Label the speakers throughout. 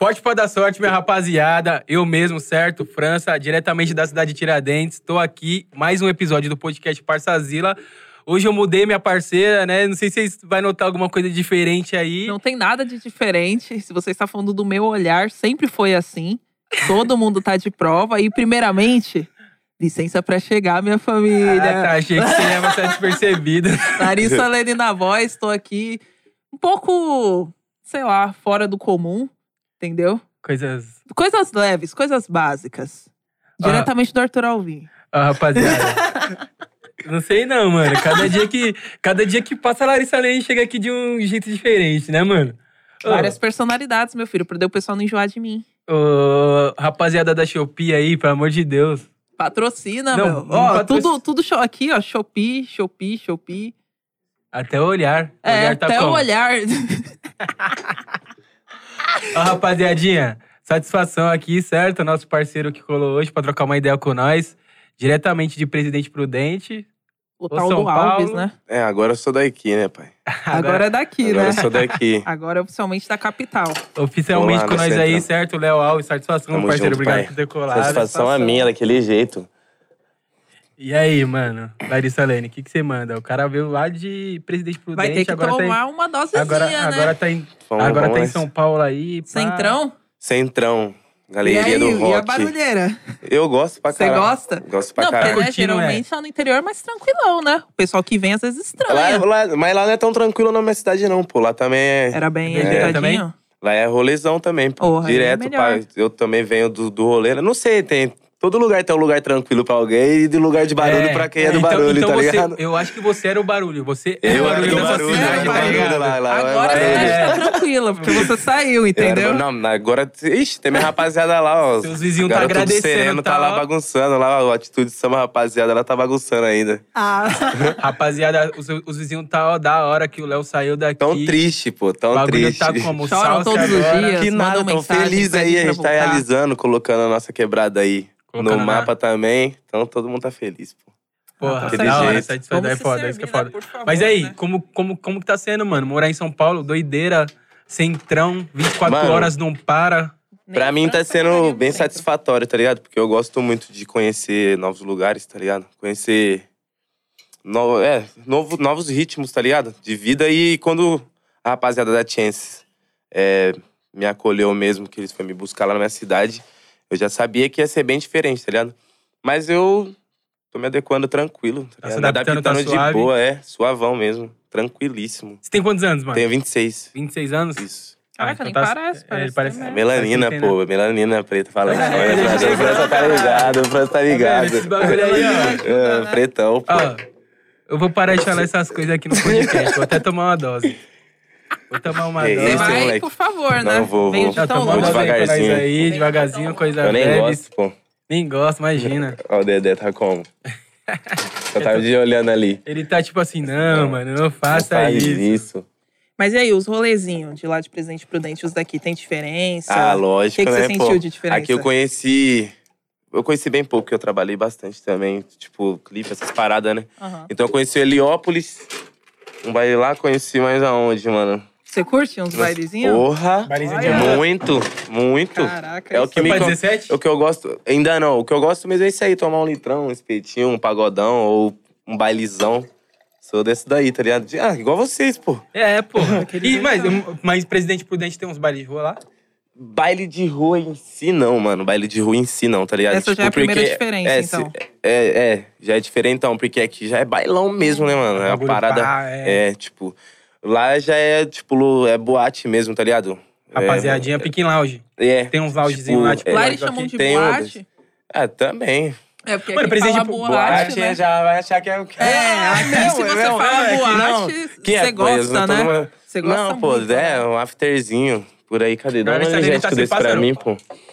Speaker 1: Bote pra dar sorte, minha rapaziada. Eu mesmo, certo? França, diretamente da cidade de Tiradentes. Tô aqui, mais um episódio do podcast Parçazila. Hoje eu mudei minha parceira, né? Não sei se vocês vão notar alguma coisa diferente aí.
Speaker 2: Não tem nada de diferente. Se você está falando do meu olhar, sempre foi assim. Todo mundo tá de prova. E, primeiramente, licença pra chegar, minha
Speaker 1: Ah,
Speaker 2: família.
Speaker 1: tá, achei que você ia passar despercebido.
Speaker 2: Larissa Lene na voz, tô aqui um pouco, sei lá, fora do comum, entendeu?
Speaker 1: Coisas.
Speaker 2: Coisas leves, coisas básicas.
Speaker 1: Ah.
Speaker 2: Diretamente do Arthur Alvim.
Speaker 1: Ó, rapaziada. Não sei não, mano. Cada dia que, cada dia que passa a Larissa Lane chega aqui de um jeito diferente, né, mano? Ô,
Speaker 2: Várias personalidades, meu filho, pra daí o pessoal não enjoar de mim.
Speaker 1: ô, rapaziada da Shopee aí, pelo amor de Deus.
Speaker 2: Patrocina,
Speaker 1: Não,
Speaker 2: meu.
Speaker 1: não
Speaker 2: Ó,
Speaker 1: patroci-
Speaker 2: tudo, tudo show aqui, ó. Shopee, Shopee, Shopee.
Speaker 1: Até o olhar. O
Speaker 2: É,
Speaker 1: olhar tá
Speaker 2: até o
Speaker 1: como?
Speaker 2: olhar.
Speaker 1: Ó, rapaziadinha, satisfação aqui, certo? Nosso parceiro que colou hoje pra trocar uma ideia com nós. Diretamente de Presidente Prudente.
Speaker 2: O
Speaker 1: Ô,
Speaker 2: tal
Speaker 1: São
Speaker 2: do Alves,
Speaker 1: Paulo.
Speaker 2: né?
Speaker 3: É, agora eu sou daqui, né, pai?
Speaker 2: Agora é daqui,
Speaker 3: agora
Speaker 2: né?
Speaker 1: assim.
Speaker 3: eu sou daqui.
Speaker 2: Agora é oficialmente da capital.
Speaker 1: Oficialmente
Speaker 3: Olá,
Speaker 1: com nós
Speaker 3: Lucentra.
Speaker 1: aí, certo? Léo Alves, satisfação,
Speaker 3: Tamo
Speaker 1: parceiro.
Speaker 3: junto,
Speaker 1: obrigado
Speaker 3: pai.
Speaker 1: por ter colado.
Speaker 3: Satisfação a minha daquele jeito.
Speaker 1: E aí, mano? Larissa Lene, o que, que você manda? O cara veio lá de Presidente Prudente.
Speaker 2: Vai ter que
Speaker 1: agora tá em-
Speaker 2: tomar uma dosezinha,
Speaker 1: agora,
Speaker 2: né?
Speaker 1: agora tá em,
Speaker 3: Vamos,
Speaker 1: agora
Speaker 3: vamos
Speaker 1: tá em
Speaker 3: nessa.
Speaker 1: São Paulo aí. pá.
Speaker 2: Centrão?
Speaker 3: Centrão,
Speaker 2: E
Speaker 3: galeria
Speaker 2: aí,
Speaker 3: do
Speaker 2: e a
Speaker 3: rock.
Speaker 2: barulheira?
Speaker 3: eu gosto pra
Speaker 2: Você
Speaker 3: caralho.
Speaker 2: gosta?
Speaker 3: Gosto pra
Speaker 2: Não, porque
Speaker 3: caralho.
Speaker 2: né,
Speaker 1: Curtindo,
Speaker 2: geralmente lá no interior é mais tranquilão, né? O pessoal que vem às vezes estranha.
Speaker 3: Lá- lá- mas lá não é tão tranquilo na minha cidade, não, pô. Lá também é.
Speaker 2: Era bem
Speaker 1: É.
Speaker 2: agitadinho.
Speaker 3: Lá é rolezão também, pô.
Speaker 2: Porra, aí é
Speaker 3: Direto,
Speaker 2: melhor.
Speaker 3: pá. Eu também venho do, do rolê. né? Não sei, tem. Todo lugar tem um lugar tranquilo pra alguém e de lugar de barulho pra quem é, do
Speaker 1: então-
Speaker 3: barulho,
Speaker 1: então
Speaker 3: tá
Speaker 1: você-
Speaker 3: ligado?
Speaker 1: Eu acho que você era o barulho. Você é o
Speaker 3: Eu era
Speaker 1: barulho
Speaker 3: do
Speaker 1: da sua
Speaker 3: barulho,
Speaker 2: né?
Speaker 1: cidade,
Speaker 3: era do
Speaker 1: tá
Speaker 3: barulho
Speaker 1: ligado?
Speaker 3: lá, é lá.
Speaker 2: Agora a
Speaker 3: era
Speaker 1: vai-
Speaker 2: cidade
Speaker 3: barulho.
Speaker 2: tá tranquila, porque você saiu,
Speaker 3: Eu era
Speaker 2: entendeu?
Speaker 3: do- Não, agora. Ixi, tem minha rapaziada lá, ó.
Speaker 1: Seus vizinhos tá
Speaker 3: Garoto do
Speaker 1: agradecendo,
Speaker 3: sereno tá,
Speaker 1: tá
Speaker 3: lá
Speaker 1: ó.
Speaker 3: bagunçando, lá a atitude de samba, rapaziada, ela tá bagunçando ainda.
Speaker 2: Ah,
Speaker 1: Rapaziada, os, os vizinhos tá ó, da hora que o Léo saiu daqui.
Speaker 3: Tão triste, pô,
Speaker 1: O
Speaker 3: tão
Speaker 1: bagulho
Speaker 3: triste.
Speaker 1: tá como
Speaker 2: Choram
Speaker 1: salsa
Speaker 2: todos os
Speaker 1: agora.
Speaker 2: dias.
Speaker 3: Que
Speaker 2: mandam
Speaker 3: nada, tão
Speaker 2: mensagem,
Speaker 3: feliz aí,
Speaker 2: pedem
Speaker 3: a
Speaker 2: pra
Speaker 3: gente tá
Speaker 2: voltar.
Speaker 3: realizando, colocando a nossa quebrada aí
Speaker 1: Colocando na-
Speaker 3: no mapa também. Então todo mundo tá feliz, pô.
Speaker 1: Porra,
Speaker 2: Tá
Speaker 1: da hora,
Speaker 3: certo.
Speaker 1: satisfação é
Speaker 2: se
Speaker 1: foda, isso que é
Speaker 2: servir, né,
Speaker 1: foda.
Speaker 2: por favor,
Speaker 1: Mas aí,
Speaker 2: né?
Speaker 1: como, como, como que tá sendo, mano? Morar em São Paulo, doideira, centrão, 24
Speaker 3: Mano.
Speaker 1: horas não para.
Speaker 2: Nem
Speaker 3: Pra mim tá
Speaker 2: França, nem
Speaker 3: sendo
Speaker 2: no
Speaker 3: bem
Speaker 2: centro.
Speaker 3: satisfatório, tá ligado? Porque eu gosto muito de conhecer novos lugares, tá ligado? Conhecer no, é, novo, novos ritmos, tá ligado? De vida. E quando a rapaziada da Chance é, me acolheu mesmo, que eles foram me buscar lá na minha cidade, eu já sabia que ia ser bem diferente, tá ligado? Mas eu tô me adequando tranquilo,
Speaker 1: Tá
Speaker 3: tá
Speaker 1: se
Speaker 3: ligado? Me
Speaker 1: adaptando, tá
Speaker 3: adaptando de
Speaker 1: suave.
Speaker 3: boa, é. Suavão mesmo. Tranquilíssimo.
Speaker 1: Você tem quantos anos, mano?
Speaker 3: Tenho 26.
Speaker 1: 26 anos?
Speaker 3: Isso.
Speaker 2: Caraca, nem parece,
Speaker 1: é,
Speaker 2: parece
Speaker 1: ele parece.
Speaker 2: também.
Speaker 3: É
Speaker 2: É,
Speaker 3: melanina,
Speaker 1: parece que tem, né?
Speaker 3: pô. Melanina preta falando.
Speaker 1: É,
Speaker 3: É,
Speaker 1: é,
Speaker 3: o França tá ligado, o França tá
Speaker 1: Tá
Speaker 3: ligado.
Speaker 1: vendo? Esses bagulho aí, ó. Tá, né?
Speaker 3: É, pretão, pô.
Speaker 1: Ó, eu vou parar de falar essas coisas aqui no podcast. Vou até tomar uma dose. Vou tomar uma
Speaker 3: Que
Speaker 2: Você
Speaker 3: isso,
Speaker 1: dose.
Speaker 2: vai,
Speaker 3: moleque.
Speaker 2: por favor, né?
Speaker 3: Não, vou,
Speaker 2: Veio
Speaker 3: vou.
Speaker 2: de
Speaker 1: Não,
Speaker 2: tão
Speaker 1: tomar
Speaker 3: Vamos
Speaker 1: uma dose
Speaker 2: longe.
Speaker 1: aí pra nós
Speaker 3: Tá devagarzinho.
Speaker 1: Então, aí, devagarzinho, coisa
Speaker 3: Eu nem
Speaker 1: leves.
Speaker 3: gosto, pô.
Speaker 1: Nem gosto, imagina.
Speaker 3: Ó, o Dedé tá como? Eu tava de olhando ali.
Speaker 1: Ele tá tipo assim, não, mano, não faça
Speaker 3: Não faz
Speaker 1: isso.
Speaker 2: Mas e aí, os rolezinhos de lá de Presidente Prudente, os daqui, tem diferença?
Speaker 3: Ah,
Speaker 2: O
Speaker 3: lógico,
Speaker 2: que, que
Speaker 3: né,
Speaker 2: você sentiu
Speaker 3: pô?
Speaker 2: de diferença?
Speaker 3: Aqui eu conheci... Eu conheci bem pouco, porque eu trabalhei bastante também. Tipo, clipe, essas paradas, né?
Speaker 2: Aham.
Speaker 3: Então eu conheci Heliópolis. Um baile lá, conheci mais aonde, mano?
Speaker 2: Você curte uns
Speaker 3: Tipo assim,
Speaker 2: bailezinhos?
Speaker 3: Porra!
Speaker 1: Baliza de
Speaker 2: Olha.
Speaker 1: amor.
Speaker 3: Muito, muito.
Speaker 2: Caraca,
Speaker 3: É o
Speaker 2: isso
Speaker 3: que
Speaker 1: Foi
Speaker 3: me
Speaker 1: pra
Speaker 3: con-
Speaker 1: 17?
Speaker 3: O que eu gosto, ainda não. O que eu gosto mesmo é isso aí: tomar um litrão, um espetinho, um pagodão ou um bailizão. Sou desse daí, tá ligado? De- Ah, igual vocês, pô.
Speaker 1: É, pô.
Speaker 2: Aquele
Speaker 1: E, mas,
Speaker 2: jeitão.
Speaker 1: mas Presidente Prudente tem uns bailes de rua lá?
Speaker 3: Baile de rua em si não, mano. Baile de rua em si não, tá ligado?
Speaker 2: Essa já é a primeira
Speaker 3: porque-
Speaker 2: diferença,
Speaker 3: é,
Speaker 2: então.
Speaker 3: se- É, é, já é diferentão, porque aqui já é bailão mesmo, né, mano? É uma
Speaker 1: Bagulho
Speaker 3: parada.
Speaker 1: pá, é.
Speaker 3: É, tipo. Lá já é, tipo, lu- é boate mesmo, tá ligado? É,
Speaker 1: Rapaziadinha, Piquin Lounge.
Speaker 3: É.
Speaker 1: Tem uns loungezinhos
Speaker 3: Tipo,
Speaker 1: lá, tipo...
Speaker 3: é.
Speaker 2: Lá
Speaker 1: lounge
Speaker 2: eles chamam de
Speaker 1: aqui.
Speaker 3: Tem
Speaker 2: boate.
Speaker 3: Ah, também.
Speaker 2: É, porque
Speaker 1: Mano,
Speaker 2: aqui
Speaker 1: Presidente
Speaker 2: fala
Speaker 1: Prudente-
Speaker 2: boate, né?
Speaker 3: já vai achar que é o quê?
Speaker 2: É, aqui se você fala
Speaker 3: é
Speaker 2: boate, você gosta, né? Você gosta
Speaker 3: Não, pô,
Speaker 2: muito,
Speaker 3: é
Speaker 2: né?
Speaker 3: um afterzinho. Por aí, cadê? Dá um
Speaker 1: Agora essa dele tá
Speaker 3: energético
Speaker 1: se
Speaker 3: desse pra
Speaker 1: passando.
Speaker 3: mim, pô.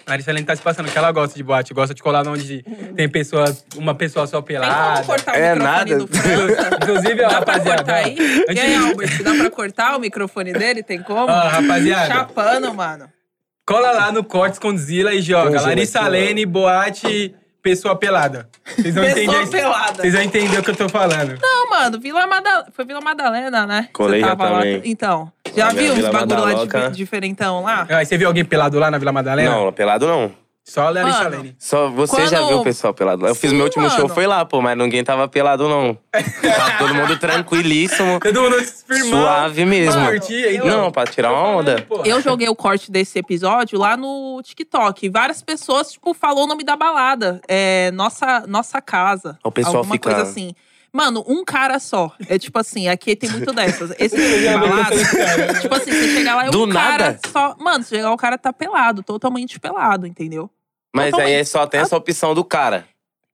Speaker 1: A Larissa Lene tá se passando, que ela gosta de boate. Gosta de colar onde tem pessoa, uma pessoa só
Speaker 2: Tem como
Speaker 1: pelada.
Speaker 2: cortar o
Speaker 3: É
Speaker 2: microfone
Speaker 3: nada.
Speaker 2: do França?
Speaker 1: Inclusive, ó,
Speaker 2: Dá pra
Speaker 1: rapaziada.
Speaker 2: cortar aí?
Speaker 1: ó,
Speaker 2: E aí, Albert, dá pra cortar o microfone dele? Tem como?
Speaker 1: Ó, rapaziada.
Speaker 2: Chapando, mano.
Speaker 1: Cola lá no Cortes com Zila e joga.
Speaker 3: Pois é,
Speaker 1: Larissa
Speaker 3: mas-
Speaker 1: Lene, boate, pessoa pelada. Vocês vão
Speaker 2: Pessoa
Speaker 1: entender.
Speaker 2: pelada.
Speaker 1: Vocês vão entender o que eu tô falando.
Speaker 2: Não, mano, Vila Madalena. Foi Vila Madalena, né?
Speaker 3: Colei
Speaker 2: Você tava
Speaker 3: já
Speaker 2: lá.
Speaker 3: também.
Speaker 2: Então, Já
Speaker 3: Lá na
Speaker 2: viu uns
Speaker 3: Vila
Speaker 2: bagulho lá
Speaker 3: Madaloca.
Speaker 2: de, diferentão lá?
Speaker 1: Aí você viu alguém pelado lá na Vila Madalena?
Speaker 3: Não, pelado não.
Speaker 1: Só Lena e
Speaker 2: Mano.
Speaker 1: Salene.
Speaker 3: Só você
Speaker 2: Quando-
Speaker 3: já viu o pessoal pelado lá. Eu fiz
Speaker 2: Sim,
Speaker 3: meu último
Speaker 2: mano.
Speaker 3: show, foi lá, pô, mas ninguém tava pelado, não. Tava todo mundo tranquilíssimo.
Speaker 1: Todo mundo se firmando.
Speaker 3: Suave mesmo.
Speaker 1: Pra curtir, então.
Speaker 3: Não, pra tirar uma onda.
Speaker 1: Pô.
Speaker 2: Eu joguei o corte desse episódio lá no TikTok. E Várias pessoas, tipo, falou o nome da balada. É nossa, nossa casa.
Speaker 3: O pessoal
Speaker 2: alguma
Speaker 3: fica-
Speaker 2: coisa assim. Mano, um cara só. É tipo assim, aqui tem muito dessas. Esse tipo de balada, tipo assim, você chegar lá e
Speaker 3: Do
Speaker 2: um cara
Speaker 3: nada?
Speaker 2: só. Mano, se chegar lá, o cara tá pelado, totalmente pelado, entendeu?
Speaker 3: Mas aí
Speaker 2: Totalmente.
Speaker 3: é só tem essa opção do cara.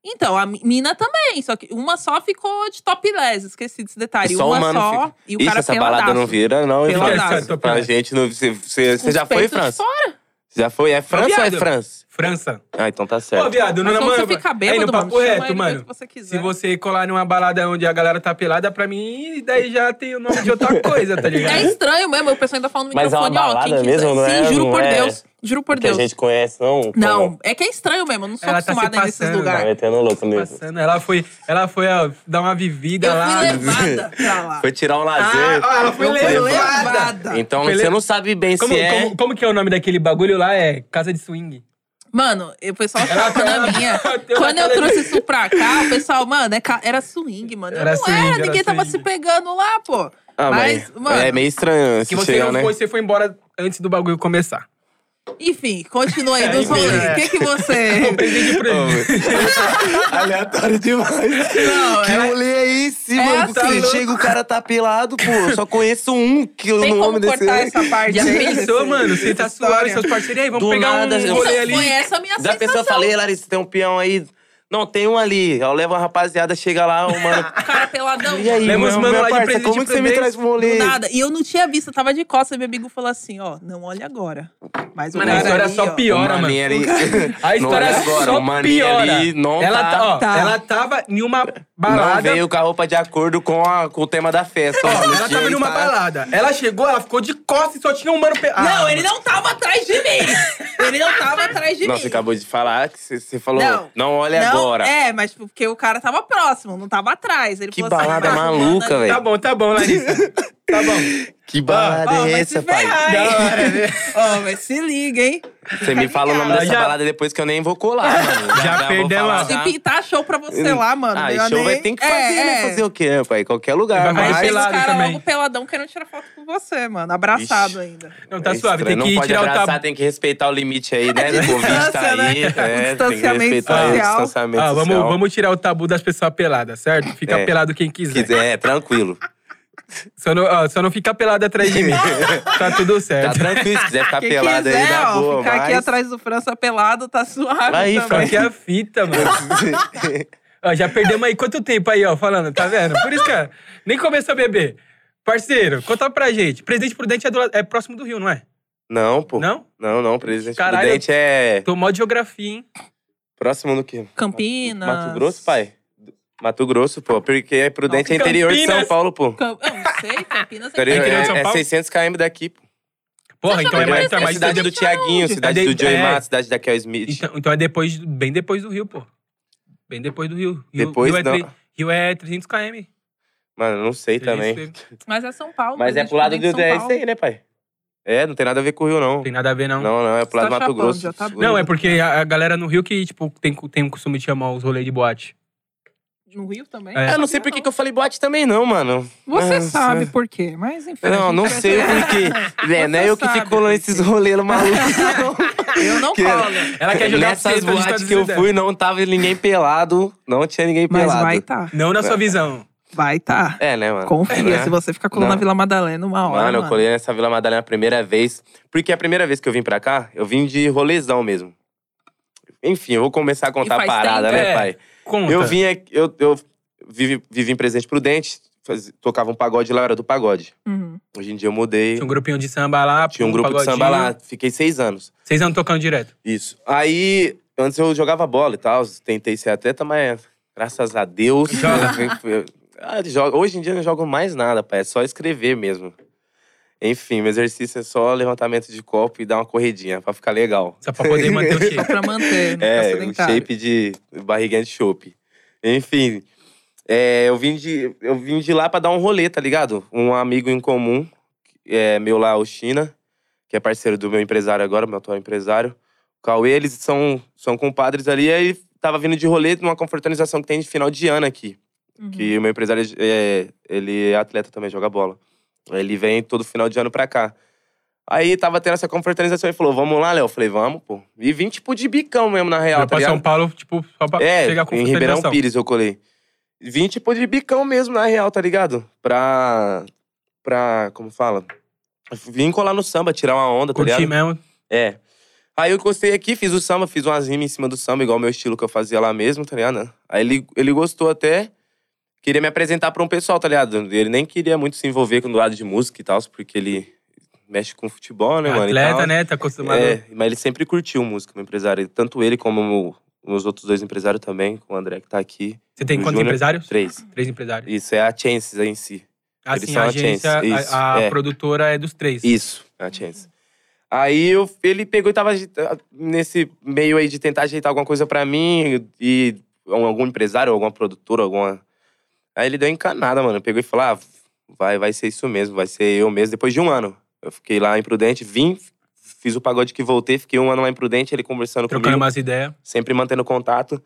Speaker 2: Então, a mi- mina também, só que uma só ficou de topless, esqueci desse detalhe.
Speaker 3: É só o
Speaker 2: uma
Speaker 3: mano
Speaker 2: só
Speaker 3: fica-
Speaker 2: e o
Speaker 3: Isso,
Speaker 2: cara
Speaker 3: essa balada
Speaker 2: peladaço.
Speaker 3: não vira, não. hein,
Speaker 2: Peladaço.
Speaker 3: França? Pra gente, não- você- você você
Speaker 2: Os
Speaker 3: já foi,
Speaker 2: peitos de
Speaker 3: França?
Speaker 2: fora.
Speaker 3: Já foi? É França ou é
Speaker 1: viado.
Speaker 3: França?
Speaker 1: França.
Speaker 3: Ah, então tá
Speaker 1: Pô,
Speaker 3: certo.
Speaker 1: viado, não
Speaker 2: Mas
Speaker 1: não,
Speaker 2: quando
Speaker 1: mano.
Speaker 2: você fica
Speaker 1: aí no
Speaker 2: bêbado, mano,
Speaker 1: papo
Speaker 2: chama
Speaker 1: reto,
Speaker 2: ele do jeito
Speaker 1: mano.
Speaker 2: que você
Speaker 1: Se
Speaker 2: quiser.
Speaker 1: você colar numa balada onde a galera tá pelada, pra mim, daí já tem o nome de outra coisa, tá ligado?
Speaker 2: É estranho mesmo, o pessoal ainda fala no
Speaker 3: Né? Mas é uma
Speaker 2: microfone, ó, quem
Speaker 3: balada
Speaker 2: quiser.
Speaker 3: mesmo, não é-
Speaker 2: Sim, juro
Speaker 3: não
Speaker 2: por
Speaker 3: é
Speaker 2: Deus. Juro por
Speaker 3: Que a
Speaker 2: Deus.
Speaker 3: gente conhece, não?
Speaker 2: Não,
Speaker 3: Pô,
Speaker 2: é que é estranho mesmo, eu não sou
Speaker 1: Ela tá se
Speaker 2: acostumada nesses
Speaker 1: passando.
Speaker 3: Tá
Speaker 2: lugares.
Speaker 3: metendo louco nisso.
Speaker 1: Passando, ela foi, ela foi ó, dar uma vivida
Speaker 2: Eu fui
Speaker 1: lá.
Speaker 2: levada pra lá.
Speaker 3: Foi tirar um lazer.
Speaker 1: Ah, ela foi
Speaker 2: Eu fui
Speaker 1: levada.
Speaker 2: levada.
Speaker 3: Então
Speaker 1: Beleza.
Speaker 3: você não sabe bem
Speaker 1: Como,
Speaker 3: se é.
Speaker 1: como- como que é o nome daquele bagulho lá? É Casa de Swing.
Speaker 2: Mano, o pessoal tava
Speaker 1: ela-
Speaker 2: na minha.
Speaker 1: ela deu
Speaker 2: Quando eu
Speaker 1: aquela-
Speaker 2: trouxe isso pra cá, o pessoal, mano, é ca- era swing, mano. Eu
Speaker 1: Era
Speaker 2: não
Speaker 1: swing,
Speaker 2: era,
Speaker 1: era
Speaker 2: ninguém tava
Speaker 1: swing.
Speaker 2: se pegando lá, pô.
Speaker 3: Ah,
Speaker 2: mas, mano,
Speaker 3: É meio estranho
Speaker 1: Que
Speaker 3: se
Speaker 1: você
Speaker 3: chegar,
Speaker 1: não
Speaker 3: né?
Speaker 1: foi, você foi embora antes do bagulho começar.
Speaker 2: enfim, continua aí dos
Speaker 1: enfim,
Speaker 2: rolês.
Speaker 1: é.
Speaker 2: O que que você...
Speaker 1: Presente pra
Speaker 3: Ô, velho. Aleatório demais.
Speaker 2: Não,
Speaker 3: que
Speaker 2: é-
Speaker 3: rolê é esse,
Speaker 2: É,
Speaker 3: mano?
Speaker 2: tá
Speaker 3: Você
Speaker 1: louco.
Speaker 3: chega, o cara tá pelado, pô. Eu só conheço um que eu
Speaker 2: Tem
Speaker 3: no
Speaker 2: como
Speaker 3: homem desse.
Speaker 2: cortar essa parte?
Speaker 1: Já
Speaker 2: aí?
Speaker 1: pensou, mano? Você tá suave, seus parceiros. E aí, vamos
Speaker 3: Do
Speaker 1: pegar
Speaker 3: nada,
Speaker 1: um
Speaker 3: eu-
Speaker 1: rolê
Speaker 2: Então,
Speaker 1: ali.
Speaker 2: foi essa a minha
Speaker 3: Da pessoa
Speaker 2: sensação.
Speaker 3: falei, Larissa, tem um peão aí. Não, tem um ali. Eu levo a rapaziada, chega lá, o mano.
Speaker 2: O cara peladão.
Speaker 3: E aí,
Speaker 1: Leva os
Speaker 3: mano,
Speaker 1: mano
Speaker 3: minha
Speaker 1: lá de
Speaker 3: parça,
Speaker 1: presente
Speaker 3: como que
Speaker 1: pra
Speaker 3: você me
Speaker 1: dentro?
Speaker 3: traz pro rolê?
Speaker 2: Nada. E eu não tinha visto, eu tava de costas. Meu amigo falou assim: ó, não olha agora. Mas o
Speaker 1: Mano, a
Speaker 2: cara
Speaker 1: história é
Speaker 2: ali,
Speaker 1: só
Speaker 2: ó.
Speaker 1: piora,
Speaker 3: O
Speaker 1: mano.
Speaker 3: maninho ali-
Speaker 1: A
Speaker 3: Não
Speaker 1: história
Speaker 3: olha agora,
Speaker 1: assim, só
Speaker 3: o maninho
Speaker 1: piora.
Speaker 3: ali não
Speaker 1: ela,
Speaker 3: tá-
Speaker 1: ó,
Speaker 2: Tá.
Speaker 1: ela tava em uma
Speaker 3: Não
Speaker 1: balada.
Speaker 3: veio com a roupa de acordo com, a- com o tema da festa.
Speaker 1: Ó,
Speaker 3: ó, no
Speaker 1: ela
Speaker 3: dia
Speaker 1: tava
Speaker 3: ele
Speaker 1: em uma
Speaker 3: tá-
Speaker 1: balada. Ela chegou, ela ficou de costas e só tinha um mano... Pe...
Speaker 2: Não,
Speaker 3: Ah.
Speaker 2: ele não tava atrás de mim. Ele não tava atrás de
Speaker 3: Não,
Speaker 2: mim.
Speaker 3: você acabou de falar que você- você falou,
Speaker 2: Não.
Speaker 3: não, olha
Speaker 2: Não,
Speaker 3: agora.
Speaker 2: É, mas tipo, porque o cara tava próximo, não tava atrás. Ele
Speaker 3: Que
Speaker 2: falou assim,
Speaker 3: balada
Speaker 2: mano,
Speaker 3: maluca,
Speaker 2: mano,
Speaker 1: Tá
Speaker 3: velho.
Speaker 1: bom, tá bom, Larissa. Tá bom.
Speaker 3: Que balada
Speaker 2: Ó,
Speaker 3: é
Speaker 2: vai
Speaker 3: essa,
Speaker 2: se
Speaker 3: pai?
Speaker 2: ferrar,
Speaker 1: Da hora,
Speaker 2: hein?
Speaker 1: né?
Speaker 2: Ó, mas se liga, hein?
Speaker 3: Você me fala o nome
Speaker 2: ligado.
Speaker 3: dessa
Speaker 1: Já-
Speaker 3: balada depois que eu nem vou colar, mano.
Speaker 1: Já
Speaker 3: vou
Speaker 1: perdeu
Speaker 3: falar,
Speaker 1: a-
Speaker 2: Se
Speaker 3: tá?
Speaker 2: pintar show pra você lá, mano.
Speaker 3: Ah, e
Speaker 2: meu
Speaker 3: show vai
Speaker 2: nem-
Speaker 3: ter que fazer,
Speaker 2: É,
Speaker 3: né?
Speaker 2: é.
Speaker 3: Fazer o quê, pai? Qualquer lugar.
Speaker 1: Vai
Speaker 2: Aí
Speaker 1: mais
Speaker 2: chega os
Speaker 1: pelado
Speaker 2: caras
Speaker 1: também.
Speaker 2: logo peladão querendo tirar foto com você, mano. Abraçado
Speaker 3: Ixi.
Speaker 2: ainda.
Speaker 1: Não, tá
Speaker 3: É
Speaker 1: suave.
Speaker 3: estranho,
Speaker 1: Tem
Speaker 3: não
Speaker 1: que
Speaker 3: pode
Speaker 1: tirar o
Speaker 3: abraçar,
Speaker 1: tabu.
Speaker 3: tem que respeitar o limite aí, né?
Speaker 2: A
Speaker 3: O Covid
Speaker 2: distância,
Speaker 3: tá aí,
Speaker 2: né? O
Speaker 3: é, tem que
Speaker 2: distanciamento
Speaker 3: respeitar aí o
Speaker 2: social.
Speaker 3: distanciamento
Speaker 1: Ah, vamos,
Speaker 3: social.
Speaker 1: vamos tirar o tabu das pessoas peladas, certo? Fica
Speaker 3: É.
Speaker 1: pelado quem quiser.
Speaker 3: Quiser, é, tranquilo.
Speaker 1: Só, não, ó, só não fica pelado atrás de mim. tá tudo
Speaker 3: Tá
Speaker 1: certo.
Speaker 3: tranquilo, se quiser ficar
Speaker 2: Quem
Speaker 3: pelado aí,
Speaker 2: quiser,
Speaker 3: dá
Speaker 2: ó,
Speaker 3: boa,
Speaker 2: ficar
Speaker 3: mas...
Speaker 2: aqui atrás do França pelado, tá suave
Speaker 3: Aí,
Speaker 2: também.
Speaker 1: Só que é a fita, mano. Ó, já perdemos aí quanto tempo aí, ó, falando, tá vendo? Por isso que ó, nem começou a beber. Parceiro, conta pra gente. Presidente Prudente é, do la- é próximo do Rio, não é?
Speaker 3: Não, pô. Não,
Speaker 1: Não?
Speaker 3: não, Presidente
Speaker 1: Caralho.
Speaker 3: Prudente é
Speaker 1: Tô mó de geografia, hein?
Speaker 3: próximo do quê?
Speaker 2: Campinas.
Speaker 3: Mato Grosso, pai? Mato Grosso, pô. Porque é Prudente é interior de
Speaker 1: Campinas.
Speaker 3: São Paulo, pô.
Speaker 2: Cam- Eu não sei, Campinas é
Speaker 3: Interior,
Speaker 1: interior de São
Speaker 3: é, é
Speaker 1: Paulo?
Speaker 3: 600 km daqui, pô.
Speaker 1: Porra, então é
Speaker 2: Mas
Speaker 1: mais,
Speaker 3: é
Speaker 1: então é mais
Speaker 3: cidade do
Speaker 1: então,
Speaker 3: Tiaguinho, cidade do Joey
Speaker 1: É.
Speaker 3: Mato, cidade da Kel Smith.
Speaker 1: então é depois, bem depois do Rio, pô. Bem depois do Rio. Rio
Speaker 3: Depois
Speaker 1: Rio é,
Speaker 3: não.
Speaker 1: tre- Rio é 300 km.
Speaker 3: Mano, não sei também.
Speaker 2: Mas é São Paulo.
Speaker 3: Mas é
Speaker 2: gente,
Speaker 3: pro lado do...
Speaker 2: São
Speaker 3: É
Speaker 2: Paulo.
Speaker 3: isso aí, né, pai? É, não tem nada a ver com o Rio, não.
Speaker 1: Tem nada a ver, não.
Speaker 3: Não, não, é pro
Speaker 2: Você tá
Speaker 3: lado do Mato
Speaker 2: chapando,
Speaker 3: Grosso.
Speaker 2: já tá bem.
Speaker 1: Não, é porque a, a galera no Rio que, tipo, tem, tem o costume de chamar os rolês de boate.
Speaker 2: No Rio também?
Speaker 1: É.
Speaker 3: Eu não sei por que que eu falei boate também, não, mano.
Speaker 2: Você
Speaker 3: Ah,
Speaker 2: sabe por quê, mas enfim. a
Speaker 3: Não,
Speaker 2: gente
Speaker 3: não
Speaker 2: vai-
Speaker 3: sei por quê. É, não é
Speaker 2: Você
Speaker 3: eu que
Speaker 2: sabe
Speaker 3: fico colando
Speaker 2: por
Speaker 3: esses
Speaker 2: quê.
Speaker 3: rolê malucos, não.
Speaker 2: Eu não
Speaker 3: Que-
Speaker 2: colo.
Speaker 1: Ela quer jogar
Speaker 3: Nessas
Speaker 1: treta dos
Speaker 3: boates
Speaker 1: Estados
Speaker 3: que eu
Speaker 1: Unidos.
Speaker 2: é.
Speaker 3: fui, não tava ninguém pelado. Não tinha ninguém
Speaker 2: Mas
Speaker 3: pelado.
Speaker 2: vai tá.
Speaker 1: Não na sua visão.
Speaker 2: Vai tá.
Speaker 3: É, né, mano?
Speaker 2: Confia,
Speaker 3: Né?
Speaker 2: se você ficar colando
Speaker 3: Não.
Speaker 2: na Vila Madalena uma hora,
Speaker 3: Mano,
Speaker 2: mano.
Speaker 3: eu colei nessa Vila Madalena a primeira vez. Porque a primeira vez que eu vim pra cá, eu vim de rolezão mesmo. Enfim, eu vou começar a contar a
Speaker 2: faz
Speaker 3: parada,
Speaker 1: tempo,
Speaker 3: né,
Speaker 1: é.
Speaker 3: pai?
Speaker 1: Conta.
Speaker 3: Eu vim aqui, eu, eu vivi, vivi em Presidente Prudente, faz- tocava um pagode lá, eu era do pagode.
Speaker 2: Uhum.
Speaker 3: Hoje em dia eu mudei,
Speaker 1: Tinha um grupinho de samba lá.
Speaker 3: tinha um grupo de
Speaker 1: pagodinho.
Speaker 3: samba lá, fiquei seis anos.
Speaker 1: Vocês andam tocando direto.
Speaker 3: Isso. Aí, antes eu jogava bola e tal, tentei ser atleta, mas graças a Deus. né, Ah, joga- Hoje em dia eu não jogo mais nada, pai, é só escrever mesmo. Enfim, meu exercício é só levantamento de copo e dar uma corridinha, pra ficar legal.
Speaker 1: Só pra poder manter o
Speaker 2: Só
Speaker 1: shape.
Speaker 2: pra manter, não ficar
Speaker 3: É, um
Speaker 2: sedentário.
Speaker 3: shape de barriguinha de chope. Enfim, é, eu, vim de, eu vim de lá pra dar um rolê, tá ligado? Um amigo em comum, é, meu lá, o China, que é parceiro do meu empresário agora, meu atual empresário. O Cauê, eles são, são compadres ali. Aí tava vindo de rolê numa confraternização que tem de final de ano aqui.
Speaker 2: Uhum.
Speaker 3: Que o meu empresário, é, ele é atleta também, joga bola. Ele vem todo final de ano pra cá. Aí tava tendo essa confraternização e falou, vamos lá, Léo. Eu Falei, vamos, pô. E vim tipo de bicão mesmo, na real,
Speaker 1: Vai
Speaker 3: tá
Speaker 1: pra São
Speaker 3: ligado?
Speaker 1: Paulo, tipo, só pra
Speaker 3: É,
Speaker 1: chegar com
Speaker 3: em Ribeirão Pires eu colei. Vim tipo de bicão mesmo, na real, tá ligado? Pra... Pra... Como fala? Vim colar no samba, tirar uma onda, tá ligado?
Speaker 1: Curti mesmo.
Speaker 3: É. Aí eu gostei aqui, fiz o samba, fiz umas rimas em cima do samba, igual o meu estilo que eu fazia lá mesmo, tá ligado? Aí ele, ele gostou até, queria me apresentar pra um pessoal, tá ligado? Ele nem queria muito se envolver com o lado de música e tal, porque ele mexe com futebol, né, mano? e
Speaker 1: Atleta,
Speaker 3: tal.
Speaker 1: né? Tá acostumado.
Speaker 3: É, mas ele sempre curtiu música, meu empresário. Tanto ele como o- os outros dois empresários também, com o André que tá aqui.
Speaker 1: Você tem
Speaker 3: o
Speaker 1: quantos
Speaker 3: Júnior.
Speaker 1: empresários?
Speaker 3: Três.
Speaker 1: Três empresários.
Speaker 3: Isso, é a Chances aí em si. Eles
Speaker 1: Assim,
Speaker 3: são
Speaker 1: a
Speaker 3: a
Speaker 1: agência,
Speaker 3: Chance,
Speaker 1: a-
Speaker 3: isso,
Speaker 1: a,
Speaker 3: é.
Speaker 1: produtora é dos três.
Speaker 3: Isso, a chance. Aí eu- ele pegou e tava agita- nesse meio aí de tentar ajeitar alguma coisa pra mim e um- algum empresário, alguma produtora, alguma. Aí ele deu encanada, mano. Pegou e falou: ah, vai, vai ser isso mesmo, vai ser eu mesmo. Depois de um ano, eu fiquei lá imprudente, vim, fiz o pagode que voltei, fiquei um ano lá imprudente, ele conversando
Speaker 1: Trocando
Speaker 3: comigo
Speaker 1: umas ideias.
Speaker 3: sempre mantendo contato.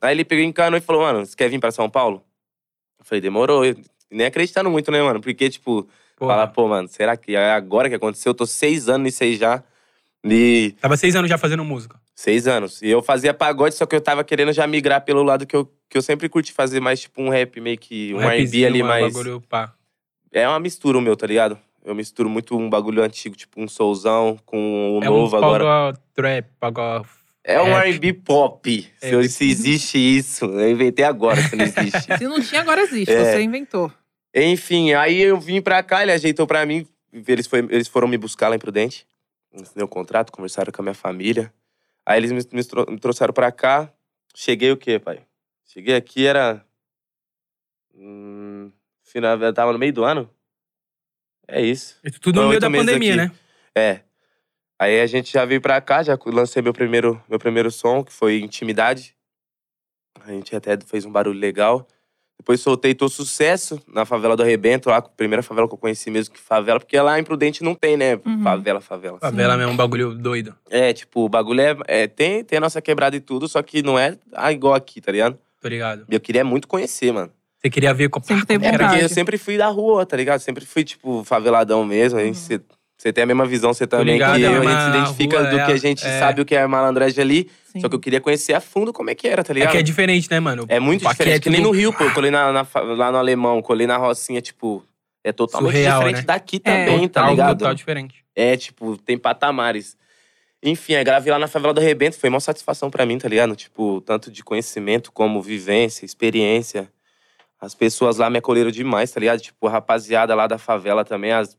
Speaker 3: Aí ele pegou, encanou e falou, mano, você quer vir pra São Paulo? Eu falei, demorou. Eu nem acreditando muito, né, mano? Porque, tipo,
Speaker 1: Pô,
Speaker 3: falar, pô, mano, será que é agora que aconteceu? Eu tô seis anos nisso aí já. E
Speaker 1: Tava seis anos já fazendo música.
Speaker 3: seis anos. E eu fazia pagode, só que eu tava querendo já migrar pelo lado que eu, que eu sempre curti fazer, mais tipo um rap meio que, um, R&B
Speaker 1: rapzinho,
Speaker 3: ali,
Speaker 1: um
Speaker 3: mais...
Speaker 1: bagulho, pá.
Speaker 3: É uma mistura o meu, tá ligado? Eu misturo muito um bagulho antigo, tipo um soulzão com um
Speaker 1: é
Speaker 3: novo
Speaker 1: um
Speaker 3: agora.
Speaker 1: pagode trap, pagode...
Speaker 3: É um
Speaker 1: É.
Speaker 3: R&B pop. Se, eu- se existe isso, eu inventei agora se não existe.
Speaker 2: Se não tinha, agora existe.
Speaker 3: É.
Speaker 2: Você inventou.
Speaker 3: Enfim, aí eu vim pra cá, ele ajeitou pra mim. Eles, foi- eles foram me buscar lá em Prudente. Assinei o contrato, conversaram com a minha família. Aí eles me, me tro- me trouxeram pra cá. Cheguei o quê, pai? Cheguei aqui, era... Hum, final, eu tava no meio do ano? É isso.
Speaker 1: Isso Tudo no
Speaker 3: Foi
Speaker 1: meio
Speaker 3: oito
Speaker 1: da
Speaker 3: meses
Speaker 1: pandemia,
Speaker 3: aqui.
Speaker 1: né?
Speaker 3: É. Aí a gente já veio pra cá, já lancei meu primeiro, meu primeiro som, que foi Intimidade. A gente até fez um barulho legal. Depois soltei Tô Sucesso na favela do Arrebento, lá, a primeira favela que eu conheci mesmo, que favela, porque lá em Prudente não tem, né?
Speaker 2: Uhum.
Speaker 3: Favela, favela.
Speaker 1: Favela mesmo, um bagulho doido.
Speaker 3: É, tipo, o bagulho é. é, tem, tem a nossa quebrada e tudo, só que não é ah, igual aqui, tá ligado?
Speaker 1: Tô ligado.
Speaker 3: E eu queria muito conhecer, mano.
Speaker 1: Você queria ver... como-
Speaker 2: Sempre teve
Speaker 1: Era-
Speaker 3: É
Speaker 2: vontade.
Speaker 3: porque eu sempre fui da rua, tá ligado? Sempre fui, tipo, faveladão mesmo. aí Você você tem a mesma visão, você também
Speaker 1: ligado,
Speaker 3: que
Speaker 1: é
Speaker 3: eu. A
Speaker 1: uma
Speaker 3: gente se identifica
Speaker 1: rua,
Speaker 3: do
Speaker 1: é
Speaker 3: que
Speaker 1: a-
Speaker 3: a gente
Speaker 1: é.
Speaker 3: sabe o que é malandragem ali.
Speaker 2: Sim.
Speaker 3: Só que eu queria conhecer a fundo como é que era, tá ligado?
Speaker 1: É que é diferente, né, mano?
Speaker 3: É muito
Speaker 1: Aqui
Speaker 3: diferente. que nem
Speaker 1: tudo-
Speaker 3: no Rio, pô. Eu colei na, na fa- lá no Alemão, colei na Rocinha, tipo... É totalmente
Speaker 1: Surreal,
Speaker 3: diferente
Speaker 1: né?
Speaker 3: daqui também, tá
Speaker 1: Total,
Speaker 3: ligado?
Speaker 1: Total diferente.
Speaker 3: É, tipo, tem patamares. Enfim, aí gravei lá na Favela do Rebento, foi uma satisfação pra mim, tá ligado? Tipo, tanto de conhecimento como vivência, experiência. As pessoas lá me acolheram demais, tá ligado? Tipo, a rapaziada lá da favela também, as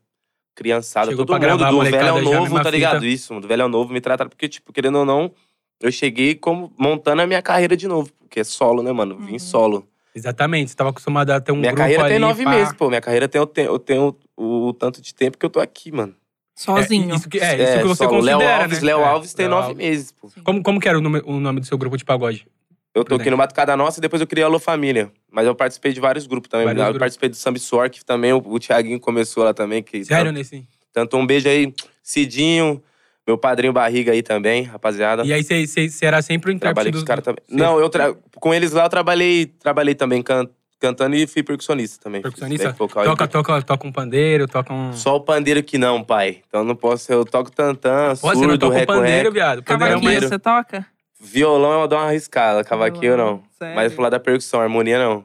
Speaker 3: criançadas,
Speaker 1: Chegou
Speaker 3: todo
Speaker 1: pra
Speaker 3: mundo,
Speaker 1: gravar,
Speaker 3: do
Speaker 1: molecada
Speaker 3: velho ao
Speaker 1: já,
Speaker 3: novo,
Speaker 1: mesma
Speaker 3: tá ligado?
Speaker 1: fita.
Speaker 3: Isso, do velho ao novo me trataram, porque, tipo, querendo ou não, eu cheguei como montando a minha carreira de novo, porque é solo, né, mano? Vim
Speaker 2: Uhum.
Speaker 3: solo.
Speaker 1: Exatamente, você tava acostumado a ter um
Speaker 3: minha
Speaker 1: grupo
Speaker 3: carreira
Speaker 1: ali,
Speaker 3: tem nove
Speaker 1: pá.
Speaker 3: meses, pô. Minha carreira tem, eu tenho, eu tenho o, o tanto de tempo que eu tô aqui, mano.
Speaker 2: Sozinho.
Speaker 1: É, isso que, é, isso que você
Speaker 3: solo.
Speaker 1: considera,
Speaker 3: Léo Alves,
Speaker 1: né?
Speaker 3: Léo
Speaker 1: É,
Speaker 3: Alves tem
Speaker 1: Léo
Speaker 3: nove
Speaker 1: Alves.
Speaker 3: meses, pô.
Speaker 2: Sim.
Speaker 1: Como, como que era o nome, o nome do seu grupo de pagode?
Speaker 3: Eu toquei
Speaker 1: Prudente.
Speaker 3: no Batucada Nossa e depois eu criei a Alô Família. Mas eu participei de vários grupos também.
Speaker 1: Vários
Speaker 3: eu
Speaker 1: grupos.
Speaker 3: participei do Samba Suor, que também o, o Thiaguinho começou lá também. Que
Speaker 1: Sério, né? nesse?
Speaker 3: Tanto um beijo aí, Cidinho, meu padrinho Barriga aí também, rapaziada.
Speaker 1: E aí você- você você era sempre o intérprete
Speaker 3: Trabalhei com
Speaker 1: dos...
Speaker 3: os caras também.
Speaker 1: Sim.
Speaker 3: Não, eu tra- com eles lá eu trabalhei, trabalhei também can- cantando e fui percussionista também. Fiz
Speaker 1: Percussionista?
Speaker 3: back vocal e
Speaker 1: Toca,
Speaker 3: back-
Speaker 1: toca, toca um pandeiro, toca um...
Speaker 3: Só o pandeiro que não, pai. Então eu não posso, eu toco tantã,
Speaker 1: Pô, você não
Speaker 3: surdo,
Speaker 1: toca um
Speaker 3: reco
Speaker 1: pandeiro, viado. Pandeiro é
Speaker 2: Cavaquinho,
Speaker 1: mais...
Speaker 3: maneiro.
Speaker 2: você toca?
Speaker 3: Violão eu dou uma arriscada, cavaquinho não.
Speaker 2: Sério?
Speaker 3: Mas pro lado da percussão, harmonia não.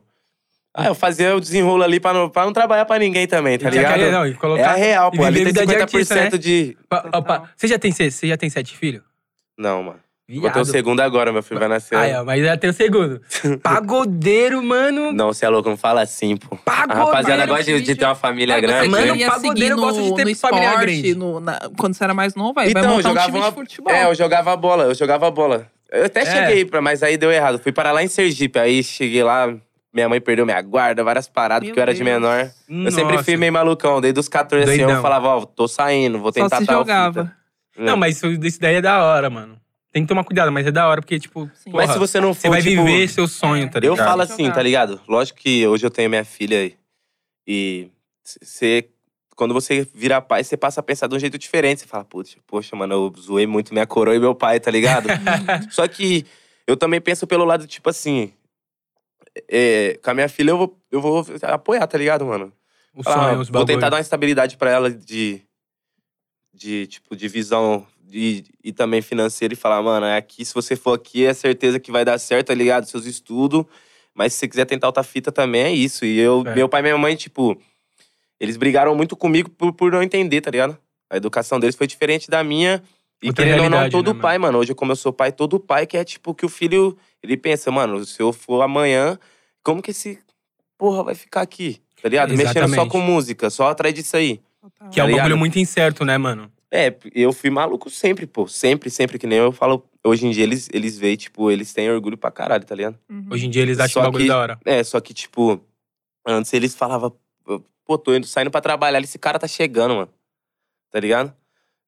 Speaker 3: Ah, eu fazia o desenrolo ali pra não, pra não trabalhar pra ninguém também, tá
Speaker 1: E tinha que-
Speaker 3: ligado?
Speaker 1: não, e
Speaker 3: É a tá.
Speaker 1: colocar...
Speaker 3: real,
Speaker 1: e
Speaker 3: pô. Ali
Speaker 1: viver
Speaker 3: tem
Speaker 1: vida de
Speaker 3: 50%
Speaker 1: artista, né?
Speaker 3: de.
Speaker 1: Pa- ó, pa- Você já tem se- você já tem sete filhos?
Speaker 3: Não, mano. Vou ter o
Speaker 1: Viado.
Speaker 3: segundo agora, meu filho vai nascer.
Speaker 1: Ah, é, um- mas já tem o segundo. Pagodeiro, mano.
Speaker 3: Não, você é louco, não fala assim, pô. A
Speaker 1: Pagodeiro.
Speaker 3: rapaziada gosta de, de ter uma família
Speaker 2: Mas
Speaker 3: grande.
Speaker 1: mano,
Speaker 2: Você
Speaker 3: né?
Speaker 1: um
Speaker 2: queria seguir
Speaker 1: pagodeiro
Speaker 2: no,
Speaker 1: gosta de ter
Speaker 2: no
Speaker 1: família grande.
Speaker 2: esporte, no- na- quando você era mais novo, aí vai
Speaker 3: Então, eu
Speaker 2: montar um
Speaker 3: jogava
Speaker 2: time
Speaker 3: uma.
Speaker 2: de futebol.
Speaker 3: É, eu jogava bola, eu jogava bola. Eu até
Speaker 1: É.
Speaker 3: cheguei, pra, mas aí deu errado. Fui parar lá em Sergipe, aí cheguei lá, minha mãe perdeu minha guarda, várias paradas,
Speaker 2: Meu
Speaker 3: porque eu era de
Speaker 2: Deus.
Speaker 3: menor. Eu sempre fui
Speaker 1: Nossa.
Speaker 3: meio malucão, desde os 14 assim,
Speaker 1: Doidão.
Speaker 3: eu falava, ó, tô saindo, vou
Speaker 2: Só
Speaker 3: tentar
Speaker 2: se
Speaker 3: tal
Speaker 2: jogava.
Speaker 3: fita.
Speaker 1: Não, mas isso, isso daí é da hora, mano. Tem que tomar cuidado, mas é da hora, porque, tipo,
Speaker 2: Sim.
Speaker 1: porra,
Speaker 3: Mas se você não for,
Speaker 1: você vai
Speaker 3: tipo,
Speaker 1: viver seu sonho, tá
Speaker 3: eu
Speaker 1: ligado?
Speaker 3: falo assim,
Speaker 2: Jogar.
Speaker 3: tá ligado? Lógico que hoje eu tenho minha filha aí, e você quando você vira pai, você passa a pensar de um jeito diferente. Você fala, putz, poxa, mano, eu zoei muito minha coroa e meu pai, tá ligado? Só que eu também penso pelo lado, tipo assim. é, com a minha filha eu vou, eu vou apoiar, tá ligado, mano?
Speaker 1: O
Speaker 3: Falar,
Speaker 1: sonho, os
Speaker 3: ah, vou
Speaker 1: bagulho.
Speaker 3: tentar dar uma estabilidade pra ela de. De, tipo, de visão e, e também financeira e falar, mano, é aqui, se você for aqui, é certeza que vai dar certo, tá ligado? Seus estudos. Mas se você quiser tentar outra fita também, é isso. E eu,
Speaker 1: É.
Speaker 3: meu pai e minha mãe, tipo, eles brigaram muito comigo por, por não entender, tá ligado? A educação deles foi diferente da minha. E
Speaker 1: Outra
Speaker 3: querendo ou não,
Speaker 1: realidade,
Speaker 3: todo
Speaker 1: né,
Speaker 3: pai, mano. Hoje, como eu sou pai, todo pai que é tipo que o filho. Ele pensa, mano, se eu for amanhã, como que esse porra vai ficar aqui? Tá ligado? Mexendo só
Speaker 1: Exatamente.
Speaker 3: com música, só atrás disso aí.
Speaker 1: Que é um
Speaker 3: Tá ligado?
Speaker 1: bagulho muito incerto, né, mano?
Speaker 3: É, eu fui maluco sempre, pô. Sempre, sempre, que nem eu falo. Hoje em dia eles, eles veem, tipo, eles têm orgulho pra caralho, tá ligado?
Speaker 2: Uhum.
Speaker 1: Hoje em dia eles acham
Speaker 3: Só
Speaker 1: o bagulho
Speaker 3: que-
Speaker 1: da hora.
Speaker 3: É, só que, tipo, antes eles falavam, pô, tô indo, saindo pra trabalhar, esse cara tá chegando, mano. Tá ligado?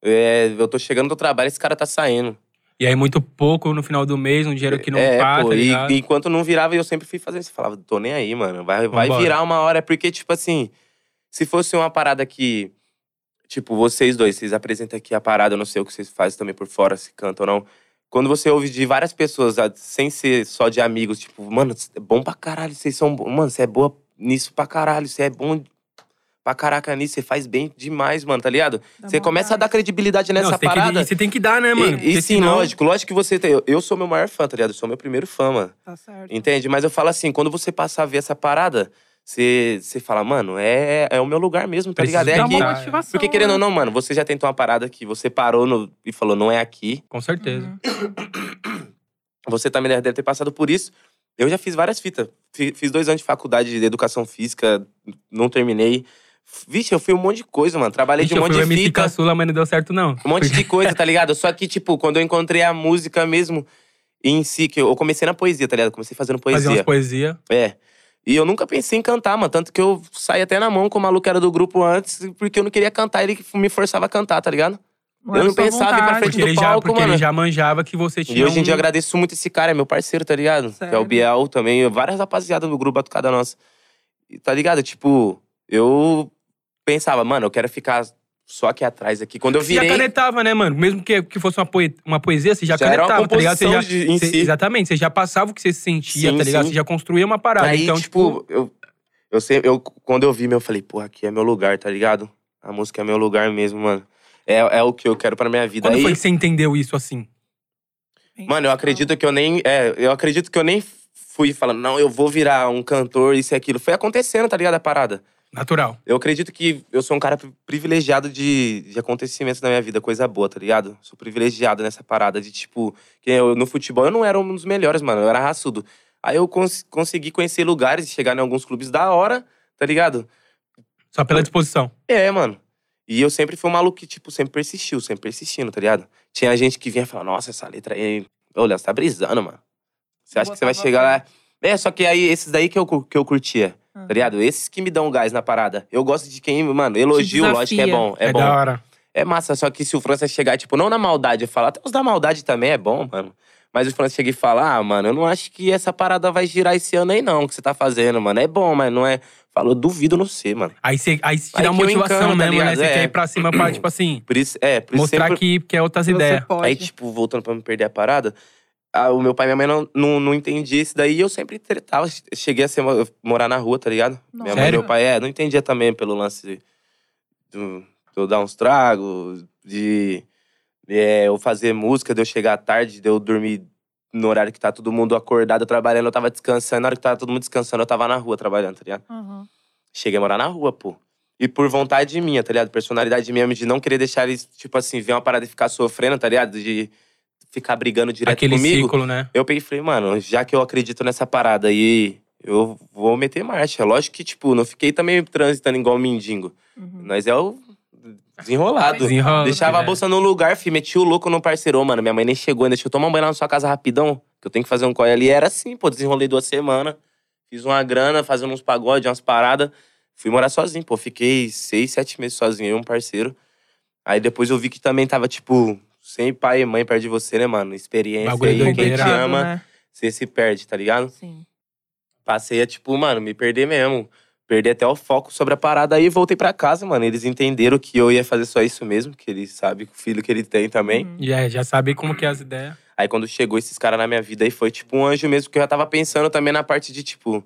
Speaker 3: É, eu tô chegando do trabalho, esse cara tá saindo.
Speaker 1: E aí, muito pouco no final do mês, um dinheiro que não
Speaker 3: é,
Speaker 1: pá,
Speaker 3: pô,
Speaker 1: tá
Speaker 3: e-
Speaker 1: ligado?
Speaker 3: e enquanto não virava, eu sempre fui fazer isso. Falava, tô nem aí, mano. Vai, vai
Speaker 1: Vambora.
Speaker 3: virar uma hora, porque, tipo assim, se fosse uma parada que. Tipo, vocês dois, vocês apresentam aqui a parada, eu não sei o que vocês fazem também por fora, se cantam ou não. Quando você ouve de várias pessoas, ah, sem ser só de amigos, tipo, mano, cê é bom pra caralho, vocês são. bo- Mano, você é boa nisso pra caralho, você é bom pra caraca nisso, você faz bem demais, mano, tá ligado? Você começa a dar credibilidade
Speaker 1: Não,
Speaker 3: nessa
Speaker 1: você tem que-
Speaker 3: parada.
Speaker 1: e você tem que dar, né, mano?
Speaker 3: E,
Speaker 1: Porque
Speaker 3: e sim,
Speaker 1: senão-
Speaker 3: lógico, lógico que você tem. eu- Eu sou meu maior fã, tá ligado? Eu sou meu primeiro fã, mano.
Speaker 2: Tá certo.
Speaker 3: Entende? Mas eu falo assim, quando você passa a ver essa parada, você, você fala, mano, é, é o meu lugar mesmo, tá
Speaker 1: Preciso
Speaker 3: ligado? É
Speaker 2: Dá
Speaker 3: aqui.
Speaker 1: tentar.
Speaker 2: uma motivação. né?
Speaker 3: Porque
Speaker 1: né?
Speaker 3: querendo ou não, mano, você já tentou uma parada que você parou no- e falou, não é aqui.
Speaker 1: Com certeza.
Speaker 3: Uhum. Você também deve ter passado por isso. Eu já fiz várias fitas. Fi- Fiz dois anos de faculdade de educação física, não terminei. Vixe, eu fui um monte de coisa, mano. Trabalhei
Speaker 1: Ixi,
Speaker 3: de
Speaker 1: eu
Speaker 3: um monte
Speaker 1: fui o
Speaker 3: de
Speaker 1: MC
Speaker 3: fita.
Speaker 1: Caçula, mas não deu certo, não.
Speaker 3: um monte de coisa, tá ligado? Só que, tipo, quando eu encontrei a música mesmo em si, que eu eu comecei na poesia, tá ligado? Comecei fazendo
Speaker 1: Fazer umas
Speaker 3: poesia.
Speaker 1: poesia.
Speaker 3: É. E eu nunca pensei em cantar, mano. Tanto que eu saí até na mão com o maluco que era do grupo antes, porque eu não queria cantar, ele que me forçava a cantar, tá ligado? eu
Speaker 2: é
Speaker 3: não
Speaker 2: só
Speaker 3: pensava em ir pra
Speaker 2: vontade.
Speaker 3: frente
Speaker 1: Porque,
Speaker 3: do
Speaker 1: ele, já,
Speaker 3: palco,
Speaker 1: porque
Speaker 3: mano.
Speaker 1: ele já manjava que você tinha
Speaker 3: E hoje em dia eu
Speaker 1: um-
Speaker 3: agradeço muito esse cara, é meu parceiro, tá ligado? Que é
Speaker 2: Sério?
Speaker 3: o Biel também, várias rapaziadas do grupo Batucada Nossa. E, tá ligado? Tipo, eu pensava, mano, eu quero ficar só aqui atrás aqui. Quando eu
Speaker 1: Você já
Speaker 3: virei.
Speaker 1: canetava, né, mano? Mesmo que, que fosse uma, poe- uma poesia, você já,
Speaker 3: Já era uma
Speaker 1: canetava, tá ligado? Você já,
Speaker 3: composição de- em
Speaker 1: você-
Speaker 3: si.
Speaker 1: Exatamente, você já passava o que você sentia,
Speaker 3: Sim,
Speaker 1: tá ligado?
Speaker 3: sim.
Speaker 1: Você já construía uma parada.
Speaker 3: Aí,
Speaker 1: então, tipo,
Speaker 3: tipo, eu, eu, sei, eu quando eu vi, meu, eu falei, porra, aqui é meu lugar, tá ligado? A música é meu lugar mesmo, mano. É, é o que eu quero pra minha vida.
Speaker 1: quando
Speaker 3: aí,
Speaker 1: foi que você entendeu isso assim?
Speaker 3: mano, eu acredito que eu nem. É, eu acredito que eu nem fui falando, não, eu vou virar um cantor, isso e aquilo. Foi acontecendo, tá ligado? A parada.
Speaker 1: Natural.
Speaker 3: Eu acredito que eu sou um cara pri- privilegiado de, de acontecimentos na minha vida, coisa boa, tá ligado? Sou privilegiado nessa parada de, tipo, que eu- no futebol eu não era um dos melhores, mano, eu era raçudo. Aí eu cons- consegui conhecer lugares, chegar em alguns clubes da hora, tá ligado?
Speaker 1: Só pela disposição.
Speaker 3: É, mano. E eu sempre fui um maluco que, tipo, sempre persistiu, sempre persistindo, tá ligado? Tinha gente que vinha e falava, nossa, essa letra aí. Olha, você tá brisando, mano. Você acha que você vai
Speaker 2: Botava
Speaker 3: chegar lá. É, só que aí, esses daí que eu, cu- que eu curtia,
Speaker 2: Ah.
Speaker 3: tá ligado? Esses que me dão gás na parada. Eu gosto de quem, mano, elogio,
Speaker 2: desafia.
Speaker 3: lógico que é bom. É,
Speaker 1: É,
Speaker 3: bom.
Speaker 1: da hora.
Speaker 3: É massa, só que se o França chegar, tipo, não na maldade, falar, até os da maldade também é bom, mano. Mas o França chega e fala, ah, mano, eu não acho que essa parada vai girar esse ano aí, não, que você tá fazendo, mano. É bom, mas não é. Falou, duvido não ser, mano.
Speaker 1: Aí, você, aí isso te
Speaker 3: Aí
Speaker 1: dá
Speaker 3: que eu
Speaker 1: motivação,
Speaker 3: encanto,
Speaker 1: né,
Speaker 3: tá
Speaker 1: mano? Aí
Speaker 3: ligado?
Speaker 1: você
Speaker 3: É.
Speaker 1: quer ir pra cima pra, tipo assim,
Speaker 3: Por isso, é, por isso
Speaker 1: mostrar
Speaker 3: sempre-
Speaker 1: que, que é outras ideias.
Speaker 2: Você pode.
Speaker 3: Aí, tipo, voltando pra não perder a parada, ah, o meu pai e minha mãe não, não, não entendia isso daí e eu sempre tretava. Cheguei a ser, mo- morar na rua, tá ligado?
Speaker 2: Nossa.
Speaker 3: Minha mãe e
Speaker 1: Sério?
Speaker 3: meu pai, é, não entendia também pelo lance do, de eu dar uns tragos, de é, eu fazer música, de eu chegar à tarde, de eu dormir no horário que tá todo mundo acordado trabalhando, eu tava descansando, na hora que tava todo mundo descansando, eu tava na rua trabalhando, tá ligado?
Speaker 2: Aham.
Speaker 3: Cheguei a morar na rua, pô. E por vontade minha, tá ligado? Personalidade minha de não querer deixar eles, tipo assim, ver uma parada e ficar sofrendo, tá ligado? De ficar brigando direto
Speaker 1: Aquele
Speaker 3: comigo.
Speaker 1: ciclo, né?
Speaker 3: Eu peguei e falei, mano, já que eu acredito nessa parada aí, eu vou meter marcha. Lógico que, tipo, não fiquei também transitando igual mendigo.
Speaker 2: Uhum.
Speaker 3: Nós é o desenrolado.
Speaker 1: Desenrola.
Speaker 3: Deixava a
Speaker 1: né?
Speaker 3: bolsa no lugar, fi, metia o louco no parceiro, mano. Minha mãe nem chegou, ainda deixa eu tomar um banho lá na sua casa rapidão, que eu tenho que fazer um corre ali. Era assim, pô, desenrolei duas semanas, fiz uma grana, fazendo uns pagodes, umas paradas. Fui morar sozinho, pô. Fiquei seis, sete meses sozinho, eu e um parceiro. Aí depois eu vi que também tava, tipo, sem pai e mãe perto de você, né, mano? Experiência
Speaker 1: Bagulho
Speaker 3: aí, quem te
Speaker 1: doideira.
Speaker 3: ama,
Speaker 2: Né?
Speaker 3: você se perde, tá ligado?
Speaker 2: Sim.
Speaker 3: Passei a, tipo, mano, me perder mesmo. Perdi até o foco sobre a parada aí, voltei pra casa, mano. Eles entenderam que eu ia fazer só isso mesmo, que ele sabe o filho que ele tem também.
Speaker 2: Uhum.
Speaker 1: Já, já sabe como que é as ideias.
Speaker 3: Aí quando chegou esses caras na minha vida, aí foi tipo um anjo mesmo, que eu já tava pensando também na parte de tipo.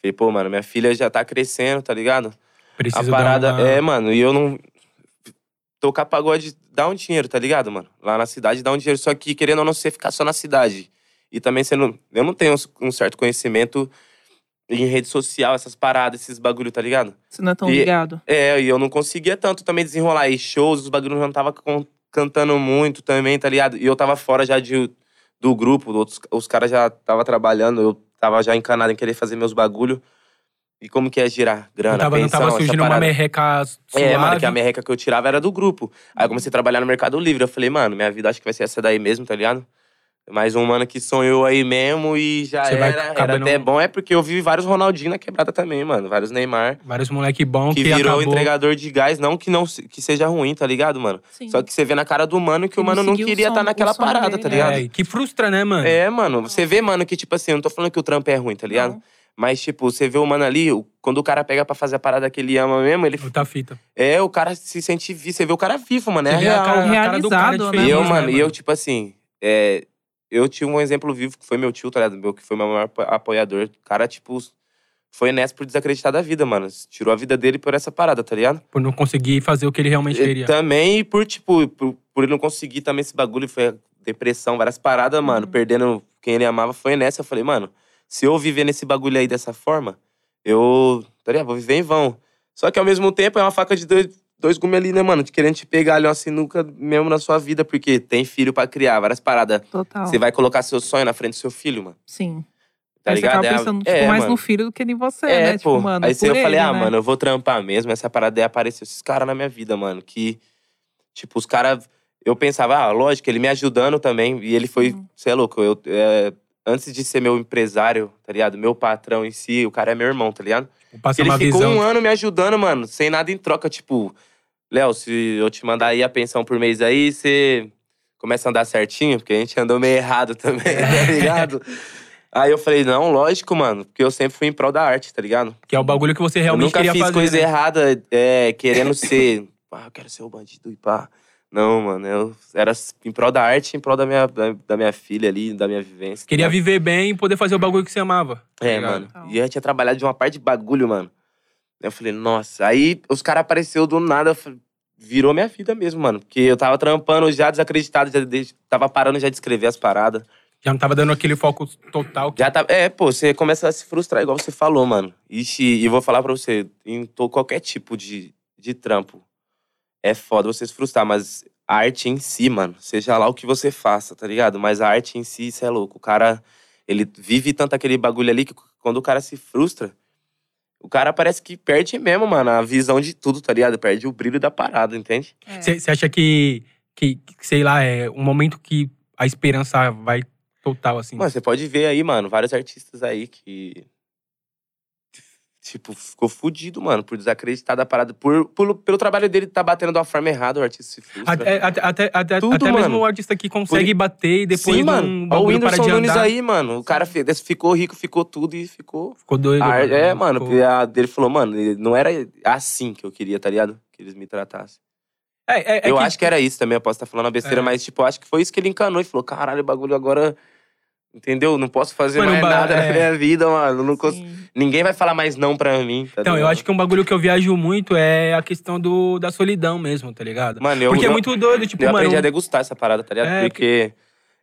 Speaker 3: Falei, pô, mano, minha filha já tá crescendo, tá ligado?
Speaker 1: Preciso
Speaker 3: a parada
Speaker 1: dar uma...
Speaker 3: é, mano, e eu não. Tocar pagode dá um dinheiro, tá ligado, mano? Lá na cidade dá um dinheiro, só que querendo ou não você ficar só na cidade. E também você não. Eu não tenho um certo conhecimento em rede social, essas paradas, esses bagulho, tá ligado?
Speaker 2: Você não é tão
Speaker 3: E-
Speaker 2: ligado.
Speaker 3: É, e eu não conseguia tanto também desenrolar. E shows, os bagulhos não tava con- cantando muito também, tá ligado? E eu tava fora já de, do grupo, outros, os caras já tava trabalhando, eu tava já encanado em querer fazer meus bagulho. E como que é girar grana?
Speaker 1: Não tava, não
Speaker 3: pensão,
Speaker 1: tava
Speaker 3: essa
Speaker 1: surgindo uma
Speaker 3: parada?
Speaker 1: merreca suave. Uhum.
Speaker 3: É, mano, que a merreca que eu tirava era do grupo. Aí eu comecei a trabalhar no Mercado Livre. Eu falei, mano, minha vida acho que vai ser essa daí mesmo, tá ligado? Mais um mano que sonhou aí mesmo e já
Speaker 1: Você vai
Speaker 3: era. Era
Speaker 1: acabando- um
Speaker 3: até bom, é porque eu vi vários Ronaldinho na quebrada também, mano. Vários Neymar.
Speaker 1: Vários moleque bom Um que,
Speaker 3: Que virou
Speaker 1: acabou.
Speaker 3: entregador de gás, não que não se- que seja ruim, tá ligado, mano?
Speaker 2: Sim.
Speaker 3: Só que você vê na cara do mano que
Speaker 2: Que
Speaker 3: o
Speaker 2: não
Speaker 3: mano não
Speaker 2: seguiu o
Speaker 3: queria
Speaker 2: som-
Speaker 3: estar tá naquela
Speaker 2: o som
Speaker 3: parada,
Speaker 2: dele,
Speaker 3: tá
Speaker 2: né?
Speaker 3: ligado?
Speaker 1: É, e que frustra, né, mano?
Speaker 3: É, mano, você vê, mano, que tipo assim, eu não tô falando que o trampo é ruim, tá ligado?
Speaker 2: Não.
Speaker 3: Mas, tipo, você vê o mano ali, o- quando o cara pega pra fazer a parada que ele ama mesmo, ele.
Speaker 1: Outra fita.
Speaker 3: É, o cara se sente vivo. Você vê o cara vivo, mano. É
Speaker 1: Você vê a
Speaker 3: real.
Speaker 1: cara, a cara do cara de
Speaker 2: Realizado, né?
Speaker 1: feliz,
Speaker 3: E eu,
Speaker 1: né,
Speaker 3: mano, e eu, tipo assim, é, eu tive um exemplo vivo que foi meu tio, tá ligado? Meu, que foi meu maior apo- apoiador. O cara, tipo, foi nessa por desacreditar da vida, mano. Tirou a vida dele por essa parada, tá ligado?
Speaker 1: Por não conseguir fazer o que ele realmente
Speaker 3: E
Speaker 1: queria.
Speaker 3: também por, tipo, por, por ele não conseguir também esse bagulho, foi depressão, várias paradas,
Speaker 2: Uhum.
Speaker 3: mano. Perdendo quem ele amava, foi nessa. Eu falei, mano, se eu viver nesse bagulho aí dessa forma, eu, tá ligado? Vou viver em vão. Só que ao mesmo tempo é uma faca de dois, dois gumes ali, né, mano? De querendo te pegar ali uma sinuca mesmo na sua vida, porque tem filho pra criar, várias paradas.
Speaker 2: Total.
Speaker 3: Você vai colocar seu sonho na frente do seu filho, mano.
Speaker 2: Sim.
Speaker 3: Tá
Speaker 2: Aí
Speaker 3: ligado?
Speaker 2: Você
Speaker 3: É a-
Speaker 2: acaba pensando tipo,
Speaker 3: é,
Speaker 2: mais
Speaker 3: mano.
Speaker 2: no filho do que em você,
Speaker 3: É,
Speaker 2: né?
Speaker 3: pô.
Speaker 2: Tipo, mano,
Speaker 3: aí cê-
Speaker 2: por
Speaker 3: eu falei,
Speaker 2: ele,
Speaker 3: ah,
Speaker 2: né?
Speaker 3: mano, eu vou trampar mesmo. Essa parada aí apareceu. Esses caras na minha vida, mano, que. Tipo, os caras. Eu pensava, ah, lógico, ele me ajudando também. E ele foi,
Speaker 2: Uhum.
Speaker 3: você é louco, eu. é, antes de ser meu empresário, tá ligado? Meu patrão em si, o cara é meu irmão, tá ligado?
Speaker 1: Passa
Speaker 3: ele
Speaker 1: é uma
Speaker 3: ficou
Speaker 1: visão.
Speaker 3: um ano me ajudando, mano, sem nada em troca. Tipo, Léo, se eu te mandar aí a pensão por mês aí, você começa a andar certinho, porque a gente andou meio errado também,
Speaker 1: É.
Speaker 3: tá ligado? Aí eu falei, não, lógico, mano, porque eu sempre fui em prol da arte, tá ligado?
Speaker 1: Que é o bagulho que você realmente
Speaker 3: eu nunca
Speaker 1: queria
Speaker 3: fiz
Speaker 1: fazer.
Speaker 3: coisa
Speaker 1: né?
Speaker 3: errada, é, querendo ser. Ah, eu quero ser o bandido e pá. Não, mano, eu era em prol da arte, em prol da minha, da, da minha filha ali, da minha vivência. tá
Speaker 1: Queria
Speaker 3: ligado?
Speaker 1: viver bem e poder fazer o bagulho que você amava. tá
Speaker 3: É,
Speaker 1: ligado?
Speaker 3: mano.
Speaker 2: Então.
Speaker 3: E eu tinha trabalhado de uma parte de bagulho, mano. Eu falei, nossa. Aí os caras apareceu do nada, eu falei, virou minha vida mesmo, mano. Porque eu tava trampando já desacreditado, já de- tava parando já de escrever as paradas.
Speaker 1: Já não tava dando aquele foco total. que-
Speaker 3: Já tá, é, pô, você começa a se frustrar, igual você falou, mano. Ixi, e vou falar pra você, em to- qualquer tipo de, de trampo, é foda você se frustrar, mas a arte em si, mano, seja lá o que você faça, tá ligado? Mas a arte em si, isso é louco. O cara, ele vive tanto aquele bagulho ali que quando o cara se frustra, o cara parece que perde mesmo, mano, a visão de tudo, tá ligado? Perde o brilho da parada, entende?
Speaker 2: É.
Speaker 1: Você você acha que, que, que, sei lá, é um momento que a esperança vai total, assim.
Speaker 3: Mano, você pode ver aí, mano, vários artistas aí que. Tipo, ficou fudido, mano, por desacreditar da parada. Por, por- pelo trabalho dele tá batendo de uma forma errada, o artista se frustra.
Speaker 1: Até, até, até, até,
Speaker 3: Tudo,
Speaker 1: até mesmo
Speaker 3: mano.
Speaker 1: o artista que consegue bater e depois
Speaker 3: Sim,
Speaker 1: um
Speaker 3: mano. Olha o
Speaker 1: bagulho para
Speaker 3: Whindersson
Speaker 1: de
Speaker 3: Nunes
Speaker 1: andar.
Speaker 3: aí, mano. O cara fe- ficou rico, ficou tudo e ficou.
Speaker 1: Ficou doido.
Speaker 3: A- é, mano,
Speaker 1: Ficou-
Speaker 3: porque a dele falou, mano, ele- não era assim que eu queria, tá ligado? Que eles me tratassem.
Speaker 1: É, é, é
Speaker 3: eu
Speaker 1: que-
Speaker 3: acho que era isso também, eu posso estar falando uma besteira,
Speaker 1: É.
Speaker 3: mas, tipo, eu acho que foi isso que ele encanou e falou: caralho, o bagulho agora. Entendeu? Não posso fazer
Speaker 1: Mano,
Speaker 3: mais
Speaker 1: ba-
Speaker 3: nada
Speaker 1: é.
Speaker 3: na minha vida, mano. Não consigo.
Speaker 2: Sim.
Speaker 3: Ninguém vai falar mais não pra mim. tá
Speaker 1: Então, eu
Speaker 3: ligado?
Speaker 1: acho que um bagulho que eu viajo muito é a questão do, da solidão mesmo, tá ligado?
Speaker 3: Mano, eu,
Speaker 1: Porque é
Speaker 3: eu-
Speaker 1: muito doido, tipo,
Speaker 3: eu
Speaker 1: mano.
Speaker 3: aprendi a degustar essa parada, tá ligado?
Speaker 1: É,
Speaker 3: Porque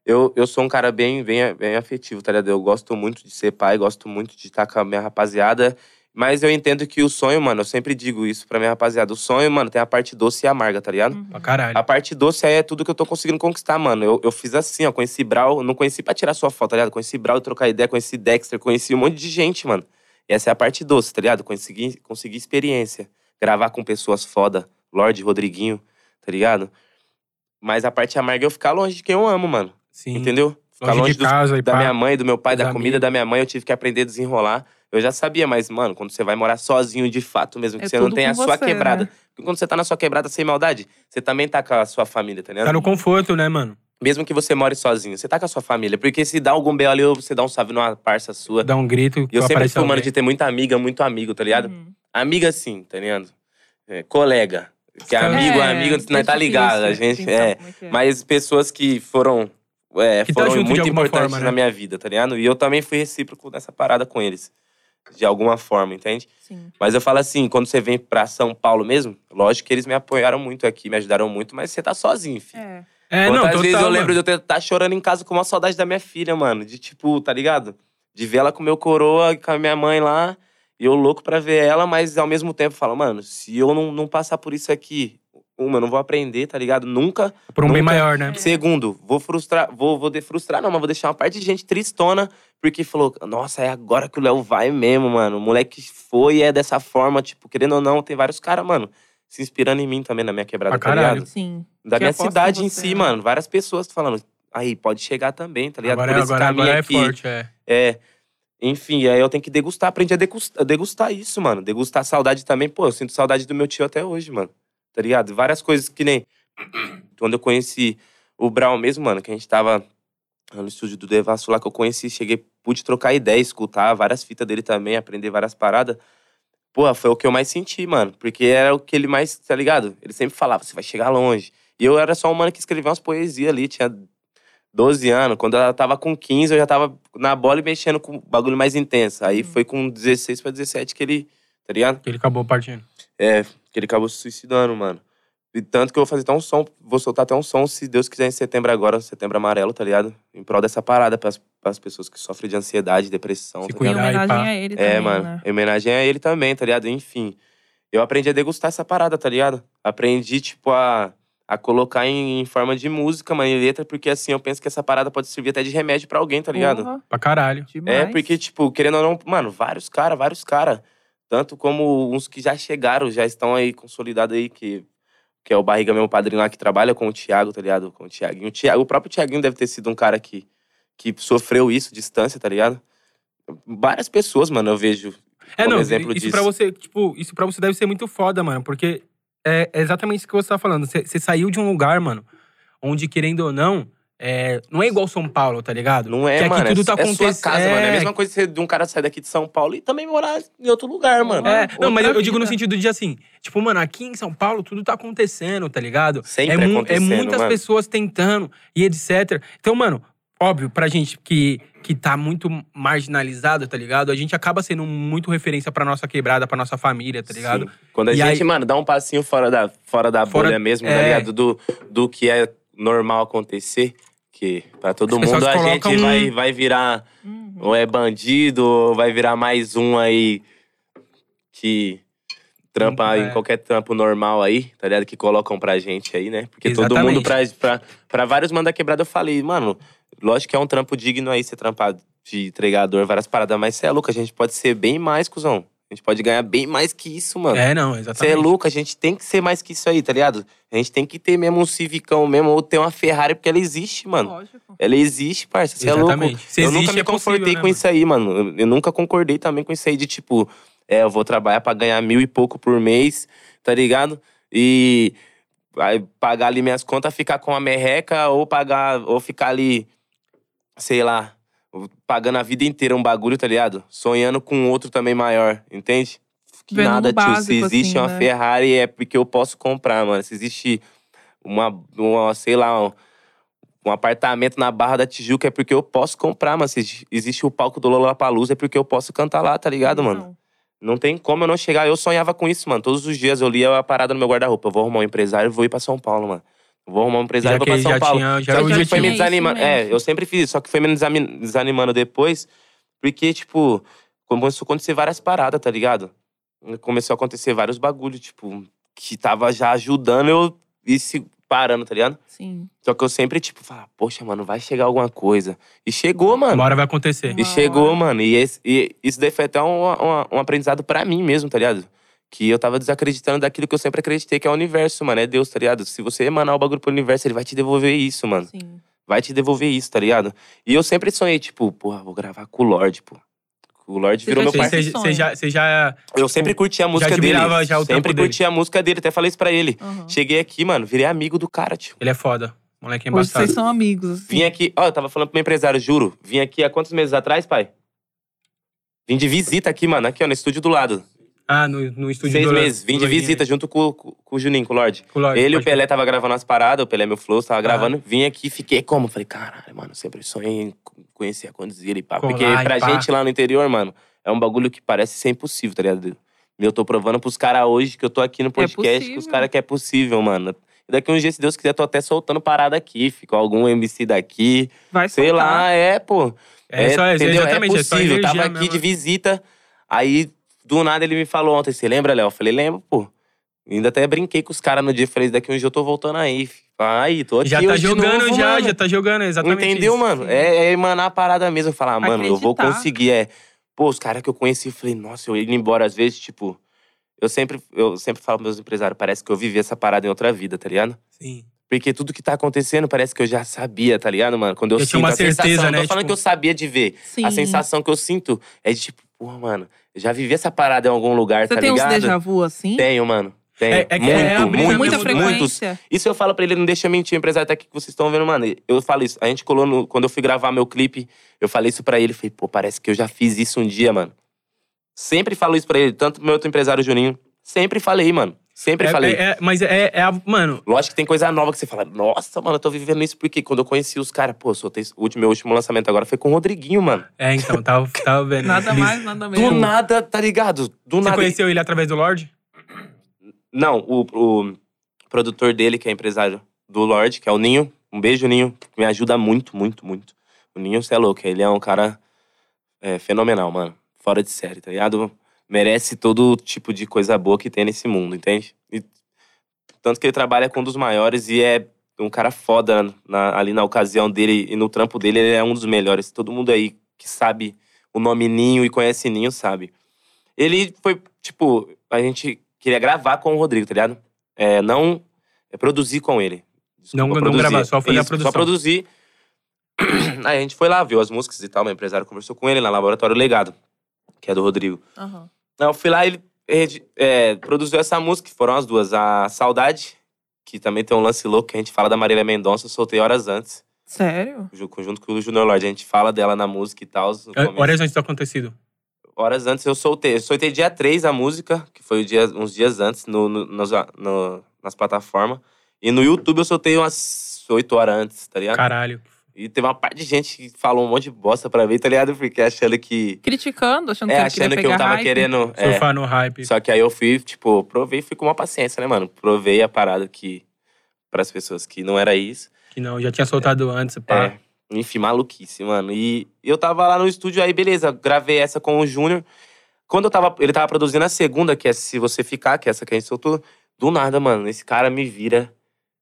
Speaker 3: eu, eu sou um cara bem, bem, bem afetivo, tá ligado? Eu gosto muito de ser pai, gosto muito de estar com a minha rapaziada. Mas eu entendo que o sonho, mano, eu sempre digo isso pra minha rapaziada. O sonho, mano, tem a parte doce e amarga, tá ligado?
Speaker 2: Uhum.
Speaker 1: Pra caralho.
Speaker 3: A parte doce aí é tudo que eu tô conseguindo conquistar, mano. Eu, eu fiz assim, ó. Conheci Brau, não conheci pra tirar sua foto, tá ligado? Conheci Brau, trocar ideia, conheci Dexter, conheci um monte de gente, mano. E essa é a parte doce, tá ligado? Consegui, consegui experiência. Gravar com pessoas foda. Lorde, Rodriguinho, tá ligado? Mas a parte amarga é eu ficar longe de quem eu amo, mano.
Speaker 1: Sim.
Speaker 3: Entendeu? Ficar
Speaker 1: Longe,
Speaker 3: longe,
Speaker 1: de
Speaker 3: dos-
Speaker 1: casa e
Speaker 3: da
Speaker 1: pá.
Speaker 3: minha mãe, do meu pai,
Speaker 1: dos
Speaker 3: da comida
Speaker 1: amigos.
Speaker 3: da minha mãe, eu tive que aprender a desenrolar. Eu já sabia, mas, mano, quando você vai morar sozinho de fato mesmo, que
Speaker 2: É
Speaker 3: você não
Speaker 2: tudo
Speaker 3: tem a
Speaker 2: com
Speaker 3: sua
Speaker 2: você,
Speaker 3: quebrada.
Speaker 2: né?
Speaker 3: Porque quando você tá na sua quebrada sem maldade, você também tá com a sua família, tá ligado?
Speaker 1: Tá no conforto, né, mano?
Speaker 3: Mesmo que você more sozinho, você tá com a sua família. Porque se dá algum B ali, ou você dá um salve numa parça sua.
Speaker 1: Dá um grito.
Speaker 3: E eu sempre
Speaker 1: aparece
Speaker 3: fui, mano,
Speaker 1: alguém.
Speaker 3: de ter muita amiga, muito amigo, tá ligado?
Speaker 2: Uhum.
Speaker 3: Amiga, sim, tá ligado? É, colega. Que é amigo, é, amigo, nós
Speaker 2: é
Speaker 3: tá ligado. A
Speaker 2: difícil
Speaker 3: gente.
Speaker 2: pensar
Speaker 3: É.
Speaker 2: como é que é.
Speaker 3: Mas pessoas que foram, é,
Speaker 1: Que tá
Speaker 3: foram
Speaker 1: junto de
Speaker 3: muito
Speaker 1: alguma
Speaker 3: importantes
Speaker 1: forma, né?
Speaker 3: na minha vida, tá ligado? E eu também fui recíproco nessa parada com eles. De alguma forma, entende?
Speaker 2: Sim.
Speaker 3: Mas eu falo assim, quando você vem pra São Paulo mesmo, lógico que eles me apoiaram muito aqui, me ajudaram muito, mas você tá sozinho, filho.
Speaker 2: É.
Speaker 1: É,
Speaker 3: Quantas
Speaker 1: não, total,
Speaker 3: vezes eu
Speaker 1: mano.
Speaker 3: lembro de eu ter- tá chorando em casa com uma saudade da minha filha, mano. De tipo, tá ligado? De ver ela com meu coroa, com a minha mãe lá. E eu louco pra ver ela, mas ao mesmo tempo falo, mano, se eu não, não passar por isso aqui, uma, eu não vou aprender, tá ligado? Nunca.
Speaker 1: Por um bem
Speaker 3: Nunca-
Speaker 1: maior, né?
Speaker 3: Segundo, vou frustrar, vou, vou de- frustrar não, mas vou deixar uma parte de gente tristona, porque falou, nossa, é agora que o Léo vai mesmo, mano. O moleque foi e é dessa forma, tipo, querendo ou não, tem vários caras, mano, se inspirando em mim também, na minha quebrada,
Speaker 1: Pra
Speaker 3: tá ligado?
Speaker 1: Ah, caralho.
Speaker 2: Sim.
Speaker 3: Da
Speaker 2: Que
Speaker 3: minha
Speaker 2: apostam
Speaker 3: cidade
Speaker 2: em
Speaker 3: em
Speaker 2: você,
Speaker 3: si,
Speaker 2: né?
Speaker 3: mano, várias pessoas falando, aí, pode chegar também, tá ligado?
Speaker 1: Agora,
Speaker 3: Por
Speaker 1: é-
Speaker 3: esse
Speaker 1: agora,
Speaker 3: caminho
Speaker 1: agora é
Speaker 3: aqui.
Speaker 1: forte, é.
Speaker 3: É. Enfim, aí eu tenho que degustar, aprendi a degustar, degustar isso, mano. Degustar saudade também. Pô, eu sinto saudade do meu tio até hoje, mano. Tá ligado? Várias coisas que nem. Quando eu conheci o Brau mesmo, mano, que a gente tava no estúdio do Devasso lá que eu conheci, cheguei, pude trocar ideia, escutar várias fitas dele também, aprender várias paradas. Pô, foi o que eu mais senti, mano. Porque era o que ele mais, tá ligado? Ele sempre falava, você vai chegar longe. E eu era só um mano que escrevia umas poesias ali, tinha 12 anos. Quando ela tava com 15, eu já tava na bola e mexendo com bagulho mais intenso. Aí foi com 16 pra 17 que ele, tá ligado?
Speaker 1: Que ele acabou partindo.
Speaker 3: É, que ele acabou se suicidando, mano. E tanto que eu vou fazer até um som, vou soltar até um som, se Deus quiser, em setembro agora, setembro amarelo, tá ligado? Em prol dessa parada, pras, pras pessoas que sofrem de ansiedade, depressão,
Speaker 1: Se
Speaker 3: tá
Speaker 2: Em
Speaker 1: Cuidar e
Speaker 3: ligado?
Speaker 2: homenagem
Speaker 1: pá.
Speaker 2: a ele
Speaker 3: É,
Speaker 2: também,
Speaker 3: mano.
Speaker 2: né?
Speaker 3: Em homenagem a ele também, tá ligado? Enfim. Eu aprendi a degustar essa parada, tá ligado? Aprendi, tipo, a, a colocar em, em forma de música, mano, em letra, porque assim, eu penso que essa parada pode servir até de remédio pra alguém, tá ligado?
Speaker 2: Porra,
Speaker 1: Pra caralho.
Speaker 3: É,
Speaker 2: demais.
Speaker 3: porque, tipo, querendo ou não, mano, vários caras, vários caras. Tanto como uns que já chegaram, já estão aí consolidados aí, que, que é o Barriga, meu padrinho lá, que trabalha com o Thiago, tá ligado? Com o Thiaguinho. O, Thiago, o próprio Thiaguinho deve ter sido um cara que, que sofreu isso, distância, tá ligado? Várias pessoas, mano, eu vejo.
Speaker 1: É,
Speaker 3: como
Speaker 1: não,
Speaker 3: exemplo
Speaker 1: isso
Speaker 3: disso.
Speaker 1: pra você, tipo, isso pra você deve ser muito foda, mano, porque é é exatamente isso que você tá falando. Você você saiu de um lugar, mano, onde, querendo ou não, é, não é igual São Paulo, tá ligado?
Speaker 3: Não é,
Speaker 1: que aqui
Speaker 3: mano.
Speaker 1: tudo
Speaker 3: é,
Speaker 1: tá
Speaker 3: é sua
Speaker 1: acontecendo.
Speaker 3: casa, mano. É a
Speaker 1: é,
Speaker 3: mesma coisa você- de um cara sair daqui de São Paulo e também morar em outro lugar, mano.
Speaker 1: É, não, mas eu,
Speaker 2: Outra
Speaker 1: eu digo no
Speaker 2: vida.
Speaker 1: sentido de assim, tipo, mano, aqui em São Paulo tudo tá acontecendo, tá ligado?
Speaker 3: Sempre
Speaker 1: é, mu- é
Speaker 3: acontecendo,
Speaker 1: muitas
Speaker 3: mano.
Speaker 1: pessoas tentando e etc. Então, mano, óbvio, pra gente que, que tá muito marginalizado, tá ligado? A gente acaba sendo muito referência pra nossa quebrada, pra nossa família, tá ligado?
Speaker 3: Sim. Quando a
Speaker 1: E
Speaker 3: gente,
Speaker 1: aí-
Speaker 3: mano, dá um passinho fora da, fora da
Speaker 1: Fora-
Speaker 3: bolha mesmo,
Speaker 1: é.
Speaker 3: tá ligado? Do, do que é normal acontecer, que pra todo
Speaker 1: As pessoas
Speaker 3: mundo a gente
Speaker 1: colocam um-
Speaker 3: vai, vai virar
Speaker 2: Uhum.
Speaker 3: ou é bandido, ou vai virar mais um aí que trampa
Speaker 1: É.
Speaker 3: em qualquer trampo normal aí, tá ligado? Que colocam pra gente aí, né? Porque todo
Speaker 1: Exatamente.
Speaker 3: mundo, pra, pra, pra vários manda quebrada, eu falei, mano, lógico que é um trampo digno aí ser trampado de entregador, várias paradas, mas você é louco, a gente pode ser bem mais, cuzão. A gente pode ganhar bem mais que isso, mano.
Speaker 1: É, não,
Speaker 3: Você
Speaker 1: exatamente.
Speaker 3: é louco, a gente tem que ser mais que isso aí, tá ligado? A gente tem que ter mesmo um Civicão mesmo, ou ter uma Ferrari, porque ela existe, mano. tá
Speaker 2: Lógico.
Speaker 3: Ela existe, parça. Você é louco.
Speaker 1: Exatamente. Se
Speaker 3: eu
Speaker 1: existe,
Speaker 3: nunca me
Speaker 1: é possível,
Speaker 3: confortei
Speaker 1: né,
Speaker 3: com
Speaker 1: mano?
Speaker 3: isso aí, mano. Eu nunca concordei também com isso aí de tipo, é, eu vou trabalhar pra ganhar mil e pouco por mês, tá ligado? E aí, pagar ali minhas contas, ficar com a merreca, ou pagar, ou ficar ali, sei lá, pagando a vida inteira um bagulho, tá ligado? Sonhando com outro também maior, entende? Que
Speaker 2: Vendo no
Speaker 3: nada, tio. Se
Speaker 2: básico,
Speaker 3: existe
Speaker 2: assim,
Speaker 3: uma
Speaker 2: né?
Speaker 3: Ferrari, é porque eu posso comprar, mano. Se existe uma, uma sei lá, um, um apartamento na Barra da Tijuca, é porque eu posso comprar, mano. Se existe o palco do Lollapalooza, é porque eu posso cantar lá, tá ligado, mano?
Speaker 2: Não.
Speaker 3: Não tem como eu não chegar. Eu sonhava com isso, mano. Todos os dias eu lia a parada no meu guarda-roupa. Eu vou arrumar um empresário e vou ir pra São Paulo, mano. Vou arrumar um
Speaker 1: Já
Speaker 3: empresário e vou
Speaker 1: que
Speaker 3: pra
Speaker 1: já
Speaker 3: São Paulo.
Speaker 1: tinha, já
Speaker 3: Só
Speaker 1: era o
Speaker 3: que tipo,
Speaker 1: objetivo.
Speaker 3: foi me
Speaker 2: É isso
Speaker 3: desanimando. É,
Speaker 2: mesmo.
Speaker 3: eu sempre fiz isso, só que foi me desami- desanimando depois, porque, tipo, começou a acontecer várias paradas, tá ligado? Começou a acontecer vários bagulhos, tipo, que tava já ajudando eu e se parando, tá ligado?
Speaker 2: Sim.
Speaker 3: Só que eu sempre, tipo, falava, poxa, mano, vai chegar alguma coisa. E chegou, mano.
Speaker 1: Uma hora vai acontecer.
Speaker 3: E
Speaker 2: Uma
Speaker 3: chegou,
Speaker 2: hora.
Speaker 3: mano. E, esse- e isso daí foi até um, um- um aprendizado pra mim mesmo, tá ligado? Que eu tava desacreditando daquilo que eu sempre acreditei, que é o universo, mano. É Deus, tá ligado? Se você emanar o bagulho pro universo, ele vai te devolver isso, mano
Speaker 2: Sim.
Speaker 3: vai te devolver isso, tá ligado? E eu sempre sonhei, tipo, porra, vou gravar com o Lorde, pô. O Lorde
Speaker 2: Você
Speaker 3: virou meu
Speaker 2: já
Speaker 3: parceiro.
Speaker 2: tinha-
Speaker 1: Você
Speaker 2: parceiro.
Speaker 1: você já, você já.
Speaker 3: Eu sempre curti a música dele.
Speaker 1: admirava tipo, já o
Speaker 3: sempre
Speaker 1: trampo dele. Uhum.
Speaker 3: curti a música dele, até falei isso pra ele.
Speaker 2: Aham.
Speaker 3: Cheguei aqui, mano, virei amigo do cara, tio.
Speaker 1: Ele é foda. Moleque é
Speaker 2: Hoje vocês
Speaker 1: embaçado.
Speaker 2: são amigos. assim.
Speaker 3: Vim aqui, ó, eu tava falando pro meu empresário, juro. Vim aqui há quantos meses atrás, pai? Vim de visita aqui, mano, aqui, ó, no estúdio do lado.
Speaker 1: Ah, no, no estúdio
Speaker 3: Seis
Speaker 1: do Lo-
Speaker 3: meses. Vim de
Speaker 1: Loirinha.
Speaker 3: visita junto com, com, com o Juninho, com o Lorde.
Speaker 1: Com o Lorde,
Speaker 3: Ele e o
Speaker 1: pode Tá. crer.
Speaker 3: Pelé tava gravando as paradas, o Pelé meu flow, tava gravando. Vim aqui fiquei como? Falei, caralho, mano, sempre sonhei em conhecer a conduzir e pá.
Speaker 1: Colar
Speaker 3: Porque
Speaker 1: e
Speaker 3: pra
Speaker 1: pá.
Speaker 3: gente lá no interior, mano, é um bagulho que parece ser impossível, tá ligado? E Eu tô provando pros caras hoje que eu tô aqui no podcast que os
Speaker 2: possível.
Speaker 3: caras que é possível, mano. E daqui um dia, se Deus quiser, tô até soltando parada aqui. Fico algum MC daqui.
Speaker 2: Vai
Speaker 3: Sei
Speaker 2: soltar.
Speaker 3: lá, é, pô.
Speaker 1: É, só- é
Speaker 3: entendeu?
Speaker 1: exatamente, é só
Speaker 3: possível. eu tava
Speaker 1: energia
Speaker 3: aqui
Speaker 1: mesmo,
Speaker 3: de
Speaker 1: né?
Speaker 3: visita, aí do nada ele me falou ontem, você lembra, Léo? Eu falei, lembro, pô. Ainda até brinquei com os caras no dia, falei, daqui um dia eu tô voltando aí. fi. Aí, tô aqui
Speaker 1: Já tá
Speaker 3: hoje de
Speaker 1: jogando,
Speaker 3: novo,
Speaker 1: já,
Speaker 3: mano.
Speaker 1: já tá jogando, exatamente.
Speaker 3: Entendeu,
Speaker 1: isso.
Speaker 3: mano? É, é emanar a parada mesmo. Falar, "Ah, mano, eu vou
Speaker 2: Acreditar.
Speaker 3: conseguir. É, pô, os caras que eu conheci, eu falei, nossa, eu indo embora às vezes, tipo. Eu sempre, eu sempre falo pros meus empresários, parece que eu vivi essa parada em outra vida, tá ligado?
Speaker 1: Sim.
Speaker 3: Porque tudo que tá acontecendo parece que eu já sabia, tá ligado, mano? Quando eu,
Speaker 1: Eu
Speaker 3: sinto
Speaker 1: tinha uma
Speaker 3: a
Speaker 1: certeza,
Speaker 3: sensação, não
Speaker 1: né,
Speaker 3: tô falando
Speaker 1: tipo-
Speaker 3: que eu sabia de ver.
Speaker 2: Sim.
Speaker 3: A sensação que eu sinto é de tipo, porra, mano, eu já vivi essa parada em algum lugar,
Speaker 2: Você
Speaker 3: tá
Speaker 2: tem uns
Speaker 3: ligado?
Speaker 2: déjà vu assim?
Speaker 3: Tenho, mano. Tenho.
Speaker 1: É- é que é
Speaker 3: muito,
Speaker 1: a brisa
Speaker 3: muito,
Speaker 1: mesmo,
Speaker 2: muita
Speaker 1: né?
Speaker 3: muitos.
Speaker 2: frequência.
Speaker 3: Isso eu falo pra ele, não deixa eu mentir, o empresário tá aqui que vocês estão vendo, mano. Eu falo isso. A gente colou no, quando eu fui gravar meu clipe, eu falei isso pra ele. Falei, pô, parece que eu já fiz isso um dia, mano. Sempre falo isso pra ele, tanto pro meu outro empresário, Juninho. Sempre falei, mano. Sempre
Speaker 1: É-
Speaker 3: falei.
Speaker 1: é- é- mas é, é a- Mano,
Speaker 3: Lógico que tem coisa nova que você fala, nossa, mano, eu tô vivendo isso porque quando eu conheci os caras, pô, soltei esse- o último- meu último lançamento agora foi com o Rodriguinho, mano.
Speaker 1: é, então, tava, tava vendo.
Speaker 2: Nada
Speaker 1: Eles-
Speaker 2: mais, nada
Speaker 3: Do
Speaker 2: menos.
Speaker 3: nada, tá ligado? Do
Speaker 1: Você
Speaker 3: nada.
Speaker 1: conheceu ele através do Lorde?
Speaker 3: Não, o, o produtor dele, que é empresário do Lorde, que é o Ninho. Um beijo, Ninho. que Me ajuda muito, muito, muito. O Ninho, você é louco. Ele é um cara é, fenomenal, mano. Fora de série, tá ligado? Merece todo tipo de coisa boa que tem nesse mundo, entende? E- tanto que ele trabalha com um dos maiores e é um cara foda na- ali na ocasião dele e no trampo dele, ele é um dos melhores. Todo mundo aí que sabe o nome Ninho e conhece Ninho sabe. Ele foi, tipo, a gente queria gravar com o Rodrigo, tá ligado? É, não é, produzir com ele.
Speaker 1: Não- não
Speaker 3: produzir.
Speaker 1: gravar, só foi na
Speaker 3: Isso,
Speaker 1: produção.
Speaker 3: Só produzir. Aí a gente foi lá, viu as músicas e tal, meu empresário conversou com ele lá no Laboratório Legado, que é do Rodrigo.
Speaker 2: Aham.
Speaker 3: Não, eu fui lá ele ele, é, produziu essa música, que foram as duas. A Saudade, que também tem um lance louco, que a gente fala da Marília Mendonça, eu soltei horas antes,
Speaker 2: Sério?
Speaker 3: ju- junto com o Junior Lorde. A gente fala dela na música e tal. no
Speaker 1: É,
Speaker 3: começo.
Speaker 1: Horas antes do acontecido.
Speaker 3: Horas antes eu soltei. Eu soltei dia 3 a música, que foi o dia- uns dias antes, no, no- nos- no- nas plataformas. E no YouTube eu soltei umas 8 horas antes, tá ligado?
Speaker 1: Caralho.
Speaker 3: E teve uma parte de gente que falou um monte de bosta pra mim, tá ligado? Porque achando que.
Speaker 2: Criticando, achando
Speaker 3: É,
Speaker 2: que ele queria
Speaker 3: achando que
Speaker 2: pegar
Speaker 3: eu tava
Speaker 2: hype.
Speaker 3: querendo. é,
Speaker 1: Surfar no hype.
Speaker 3: Só que aí eu fui, tipo, provei e fui com uma paciência, né, mano? Provei a parada que. Pras pessoas que não era isso.
Speaker 1: Que não, já tinha soltado antes, pá.
Speaker 3: É. Enfim, maluquice, mano. E eu tava lá no estúdio, aí beleza, gravei essa com o Júnior. Quando eu tava. Ele tava produzindo a segunda, que é Se Você Ficar, que é essa que a gente soltou. Do nada, mano, esse cara me vira.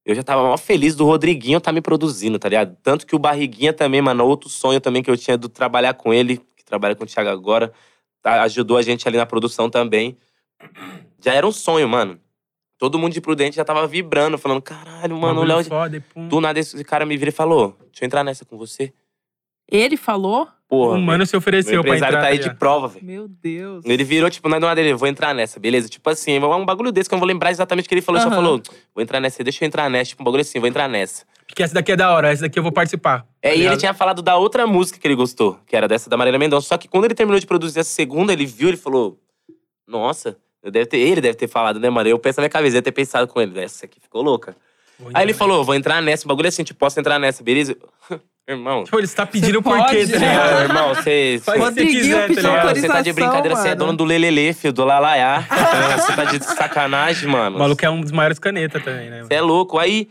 Speaker 3: Eu já tava mó feliz do Rodriguinho tá me produzindo, tá ligado? Tanto que o Barriguinha também, mano, outro sonho também que eu tinha é do trabalhar com ele, que trabalha com o Thiago agora, tá- ajudou a gente ali na produção também. Já era um sonho, mano. Todo mundo de Prudente já tava vibrando, falando, caralho, mano, o
Speaker 1: Bagulho
Speaker 3: Léo
Speaker 1: foda e pum.
Speaker 3: do nada esse cara me vira e falou: Deixa eu entrar nessa com você.
Speaker 2: Ele falou?
Speaker 3: Porra.
Speaker 1: O mano se
Speaker 3: velho, meu
Speaker 1: ofereceu pra
Speaker 3: empresário
Speaker 1: entrar.
Speaker 3: tá aí de
Speaker 1: já.
Speaker 3: prova, velho.
Speaker 2: Meu Deus.
Speaker 3: Ele virou, tipo, não, do nada, ele, vou entrar nessa, beleza? Tipo assim, é um bagulho desse que eu não vou lembrar exatamente o que ele falou. Ele
Speaker 2: Aham.
Speaker 3: só falou, vou entrar nessa, deixa eu entrar nessa. Tipo, um bagulho assim, vou entrar nessa.
Speaker 1: Porque essa daqui é da hora, essa daqui eu vou participar.
Speaker 3: É, e ele
Speaker 1: Tá ligado?
Speaker 3: tinha falado da outra música que ele gostou, que era dessa da Marília Mendonça. Só que quando ele terminou de produzir essa segunda, ele viu, ele falou: Nossa, eu deve ter, ele deve ter falado, né, mano? Eu penso na minha cabeça, eu ia ter pensado com ele, essa aqui ficou louca.
Speaker 1: Vou
Speaker 3: Aí ele
Speaker 1: entrar.
Speaker 3: falou: Vou entrar nessa, o bagulho é assim, tipo, posso entrar nessa, beleza? Irmão,
Speaker 1: Tipo, ele está pedindo por
Speaker 2: pode,
Speaker 1: quê, tá
Speaker 2: né?
Speaker 1: ligado?
Speaker 3: É, irmão, você.
Speaker 1: Faz o que você
Speaker 2: Rodriguinho
Speaker 1: quiser, tá ligado?
Speaker 2: pediu
Speaker 3: Você tá de
Speaker 2: autorização,
Speaker 3: brincadeira, você é
Speaker 2: mano.
Speaker 3: dono do Lelele, filho, do Lalaiá. É, Você tá de sacanagem, mano.
Speaker 1: O maluco é um dos maiores canetas também, né?
Speaker 3: Você é louco. Aí.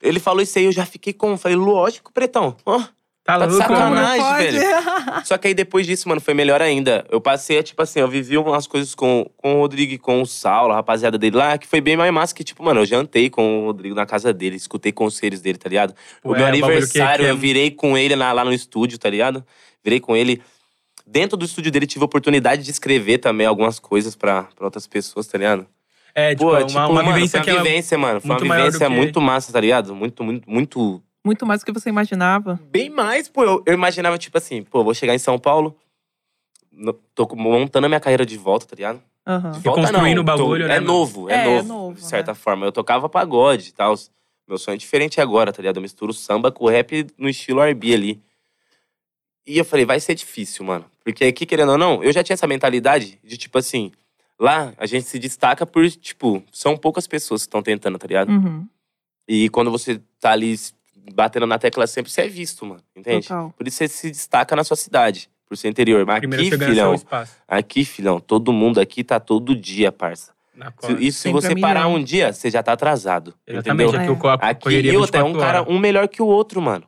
Speaker 3: Ele falou isso aí, eu já fiquei com. Falei, lógico, pretão. Ó,
Speaker 1: Tá
Speaker 3: tá de
Speaker 1: louco, mano.
Speaker 3: sacanagem. velho. Só que aí depois disso, mano, foi melhor ainda. Eu passei, tipo assim, eu vivi umas coisas com, com o Rodrigo e com o Saulo, a rapaziada dele lá, que foi bem mais massa que, tipo, mano, eu jantei com o Rodrigo na casa dele, escutei conselhos dele, tá ligado?
Speaker 1: Pô,
Speaker 3: o
Speaker 1: é, o
Speaker 3: meu
Speaker 1: bagulho que-
Speaker 3: aniversário,
Speaker 1: que é-
Speaker 3: eu virei com ele na- lá no estúdio, tá ligado? Virei com ele. Dentro do estúdio dele, tive a oportunidade de escrever também algumas coisas pra, pra outras pessoas, tá ligado?
Speaker 1: É, tipo,
Speaker 3: Pô,
Speaker 1: uma,
Speaker 3: tipo,
Speaker 1: uma
Speaker 3: mano,
Speaker 1: vivência que
Speaker 3: foi uma
Speaker 1: ela...
Speaker 3: vivência, mano. Foi uma
Speaker 1: muito maior do
Speaker 3: vivência
Speaker 1: que-
Speaker 3: muito massa, tá ligado? Muito, muito, muito
Speaker 2: Muito mais do que você imaginava.
Speaker 3: Bem mais, pô. Eu, eu imaginava, tipo assim, pô, vou chegar em São Paulo, no- tô com- montando a minha carreira de volta, tá ligado?
Speaker 2: Aham.
Speaker 3: De volta
Speaker 1: Reconstruindo
Speaker 3: não,
Speaker 1: o bagulho,
Speaker 3: tô-
Speaker 1: né,
Speaker 3: É
Speaker 1: mano?
Speaker 3: novo, é,
Speaker 2: É,
Speaker 3: novo,
Speaker 2: é novo,
Speaker 3: de certa
Speaker 2: né?
Speaker 3: forma. Eu tocava pagode e tal. Meu sonho é diferente agora, tá ligado? Eu misturo samba com rap no estilo R&B ali. E eu falei, vai ser difícil, mano. Porque aqui, querendo ou não, eu já tinha essa mentalidade de tipo assim. Lá, a gente se destaca por, tipo, são poucas pessoas que estão tentando, tá ligado?
Speaker 2: Uhum,
Speaker 3: E quando você tá ali s- batendo na tecla sempre, você é visto, mano. Entende?
Speaker 2: total.
Speaker 3: Por isso você se destaca na sua cidade, por seu interior. Mas
Speaker 1: Primeiro
Speaker 3: aqui,
Speaker 1: chegando só é o
Speaker 2: é
Speaker 3: filhão,
Speaker 1: espaço.
Speaker 3: aqui, filhão, todo mundo aqui tá todo dia, parça.
Speaker 1: Na
Speaker 3: Se-
Speaker 1: cola.
Speaker 3: E se
Speaker 2: Sempre a
Speaker 3: você
Speaker 2: milhão.
Speaker 3: parar um dia, você já tá atrasado.
Speaker 1: Exatamente, é
Speaker 3: Entendeu?
Speaker 1: aqui o copo
Speaker 3: Aqui e outra, é um cara, um melhor que o outro, mano.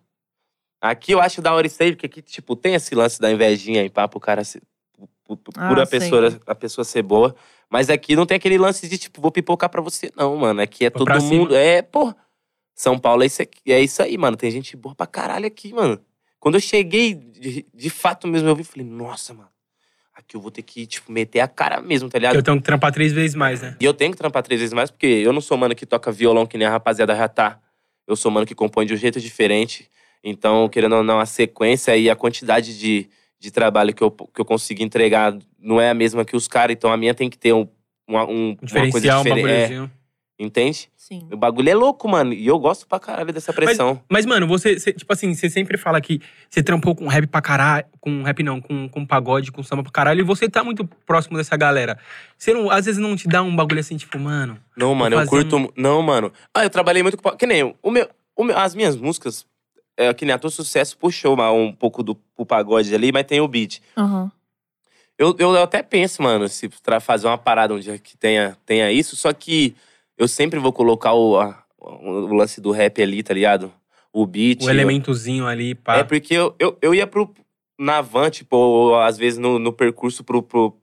Speaker 3: Aqui eu acho da hora isso aí, porque aqui, tipo, tem esse lance da invejinha e pá, pro cara ser. pu- pu-
Speaker 2: Ah,
Speaker 3: Por a,
Speaker 2: sei.
Speaker 3: pessoa, a pessoa ser boa. Mas aqui não tem aquele lance de, tipo, vou pipocar pra você, não, mano. Aqui é
Speaker 1: Vou pra
Speaker 3: todo
Speaker 1: cima.
Speaker 3: mundo. É, pô. São Paulo é isso, aqui- é isso aí, mano. Tem gente boa pra caralho aqui, mano. Quando eu cheguei, de, de fato mesmo, eu vi e falei, nossa, mano. Aqui eu vou ter que, tipo, meter a cara mesmo, tá ligado?
Speaker 1: Eu tenho que trampar três vezes mais, né?
Speaker 3: E eu tenho que trampar três vezes mais, porque eu não sou mano que toca violão que nem a rapaziada já tá. Eu sou mano que compõe de um jeito diferente. Então, querendo ou não, a sequência e a quantidade de, de trabalho que eu, que eu consigo entregar não é a mesma que os caras. Então, a minha tem que ter um, uma,
Speaker 1: Um
Speaker 3: um- uma coisa
Speaker 1: diferencial, um
Speaker 3: diferente. É,
Speaker 1: bagulhozinho.
Speaker 3: entende?
Speaker 2: Sim.
Speaker 3: O bagulho é louco, mano. E eu gosto pra caralho dessa pressão.
Speaker 1: Mas, mano, você, você- tipo assim, você sempre fala que você trampou com rap pra caralho. Com rap não, com, com pagode, com samba pra caralho. E você tá muito próximo dessa galera. Você não, às vezes não te dá um bagulho assim, tipo, mano.
Speaker 3: Não, mano, eu
Speaker 1: fazer
Speaker 3: curto.
Speaker 1: um-
Speaker 3: mu- Não, mano. Ah, eu trabalhei muito com. Que nem eu. o meu, o meu- as minhas músicas, é, que nem a Tô Sucesso puxou uma- um pouco do pro pagode ali, mas tem o beat.
Speaker 2: Aham.
Speaker 3: Eu, eu até penso, mano, se pra fazer uma parada onde que tenha, tenha isso, só que eu sempre vou colocar o, a- o lance do rap ali, tá ligado? O beat.
Speaker 1: O elementozinho ali, pá.
Speaker 3: É porque eu, eu, eu ia pro. Na van, tipo, ou às vezes no, no percurso pro, pro,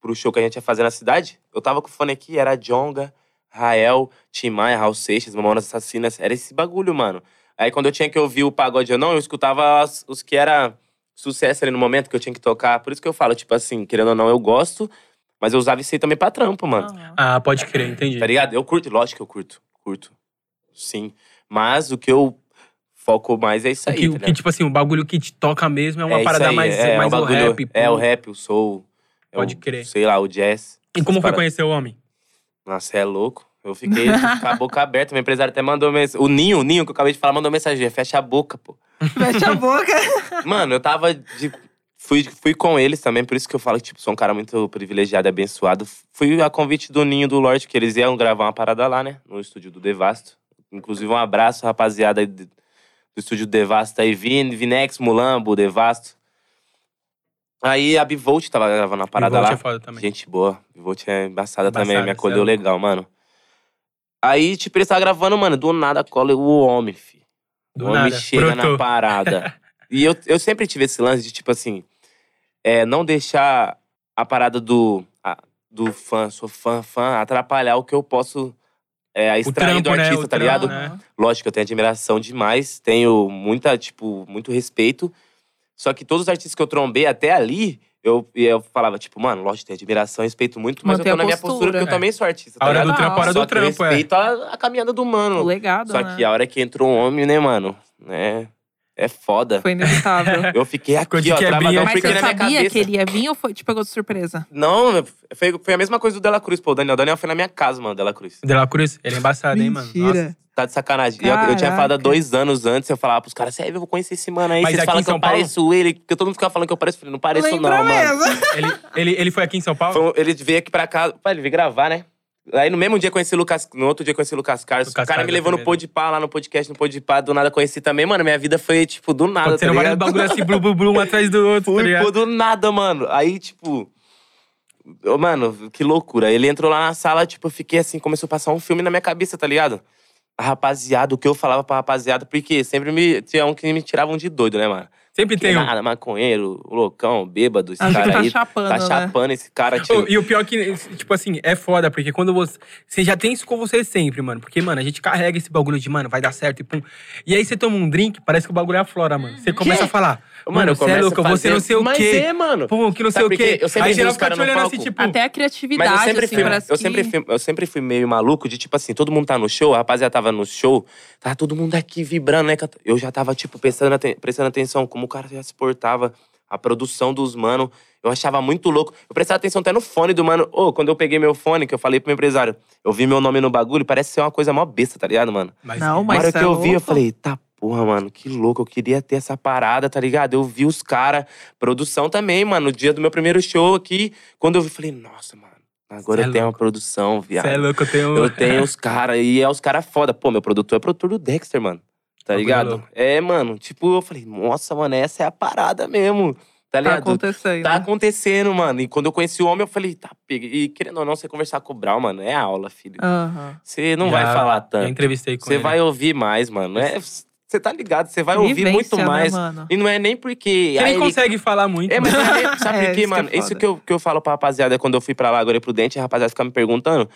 Speaker 3: pro show que a gente ia fazer na cidade, eu tava com o fone aqui, era Jonga, Rael, Tim Maia, Raul Seixas, Mamonas Assassinas, era esse bagulho, mano. Aí quando eu tinha que ouvir o pagode ou não, eu escutava as- os que era sucesso ali no momento que eu tinha que tocar. Por isso que eu falo, tipo assim, querendo ou não, eu gosto, mas eu usava isso aí também pra trampo, mano.
Speaker 2: aham.
Speaker 1: Ah, pode crer, entendi.
Speaker 3: Tá ligado? Eu curto, lógico que eu curto, curto. Sim. Mas o que eu foco mais é isso aí,
Speaker 1: que,
Speaker 3: tá
Speaker 1: o
Speaker 3: ligado?
Speaker 1: que, tipo assim, o bagulho que te toca mesmo é uma
Speaker 3: isso
Speaker 1: parada
Speaker 3: aí,
Speaker 1: mais,
Speaker 3: é,
Speaker 1: mais
Speaker 3: é um
Speaker 1: o
Speaker 3: bagulho-
Speaker 1: rap.
Speaker 3: É,
Speaker 1: pô.
Speaker 3: o rap, o soul. é
Speaker 1: Pode
Speaker 3: o-
Speaker 1: crer.
Speaker 3: Sei lá, o jazz.
Speaker 1: E como
Speaker 3: essas
Speaker 1: foi
Speaker 3: paradas.
Speaker 1: conhecer o homem?
Speaker 3: Nossa, é louco. Eu fiquei com a boca aberta. Meu empresário até mandou mensagem. O Ninho, o Ninho, que eu acabei de falar, mandou mensagem. Fecha a boca, pô.
Speaker 2: Fecha a boca.
Speaker 3: Mano, eu tava de... Fui, fui com eles também, por isso que eu falo que tipo, sou um cara muito privilegiado, e abençoado. Fui a convite do Ninho do Lorde, que eles iam gravar uma parada lá, né? No estúdio do Devasto. Inclusive, um abraço, rapaziada aí de- do estúdio Devasto aí. Vini, Vinex, Mulambo, Devasto. Aí a Bivolt tava gravando uma parada
Speaker 1: Bivolt
Speaker 3: lá.
Speaker 1: é foda também.
Speaker 3: Gente boa. Bivolt é embaçada também,
Speaker 1: Embaçada, cê
Speaker 3: me acolheu
Speaker 1: é louco.
Speaker 3: legal, mano. Aí, tipo, eles estavam gravando, mano, do nada cola o homem, fi.
Speaker 1: Do
Speaker 3: O homem
Speaker 1: nada.
Speaker 3: chega na
Speaker 1: brotou.
Speaker 3: parada. e eu, eu sempre tive esse lance de, tipo assim, é, não deixar a parada do, a- do fã, sou fã, fã, atrapalhar o que eu posso é, extrair do
Speaker 1: trampo, né?
Speaker 3: artista,
Speaker 1: O
Speaker 3: tá
Speaker 1: trampo,
Speaker 3: ligado?
Speaker 1: né?
Speaker 3: Lógico, eu tenho admiração demais, tenho muita, tipo, muito respeito. Só que todos os artistas que eu trombei até ali, eu, e eu falava, tipo, mano, lógico, tenho admiração, respeito muito, mas
Speaker 2: Manter
Speaker 3: eu
Speaker 2: a
Speaker 3: tô na minha
Speaker 2: postura. né?
Speaker 3: postura porque
Speaker 1: É.
Speaker 3: eu também sou artista,
Speaker 1: A
Speaker 3: tá
Speaker 1: hora do
Speaker 3: ligado?
Speaker 1: trampo, a hora
Speaker 3: Só
Speaker 1: do
Speaker 3: que eu
Speaker 1: trampo, é.
Speaker 3: respeito a, a caminhada do
Speaker 2: O
Speaker 3: mano.
Speaker 2: legado,
Speaker 3: Só
Speaker 2: né?
Speaker 3: que a hora que entrou um homem, né, mano? É, é foda.
Speaker 2: Foi inevitável.
Speaker 3: Eu fiquei aqui,
Speaker 1: Ficou de
Speaker 3: ó,
Speaker 1: quebrinha,
Speaker 3: travadão,
Speaker 1: mas
Speaker 2: Mas
Speaker 3: porque
Speaker 2: você
Speaker 3: na minha
Speaker 2: sabia
Speaker 3: cabeça.
Speaker 2: que ele ia vir ou foi, te pegou de surpresa?
Speaker 3: Não, foi, foi a mesma coisa do Dela Cruz, pô. O Daniel, Daniel foi na minha casa, mano, Dela Cruz.
Speaker 1: De La Cruz, ele é embaçado, hein, mano? Nossa.
Speaker 3: Tá de sacanagem. E Eu, eu tinha falado há
Speaker 2: Caraca.
Speaker 3: dois anos antes, eu falava pros caras, sério, eu vou conhecer esse mano aí.
Speaker 1: Mas
Speaker 3: Vocês
Speaker 1: aqui em
Speaker 3: falam que
Speaker 1: São
Speaker 3: eu
Speaker 1: Paulo?
Speaker 3: pareço ele, porque todo mundo ficava falando que eu pareço. Eu Falei, não pareço não, mano.
Speaker 1: Ele, ele, ele foi aqui em São Paulo?
Speaker 3: Foi um- ele veio aqui pra casa, pô, ele veio gravar, né? Aí no mesmo dia eu conheci o Lucas, no outro dia eu conheci o Lucas Carlos.
Speaker 1: Lucas
Speaker 3: o cara
Speaker 1: Carlos
Speaker 3: me levou
Speaker 1: é
Speaker 3: no
Speaker 1: primeiro.
Speaker 3: Podpah, lá no podcast, no Podpah, do nada conheci também. Mano, minha vida foi, tipo, do nada, tá
Speaker 1: Aconteceram vários
Speaker 3: ligado?
Speaker 1: bagulho assim, blum, blum, blum, um atrás do outro, tá
Speaker 3: Fui,
Speaker 1: ligado?
Speaker 3: pô, do nada, mano. Aí, tipo. eu- Mano, que loucura. Ele entrou lá na sala, tipo, eu fiquei assim, começou a passar um filme na minha cabeça, tá ligado? A rapaziada, o que eu falava pra rapaziada, porque sempre me. Tinha um que me tiravam de doido, né, mano?
Speaker 1: Sempre
Speaker 3: Que
Speaker 1: tem um.
Speaker 3: nada, maconheiro, loucão, bêbado, esse
Speaker 2: Acho que
Speaker 3: cara
Speaker 2: tá
Speaker 3: aí.
Speaker 2: chapando,
Speaker 3: tá
Speaker 2: né?
Speaker 3: chapando esse cara, tipo.
Speaker 1: Ô, e o pior que, tipo assim, é foda, porque quando você. Você já tem isso com você sempre, mano. Porque, mano, a gente carrega esse bagulho de, mano, vai dar certo e pum. E aí você toma um drink, parece que o bagulho aflora, mano.
Speaker 3: Uhum.
Speaker 1: Você começa a falar, mano, você é
Speaker 3: começo a
Speaker 1: louco, eu vou ser
Speaker 3: fazer-
Speaker 1: não sei o
Speaker 3: Mas
Speaker 1: quê.
Speaker 3: é, mano.
Speaker 1: Pum, que não sei
Speaker 3: Sabe
Speaker 1: o
Speaker 3: por
Speaker 1: quê.
Speaker 3: quê? Eu sempre
Speaker 1: aí
Speaker 3: vi
Speaker 1: geral
Speaker 3: os
Speaker 1: fica
Speaker 3: cara
Speaker 1: te
Speaker 3: no
Speaker 1: olhando assim,
Speaker 3: palco.
Speaker 1: tipo.
Speaker 2: Até a criatividade,
Speaker 3: Mas eu sempre
Speaker 2: assim,
Speaker 3: fui,
Speaker 2: parece
Speaker 3: eu
Speaker 2: que-
Speaker 3: sempre fui, tá eu sempre fui meio maluco de tipo assim, todo mundo tá no show, a rapaziada tava no show, tava todo mundo aqui vibrando, né? canta- Eu já tava tipo prestando, aten- prestando atenção como o cara já se portava, a produção dos mano, eu achava muito louco. Eu prestava atenção até no fone do mano. Ô, quando eu peguei meu fone, que eu falei pro meu empresário, eu vi meu nome no bagulho, parece ser uma coisa mó besta, tá ligado, mano?
Speaker 1: Mas,
Speaker 2: Não,
Speaker 3: Na
Speaker 2: mas
Speaker 3: hora
Speaker 2: cê é
Speaker 3: que eu vi, eu
Speaker 2: louco.
Speaker 3: falei, tá porra, mano, que louco, eu queria ter essa parada, tá ligado? Eu vi os caras, produção também, mano. No dia do meu primeiro show aqui, quando eu vi, falei, nossa, mano, agora
Speaker 1: Cê é
Speaker 3: eu tenho uma produção, viado.
Speaker 1: Você é louco, eu tenho.
Speaker 3: Eu tenho os caras, e é os caras foda. Pô, meu produtor é produtor do Dexter, mano. Tá
Speaker 1: Bagulho
Speaker 3: ligado?
Speaker 1: louco.
Speaker 3: É, mano, tipo, eu falei, nossa, mano, essa é a parada mesmo. Tá
Speaker 2: Tá
Speaker 3: ligado?
Speaker 2: acontecendo.
Speaker 3: Tá
Speaker 2: né?
Speaker 3: acontecendo, mano. E quando eu conheci o homem, eu falei, tá, pega. E querendo ou não, você conversar com o Brau, mano, é aula, filho.
Speaker 2: Aham.
Speaker 3: Você não
Speaker 1: Ah, Já-
Speaker 3: vai falar
Speaker 1: Eu
Speaker 3: tanto.
Speaker 1: entrevistei com
Speaker 3: Você
Speaker 2: né?
Speaker 1: ele.
Speaker 3: vai ouvir mais, mano. É, Você tá ligado, você vai ouvir
Speaker 2: Vivência,
Speaker 3: muito
Speaker 2: né,
Speaker 3: mais.
Speaker 2: mano?
Speaker 3: E não é nem porque.
Speaker 1: Você
Speaker 3: ah,
Speaker 1: nem
Speaker 3: ele-
Speaker 1: consegue falar muito.
Speaker 3: É, mas não é nem- sabe
Speaker 2: É,
Speaker 3: por
Speaker 2: isso que
Speaker 3: quê,
Speaker 2: é
Speaker 3: mano? isso
Speaker 2: foda.
Speaker 3: que eu, que eu falo pra rapaziada quando eu fui pra lá agora e pro Dente, a rapaziada fica me perguntando.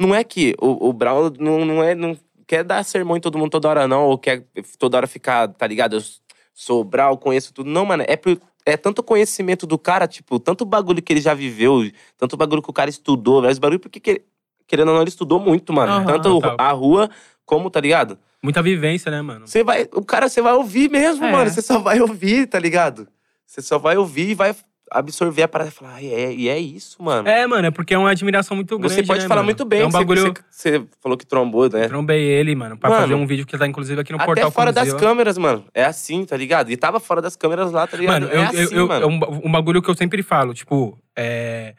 Speaker 3: Não é que o, o Brown não, não é. Não quer dar sermão em todo mundo toda hora, não. Ou quer toda hora ficar, tá ligado? Eu s- sou Brown, conheço tudo. Não, mano. É pro. É tanto conhecimento do cara, tipo, tanto bagulho que ele já viveu, tanto bagulho que o cara estudou, velho. Esse bagulho, porque que- querendo ou não, ele estudou muito, mano.
Speaker 2: Aham.
Speaker 3: tanto
Speaker 1: Total.
Speaker 3: a rua como, tá ligado?
Speaker 1: Muita vivência, né, mano?
Speaker 3: Você vai, o cara, você vai ouvir mesmo,
Speaker 2: É.
Speaker 3: mano. Você só vai ouvir, tá ligado? Você só vai ouvir e vai absorver a parada e falar, "Ah, é, e é isso, mano.
Speaker 1: É, mano, é porque é uma admiração muito grande.
Speaker 3: você pode
Speaker 1: né,
Speaker 3: falar
Speaker 1: mano?
Speaker 3: muito bem.
Speaker 1: É um
Speaker 3: você-
Speaker 1: bagulho.
Speaker 3: Você, você falou que trombou, né?
Speaker 1: Trombei ele, mano, pra
Speaker 3: Mano,
Speaker 1: fazer um vídeo que tá, inclusive, aqui no
Speaker 3: Até
Speaker 1: portal
Speaker 3: fora das
Speaker 1: Coliseu.
Speaker 3: câmeras, mano. É assim, tá ligado? E tava fora das câmeras lá, tá ligado?
Speaker 1: Mano,
Speaker 3: é
Speaker 1: eu,
Speaker 3: assim,
Speaker 1: eu, eu-
Speaker 3: mano.
Speaker 1: é um, ba- um bagulho que eu sempre falo, tipo, é.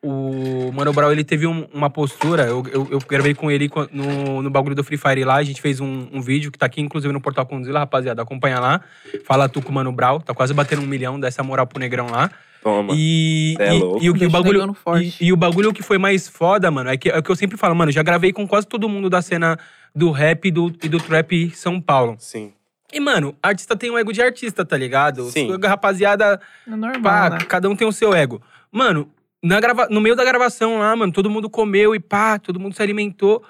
Speaker 1: O Mano Brown, ele teve um- uma postura, eu, eu, eu gravei com ele quan- no, no bagulho do Free Fire lá, a gente fez um, um vídeo que tá aqui, inclusive, no Portal Conduzila, rapaziada, acompanha lá. Fala tu com o Mano Brown, tá quase batendo um milhão, dá essa moral pro Negrão lá.
Speaker 3: Toma.
Speaker 1: E,
Speaker 3: Cê é
Speaker 1: e-
Speaker 3: louco.
Speaker 1: e o, e
Speaker 2: Deixa
Speaker 1: o
Speaker 2: o
Speaker 1: bagulho
Speaker 2: negão forte.
Speaker 1: e, e o bagulho que foi mais foda, mano, é que é o que eu sempre falo, mano, já gravei com quase todo mundo da cena do rap e do, e do trap em São Paulo.
Speaker 3: Sim.
Speaker 1: E, mano, artista tem um ego de artista, tá ligado?
Speaker 3: Sim.
Speaker 1: Os- Rapaziada,
Speaker 2: É normal,
Speaker 1: pá,
Speaker 2: né?
Speaker 1: cada um tem o seu ego. Mano, na grava... no meio da gravação lá, mano, todo mundo comeu e pá, todo mundo se alimentou.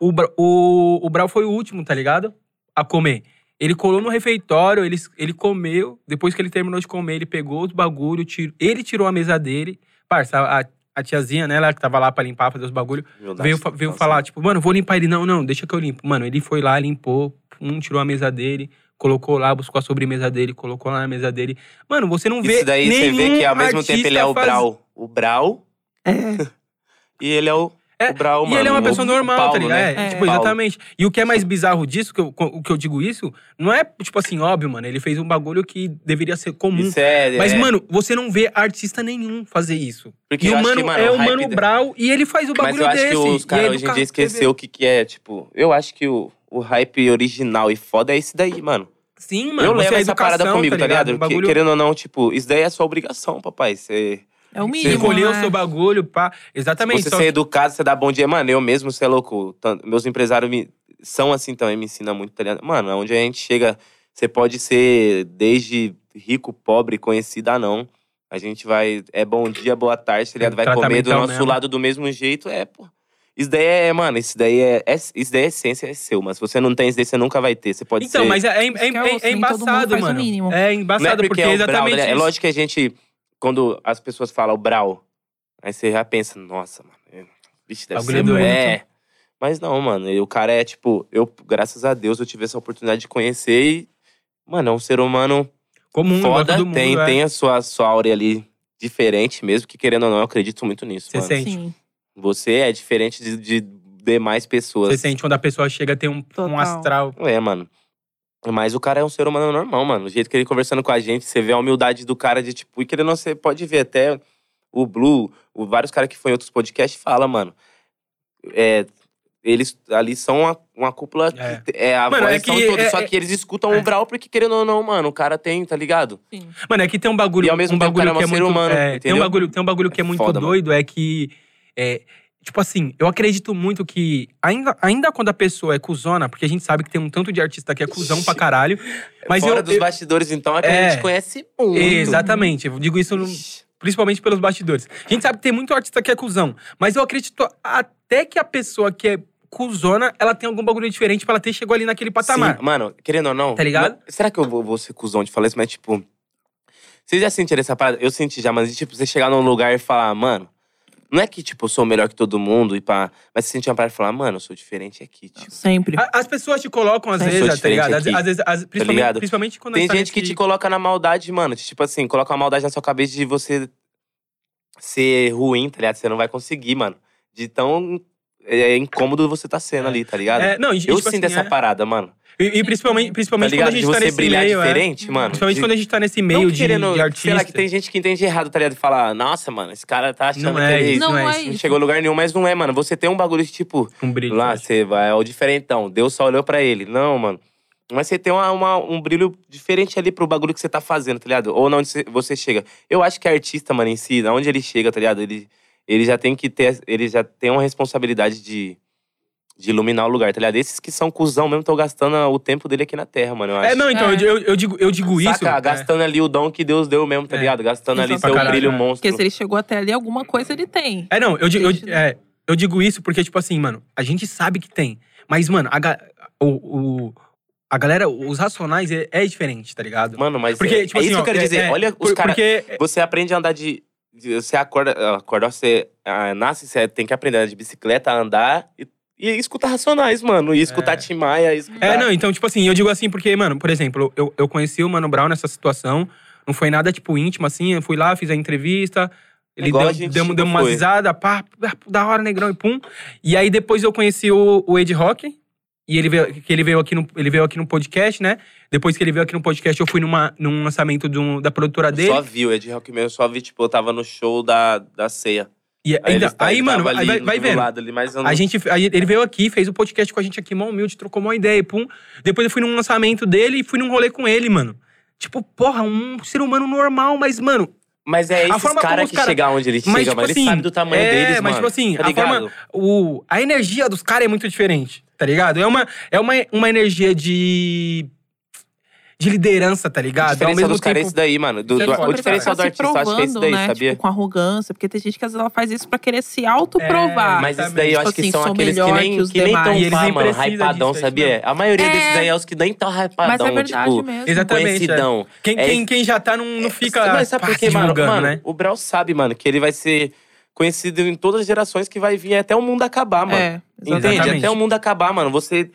Speaker 1: O, Bra... o... o Brau foi o último, tá ligado? A comer. Ele colou no refeitório, ele... ele comeu. Depois que ele terminou de comer, ele pegou os bagulho, tir... ele tirou a mesa dele. Parça, a, a tiazinha, né, lá que tava lá pra limpar, fazer os bagulho
Speaker 3: Humildade.
Speaker 1: veio, fa- veio
Speaker 3: Nossa.
Speaker 1: falar, tipo, mano, vou limpar ele. Não, não, deixa que eu limpo. Mano, ele foi lá, limpou, um tirou a mesa dele, colocou lá, buscou a sobremesa dele, colocou lá na mesa dele. Mano, você não vê.
Speaker 3: Isso daí você
Speaker 1: nenhum
Speaker 3: vê que ao mesmo
Speaker 1: artista
Speaker 3: tempo ele é o
Speaker 1: faz-
Speaker 3: Brau. O Brau
Speaker 2: É,
Speaker 3: e ele é o,
Speaker 1: É,
Speaker 3: o Brau,
Speaker 1: E
Speaker 3: mano.
Speaker 1: ele é uma
Speaker 3: O
Speaker 1: pessoa normal,
Speaker 3: Paulo,
Speaker 1: tá ligado?
Speaker 3: Né?
Speaker 1: É,
Speaker 2: É.
Speaker 1: tipo,
Speaker 3: Paulo.
Speaker 1: exatamente. E o que é mais bizarro disso, que eu, co- o que eu digo isso, não é, tipo assim, óbvio, mano, ele fez um bagulho que deveria ser comum.
Speaker 3: Isso é,
Speaker 1: Mas,
Speaker 3: é,
Speaker 1: mano, você não vê artista nenhum fazer isso.
Speaker 3: porque
Speaker 1: e
Speaker 3: eu
Speaker 1: o
Speaker 3: acho
Speaker 1: mano
Speaker 3: que, mano,
Speaker 1: é o
Speaker 3: hype
Speaker 1: Mano
Speaker 3: da-
Speaker 1: Brau e ele faz o
Speaker 3: Mas
Speaker 1: Um bagulho
Speaker 3: eu acho
Speaker 1: desse.
Speaker 3: que os
Speaker 1: E
Speaker 3: caras
Speaker 1: é do
Speaker 3: hoje em
Speaker 1: carro
Speaker 3: dia
Speaker 1: de TV.
Speaker 3: esqueceu o que, que é, tipo. Eu acho que o, o hype original e foda é esse daí, mano.
Speaker 1: Sim, mano.
Speaker 3: eu
Speaker 1: você
Speaker 3: levo
Speaker 1: é
Speaker 3: essa parada
Speaker 1: educação,
Speaker 3: comigo, tá ligado?
Speaker 1: Um bagulho
Speaker 3: Que- Querendo ou não, tipo, isso daí é sua obrigação, papai. Você
Speaker 2: é o
Speaker 1: Você
Speaker 2: mínimo.
Speaker 1: escolheu o
Speaker 2: né?
Speaker 1: seu bagulho, pá. Exatamente.
Speaker 3: você
Speaker 1: só
Speaker 3: ser
Speaker 1: que-
Speaker 3: educado, você dá bom dia. Mano, eu mesmo, você é louco. tanto- meus empresários me- são assim também, me ensinam muito, tá ligado? Mano, aonde a gente chega, você pode ser desde rico, pobre, conhecido, ah, não. A gente vai. É bom dia, boa tarde, tá ligado? Vai comer do
Speaker 1: Tratamental
Speaker 3: nosso
Speaker 1: É então mesmo.
Speaker 3: lado do mesmo jeito, é, pô. Isso daí é, mano, isso daí é, é- Isso daí é essência, é seu, mas se você não tem isso daí, você nunca vai ter. Você pode
Speaker 1: Então,
Speaker 3: ser.
Speaker 1: mas é, é, é,
Speaker 2: Isso que é osso,
Speaker 1: é
Speaker 2: nem todo mundo
Speaker 1: embaçado,
Speaker 2: faz o
Speaker 1: mano.
Speaker 2: mínimo.
Speaker 1: É embaçado, porque,
Speaker 3: é o Brau,
Speaker 1: exatamente.
Speaker 3: né? É
Speaker 1: isso.
Speaker 3: lógico que a gente, quando as pessoas falam o Brau, aí você já pensa, nossa, mano, é- vixe, deve
Speaker 1: Bagulho
Speaker 3: ser
Speaker 1: é doido.
Speaker 3: é. Mas não, mano, e o cara é tipo, eu, graças a Deus, eu tive essa oportunidade de conhecer e, mano, é um ser humano
Speaker 1: Comum, igual
Speaker 3: foda,
Speaker 1: todo mundo.
Speaker 3: tem,
Speaker 1: é.
Speaker 3: tem a sua, sua áurea ali diferente mesmo, que querendo ou não, eu acredito muito nisso,
Speaker 1: Você
Speaker 3: mano.
Speaker 1: sente.
Speaker 2: Sim,
Speaker 3: Você é diferente de, de demais pessoas.
Speaker 1: Você sente quando a pessoa chega tem um, um
Speaker 2: Total.
Speaker 1: astral.
Speaker 3: É, mano. Mas o cara é um ser humano normal, mano. O jeito que ele conversando com a gente, você vê a humildade do cara de tipo, e querendo ou não, você pode ver até o Blue, o, vários caras que foram em outros podcasts fala, mano. É, eles ali são uma, uma cúpula.
Speaker 1: É.
Speaker 3: É, a
Speaker 1: Mano,
Speaker 3: voz
Speaker 1: é que-
Speaker 3: são todos,
Speaker 1: é-
Speaker 3: só
Speaker 1: é-
Speaker 3: que eles escutam
Speaker 1: é.
Speaker 3: o Brau porque querendo ou não, mano, o cara tem, tá ligado?
Speaker 2: sim.
Speaker 1: Mano, é que tem um bagulho.
Speaker 3: E ao mesmo
Speaker 1: um
Speaker 3: tempo,
Speaker 1: bagulho
Speaker 3: cara, é um
Speaker 1: que é
Speaker 3: ser
Speaker 1: muito,
Speaker 3: humano,
Speaker 1: é, tem, um
Speaker 3: entendeu?
Speaker 1: bagulho, tem um bagulho que é
Speaker 3: É
Speaker 1: muito
Speaker 3: foda, mano.
Speaker 1: doido, é que. é, tipo assim, eu acredito muito que, ainda, ainda quando a pessoa é cuzona, porque a gente sabe que tem um tanto de artista que é cuzão pra caralho. Mas
Speaker 3: Fora
Speaker 1: eu-
Speaker 3: dos
Speaker 1: eu-
Speaker 3: bastidores, então, é que
Speaker 1: É.
Speaker 3: a gente conhece muito.
Speaker 1: Exatamente. Eu digo isso no-
Speaker 3: Ixi.
Speaker 1: principalmente pelos bastidores. A gente sabe que tem muito artista que é cuzão, mas eu acredito até que a pessoa que é cuzona, ela tem algum bagulho diferente pra ela ter chegou ali naquele patamar.
Speaker 3: Sim, tá, mano, querendo ou não.
Speaker 1: Tá ligado?
Speaker 3: não- será que eu vou, vou ser cuzão de falar isso? Mas, tipo. Vocês já sentiram essa parada? Eu senti já, mas, tipo, você chegar num lugar e falar, mano. Não é que, tipo, eu sou melhor que todo mundo e pá. Mas você sentir uma parada e falar, mano, eu sou diferente aqui, tipo.
Speaker 2: Sempre.
Speaker 1: A- As pessoas te colocam, às
Speaker 2: Sim.
Speaker 3: Sou
Speaker 1: vezes, tá
Speaker 3: diferente
Speaker 1: ligado? Às,
Speaker 3: aqui,
Speaker 1: às vezes, às- principalmente,
Speaker 3: ligado?
Speaker 1: principalmente quando a
Speaker 3: Tem
Speaker 1: tá
Speaker 3: gente que
Speaker 1: nesse-
Speaker 3: te coloca na maldade, mano. Tipo assim, coloca uma maldade na sua cabeça de você ser ruim, tá ligado? Você não vai conseguir, mano. De tão é incômodo você tá sendo ali, tá ligado?
Speaker 1: É, não, e,
Speaker 3: eu
Speaker 1: tipo
Speaker 3: sinto
Speaker 1: assim,
Speaker 3: essa
Speaker 1: é.
Speaker 3: parada, mano.
Speaker 1: E, e principalmente,
Speaker 3: Tá
Speaker 1: principalmente
Speaker 3: ligado?
Speaker 1: quando a
Speaker 3: De
Speaker 1: gente tá
Speaker 3: você
Speaker 1: nesse
Speaker 3: brilhar
Speaker 1: meio, é.
Speaker 3: diferente, mano.
Speaker 1: Principalmente
Speaker 3: de-
Speaker 1: quando a gente tá nesse
Speaker 3: não
Speaker 1: meio de,
Speaker 3: querendo,
Speaker 1: de artista.
Speaker 3: Sei lá, que tem gente que entende errado, tá ligado? Fala, nossa, mano, esse cara tá achando
Speaker 1: Não
Speaker 3: que
Speaker 1: é
Speaker 3: ele
Speaker 1: isso, não
Speaker 2: Não
Speaker 1: é
Speaker 2: é
Speaker 1: isso.
Speaker 3: não chegou a lugar nenhum, mas não é, mano. Você tem um bagulho que, tipo,
Speaker 1: Um brilho.
Speaker 3: lá, você vai, é o diferentão. Deus só olhou pra ele. Não, mano. Mas você tem uma, uma- um brilho diferente ali pro bagulho que você tá fazendo, tá ligado? Ou não, onde você- você chega. Eu acho que artista, mano, em si, da onde ele chega, tá ligado? Ele, ele já tem que ter. Ele já tem uma responsabilidade de, de iluminar o lugar, tá ligado? Esses que são cuzão mesmo estão gastando o tempo dele aqui na Terra, mano. Eu acho.
Speaker 1: É, não, então,
Speaker 2: É.
Speaker 1: Eu, eu digo, eu digo
Speaker 3: Saca?
Speaker 1: isso. né?
Speaker 3: Gastando ali o dom que Deus deu mesmo, tá
Speaker 1: É.
Speaker 3: ligado? Gastando ali
Speaker 2: Exato.
Speaker 3: seu
Speaker 1: Pra caralho,
Speaker 3: brilho
Speaker 1: né?
Speaker 3: monstro.
Speaker 2: Porque se ele chegou até ali, alguma coisa ele tem.
Speaker 1: É, não, eu, di- eu, di-
Speaker 2: Triste, né?
Speaker 1: é, eu digo isso porque, tipo assim, mano, a gente sabe que tem. Mas, mano, a, ga- o, o- a galera, os racionais é, é diferente, tá ligado?
Speaker 3: Mano, mas
Speaker 1: Porque,
Speaker 3: é,
Speaker 1: tipo
Speaker 3: é
Speaker 1: assim,
Speaker 3: isso que
Speaker 1: ó,
Speaker 3: eu quero
Speaker 1: é-
Speaker 3: dizer.
Speaker 1: é,
Speaker 3: Olha os
Speaker 1: por-
Speaker 3: caras.
Speaker 1: Porque.
Speaker 3: Você aprende a andar de. de- Você acorda, acorda você ah, nasce, você tem que aprender a andar de bicicleta, a andar e, e escutar Racionais, mano. E escutar
Speaker 1: É.
Speaker 3: Tim Maia, e escutar.
Speaker 1: É, não, então, tipo assim, eu digo assim porque, mano, por exemplo, eu, eu conheci o Mano Brown nessa situação. Não foi nada, tipo, íntimo, assim. Eu fui lá, fiz a entrevista. Ele
Speaker 3: É Igual
Speaker 1: deu,
Speaker 3: a gente
Speaker 1: deu, deu uma
Speaker 3: foi.
Speaker 1: risada, pá, pá, da hora, negrão, e pum. E aí, depois eu conheci o, o Ed Rock. E ele veio, que ele, veio aqui no, ele veio aqui no podcast, né? Depois que ele veio aqui no podcast, eu fui numa, num lançamento de um- da produtora
Speaker 3: Eu
Speaker 1: dele.
Speaker 3: só vi, o Ed Rock mesmo, eu só vi, tipo, eu tava no show da, da ceia.
Speaker 1: E
Speaker 3: Aí,
Speaker 1: ainda,
Speaker 3: ele tá-
Speaker 1: Então, aí,
Speaker 3: ele
Speaker 1: mano,
Speaker 3: tava
Speaker 1: aí vai,
Speaker 3: ali
Speaker 1: vai
Speaker 3: do
Speaker 1: vendo.
Speaker 3: lado ali, mas eu não-
Speaker 1: A gente, aí ele veio aqui, fez o podcast com a gente aqui, mó humilde, trocou uma ideia e pum. Depois eu fui num lançamento dele e fui num rolê com ele, mano. Tipo, porra, um ser humano normal, mas, mano,
Speaker 3: Mas é
Speaker 1: a
Speaker 3: esses
Speaker 1: forma como
Speaker 3: caras
Speaker 1: os
Speaker 3: que
Speaker 1: cara-
Speaker 3: chegam onde ele chega,
Speaker 1: mas, tipo
Speaker 3: mano.
Speaker 1: assim,
Speaker 3: ele sabe do tamanho
Speaker 1: é,
Speaker 3: deles,
Speaker 1: mas,
Speaker 3: mano.
Speaker 1: tipo assim,
Speaker 3: tá
Speaker 1: a forma-
Speaker 3: ligado?
Speaker 1: o, a energia dos caras é muito diferente, tá ligado? É uma, é uma, uma energia de. de liderança, tá
Speaker 3: O
Speaker 1: ligado? Ao
Speaker 3: diferencial
Speaker 1: mesmo
Speaker 3: dos caras é
Speaker 1: tempo.
Speaker 3: esse daí, mano. Do,
Speaker 2: Você
Speaker 3: do-
Speaker 2: fica
Speaker 3: o diferencial do
Speaker 2: se
Speaker 3: artista, eu acho que é esse
Speaker 2: provando,
Speaker 3: daí,
Speaker 2: né?
Speaker 3: sabia?
Speaker 2: Tipo, com arrogância. Porque tem gente que às vezes ela faz isso pra querer se autoprovar.
Speaker 1: mas
Speaker 3: É, Mas esse
Speaker 1: Exatamente.
Speaker 3: daí eu
Speaker 2: Tipo
Speaker 3: acho que
Speaker 2: assim,
Speaker 3: são
Speaker 2: sou
Speaker 3: aqueles que
Speaker 2: melhor
Speaker 3: nem,
Speaker 2: que os
Speaker 3: que nem
Speaker 2: demais.
Speaker 1: E eles
Speaker 3: tão pá,
Speaker 1: nem
Speaker 3: mano,
Speaker 1: precisam
Speaker 3: hypadão,
Speaker 1: disso, é isso
Speaker 3: sabia? A maioria desses daí é os que nem tão
Speaker 2: Mas
Speaker 3: hypadão,
Speaker 2: é verdade
Speaker 3: tipo,
Speaker 2: mesmo.
Speaker 1: Exatamente. é.
Speaker 3: conhecidão.
Speaker 1: Quem,
Speaker 3: É
Speaker 1: quem,
Speaker 3: esse-
Speaker 1: quem já tá não, não fica.
Speaker 3: Mas sabe
Speaker 1: pá,
Speaker 3: por quê,
Speaker 1: se
Speaker 3: mano?
Speaker 1: julgando,
Speaker 3: Mano,
Speaker 1: né?
Speaker 3: o Brau sabe, mano, que ele vai ser conhecido em todas as gerações que vai vir até o mundo acabar, mano.
Speaker 2: É,
Speaker 3: Entende?
Speaker 1: Exatamente.
Speaker 3: Até o mundo acabar, mano. Você.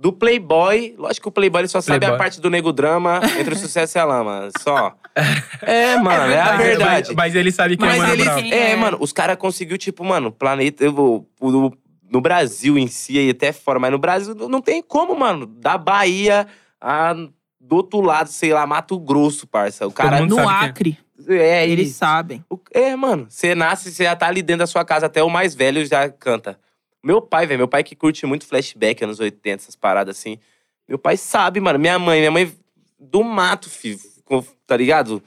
Speaker 3: Do Playboy, lógico que o Playboy ele só sabe
Speaker 1: Playboy.
Speaker 3: a parte do nego drama entre o sucesso e a lama. Só. É, mano, é a
Speaker 1: Mas-
Speaker 3: verdade.
Speaker 1: Mas, mas ele sabe que é o
Speaker 3: Mas
Speaker 1: Mano
Speaker 3: eles.
Speaker 1: Brown.
Speaker 2: Sim,
Speaker 3: É,
Speaker 2: é.
Speaker 3: mano, os caras conseguiu, tipo, mano, planeta. Eu vou. o- No Brasil em si e até fora, mas no Brasil não não tem como, mano. Da Bahia a. Do outro lado, sei lá, Mato Grosso, parça. O cara.
Speaker 1: mundo
Speaker 2: No
Speaker 1: sabe quem é.
Speaker 2: Acre,
Speaker 3: É,
Speaker 2: eles
Speaker 3: ele.
Speaker 2: sabem.
Speaker 3: o- É, mano. Você nasce, você já tá ali dentro da sua casa, até o mais velho já canta. Meu pai, velho, meu pai que curte muito flashback anos 80, essas paradas assim. Meu pai sabe, mano. Minha mãe, minha mãe do mato, filho. com- Tá ligado?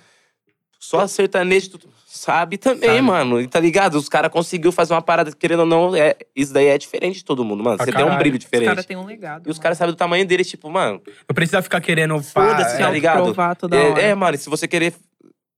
Speaker 3: Só sertanejo tu- sabe também,
Speaker 1: Sabe.
Speaker 3: mano. E Tá ligado? Os caras conseguiu fazer uma parada, querendo ou não, é, isso daí é diferente de todo mundo, mano.
Speaker 1: Pra
Speaker 3: Você tem um
Speaker 1: caralho.
Speaker 3: brilho
Speaker 2: Os
Speaker 3: diferente.
Speaker 2: caras têm um legado.
Speaker 3: E os
Speaker 2: mano.
Speaker 3: caras sabem do tamanho deles, tipo, mano.
Speaker 1: Não precisa ficar querendo. pá,
Speaker 3: Foda-se,
Speaker 1: é,
Speaker 3: tá ligado?
Speaker 2: Provar né? toda tipo, hora.
Speaker 3: É, é, mano, se você querer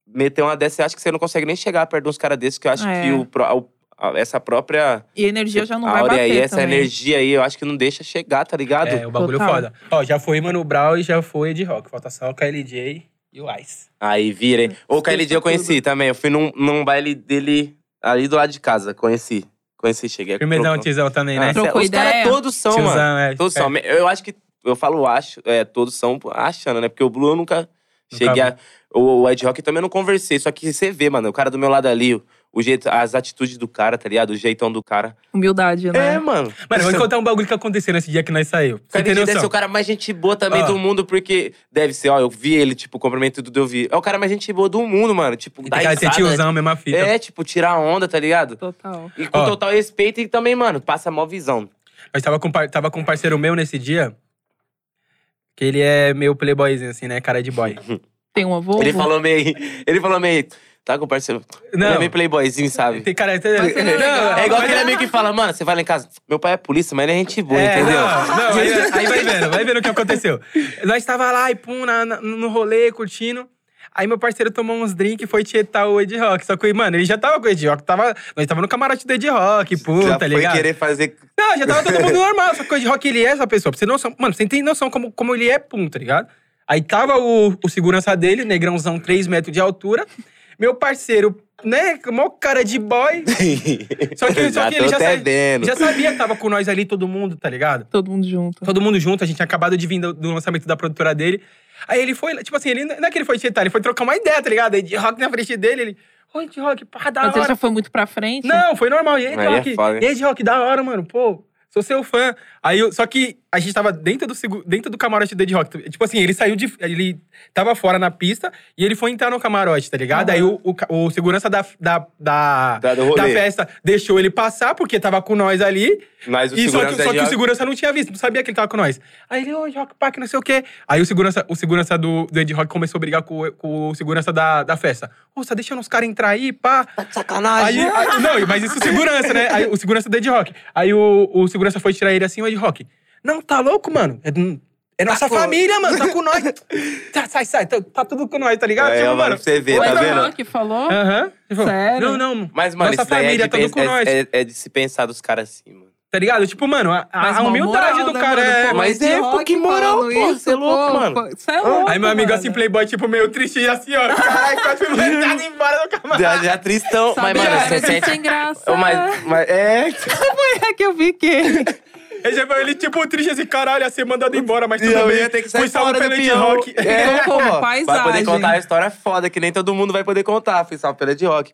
Speaker 3: meter uma dessa, você acha que você não consegue nem chegar perto de uns caras desses, que eu acho
Speaker 2: É.
Speaker 3: que o, pró- o- a- essa própria
Speaker 2: E a energia já não vai
Speaker 3: áurea
Speaker 2: bater
Speaker 3: aí, essa
Speaker 2: também.
Speaker 3: energia aí, eu acho que não deixa chegar, tá ligado?
Speaker 1: É, o bagulho
Speaker 2: Total.
Speaker 1: foda. Ó, já foi Mano Brown e já foi de rock. Falta só o KLJ e o Ice.
Speaker 3: Aí vira, hein? O
Speaker 2: Esqueça
Speaker 3: KLD eu conheci também, eu fui num, num baile dele ali do lado de casa, conheci. Conheci, cheguei.
Speaker 1: Primeirzão,
Speaker 3: trocou-
Speaker 1: tiozão também, né?
Speaker 3: Ah, cê-
Speaker 2: Trocou
Speaker 3: Os caras
Speaker 2: ideia?
Speaker 3: todos são, mano. então
Speaker 1: tiozão, é.
Speaker 3: Todos
Speaker 1: é.
Speaker 3: são. Eu acho que. Eu falo acho, é, todos são achando, né? Porque o Blue eu nunca cheguei a. O, o Ed Rock também eu não conversei. Só que você vê, mano, o cara do meu lado ali, o, o jeito, as atitudes do cara, tá ligado? O jeitão do cara.
Speaker 2: Humildade,
Speaker 3: É,
Speaker 2: né?
Speaker 3: mano.
Speaker 1: Mano, eu vou te contar um bagulho que aconteceu nesse dia que nós saímos.
Speaker 3: O
Speaker 1: Você
Speaker 3: cara
Speaker 1: tem
Speaker 3: deve ser
Speaker 1: noção?
Speaker 3: o cara mais gente boa também
Speaker 1: Ó.
Speaker 3: do mundo, porque deve ser, ó, eu vi ele, tipo, cumprimento e tudo, eu vi. É o cara mais gente boa do mundo, mano. Tipo,
Speaker 1: Tem
Speaker 3: dá
Speaker 1: cara de ser
Speaker 3: risada.
Speaker 1: tiozão, mesma fita.
Speaker 3: É, tipo, tirar onda, tá ligado?
Speaker 2: Total.
Speaker 3: E com
Speaker 1: Ó.
Speaker 3: total respeito e também, mano, passa mó visão.
Speaker 1: Mas tava com, par- tava com um parceiro meu nesse dia, que ele é meio playboyzinho, assim, né? Cara de boy.
Speaker 2: Tem um uma Volvo?
Speaker 3: Ele falou meio. Ele falou meio. Tá com o parceiro. Ele é
Speaker 1: Não,
Speaker 3: meio playboyzinho, sabe?
Speaker 1: tem cara...
Speaker 2: Mas ele é legal.
Speaker 3: É igual aquele
Speaker 1: mas-
Speaker 3: amigo que fala, mano, você vai lá em casa. Meu pai é polícia, mas ele é gente boa,
Speaker 1: É,
Speaker 3: entendeu?
Speaker 1: Não, não, aí, aí vai vendo, vai vendo o que aconteceu. Nós tava lá e pum, na- na- no rolê, curtindo. Aí meu parceiro tomou uns drinks e foi tietar o Ed Rock. Só que, mano, ele já tava com o Ed Rock. Tava, nós tava no camarote do Ed Rock, pum,
Speaker 3: Já
Speaker 1: tá
Speaker 3: foi
Speaker 1: ligado?
Speaker 3: querer fazer.
Speaker 1: Não, já tava todo mundo normal. Só que o Ed Rock, ele é essa pessoa. Pra você, noção, mano, você tem noção como, como ele é, pum, tá ligado? Aí tava o, o segurança dele, negrãozão, 3 metros de altura. Meu parceiro, né, mó cara de boy. Só que, só que ele
Speaker 3: tô
Speaker 1: já, sa-
Speaker 3: devendo.
Speaker 1: já sabia que tava com nós ali, todo mundo, tá ligado?
Speaker 2: Todo mundo junto.
Speaker 1: todo mundo junto, a gente tinha acabado de vir do, do lançamento da produtora dele. Aí ele foi, tipo assim, ele, não é que ele foi chetar, ele foi trocar uma ideia, tá ligado? Aí de rock na frente dele, ele. Oi, de rock, pá, da
Speaker 2: Mas ele
Speaker 1: hora.
Speaker 2: já foi muito pra frente?
Speaker 1: Não, foi normal. E aí,
Speaker 3: Aí é
Speaker 1: Rock?
Speaker 3: foda, hein?
Speaker 1: e aí, Rock, da hora, mano. Pô, sou seu fã. Aí, eu- só que a gente tava dentro do, segu- dentro do camarote do Ed Rock. Tipo assim, ele saiu de. Ele tava fora na pista e ele foi entrar no camarote, tá ligado? Aí o, o ca- o segurança da, da, da,
Speaker 3: Da- do
Speaker 1: da
Speaker 3: rolê.
Speaker 1: festa deixou ele passar, porque tava com nós ali.
Speaker 3: Mas o
Speaker 1: E só que,
Speaker 3: segurança
Speaker 1: só que
Speaker 3: já-
Speaker 1: o segurança não tinha visto, não sabia que ele tava com nós. Aí ele, ô, Jock Pack, não sei o quê. Aí o segurança, o segurança do, do Ed Rock começou a brigar com, o- com o segurança da, da festa. Ô, você tá deixando os caras entrar aí, pá.
Speaker 4: Tá de sacanagem.
Speaker 1: Aí, aí- não, mas isso segurança, né? Aí, o segurança do Ed Rock. Aí o, o segurança foi tirar ele assim, o Ed Rock. Não, tá louco, mano? É, é nossa
Speaker 4: com-
Speaker 1: família, mano. Tá com nós. Tá, sai, sai. Tá, tá tudo com nós, tá ligado?
Speaker 3: É,
Speaker 1: Tipo,
Speaker 3: mano, pra você ver,
Speaker 2: O
Speaker 3: tá
Speaker 2: Ed
Speaker 3: vendo?
Speaker 2: Rock é falou?
Speaker 1: Aham. Tipo,
Speaker 2: Sério?
Speaker 1: Não, não.
Speaker 3: Mas, mano,
Speaker 1: Nossa
Speaker 3: isso daí
Speaker 1: família,
Speaker 3: é, de
Speaker 1: tá tudo
Speaker 3: pen-
Speaker 1: com
Speaker 3: é-
Speaker 1: nós.
Speaker 3: é- é de se pensar dos caras assim, mano.
Speaker 1: Tá ligado? Tipo, mano, a, a-
Speaker 2: Mas
Speaker 1: a
Speaker 2: uma
Speaker 1: humildade
Speaker 2: moral,
Speaker 1: do
Speaker 2: né,
Speaker 1: cara
Speaker 2: mano?
Speaker 1: é.
Speaker 2: Pô,
Speaker 3: Mas
Speaker 2: o Ed
Speaker 3: é, pô,
Speaker 2: Rock
Speaker 3: que moral,
Speaker 2: falando
Speaker 3: pô, cê é louco,
Speaker 2: pô,
Speaker 3: mano.
Speaker 2: pô, Cê é louco,
Speaker 1: Aí meu amigo
Speaker 2: mano.
Speaker 1: assim,
Speaker 3: né?
Speaker 1: playboy, tipo, meio tristinho assim, ó. Caralho, quase
Speaker 3: é
Speaker 1: foi mandado embora do camarote.
Speaker 3: Já, já tristão.
Speaker 2: Sabe,
Speaker 3: mas, mano,
Speaker 2: cara,
Speaker 3: você
Speaker 2: isso
Speaker 3: sente.
Speaker 2: sem graça.
Speaker 3: Ô, Mas, mas é.
Speaker 2: É que eu vi que...
Speaker 1: Ele já foi ele, tipo, triste assim, caralho, ia ser mandado embora, mas tudo
Speaker 3: Eu
Speaker 1: bem.
Speaker 3: ia ter que sair
Speaker 1: Fui salvo
Speaker 3: fora
Speaker 1: pelo
Speaker 3: do
Speaker 1: Ed
Speaker 3: peão.
Speaker 1: Rock.
Speaker 3: É,
Speaker 2: Pô,
Speaker 3: pô. Vai
Speaker 2: paisagem.
Speaker 3: poder contar uma história foda, que nem todo mundo vai poder contar. Fui salvo pela de rock.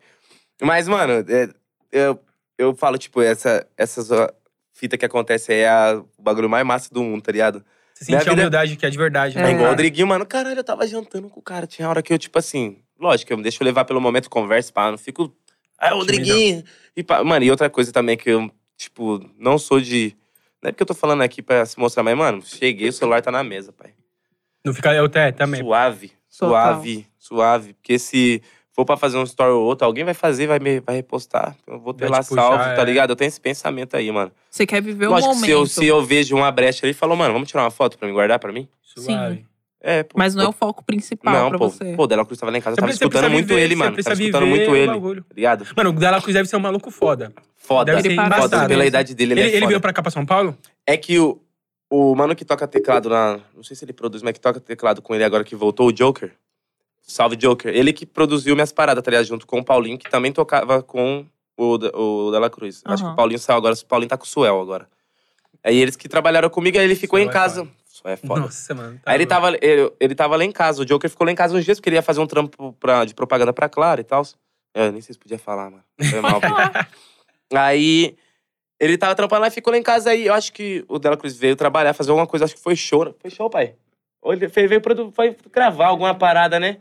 Speaker 3: Mas, mano, é, eu, eu falo, tipo, essa, essas ó, fita que acontece aí é a- o bagulho mais massa do mundo, tá ligado?
Speaker 1: Você
Speaker 3: Minha
Speaker 1: sente a
Speaker 3: vida-
Speaker 1: humildade que é de verdade,
Speaker 2: É.
Speaker 1: né?
Speaker 3: É igual o
Speaker 1: cara?
Speaker 3: Rodriguinho, mano. Caralho, eu tava jantando com o cara. Tinha hora que eu, tipo assim, lógico, eu me deixo levar pelo momento, converso, pá, eu não fico. Ah, Rodriguinho! E, pá, mano, e outra coisa também que eu, tipo, não sou de. Não é porque eu tô falando aqui pra se mostrar, mas, mano, cheguei, o celular tá na mesa, pai.
Speaker 1: Não fica eu até também.
Speaker 3: Suave, suave, suave. Porque se for pra fazer um story ou outro, alguém vai fazer, vai, me, vai repostar. Então, Eu vou ter
Speaker 1: Vai
Speaker 3: lá
Speaker 1: te puxar,
Speaker 3: salvo,
Speaker 1: é.
Speaker 3: tá ligado? Eu tenho esse pensamento aí, mano.
Speaker 2: Você quer viver o
Speaker 3: lógico
Speaker 2: momento.
Speaker 3: que se eu, se eu vejo uma brecha ali e falo, mano, vamos tirar uma foto pra me guardar pra mim?
Speaker 1: Suave.
Speaker 2: Sim.
Speaker 3: É, pô.
Speaker 2: Mas não é
Speaker 3: eu-
Speaker 2: o foco principal
Speaker 3: não,
Speaker 2: pra
Speaker 3: pô,
Speaker 2: você.
Speaker 3: Pô, o Dela Cruz tava lá em casa, eu tava
Speaker 1: precisa-
Speaker 3: escutando
Speaker 1: precisa
Speaker 3: muito
Speaker 1: viver,
Speaker 3: ele,
Speaker 1: você
Speaker 3: mano.
Speaker 1: precisa
Speaker 3: Tava escutando
Speaker 1: viver
Speaker 3: muito
Speaker 1: o
Speaker 3: ele,
Speaker 1: bagulho.
Speaker 3: tá ligado?
Speaker 1: Mano, o Dela Cruz deve ser um maluco foda.
Speaker 3: Foda,
Speaker 1: Deve
Speaker 2: ser
Speaker 3: foda.
Speaker 2: embaçado,
Speaker 3: Pela
Speaker 2: né?
Speaker 3: idade dele, ele,
Speaker 1: Ele,
Speaker 3: é
Speaker 1: ele
Speaker 3: foda.
Speaker 1: veio pra cá, pra São Paulo?
Speaker 3: É que o, o mano que toca teclado na. Não sei se ele produz, mas que toca teclado com ele agora que voltou, o Joker. Salve Joker. Ele que produziu minhas paradas, tá ligado? Junto com o Paulinho, que também tocava com o, Da- o Dela Cruz. Acho que
Speaker 2: Aham.
Speaker 3: o Paulinho saiu agora, o Paulinho tá com o Suel agora. Aí eles que trabalharam comigo, aí ele ficou
Speaker 1: Suel
Speaker 3: em
Speaker 1: é
Speaker 3: casa. Suel é foda.
Speaker 1: Nossa, mano. tá
Speaker 3: Aí ele
Speaker 1: louco.
Speaker 3: tava, ele, ele tava lá em casa, o Joker ficou lá em casa uns dias, porque ele ia fazer um trampo pra- de propaganda pra Clara e tal. Eu nem sei se podia falar, mano. Foi mal. aí ele tava trampando lá e ficou lá em casa. Aí eu acho que o Dela Cruz veio trabalhar, fazer alguma coisa, acho que foi show. né? Foi show, pai. Ou ele foi, veio produ- foi gravar alguma parada, né?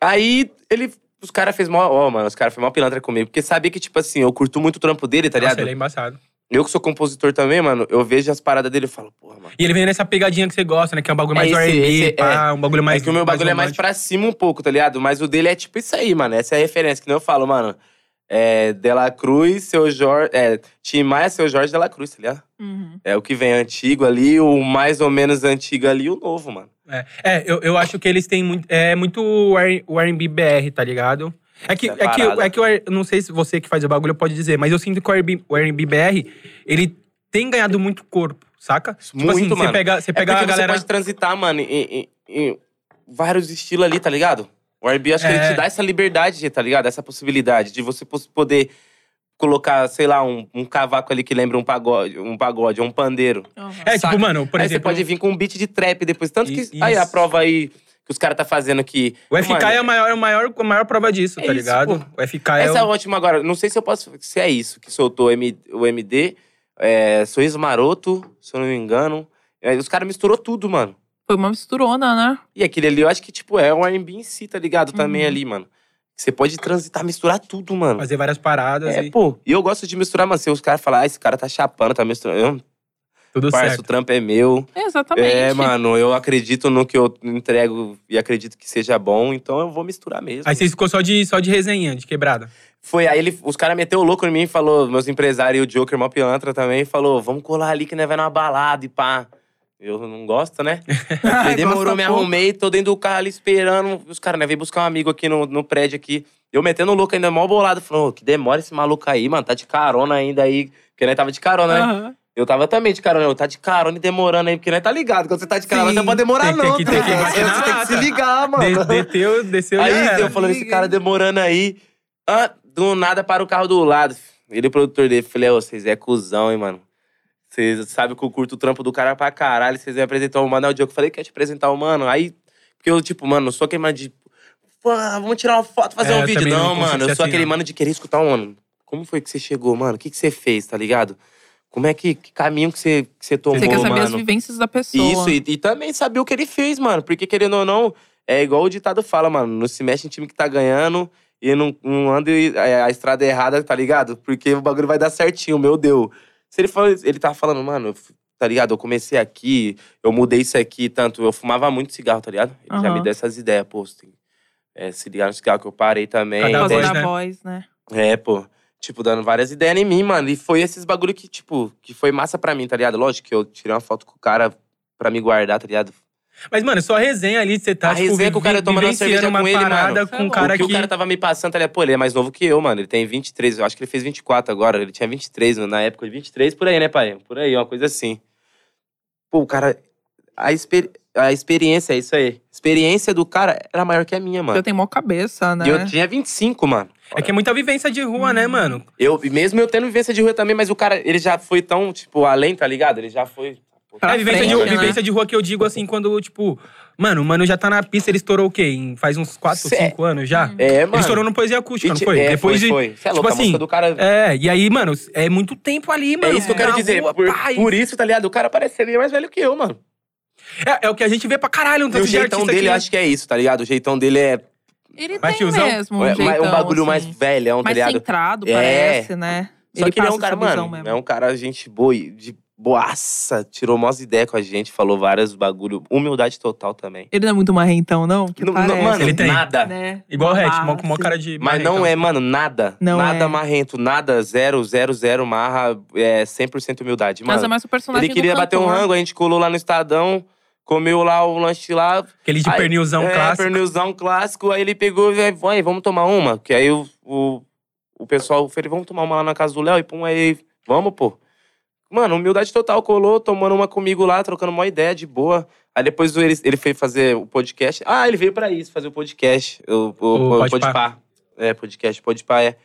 Speaker 3: Aí ele. Os caras fez mó. Ó, mano, os caras foi mó pilantra comigo. Porque sabia que, tipo assim, eu curto muito o trampo dele, tá ligado?
Speaker 1: Nossa, ele é embaçado.
Speaker 3: Eu que sou compositor também, mano, eu vejo as paradas dele e falo, porra, mano.
Speaker 1: E ele vem nessa pegadinha que você gosta, né? Que é um bagulho mais
Speaker 3: É esse-
Speaker 1: R&B,
Speaker 3: esse-
Speaker 1: pá, um bagulho mais...
Speaker 3: é que o meu bagulho é mais
Speaker 1: romântico.
Speaker 3: pra cima um pouco, tá ligado? Mas o dele é tipo isso aí, mano. Essa é a referência que nem eu falo, mano. É Dela Cruz, seu Jorge. É, Tim Maia, seu Jorge Dela Cruz, tá ligado?
Speaker 2: Uhum.
Speaker 3: É o que vem antigo ali, o mais ou menos antigo ali, e o novo, mano.
Speaker 1: É, é, eu, eu acho que eles têm muito. É muito o R- o RB BR, tá ligado? É que, é,
Speaker 3: Essa
Speaker 1: que,
Speaker 3: parada.
Speaker 1: é que eu, não sei se você que faz o bagulho pode dizer, mas eu sinto que o RB, o RB BR, ele tem ganhado muito corpo, saca? Tipo assim,
Speaker 3: Muito,
Speaker 1: Você
Speaker 3: mano.
Speaker 1: pega, você
Speaker 3: É
Speaker 1: pega
Speaker 3: porque
Speaker 1: a galera.
Speaker 3: você pode transitar, mano, em, em- em vários estilos ali, tá ligado? O R&B, acho que
Speaker 1: É.
Speaker 3: ele te dá essa liberdade, tá ligado? Essa possibilidade de você pos- poder colocar, sei lá, um, um cavaco ali que lembra um pagode, um pagode, um pandeiro.
Speaker 2: Aham.
Speaker 1: É,
Speaker 3: saca?
Speaker 1: tipo, mano, por
Speaker 3: aí
Speaker 1: exemplo.
Speaker 3: você pode vir com um beat de trap depois. Tanto que.
Speaker 1: I-
Speaker 3: Aí a
Speaker 1: isso.
Speaker 3: prova aí que os caras tá fazendo aqui.
Speaker 1: O FK
Speaker 3: Mano,
Speaker 1: é a maior, a, maior, a maior prova disso,
Speaker 3: É
Speaker 1: tá
Speaker 3: isso,
Speaker 1: ligado? o FK é.
Speaker 3: Essa é a
Speaker 1: o...
Speaker 3: última agora. Não sei se eu posso. Se é isso que soltou o M- o MD. é, Sorriso Maroto, se eu não me engano. É, os caras misturou tudo, mano.
Speaker 2: Foi uma misturona, né?
Speaker 3: E aquele ali, eu acho que, tipo, é um R&B em si, tá ligado? Também
Speaker 2: Uhum.
Speaker 3: ali, mano. Você pode transitar, misturar tudo, mano.
Speaker 1: Fazer assim. várias paradas
Speaker 3: É,
Speaker 1: e
Speaker 3: pô. E eu gosto de misturar, mano. Se os caras falarem, ah, esse cara tá chapando, tá misturando.
Speaker 1: tudo
Speaker 3: Parça, o
Speaker 1: certo.
Speaker 3: trampo é meu.
Speaker 2: É, Exatamente.
Speaker 3: É, mano, eu acredito no que eu entrego e acredito que seja bom, então eu vou misturar mesmo.
Speaker 1: Aí você ficou só de, só de resenha, de quebrada.
Speaker 3: Foi, aí ele, os caras meteu o louco em mim e falou, meus empresários e o Joker, mó pilantra também, falou, vamos colar ali que nós vai numa balada e pá. Eu não gosto, né? Aí demorou,
Speaker 2: Gosta
Speaker 3: me
Speaker 2: pouco.
Speaker 3: arrumei, tô dentro do carro ali esperando. Os caras, né, veio buscar um amigo aqui no, no prédio aqui. Eu metendo o louco ainda, mó bolado. Falou, "Ô, que demora esse maluco aí, mano, tá de carona ainda aí. Porque nós tava de carona, né?
Speaker 2: Aham.
Speaker 3: Eu tava também de carona. Eu tá de carona e demorando aí, porque nós tá ligado. Quando você tá de carona,
Speaker 2: Sim.
Speaker 3: não pode demorar,
Speaker 1: Tem que-
Speaker 3: não.
Speaker 1: tem que-
Speaker 3: tá
Speaker 1: tem que
Speaker 3: ligado?
Speaker 1: bater na
Speaker 3: Você tem que se
Speaker 1: lata.
Speaker 3: ligar,
Speaker 1: De,
Speaker 3: mano.
Speaker 1: deteu, desceu e já
Speaker 3: aí
Speaker 1: era.
Speaker 3: eu falando, esse
Speaker 2: Liga.
Speaker 3: cara demorando aí. Ah, do nada para o carro do lado. Ele, o produtor dele, falei, ô, vocês é cuzão, hein, mano. Vocês sabem que eu curto o trampo do cara pra caralho. Vocês iam apresentar o mano. Aí o Diogo, eu falei que ia te apresentar o mano. Aí, porque eu, tipo, mano, não sou aquele mano de. Pô, vamos tirar uma foto, fazer
Speaker 1: É, eu
Speaker 3: um vídeo.
Speaker 1: também não
Speaker 3: Não,
Speaker 1: consigo
Speaker 3: mano, eu
Speaker 1: ser
Speaker 3: sou
Speaker 1: assim,
Speaker 3: aquele
Speaker 1: não.
Speaker 3: mano de querer escutar um mano. Como foi que você chegou, mano? O que, que você fez, tá ligado? Como é que. Que caminho que você, que você tomou,
Speaker 2: Você quer saber as
Speaker 3: mano?
Speaker 2: vivências da pessoa.
Speaker 3: Isso, e, e também saber o que ele fez, mano. Porque, querendo ou não, é igual o ditado fala, mano. Não se mexe em time que tá ganhando e não, não anda e- é, a, a estrada errada, tá ligado? Porque o bagulho vai dar certinho, meu Deus. Se ele, fala, ele tava falando, mano, eu f- tá ligado? Eu comecei aqui, eu mudei isso aqui, tanto. Eu fumava muito cigarro, tá ligado? Ele já
Speaker 2: Aham.
Speaker 3: me deu essas ideias, pô. você tem- é, se ligar no cigarro que eu parei também.
Speaker 1: Cada
Speaker 2: Por causa
Speaker 3: entende?
Speaker 1: voz,
Speaker 2: da
Speaker 1: né?
Speaker 2: voz, né?
Speaker 3: É, pô. Tipo, dando várias ideias em mim, mano. E foi esses bagulho que, tipo, que foi massa pra mim, tá ligado? Lógico que eu tirei uma foto com o cara pra me guardar, tá ligado?
Speaker 1: Mas, mano, só resenha ali, você tá,
Speaker 3: A
Speaker 1: tipo,
Speaker 3: resenha que o cara
Speaker 1: vi-
Speaker 3: tomando uma
Speaker 1: vivenciando
Speaker 3: cerveja
Speaker 1: uma
Speaker 3: com ele,
Speaker 1: parada
Speaker 3: mano.
Speaker 1: com um cara
Speaker 3: o que,
Speaker 1: que...
Speaker 3: o cara tava me passando, tá ligado? Pô, ele é mais novo que eu, mano. Ele tem 23, eu acho que ele fez 24 agora. Ele tinha 23, mano, na época. 23 por aí, né, pai? Por aí, uma coisa assim. Pô, o cara... A, exper- a experiência, é isso aí. A experiência do cara era maior que a minha,
Speaker 2: Porque Eu
Speaker 3: mano.
Speaker 2: tenho mó cabeça, né?
Speaker 3: E eu tinha 25, mano.
Speaker 1: É que é muita vivência de rua, né, mano?
Speaker 3: Eu, e mesmo eu tendo vivência de rua também, mas o cara, ele já foi tão, tipo, além, tá ligado? Ele já foi.
Speaker 2: Pra
Speaker 1: é, vivência,
Speaker 2: frente,
Speaker 1: de,
Speaker 2: né?
Speaker 1: vivência de rua que eu digo, assim, quando, tipo... Mano, o mano já tá na pista, ele estourou o quê? Em- faz uns 4,
Speaker 3: Cê-
Speaker 1: 5 anos já?
Speaker 3: É, mano.
Speaker 1: Ele estourou no Poesia Acústica, não
Speaker 3: ti-
Speaker 1: foi?
Speaker 3: É,
Speaker 1: Depois de...
Speaker 3: foi, foi. Cê é louco,
Speaker 1: tipo
Speaker 3: a música
Speaker 1: assim,
Speaker 3: do cara. É,
Speaker 1: É, e aí, mano, é muito tempo ali, mano.
Speaker 3: isso que eu quero
Speaker 1: na
Speaker 3: dizer.
Speaker 1: rua,
Speaker 3: por,
Speaker 1: pai.
Speaker 3: por isso, tá ligado? O cara parece ser bem mais velho que eu, mano.
Speaker 1: É, é o que a gente vê pra caralho, um
Speaker 3: E
Speaker 1: tanto
Speaker 3: o
Speaker 1: de artista
Speaker 3: jeitão dele,
Speaker 1: que...
Speaker 3: eu acho que é isso, tá ligado? O jeitão dele é
Speaker 2: Ele
Speaker 1: Mas
Speaker 2: tem
Speaker 1: tiozão?
Speaker 2: mesmo um,
Speaker 3: é-
Speaker 2: jeitão,
Speaker 3: um bagulho
Speaker 2: assim,
Speaker 3: mais velhão, tá
Speaker 2: mais
Speaker 3: ligado?
Speaker 2: centrado,
Speaker 3: É.
Speaker 2: parece, né?
Speaker 3: Só que ele é um
Speaker 2: passa
Speaker 3: cara,
Speaker 2: essa visão
Speaker 3: mano, é um cara gente boa, e- de boaça. Tirou mó ideia com a gente, falou vários bagulho. Humildade total também.
Speaker 2: Ele não é muito marrentão, não? Porque
Speaker 3: Não- não-
Speaker 2: parece,
Speaker 3: mano, é
Speaker 1: Ele tem.
Speaker 3: nada.
Speaker 2: né?
Speaker 1: Igual o Hatch, mó- com
Speaker 2: Mas-
Speaker 1: mó cara de... então.
Speaker 3: Mas não é, mano, nada.
Speaker 2: Não
Speaker 3: nada
Speaker 2: é.
Speaker 3: marrento, nada zero, zero, zero, marra, é 100% humildade,
Speaker 2: Mas é
Speaker 3: mano.
Speaker 2: mais o personagem
Speaker 3: Ele queria
Speaker 2: do
Speaker 3: bater um
Speaker 2: cantor.
Speaker 3: rango, a gente colou lá no Estadão, comeu lá o lanche lá.
Speaker 1: Aquele de
Speaker 3: Ai,
Speaker 1: pernilzão
Speaker 3: é,
Speaker 1: clássico.
Speaker 3: pernilzão clássico. Aí ele pegou e falou, "Aí, vamos tomar uma. Que aí o, o, o pessoal falou, vamos tomar uma lá na casa do Léo. E pum, aí, vamos, pô. Mano, humildade total, colou, tomando uma comigo lá, trocando uma ideia de boa. Aí depois ele, ele foi fazer o podcast. Ah, ele veio pra isso, fazer o podcast. O, o,
Speaker 1: O
Speaker 3: o
Speaker 1: Podpah.
Speaker 3: Podpah. É, podcast, Podpah, é.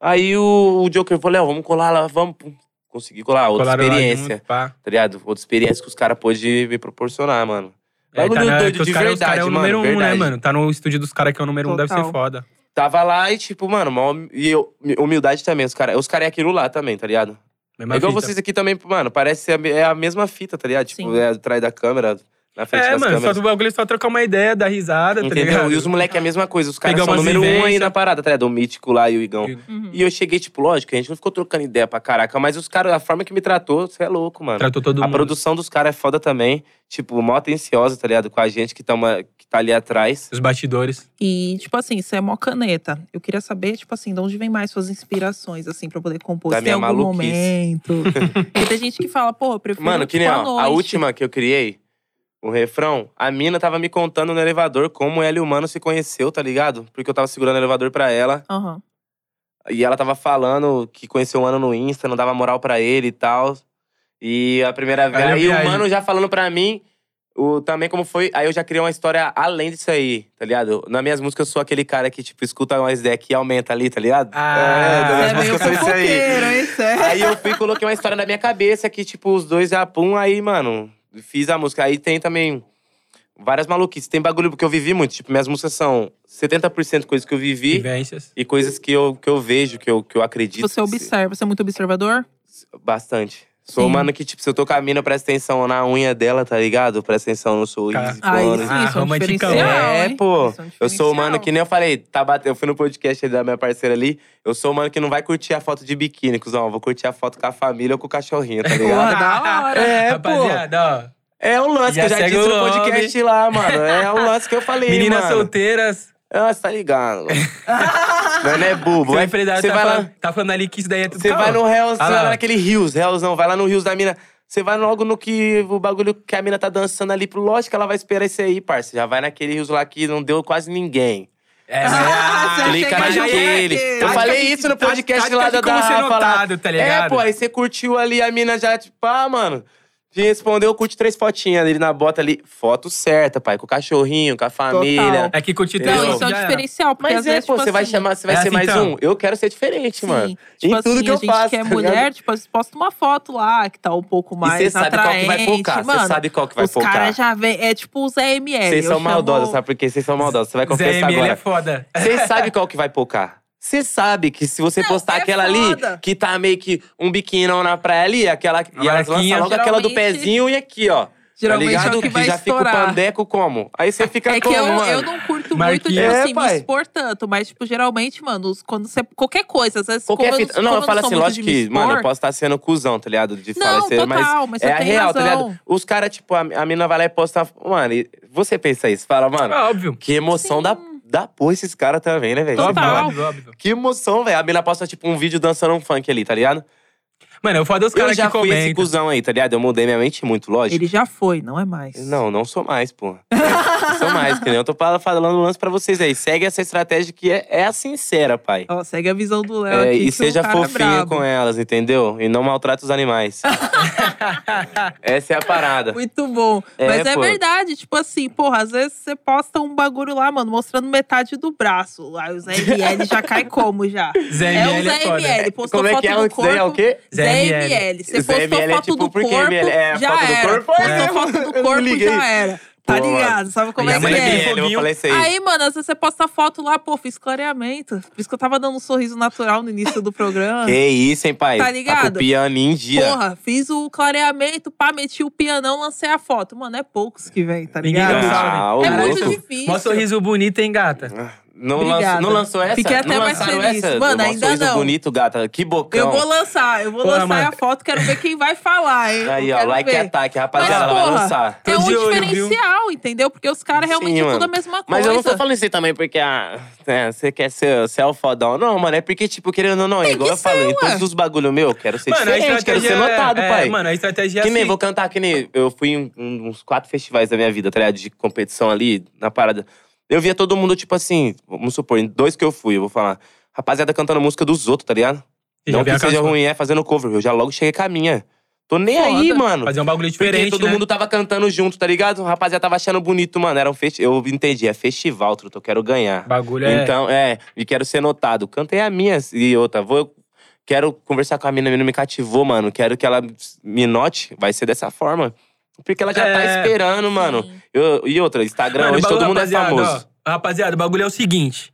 Speaker 3: Aí o, o Joker falou, Léo, vamos colar lá, vamos. Pum. Consegui colar, outra
Speaker 1: Colaram lá
Speaker 3: experiência
Speaker 1: junto, pá.
Speaker 3: tá ligado? Outra experiência que os caras pôde me proporcionar, mano.
Speaker 1: É, tá
Speaker 3: Bagulho
Speaker 1: na,
Speaker 3: doido,
Speaker 1: que os
Speaker 3: de
Speaker 1: caras os
Speaker 3: verdade,
Speaker 1: cara é o
Speaker 3: mano,
Speaker 1: número um, né,
Speaker 3: verdade.
Speaker 1: mano? Tá no estúdio dos caras que é o número um, deve ser
Speaker 2: Total.
Speaker 1: foda.
Speaker 3: Tava lá e, tipo, mano, mó hum- e eu, humildade também. Os caras os cara é aquilo lá também, tá ligado?
Speaker 1: Mesma
Speaker 3: é igual
Speaker 1: fita.
Speaker 3: vocês aqui também, mano, parece ser a, me- é a mesma fita, tá ligado? Tipo,
Speaker 2: Sim.
Speaker 3: é atrás da câmera, na frente
Speaker 1: É,
Speaker 3: das
Speaker 1: mano, só
Speaker 3: câmeras.
Speaker 1: do bagulho é só trocar uma ideia, dar risada, tá
Speaker 3: Entendeu?
Speaker 1: ligado?
Speaker 3: E os moleques é a mesma coisa, os caras
Speaker 1: Pegar
Speaker 3: são
Speaker 1: umas
Speaker 3: número um aí
Speaker 1: vivência.
Speaker 3: na parada, tá ligado? O Mítico lá e o Igão.
Speaker 2: Uhum.
Speaker 3: E eu cheguei, tipo, lógico, a gente não ficou trocando ideia pra caraca, mas os caras, a forma que me tratou, você é louco, mano.
Speaker 1: Tratou todo
Speaker 3: a
Speaker 1: mundo.
Speaker 3: produção dos caras é foda também. Tipo, mó atenciosa, tá ligado? Com a gente que tá, uma- que tá ali atrás.
Speaker 1: Os bastidores.
Speaker 2: E, tipo assim, você é mó caneta. Eu queria saber, tipo assim, de onde vem mais suas inspirações, assim, pra poder compor.
Speaker 3: Da
Speaker 2: Se tem
Speaker 3: minha
Speaker 2: algum
Speaker 3: maluquice.
Speaker 2: momento. Porque tem gente que fala, pô, eu prefiro.
Speaker 3: Mano, que nem
Speaker 2: tipo, à
Speaker 3: ó, a
Speaker 2: noite.
Speaker 3: última que eu criei, o refrão, a mina tava me contando no elevador como ela e o mano se conheceu, tá ligado? Porque eu tava segurando o elevador pra ela.
Speaker 2: Aham.
Speaker 3: E ela tava falando que conheceu o mano no Insta, não dava moral pra ele e tal. E a primeira vez.
Speaker 1: Olha a
Speaker 3: Aí o
Speaker 1: viagem.
Speaker 3: mano já falando pra mim. O, também como foi, aí eu já criei uma história além disso aí, tá ligado? Nas minhas músicas eu sou aquele cara que, tipo, escuta umas ideias que aumenta ali, tá ligado?
Speaker 1: Ah,
Speaker 3: é,
Speaker 2: Você
Speaker 3: nas
Speaker 2: é meio
Speaker 3: músicas eu sou isso aí.
Speaker 2: fofoqueiro, hein? Cê é.
Speaker 3: Aí eu fui e coloquei uma história na minha cabeça que, tipo, os dois já pum, aí, mano, fiz a música. Aí tem também várias maluquices. Tem bagulho porque eu vivi muito. Tipo, minhas músicas são 70% coisas que eu vivi
Speaker 1: Vivências.
Speaker 3: e coisas que eu, que eu vejo, que eu, que eu acredito.
Speaker 2: Você observa, você é muito observador?
Speaker 3: Bastante. Sou um
Speaker 2: Sim.
Speaker 3: mano que, tipo, se eu tô com a mina, presta atenção na unha dela, tá ligado? Presta atenção no sorriso.
Speaker 1: Cara.
Speaker 2: Ah,
Speaker 3: mano.
Speaker 2: isso,
Speaker 1: Ah,
Speaker 2: isso é um
Speaker 1: romanticão.
Speaker 2: diferencial.
Speaker 3: É,
Speaker 2: hein?
Speaker 3: pô.
Speaker 2: Isso é um
Speaker 3: Eu sou o
Speaker 2: diferencial.
Speaker 3: mano que nem eu falei, tá bate- eu fui no podcast da minha parceira ali. Eu sou o mano que não vai curtir a foto de biquíni, cuzão. Eu Vou curtir a foto com a família ou com o cachorrinho, tá ligado?
Speaker 2: Porra, da hora.
Speaker 3: É,
Speaker 1: Rapaziada, ó.
Speaker 3: É um lance
Speaker 1: Já
Speaker 3: que eu já
Speaker 1: segue o
Speaker 3: disse no podcast lá, mano. É um lance que eu falei,
Speaker 1: Meninas
Speaker 3: mano.
Speaker 1: solteiras.
Speaker 3: Ah, você tá ligado. Mas não é bobo.
Speaker 1: Você
Speaker 3: é-
Speaker 1: vai predar,
Speaker 3: Você
Speaker 1: tá,
Speaker 3: vai lá,
Speaker 1: falando, tá falando ali que isso daí é tudo
Speaker 3: você
Speaker 1: caô.
Speaker 3: vai no Hells,
Speaker 1: Ah
Speaker 3: você
Speaker 1: lá.
Speaker 3: vai lá naquele Rios, Hells não, vai lá no Rios da mina. Você vai logo no que o bagulho que a mina tá dançando ali, pro lógico que ela vai esperar isso aí, parça. Já vai naquele Rios lá que não deu quase ninguém.
Speaker 1: É, mas-
Speaker 2: Ah, você
Speaker 3: Clica
Speaker 2: chega
Speaker 3: naquele.
Speaker 2: naquele.
Speaker 3: Eu
Speaker 1: Tática
Speaker 3: falei
Speaker 1: de-
Speaker 3: isso no
Speaker 1: tática-
Speaker 3: podcast
Speaker 1: tática
Speaker 3: lá É,
Speaker 1: de
Speaker 3: da
Speaker 1: tá como
Speaker 3: da
Speaker 1: ser
Speaker 2: tá
Speaker 3: Rafa lá.
Speaker 1: notado, tá ligado?
Speaker 3: É, pô, aí você curtiu ali, a mina já, tipo, ah, mano. Me respondeu, curte três fotinhas dele na bota ali. Foto certa, pai. Com o cachorrinho, com a família.
Speaker 1: É que curtir
Speaker 3: Entendeu?
Speaker 1: três
Speaker 2: Não,
Speaker 1: fotos
Speaker 2: isso é um
Speaker 1: já era.
Speaker 2: diferencial, porque às
Speaker 3: Mas é,
Speaker 2: vezes,
Speaker 3: pô,
Speaker 2: tipo
Speaker 3: você vai
Speaker 2: assim,
Speaker 3: chamar, você vai
Speaker 1: é
Speaker 3: ser
Speaker 1: assim,
Speaker 3: mais
Speaker 1: então.
Speaker 3: um. Eu quero ser diferente,
Speaker 2: Sim.
Speaker 3: mano.
Speaker 2: Tipo
Speaker 3: em
Speaker 2: assim,
Speaker 3: tudo que
Speaker 2: a
Speaker 3: eu
Speaker 2: gente
Speaker 3: faço.
Speaker 2: que é
Speaker 3: tá ligado?
Speaker 2: mulher, tipo, posta uma foto lá que tá um pouco
Speaker 3: E
Speaker 2: mais
Speaker 3: você sabe qual que vai
Speaker 2: atraente.
Speaker 3: focar. Você
Speaker 2: Mano,
Speaker 3: sabe qual que vai
Speaker 2: os caras
Speaker 3: focar.
Speaker 2: já vem, é tipo os AML.
Speaker 3: Vocês
Speaker 2: eu
Speaker 3: são
Speaker 2: chamo-
Speaker 3: maldosos, sabe por quê? Vocês são maldosos. Você vai
Speaker 1: Zé
Speaker 3: confessar
Speaker 1: M, ele é
Speaker 3: agora.
Speaker 1: foda.
Speaker 3: Você sabe qual que vai pocar. Você sabe que se você
Speaker 2: Não,
Speaker 3: postar
Speaker 2: é
Speaker 3: aquela
Speaker 2: foda.
Speaker 3: ali, que tá meio que um biquinho na praia ali, aquela. E elas
Speaker 1: marquinha.
Speaker 3: lançam logo aquela do
Speaker 2: Geralmente-
Speaker 3: pezinho e aqui, ó. Tá
Speaker 2: Geralmente é
Speaker 3: ligado?
Speaker 2: o que vai
Speaker 3: já fica o
Speaker 2: estourar.
Speaker 3: pandeco como? Aí você fica
Speaker 2: É que
Speaker 3: como,
Speaker 2: eu,
Speaker 3: mano?
Speaker 2: eu não curto muito,
Speaker 1: Marquinhos.
Speaker 2: tipo
Speaker 3: É,
Speaker 2: assim, me
Speaker 3: pai.
Speaker 2: expor tanto. Mas, tipo, geralmente, mano, os- quando você. Qualquer coisa, às vezes.
Speaker 3: Qualquer
Speaker 2: como eu,
Speaker 3: fita.
Speaker 2: como
Speaker 3: Não, eu
Speaker 2: não
Speaker 3: falo
Speaker 2: sou
Speaker 3: assim,
Speaker 2: muito
Speaker 3: lógico
Speaker 2: de me
Speaker 3: que, mano, eu
Speaker 2: expor,
Speaker 3: posso estar sendo cuzão, tá ligado? De
Speaker 2: Não,
Speaker 3: falar isso, aí, mas.
Speaker 2: total, mas você
Speaker 3: é a
Speaker 2: tem
Speaker 3: real, tá
Speaker 2: razão.
Speaker 3: ligado? Os caras, tipo, a, a mina vai lá e posta. Mano, e você pensa isso, fala, mano,
Speaker 1: Ah, Óbvio.
Speaker 3: que emoção da, da porra esses caras também, né, velho?
Speaker 2: Total.
Speaker 1: Óbvio, óbvio, óbvio.
Speaker 3: Que emoção, velho. A mina posta, tipo, um vídeo dançando um funk ali, tá ligado?
Speaker 1: Mano, eu foda os
Speaker 3: Eu
Speaker 1: caras
Speaker 3: já
Speaker 1: que
Speaker 3: fui esse
Speaker 1: comentam.
Speaker 3: cuzão aí, tá ligado? Eu mudei minha mente muito, lógico.
Speaker 2: Ele já foi, não é mais.
Speaker 3: Não, não sou mais, pô. Não sou mais, que nem eu tô fal- falando um lance pra vocês aí. Segue essa estratégia que é, é a sincera, pai.
Speaker 2: Ó, segue a visão do Léo.
Speaker 3: É,
Speaker 2: aqui,
Speaker 3: e
Speaker 2: que
Speaker 3: seja
Speaker 2: o cara é
Speaker 3: fofinho
Speaker 2: brabo.
Speaker 3: com elas, entendeu? E não maltrate os animais. Essa é a parada.
Speaker 2: Muito bom.
Speaker 3: É,
Speaker 2: Mas é
Speaker 3: pô.
Speaker 2: verdade, tipo assim, porra, às vezes você posta um bagulho lá, mano, mostrando metade do braço. Aí o Zé ML já cai como já?
Speaker 1: Zé
Speaker 2: é o
Speaker 1: ML é
Speaker 2: Zé
Speaker 1: foda.
Speaker 2: ML, postou
Speaker 3: Como é
Speaker 2: foto
Speaker 3: que é
Speaker 2: do
Speaker 3: antes
Speaker 2: corpo.
Speaker 3: daí? É o quê?
Speaker 1: Zé
Speaker 2: Zé
Speaker 1: ML.
Speaker 2: ML. Você
Speaker 3: Zé
Speaker 2: postou
Speaker 3: ML é
Speaker 2: foto
Speaker 3: tipo,
Speaker 2: do
Speaker 3: por que
Speaker 2: corpo,
Speaker 3: ML? É,
Speaker 2: já
Speaker 3: foto do
Speaker 2: era.
Speaker 3: corpo? É,
Speaker 2: Postou
Speaker 3: eu
Speaker 2: foto do
Speaker 3: não
Speaker 2: corpo,
Speaker 3: liguei.
Speaker 2: já era. Tá
Speaker 3: Pô,
Speaker 2: ligado, sabe como
Speaker 1: E
Speaker 2: é
Speaker 1: a
Speaker 2: que
Speaker 1: mãe dele
Speaker 2: é?
Speaker 3: ML, eu falei isso aí.
Speaker 2: Aí, mano, às vezes você posta foto lá, pô, fiz clareamento. Por isso que eu tava dando um sorriso natural no início do programa.
Speaker 3: Que isso, hein, pai?
Speaker 2: Tá ligado?
Speaker 3: Tá com o piano em dia.
Speaker 2: Porra, fiz o clareamento, pá, meti o pianão, lancei a foto. Mano, é poucos que vem, tá
Speaker 1: Ninguém
Speaker 2: ligado?
Speaker 1: dá um
Speaker 3: Ah,
Speaker 1: salve.
Speaker 3: ô
Speaker 2: É
Speaker 1: Caralho,
Speaker 2: muito
Speaker 1: isso-
Speaker 2: difícil.
Speaker 1: Mó sorriso bonito, hein, gata?
Speaker 3: Não,
Speaker 2: Obrigada.
Speaker 3: lançou, não lançou essa?
Speaker 2: Fiquei até
Speaker 3: não
Speaker 2: mais
Speaker 3: lançaram
Speaker 2: feliz.
Speaker 3: Essa?
Speaker 2: Mano,
Speaker 3: Do Mó
Speaker 2: ainda
Speaker 3: Sorriso
Speaker 2: não.
Speaker 3: bonito, gata. Que bocão.
Speaker 2: Eu vou lançar, eu vou
Speaker 1: Porra,
Speaker 2: lançar
Speaker 1: mano.
Speaker 2: a foto, quero ver quem vai falar, hein?
Speaker 3: Aí,
Speaker 2: Eu
Speaker 3: ó,
Speaker 2: quero
Speaker 3: like é e
Speaker 2: ver.
Speaker 3: ataque, rapaziada.
Speaker 2: Mas,
Speaker 3: ela vai
Speaker 2: porra,
Speaker 3: lançar.
Speaker 1: Tô
Speaker 2: É um
Speaker 1: de olho, viu?
Speaker 2: diferencial, entendeu? Porque os caras realmente
Speaker 3: Sim,
Speaker 2: é tudo
Speaker 3: mano.
Speaker 2: a mesma coisa.
Speaker 3: Mas eu não tô falando isso aí também porque ah, é, você quer ser, ser o fodão. Não, mano, é porque, tipo, querendo ou não, é
Speaker 2: Tem
Speaker 3: igual
Speaker 2: que
Speaker 3: eu falo, em
Speaker 2: ué.
Speaker 3: todos os bagulho meu, eu quero ser diferente, quero ser notado,
Speaker 1: é,
Speaker 3: pai.
Speaker 1: Mano, a estratégia é
Speaker 3: Que nem,
Speaker 1: assim.
Speaker 3: vou cantar que nem. Eu fui em um- uns quatro festivais da minha vida, tá ligado? De competição ali, na parada. Eu via todo mundo, tipo assim, vamos supor, em dois que eu fui, eu vou falar. Rapaziada cantando música dos outros, tá ligado?
Speaker 1: Você já
Speaker 3: não
Speaker 1: vê
Speaker 3: que
Speaker 1: a
Speaker 3: seja
Speaker 1: canção.
Speaker 3: ruim, é fazendo cover. Eu já logo cheguei com a minha. Tô nem
Speaker 2: Foda.
Speaker 3: aí, mano.
Speaker 1: Fazer um bagulho
Speaker 3: Porque
Speaker 1: diferente,
Speaker 3: todo
Speaker 1: né?
Speaker 3: mundo tava cantando junto, tá ligado? O rapaziada tava achando bonito, mano. Era um festival. Eu entendi, é festival, truto. Eu quero ganhar.
Speaker 1: Bagulho é...
Speaker 3: Então, é, e quero ser notado. Cantei a minha e outra. Vou, quero conversar com a mina, a mina me cativou, mano. Quero que ela me note. Vai ser dessa forma. Porque ela já tá
Speaker 1: É.
Speaker 3: esperando, mano. Eu- e outra, Instagram,
Speaker 1: Mano, o
Speaker 3: hoje todo
Speaker 1: bagulho,
Speaker 3: mundo é
Speaker 1: rapaziada,
Speaker 3: famoso.
Speaker 1: ó, rapaziada, o bagulho é o seguinte.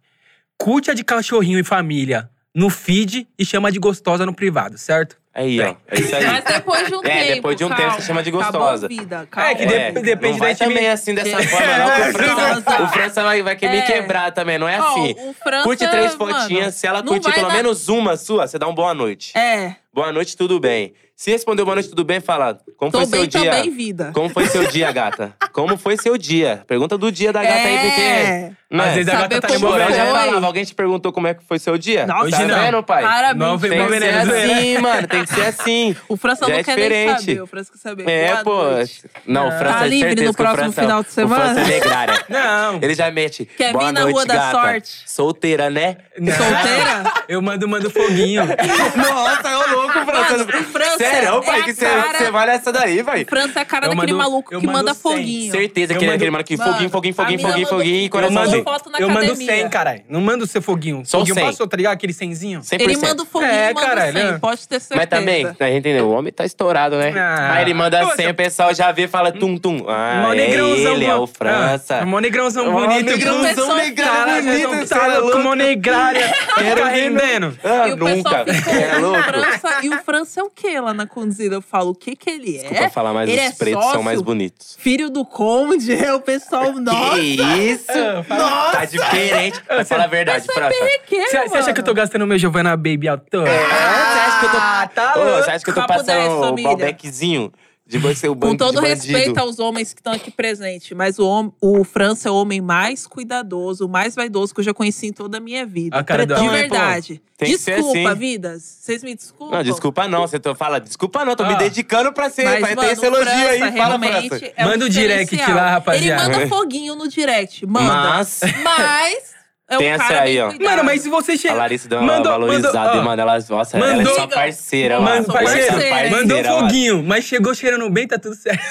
Speaker 1: Curte a de cachorrinho e família no feed e chama de gostosa no privado, certo?
Speaker 3: Aí, ó. É isso aí.
Speaker 2: Mas depois de um
Speaker 3: É,
Speaker 2: tempo.
Speaker 3: depois de um tempo,
Speaker 2: calma.
Speaker 3: você chama de
Speaker 2: Acabou
Speaker 3: gostosa.
Speaker 2: a vida, calma.
Speaker 1: É que de-
Speaker 3: É,
Speaker 1: depende
Speaker 3: não vai
Speaker 1: da intimi-
Speaker 3: também assim dessa
Speaker 2: É.
Speaker 3: forma, não. que O
Speaker 2: Nossa.
Speaker 3: França, o França vai, vai querer
Speaker 2: É.
Speaker 3: me quebrar também, não é
Speaker 2: Ó,
Speaker 3: assim.
Speaker 2: o França,
Speaker 3: Curte três
Speaker 2: mano,
Speaker 3: fotinhas. Se ela
Speaker 2: não
Speaker 3: curtir
Speaker 2: vai
Speaker 3: pelo
Speaker 2: dar-
Speaker 3: menos uma sua, você dá um boa noite.
Speaker 2: É,
Speaker 3: Boa noite, tudo bem. Se respondeu boa noite, tudo bem, fala. Como
Speaker 2: tô
Speaker 3: foi seu
Speaker 2: bem
Speaker 3: dia?
Speaker 2: também, vida.
Speaker 3: Como foi seu dia, gata? Como foi seu dia? Pergunta do dia da gata aí, porque.
Speaker 2: É.
Speaker 3: Não
Speaker 1: Às vezes a
Speaker 2: Saber
Speaker 1: gata tá
Speaker 2: como
Speaker 3: Chorou,
Speaker 1: demorando.
Speaker 2: foi.
Speaker 3: já
Speaker 1: né?
Speaker 3: falava. Alguém te perguntou como é que foi seu dia?
Speaker 2: Nossa,
Speaker 1: Hoje
Speaker 3: tá
Speaker 1: não.
Speaker 3: vendo, pai?
Speaker 2: Parabéns.
Speaker 1: Não, foi
Speaker 3: Tem que ser
Speaker 1: Parabéns.
Speaker 3: assim, mano. Tem que ser assim.
Speaker 2: O França
Speaker 3: Já
Speaker 2: não
Speaker 3: é
Speaker 2: quer nem
Speaker 3: diferente.
Speaker 2: saber, o França quer saber.
Speaker 3: É,
Speaker 2: Boa
Speaker 3: pô.
Speaker 2: noite.
Speaker 3: Não, o
Speaker 1: Tá
Speaker 3: França é
Speaker 2: livre no
Speaker 3: certeza que o
Speaker 2: próximo
Speaker 3: França-
Speaker 2: final de
Speaker 3: O França
Speaker 2: semana?
Speaker 3: é negrária.
Speaker 1: Não.
Speaker 3: Ele já mete.
Speaker 2: Quer
Speaker 3: Boa
Speaker 2: vir na
Speaker 3: noite,
Speaker 2: Rua da
Speaker 3: gata.
Speaker 2: Sorte?
Speaker 3: Solteira, né?
Speaker 1: Não.
Speaker 2: Solteira?
Speaker 1: Então, Eu mando, mando foguinho.
Speaker 3: Nossa, é louco, França.
Speaker 2: Mano, o França
Speaker 3: Sério, pai,
Speaker 2: é a
Speaker 3: que
Speaker 2: cara-
Speaker 3: você vai nessa daí, vai.
Speaker 2: França é a cara
Speaker 1: Eu
Speaker 2: daquele
Speaker 1: mando-
Speaker 2: maluco
Speaker 1: eu
Speaker 2: que
Speaker 1: mando
Speaker 2: manda
Speaker 1: cem.
Speaker 2: foguinho.
Speaker 3: Certeza
Speaker 1: Eu
Speaker 3: que ele é
Speaker 1: mando-
Speaker 3: aquele mano que
Speaker 2: Mano,
Speaker 3: foguinho, foguinho,
Speaker 2: a
Speaker 3: foguinho,
Speaker 2: mina
Speaker 3: foguinho,
Speaker 2: mandou-
Speaker 3: foguinho e
Speaker 2: Eu
Speaker 1: Eu
Speaker 2: só
Speaker 1: mando,
Speaker 3: coraçãozinho.
Speaker 2: foto na
Speaker 1: eu mando
Speaker 2: academia.
Speaker 1: 100, caralho. Não mando o seu foguinho.
Speaker 3: Só
Speaker 1: foguinho
Speaker 3: 100.
Speaker 1: passou, tá ligado? Aquele 100zinho.
Speaker 3: 100%.
Speaker 2: Ele manda o foguinho
Speaker 1: É,
Speaker 2: e manda
Speaker 1: caralho,
Speaker 2: sem,
Speaker 1: é.
Speaker 2: pode ter certeza.
Speaker 3: Mas tá também, né, a gente entendeu, o homem tá estourado, né?
Speaker 1: Ah.
Speaker 3: Aí ele
Speaker 1: Nossa.
Speaker 3: manda 100, o pessoal já vê e fala tum-tum. Ah,
Speaker 1: Mó
Speaker 3: é
Speaker 1: negrãozão
Speaker 3: ele, é
Speaker 1: bo-
Speaker 3: o França.
Speaker 1: Ah, mó negrãozão
Speaker 3: Mó
Speaker 1: bonito.
Speaker 3: negrãozão,
Speaker 1: com-
Speaker 3: negrão
Speaker 1: Caralho,
Speaker 3: bonito,
Speaker 1: não
Speaker 3: cê
Speaker 1: Tá
Speaker 3: é
Speaker 1: louco,
Speaker 3: louco.
Speaker 1: mó negrária.
Speaker 3: Quero
Speaker 1: Tá
Speaker 3: ver,
Speaker 1: rendendo.
Speaker 3: Ah,
Speaker 2: e o
Speaker 3: nunca.
Speaker 2: pessoal fica
Speaker 3: É
Speaker 2: olhando o
Speaker 3: louco.
Speaker 2: França. E o França é o quê lá na conduzida? Eu falo, o que que ele é?
Speaker 3: Desculpa falar, mas
Speaker 2: ele
Speaker 3: os
Speaker 2: é
Speaker 3: pretos
Speaker 2: sócio?
Speaker 3: são mais bonitos.
Speaker 2: Filho do conde, é o pessoal nosso.
Speaker 3: Que isso?
Speaker 1: Ah,
Speaker 3: Nossa! Tá diferente. Mas fala a verdade,
Speaker 2: é
Speaker 3: França.
Speaker 1: Você você acha que eu tô gastando meu Giovanna Baby à toa?
Speaker 3: Ah, você acha que eu tô.
Speaker 1: Ah, tá
Speaker 3: Ô,
Speaker 1: louco.
Speaker 3: Você acha que eu tô
Speaker 2: Papo dez,
Speaker 3: passando o
Speaker 2: família.
Speaker 3: balbequezinho de você, o
Speaker 2: Com
Speaker 3: bandido?
Speaker 2: todo
Speaker 3: de
Speaker 2: respeito
Speaker 3: bandido?
Speaker 2: aos homens que estão aqui presentes, mas o, hom- o França é o homem mais cuidadoso, o mais vaidoso que eu já conheci em toda a minha vida.
Speaker 1: A cara do
Speaker 2: de
Speaker 1: homem, pô.
Speaker 2: verdade.
Speaker 3: Tem que ser
Speaker 2: desculpa,
Speaker 3: assim.
Speaker 2: vidas. Vocês me desculpam?
Speaker 3: Não, desculpa não. Você tô, fala, desculpa não. Tô
Speaker 1: Ah.
Speaker 3: me dedicando pra ser,
Speaker 2: Mas,
Speaker 3: pra
Speaker 2: mano,
Speaker 3: ter esse elogio
Speaker 2: França,
Speaker 3: aí. Fala,
Speaker 2: realmente
Speaker 3: França. É.
Speaker 2: é um
Speaker 1: Manda o direct
Speaker 2: diferencial.
Speaker 1: lá, rapaziada.
Speaker 2: Ele manda foguinho no direct, manda.
Speaker 3: Mas-
Speaker 2: Mas É um
Speaker 3: Tem essa
Speaker 2: cara
Speaker 3: aí,
Speaker 2: bem
Speaker 3: ó.
Speaker 2: cuidado.
Speaker 1: Mano, mas se você
Speaker 3: A
Speaker 1: chegar.
Speaker 3: Larissa deu uma
Speaker 1: tá- Mandou-
Speaker 3: valorizada,
Speaker 1: mandou-
Speaker 3: hein, mano. Ela, nossa,
Speaker 1: mandou-
Speaker 3: ela é sua parceira,
Speaker 2: Mano,
Speaker 3: mano.
Speaker 1: Mano, parceiro,
Speaker 2: parceira, hein?
Speaker 1: mandou
Speaker 3: parceira, mano.
Speaker 1: foguinho, mas chegou cheirando bem, tá tudo certo.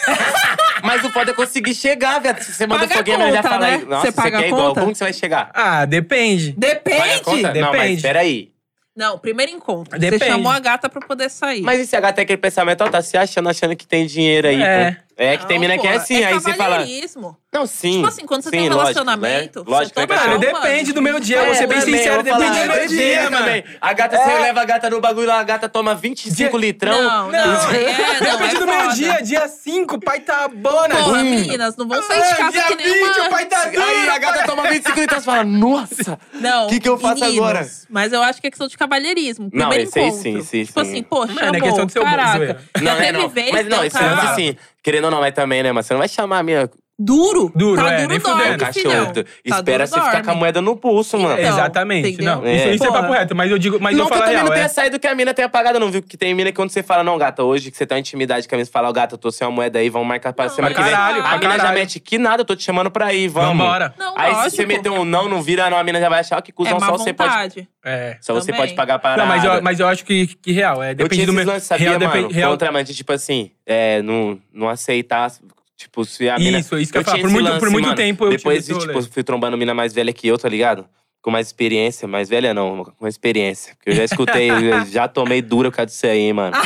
Speaker 3: Mas o foda é conseguir chegar, viado. Se você manda
Speaker 2: Paga a
Speaker 3: fogueira, ela já
Speaker 2: conta,
Speaker 3: fala
Speaker 2: né?
Speaker 3: aí. Nossa,
Speaker 2: Você
Speaker 3: você
Speaker 2: paga a
Speaker 3: quer igual.
Speaker 2: conta?
Speaker 3: Como que você vai chegar?
Speaker 1: Ah, depende.
Speaker 3: Paga a conta?
Speaker 2: Depende.
Speaker 3: Não,
Speaker 1: Depende.
Speaker 3: mas peraí.
Speaker 2: Não, primeiro encontro.
Speaker 1: Depende.
Speaker 2: Você chamou a gata pra poder sair.
Speaker 3: Mas esse H tem aquele pensamento, ó, tá se achando, achando que tem dinheiro aí.
Speaker 1: É.
Speaker 3: pô. É que tem mina que é assim, aí você fala.
Speaker 2: cavalheirismo.
Speaker 3: Não, sim.
Speaker 2: Tipo assim, quando você
Speaker 3: Hum, sim,
Speaker 2: tem um
Speaker 3: lógico,
Speaker 2: relacionamento,
Speaker 3: né?
Speaker 2: você tá
Speaker 3: Lógico,
Speaker 2: toma
Speaker 3: né,
Speaker 1: Mano,
Speaker 2: calma,
Speaker 3: cachorro?
Speaker 1: depende do meu dia,
Speaker 2: É,
Speaker 1: vou ser bem
Speaker 2: também,
Speaker 1: sincero,
Speaker 3: eu vou falar,
Speaker 1: depende do
Speaker 3: ah,
Speaker 1: meu dia, mano.
Speaker 3: também. A gata, você leva a gata no bagulho lá, a gata toma 25 litrão.
Speaker 2: Não, não, é, não,
Speaker 1: Depende
Speaker 2: é
Speaker 1: do meu
Speaker 2: foda.
Speaker 1: dia, dia 5, pai tá bona.
Speaker 3: Hum.
Speaker 2: Porra, meninas, não vão sair
Speaker 1: Ah,
Speaker 2: de casa
Speaker 1: dia
Speaker 2: que nem
Speaker 1: 20,
Speaker 2: uma...
Speaker 1: o pai tá duro.
Speaker 3: Aí a gata toma 25 litrão, você fala, nossa,
Speaker 2: Não,
Speaker 3: o que, que eu faço
Speaker 2: meninos,
Speaker 3: agora?
Speaker 2: Mas eu acho que é questão de cavalheirismo.
Speaker 3: Não,
Speaker 2: Primeiro
Speaker 3: esse aí
Speaker 2: encontro.
Speaker 3: sim, sim,
Speaker 2: Tipo
Speaker 3: sim.
Speaker 2: assim, poxa,
Speaker 1: Mano, é
Speaker 2: amor,
Speaker 1: questão de ser bom,
Speaker 2: caraca.
Speaker 1: zoeira.
Speaker 3: Não,
Speaker 2: Já
Speaker 3: é,
Speaker 2: teve
Speaker 3: não.
Speaker 2: vez
Speaker 3: Mas
Speaker 2: que
Speaker 3: não,
Speaker 2: eu
Speaker 3: esse lance
Speaker 1: tava-
Speaker 3: assim, querendo ou não, mas também, né, mas você não vai chamar a mina
Speaker 2: Duro.
Speaker 1: Duro,
Speaker 2: tá
Speaker 1: é,
Speaker 2: duro
Speaker 1: nem
Speaker 2: dorme,
Speaker 1: fudendo.
Speaker 3: cachorro.
Speaker 2: filhão.
Speaker 3: tu-
Speaker 2: Tá
Speaker 3: Espera
Speaker 2: duro
Speaker 3: você ficar
Speaker 2: dorme.
Speaker 3: com a moeda no pulso, mano.
Speaker 2: Então,
Speaker 1: Exatamente.
Speaker 2: entendeu?
Speaker 1: Não, isso, isso é
Speaker 2: Porra.
Speaker 1: papo reto, mas eu digo, mas
Speaker 3: não
Speaker 1: eu
Speaker 3: que
Speaker 1: falo
Speaker 3: eu
Speaker 1: a
Speaker 3: também
Speaker 1: real,
Speaker 3: não tenha
Speaker 1: é.
Speaker 3: saído que a mina tenha apagado, não, viu? Porque tem mina que quando você fala, não, gata, hoje que você tá em intimidade com a mina, você fala, ó, gata, eu tô sem uma moeda aí, vamos marcar pra
Speaker 2: Não,
Speaker 3: semana
Speaker 1: pra
Speaker 3: que vem.
Speaker 1: caralho,
Speaker 3: a
Speaker 1: pra
Speaker 3: mina já
Speaker 1: caralho.
Speaker 3: mete que nada, eu tô te chamando pra ir, vamos.
Speaker 1: Vambora.
Speaker 2: Não,
Speaker 3: Aí
Speaker 2: lógico.
Speaker 3: se você meter um não, não vira, não, a mina já vai achar ó, que
Speaker 2: É
Speaker 3: cuzão,
Speaker 2: má
Speaker 3: só você pode.
Speaker 2: vontade.
Speaker 1: É.
Speaker 3: Só você
Speaker 2: Também.
Speaker 3: pode pagar a parada.
Speaker 1: Não, mas eu, mas eu acho que, que real, é.
Speaker 3: eu
Speaker 1: Depende
Speaker 3: tinha
Speaker 1: do
Speaker 3: esses
Speaker 1: meu.
Speaker 3: lances, sabia,
Speaker 1: real,
Speaker 3: mano?
Speaker 1: depende- real-
Speaker 3: Contra, mas de, tipo assim, é, não, não aceitar. Tipo, se a mina.
Speaker 1: Isso, isso que eu,
Speaker 3: tinha
Speaker 1: falo. Por
Speaker 3: esse
Speaker 1: muito,
Speaker 3: lance,
Speaker 1: por muito
Speaker 3: mano.
Speaker 1: tempo eu
Speaker 3: Depois,
Speaker 1: tive esse
Speaker 3: tipo,
Speaker 1: rolê.
Speaker 3: fui trombando mina mais velha que eu, tá ligado? Com mais experiência. Mais velha não, com experiência. Porque eu já escutei, eu já tomei dura por causa disso aí, hein, mano.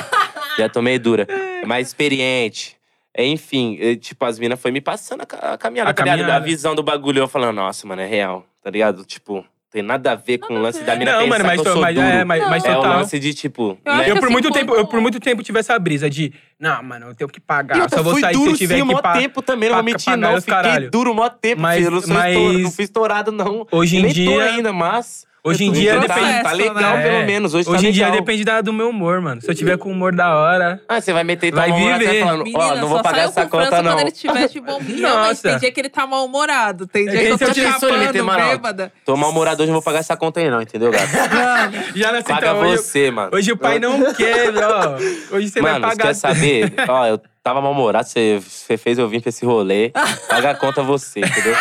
Speaker 3: já tomei dura. Mais experiente. É, Enfim, eu, tipo, as minas foi me passando a, ca- a caminhada,
Speaker 1: A
Speaker 3: tá ligado?
Speaker 1: caminhada.
Speaker 3: A visão do bagulho. Eu falando, nossa, mano, é real, tá ligado? Tipo, tem nada a ver com o lance da mina
Speaker 1: Não,
Speaker 3: pensar
Speaker 1: mano, mas,
Speaker 3: que eu
Speaker 1: to-
Speaker 3: sou
Speaker 1: mas,
Speaker 3: duro.
Speaker 1: é, mas, mas
Speaker 2: Não.
Speaker 3: É o
Speaker 1: total.
Speaker 3: lance de, tipo…
Speaker 2: Eu acho
Speaker 3: né?
Speaker 1: Eu por,
Speaker 2: assim,
Speaker 1: muito tempo, eu por
Speaker 2: quando-
Speaker 1: muito tempo tive essa brisa de, não, mano, eu tenho que pagar.
Speaker 3: E
Speaker 1: eu só vou
Speaker 3: fui
Speaker 1: sair se
Speaker 3: duro
Speaker 1: eu tiver
Speaker 3: sim,
Speaker 1: que
Speaker 3: mó
Speaker 1: pagar.
Speaker 3: tempo também, não
Speaker 1: pra-
Speaker 3: vou
Speaker 1: pra
Speaker 3: mentir
Speaker 1: pagar
Speaker 3: não.
Speaker 1: os
Speaker 3: Fiquei
Speaker 1: caralho.
Speaker 3: duro mó tempo,
Speaker 1: Mas-
Speaker 3: filho. Eu não, sou
Speaker 1: mas-
Speaker 3: estourado, não fui estourado, não.
Speaker 1: Hoje em
Speaker 3: Nem tô
Speaker 1: dia-
Speaker 3: ainda, mas…
Speaker 1: Hoje em
Speaker 3: eu tô
Speaker 1: dia
Speaker 3: tentando,
Speaker 1: depende.
Speaker 3: Tá, tá legal,
Speaker 1: É.
Speaker 3: pelo menos. Hoje,
Speaker 1: Hoje
Speaker 3: tá
Speaker 1: em dia
Speaker 3: legal.
Speaker 1: depende da- do meu humor, mano. Se eu tiver com o humor da hora.
Speaker 3: Ah, você vai meter tua
Speaker 1: Vai
Speaker 3: mão lá, você
Speaker 1: viver.
Speaker 3: vai falando,
Speaker 2: Menina,
Speaker 3: ó, não vou
Speaker 2: só
Speaker 3: pagar
Speaker 2: saiu
Speaker 3: essa
Speaker 2: com França
Speaker 3: conta, não.
Speaker 2: quando ele estiver de bom humor. Realmente,
Speaker 1: Nossa.
Speaker 2: tem dia que ele tá mal-humorado. Tem dia
Speaker 1: É,
Speaker 2: que eu
Speaker 1: se eu
Speaker 2: tô
Speaker 1: te
Speaker 3: disse, ele tem
Speaker 2: chapando,
Speaker 3: moral.
Speaker 2: bêbada.
Speaker 3: Tô mal-humorado hoje, não vou pagar essa conta aí, não, entendeu, gato?
Speaker 2: Mano,
Speaker 1: Já nessa
Speaker 3: Paga
Speaker 1: então, hoje,
Speaker 3: você, mano.
Speaker 1: hoje o pai não quer, ó. Hoje você
Speaker 3: Mano,
Speaker 1: vai
Speaker 3: você quer
Speaker 1: pagar.
Speaker 3: saber? Ó, eu tava mal-humorado, você, você fez eu vir pra esse rolê. Paga a conta você, entendeu?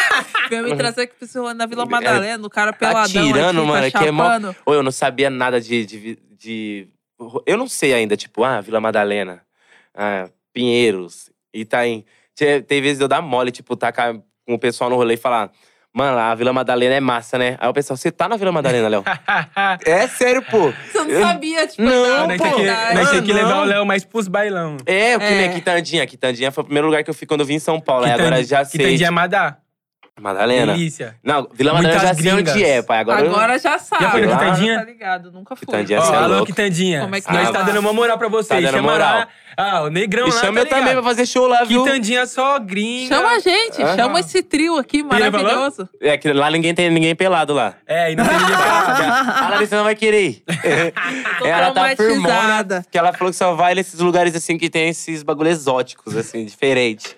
Speaker 2: veio me trazer aqui pro seu- na Vila Madalena, o cara peladão
Speaker 3: É, atirando,
Speaker 2: aqui,
Speaker 3: mano,
Speaker 2: tá
Speaker 3: que é mó.
Speaker 2: chapando.
Speaker 3: Ou eu não sabia nada de, de, de- Eu não sei ainda, tipo, ah, Vila Madalena, ah, Pinheiros, Itaim. Te- Tem vezes eu dar mole, tipo, tacar com o pessoal no rolê e falar. Mano, a Vila Madalena é massa, né? Aí o pessoal, você tá na Vila Madalena, Léo? é sério, pô.
Speaker 2: Você não
Speaker 3: Eu-
Speaker 2: sabia, tipo,
Speaker 3: Não,
Speaker 1: Não,
Speaker 2: da
Speaker 1: nós tem que,
Speaker 2: verdade.
Speaker 1: nós tem que
Speaker 3: Ah, não.
Speaker 1: levar o Léo mais pros bailão.
Speaker 3: É, o que
Speaker 2: É.
Speaker 3: nem a Quitandinha. Quitandinha foi o primeiro lugar que eu fui quando eu vim em São Paulo. Aí agora já
Speaker 1: Que tem
Speaker 3: sei.
Speaker 1: de Amadá.
Speaker 3: Madalena.
Speaker 1: Delícia.
Speaker 3: Não, Vila
Speaker 1: Muitas
Speaker 3: Madalena eu já sei
Speaker 1: gringas.
Speaker 3: onde é, pai. Agora, eu-
Speaker 2: Agora já sabe.
Speaker 1: foi
Speaker 3: na
Speaker 2: agora
Speaker 1: Quitandinha?
Speaker 2: Tá ligado, nunca fui.
Speaker 3: Quitandinha,
Speaker 1: Ó,
Speaker 3: Essa é
Speaker 1: alô,
Speaker 3: louca.
Speaker 1: Quitandinha.
Speaker 2: Como é que
Speaker 1: Nós
Speaker 2: tá?
Speaker 1: tá dando uma moral pra vocês.
Speaker 3: Tá dando
Speaker 1: chama
Speaker 3: moral.
Speaker 1: lá. Ah, o Negrão
Speaker 3: Me
Speaker 1: lá,
Speaker 3: chama eu
Speaker 1: tá ligado?
Speaker 3: também pra fazer show lá, viu?
Speaker 1: Quitandinha só gringa.
Speaker 2: Chama a gente,
Speaker 3: Ah.
Speaker 2: chama esse trio aqui
Speaker 1: falou?
Speaker 2: maravilhoso.
Speaker 3: É que lá ninguém tem ninguém pelado lá.
Speaker 1: É, e não tem ninguém pra
Speaker 3: A Larissa não vai querer. ir.
Speaker 2: Tô
Speaker 3: ela tá firmona,
Speaker 2: traumatizada.
Speaker 3: que ela falou que só vai nesses lugares assim que tem esses bagulho exóticos, assim, diferente.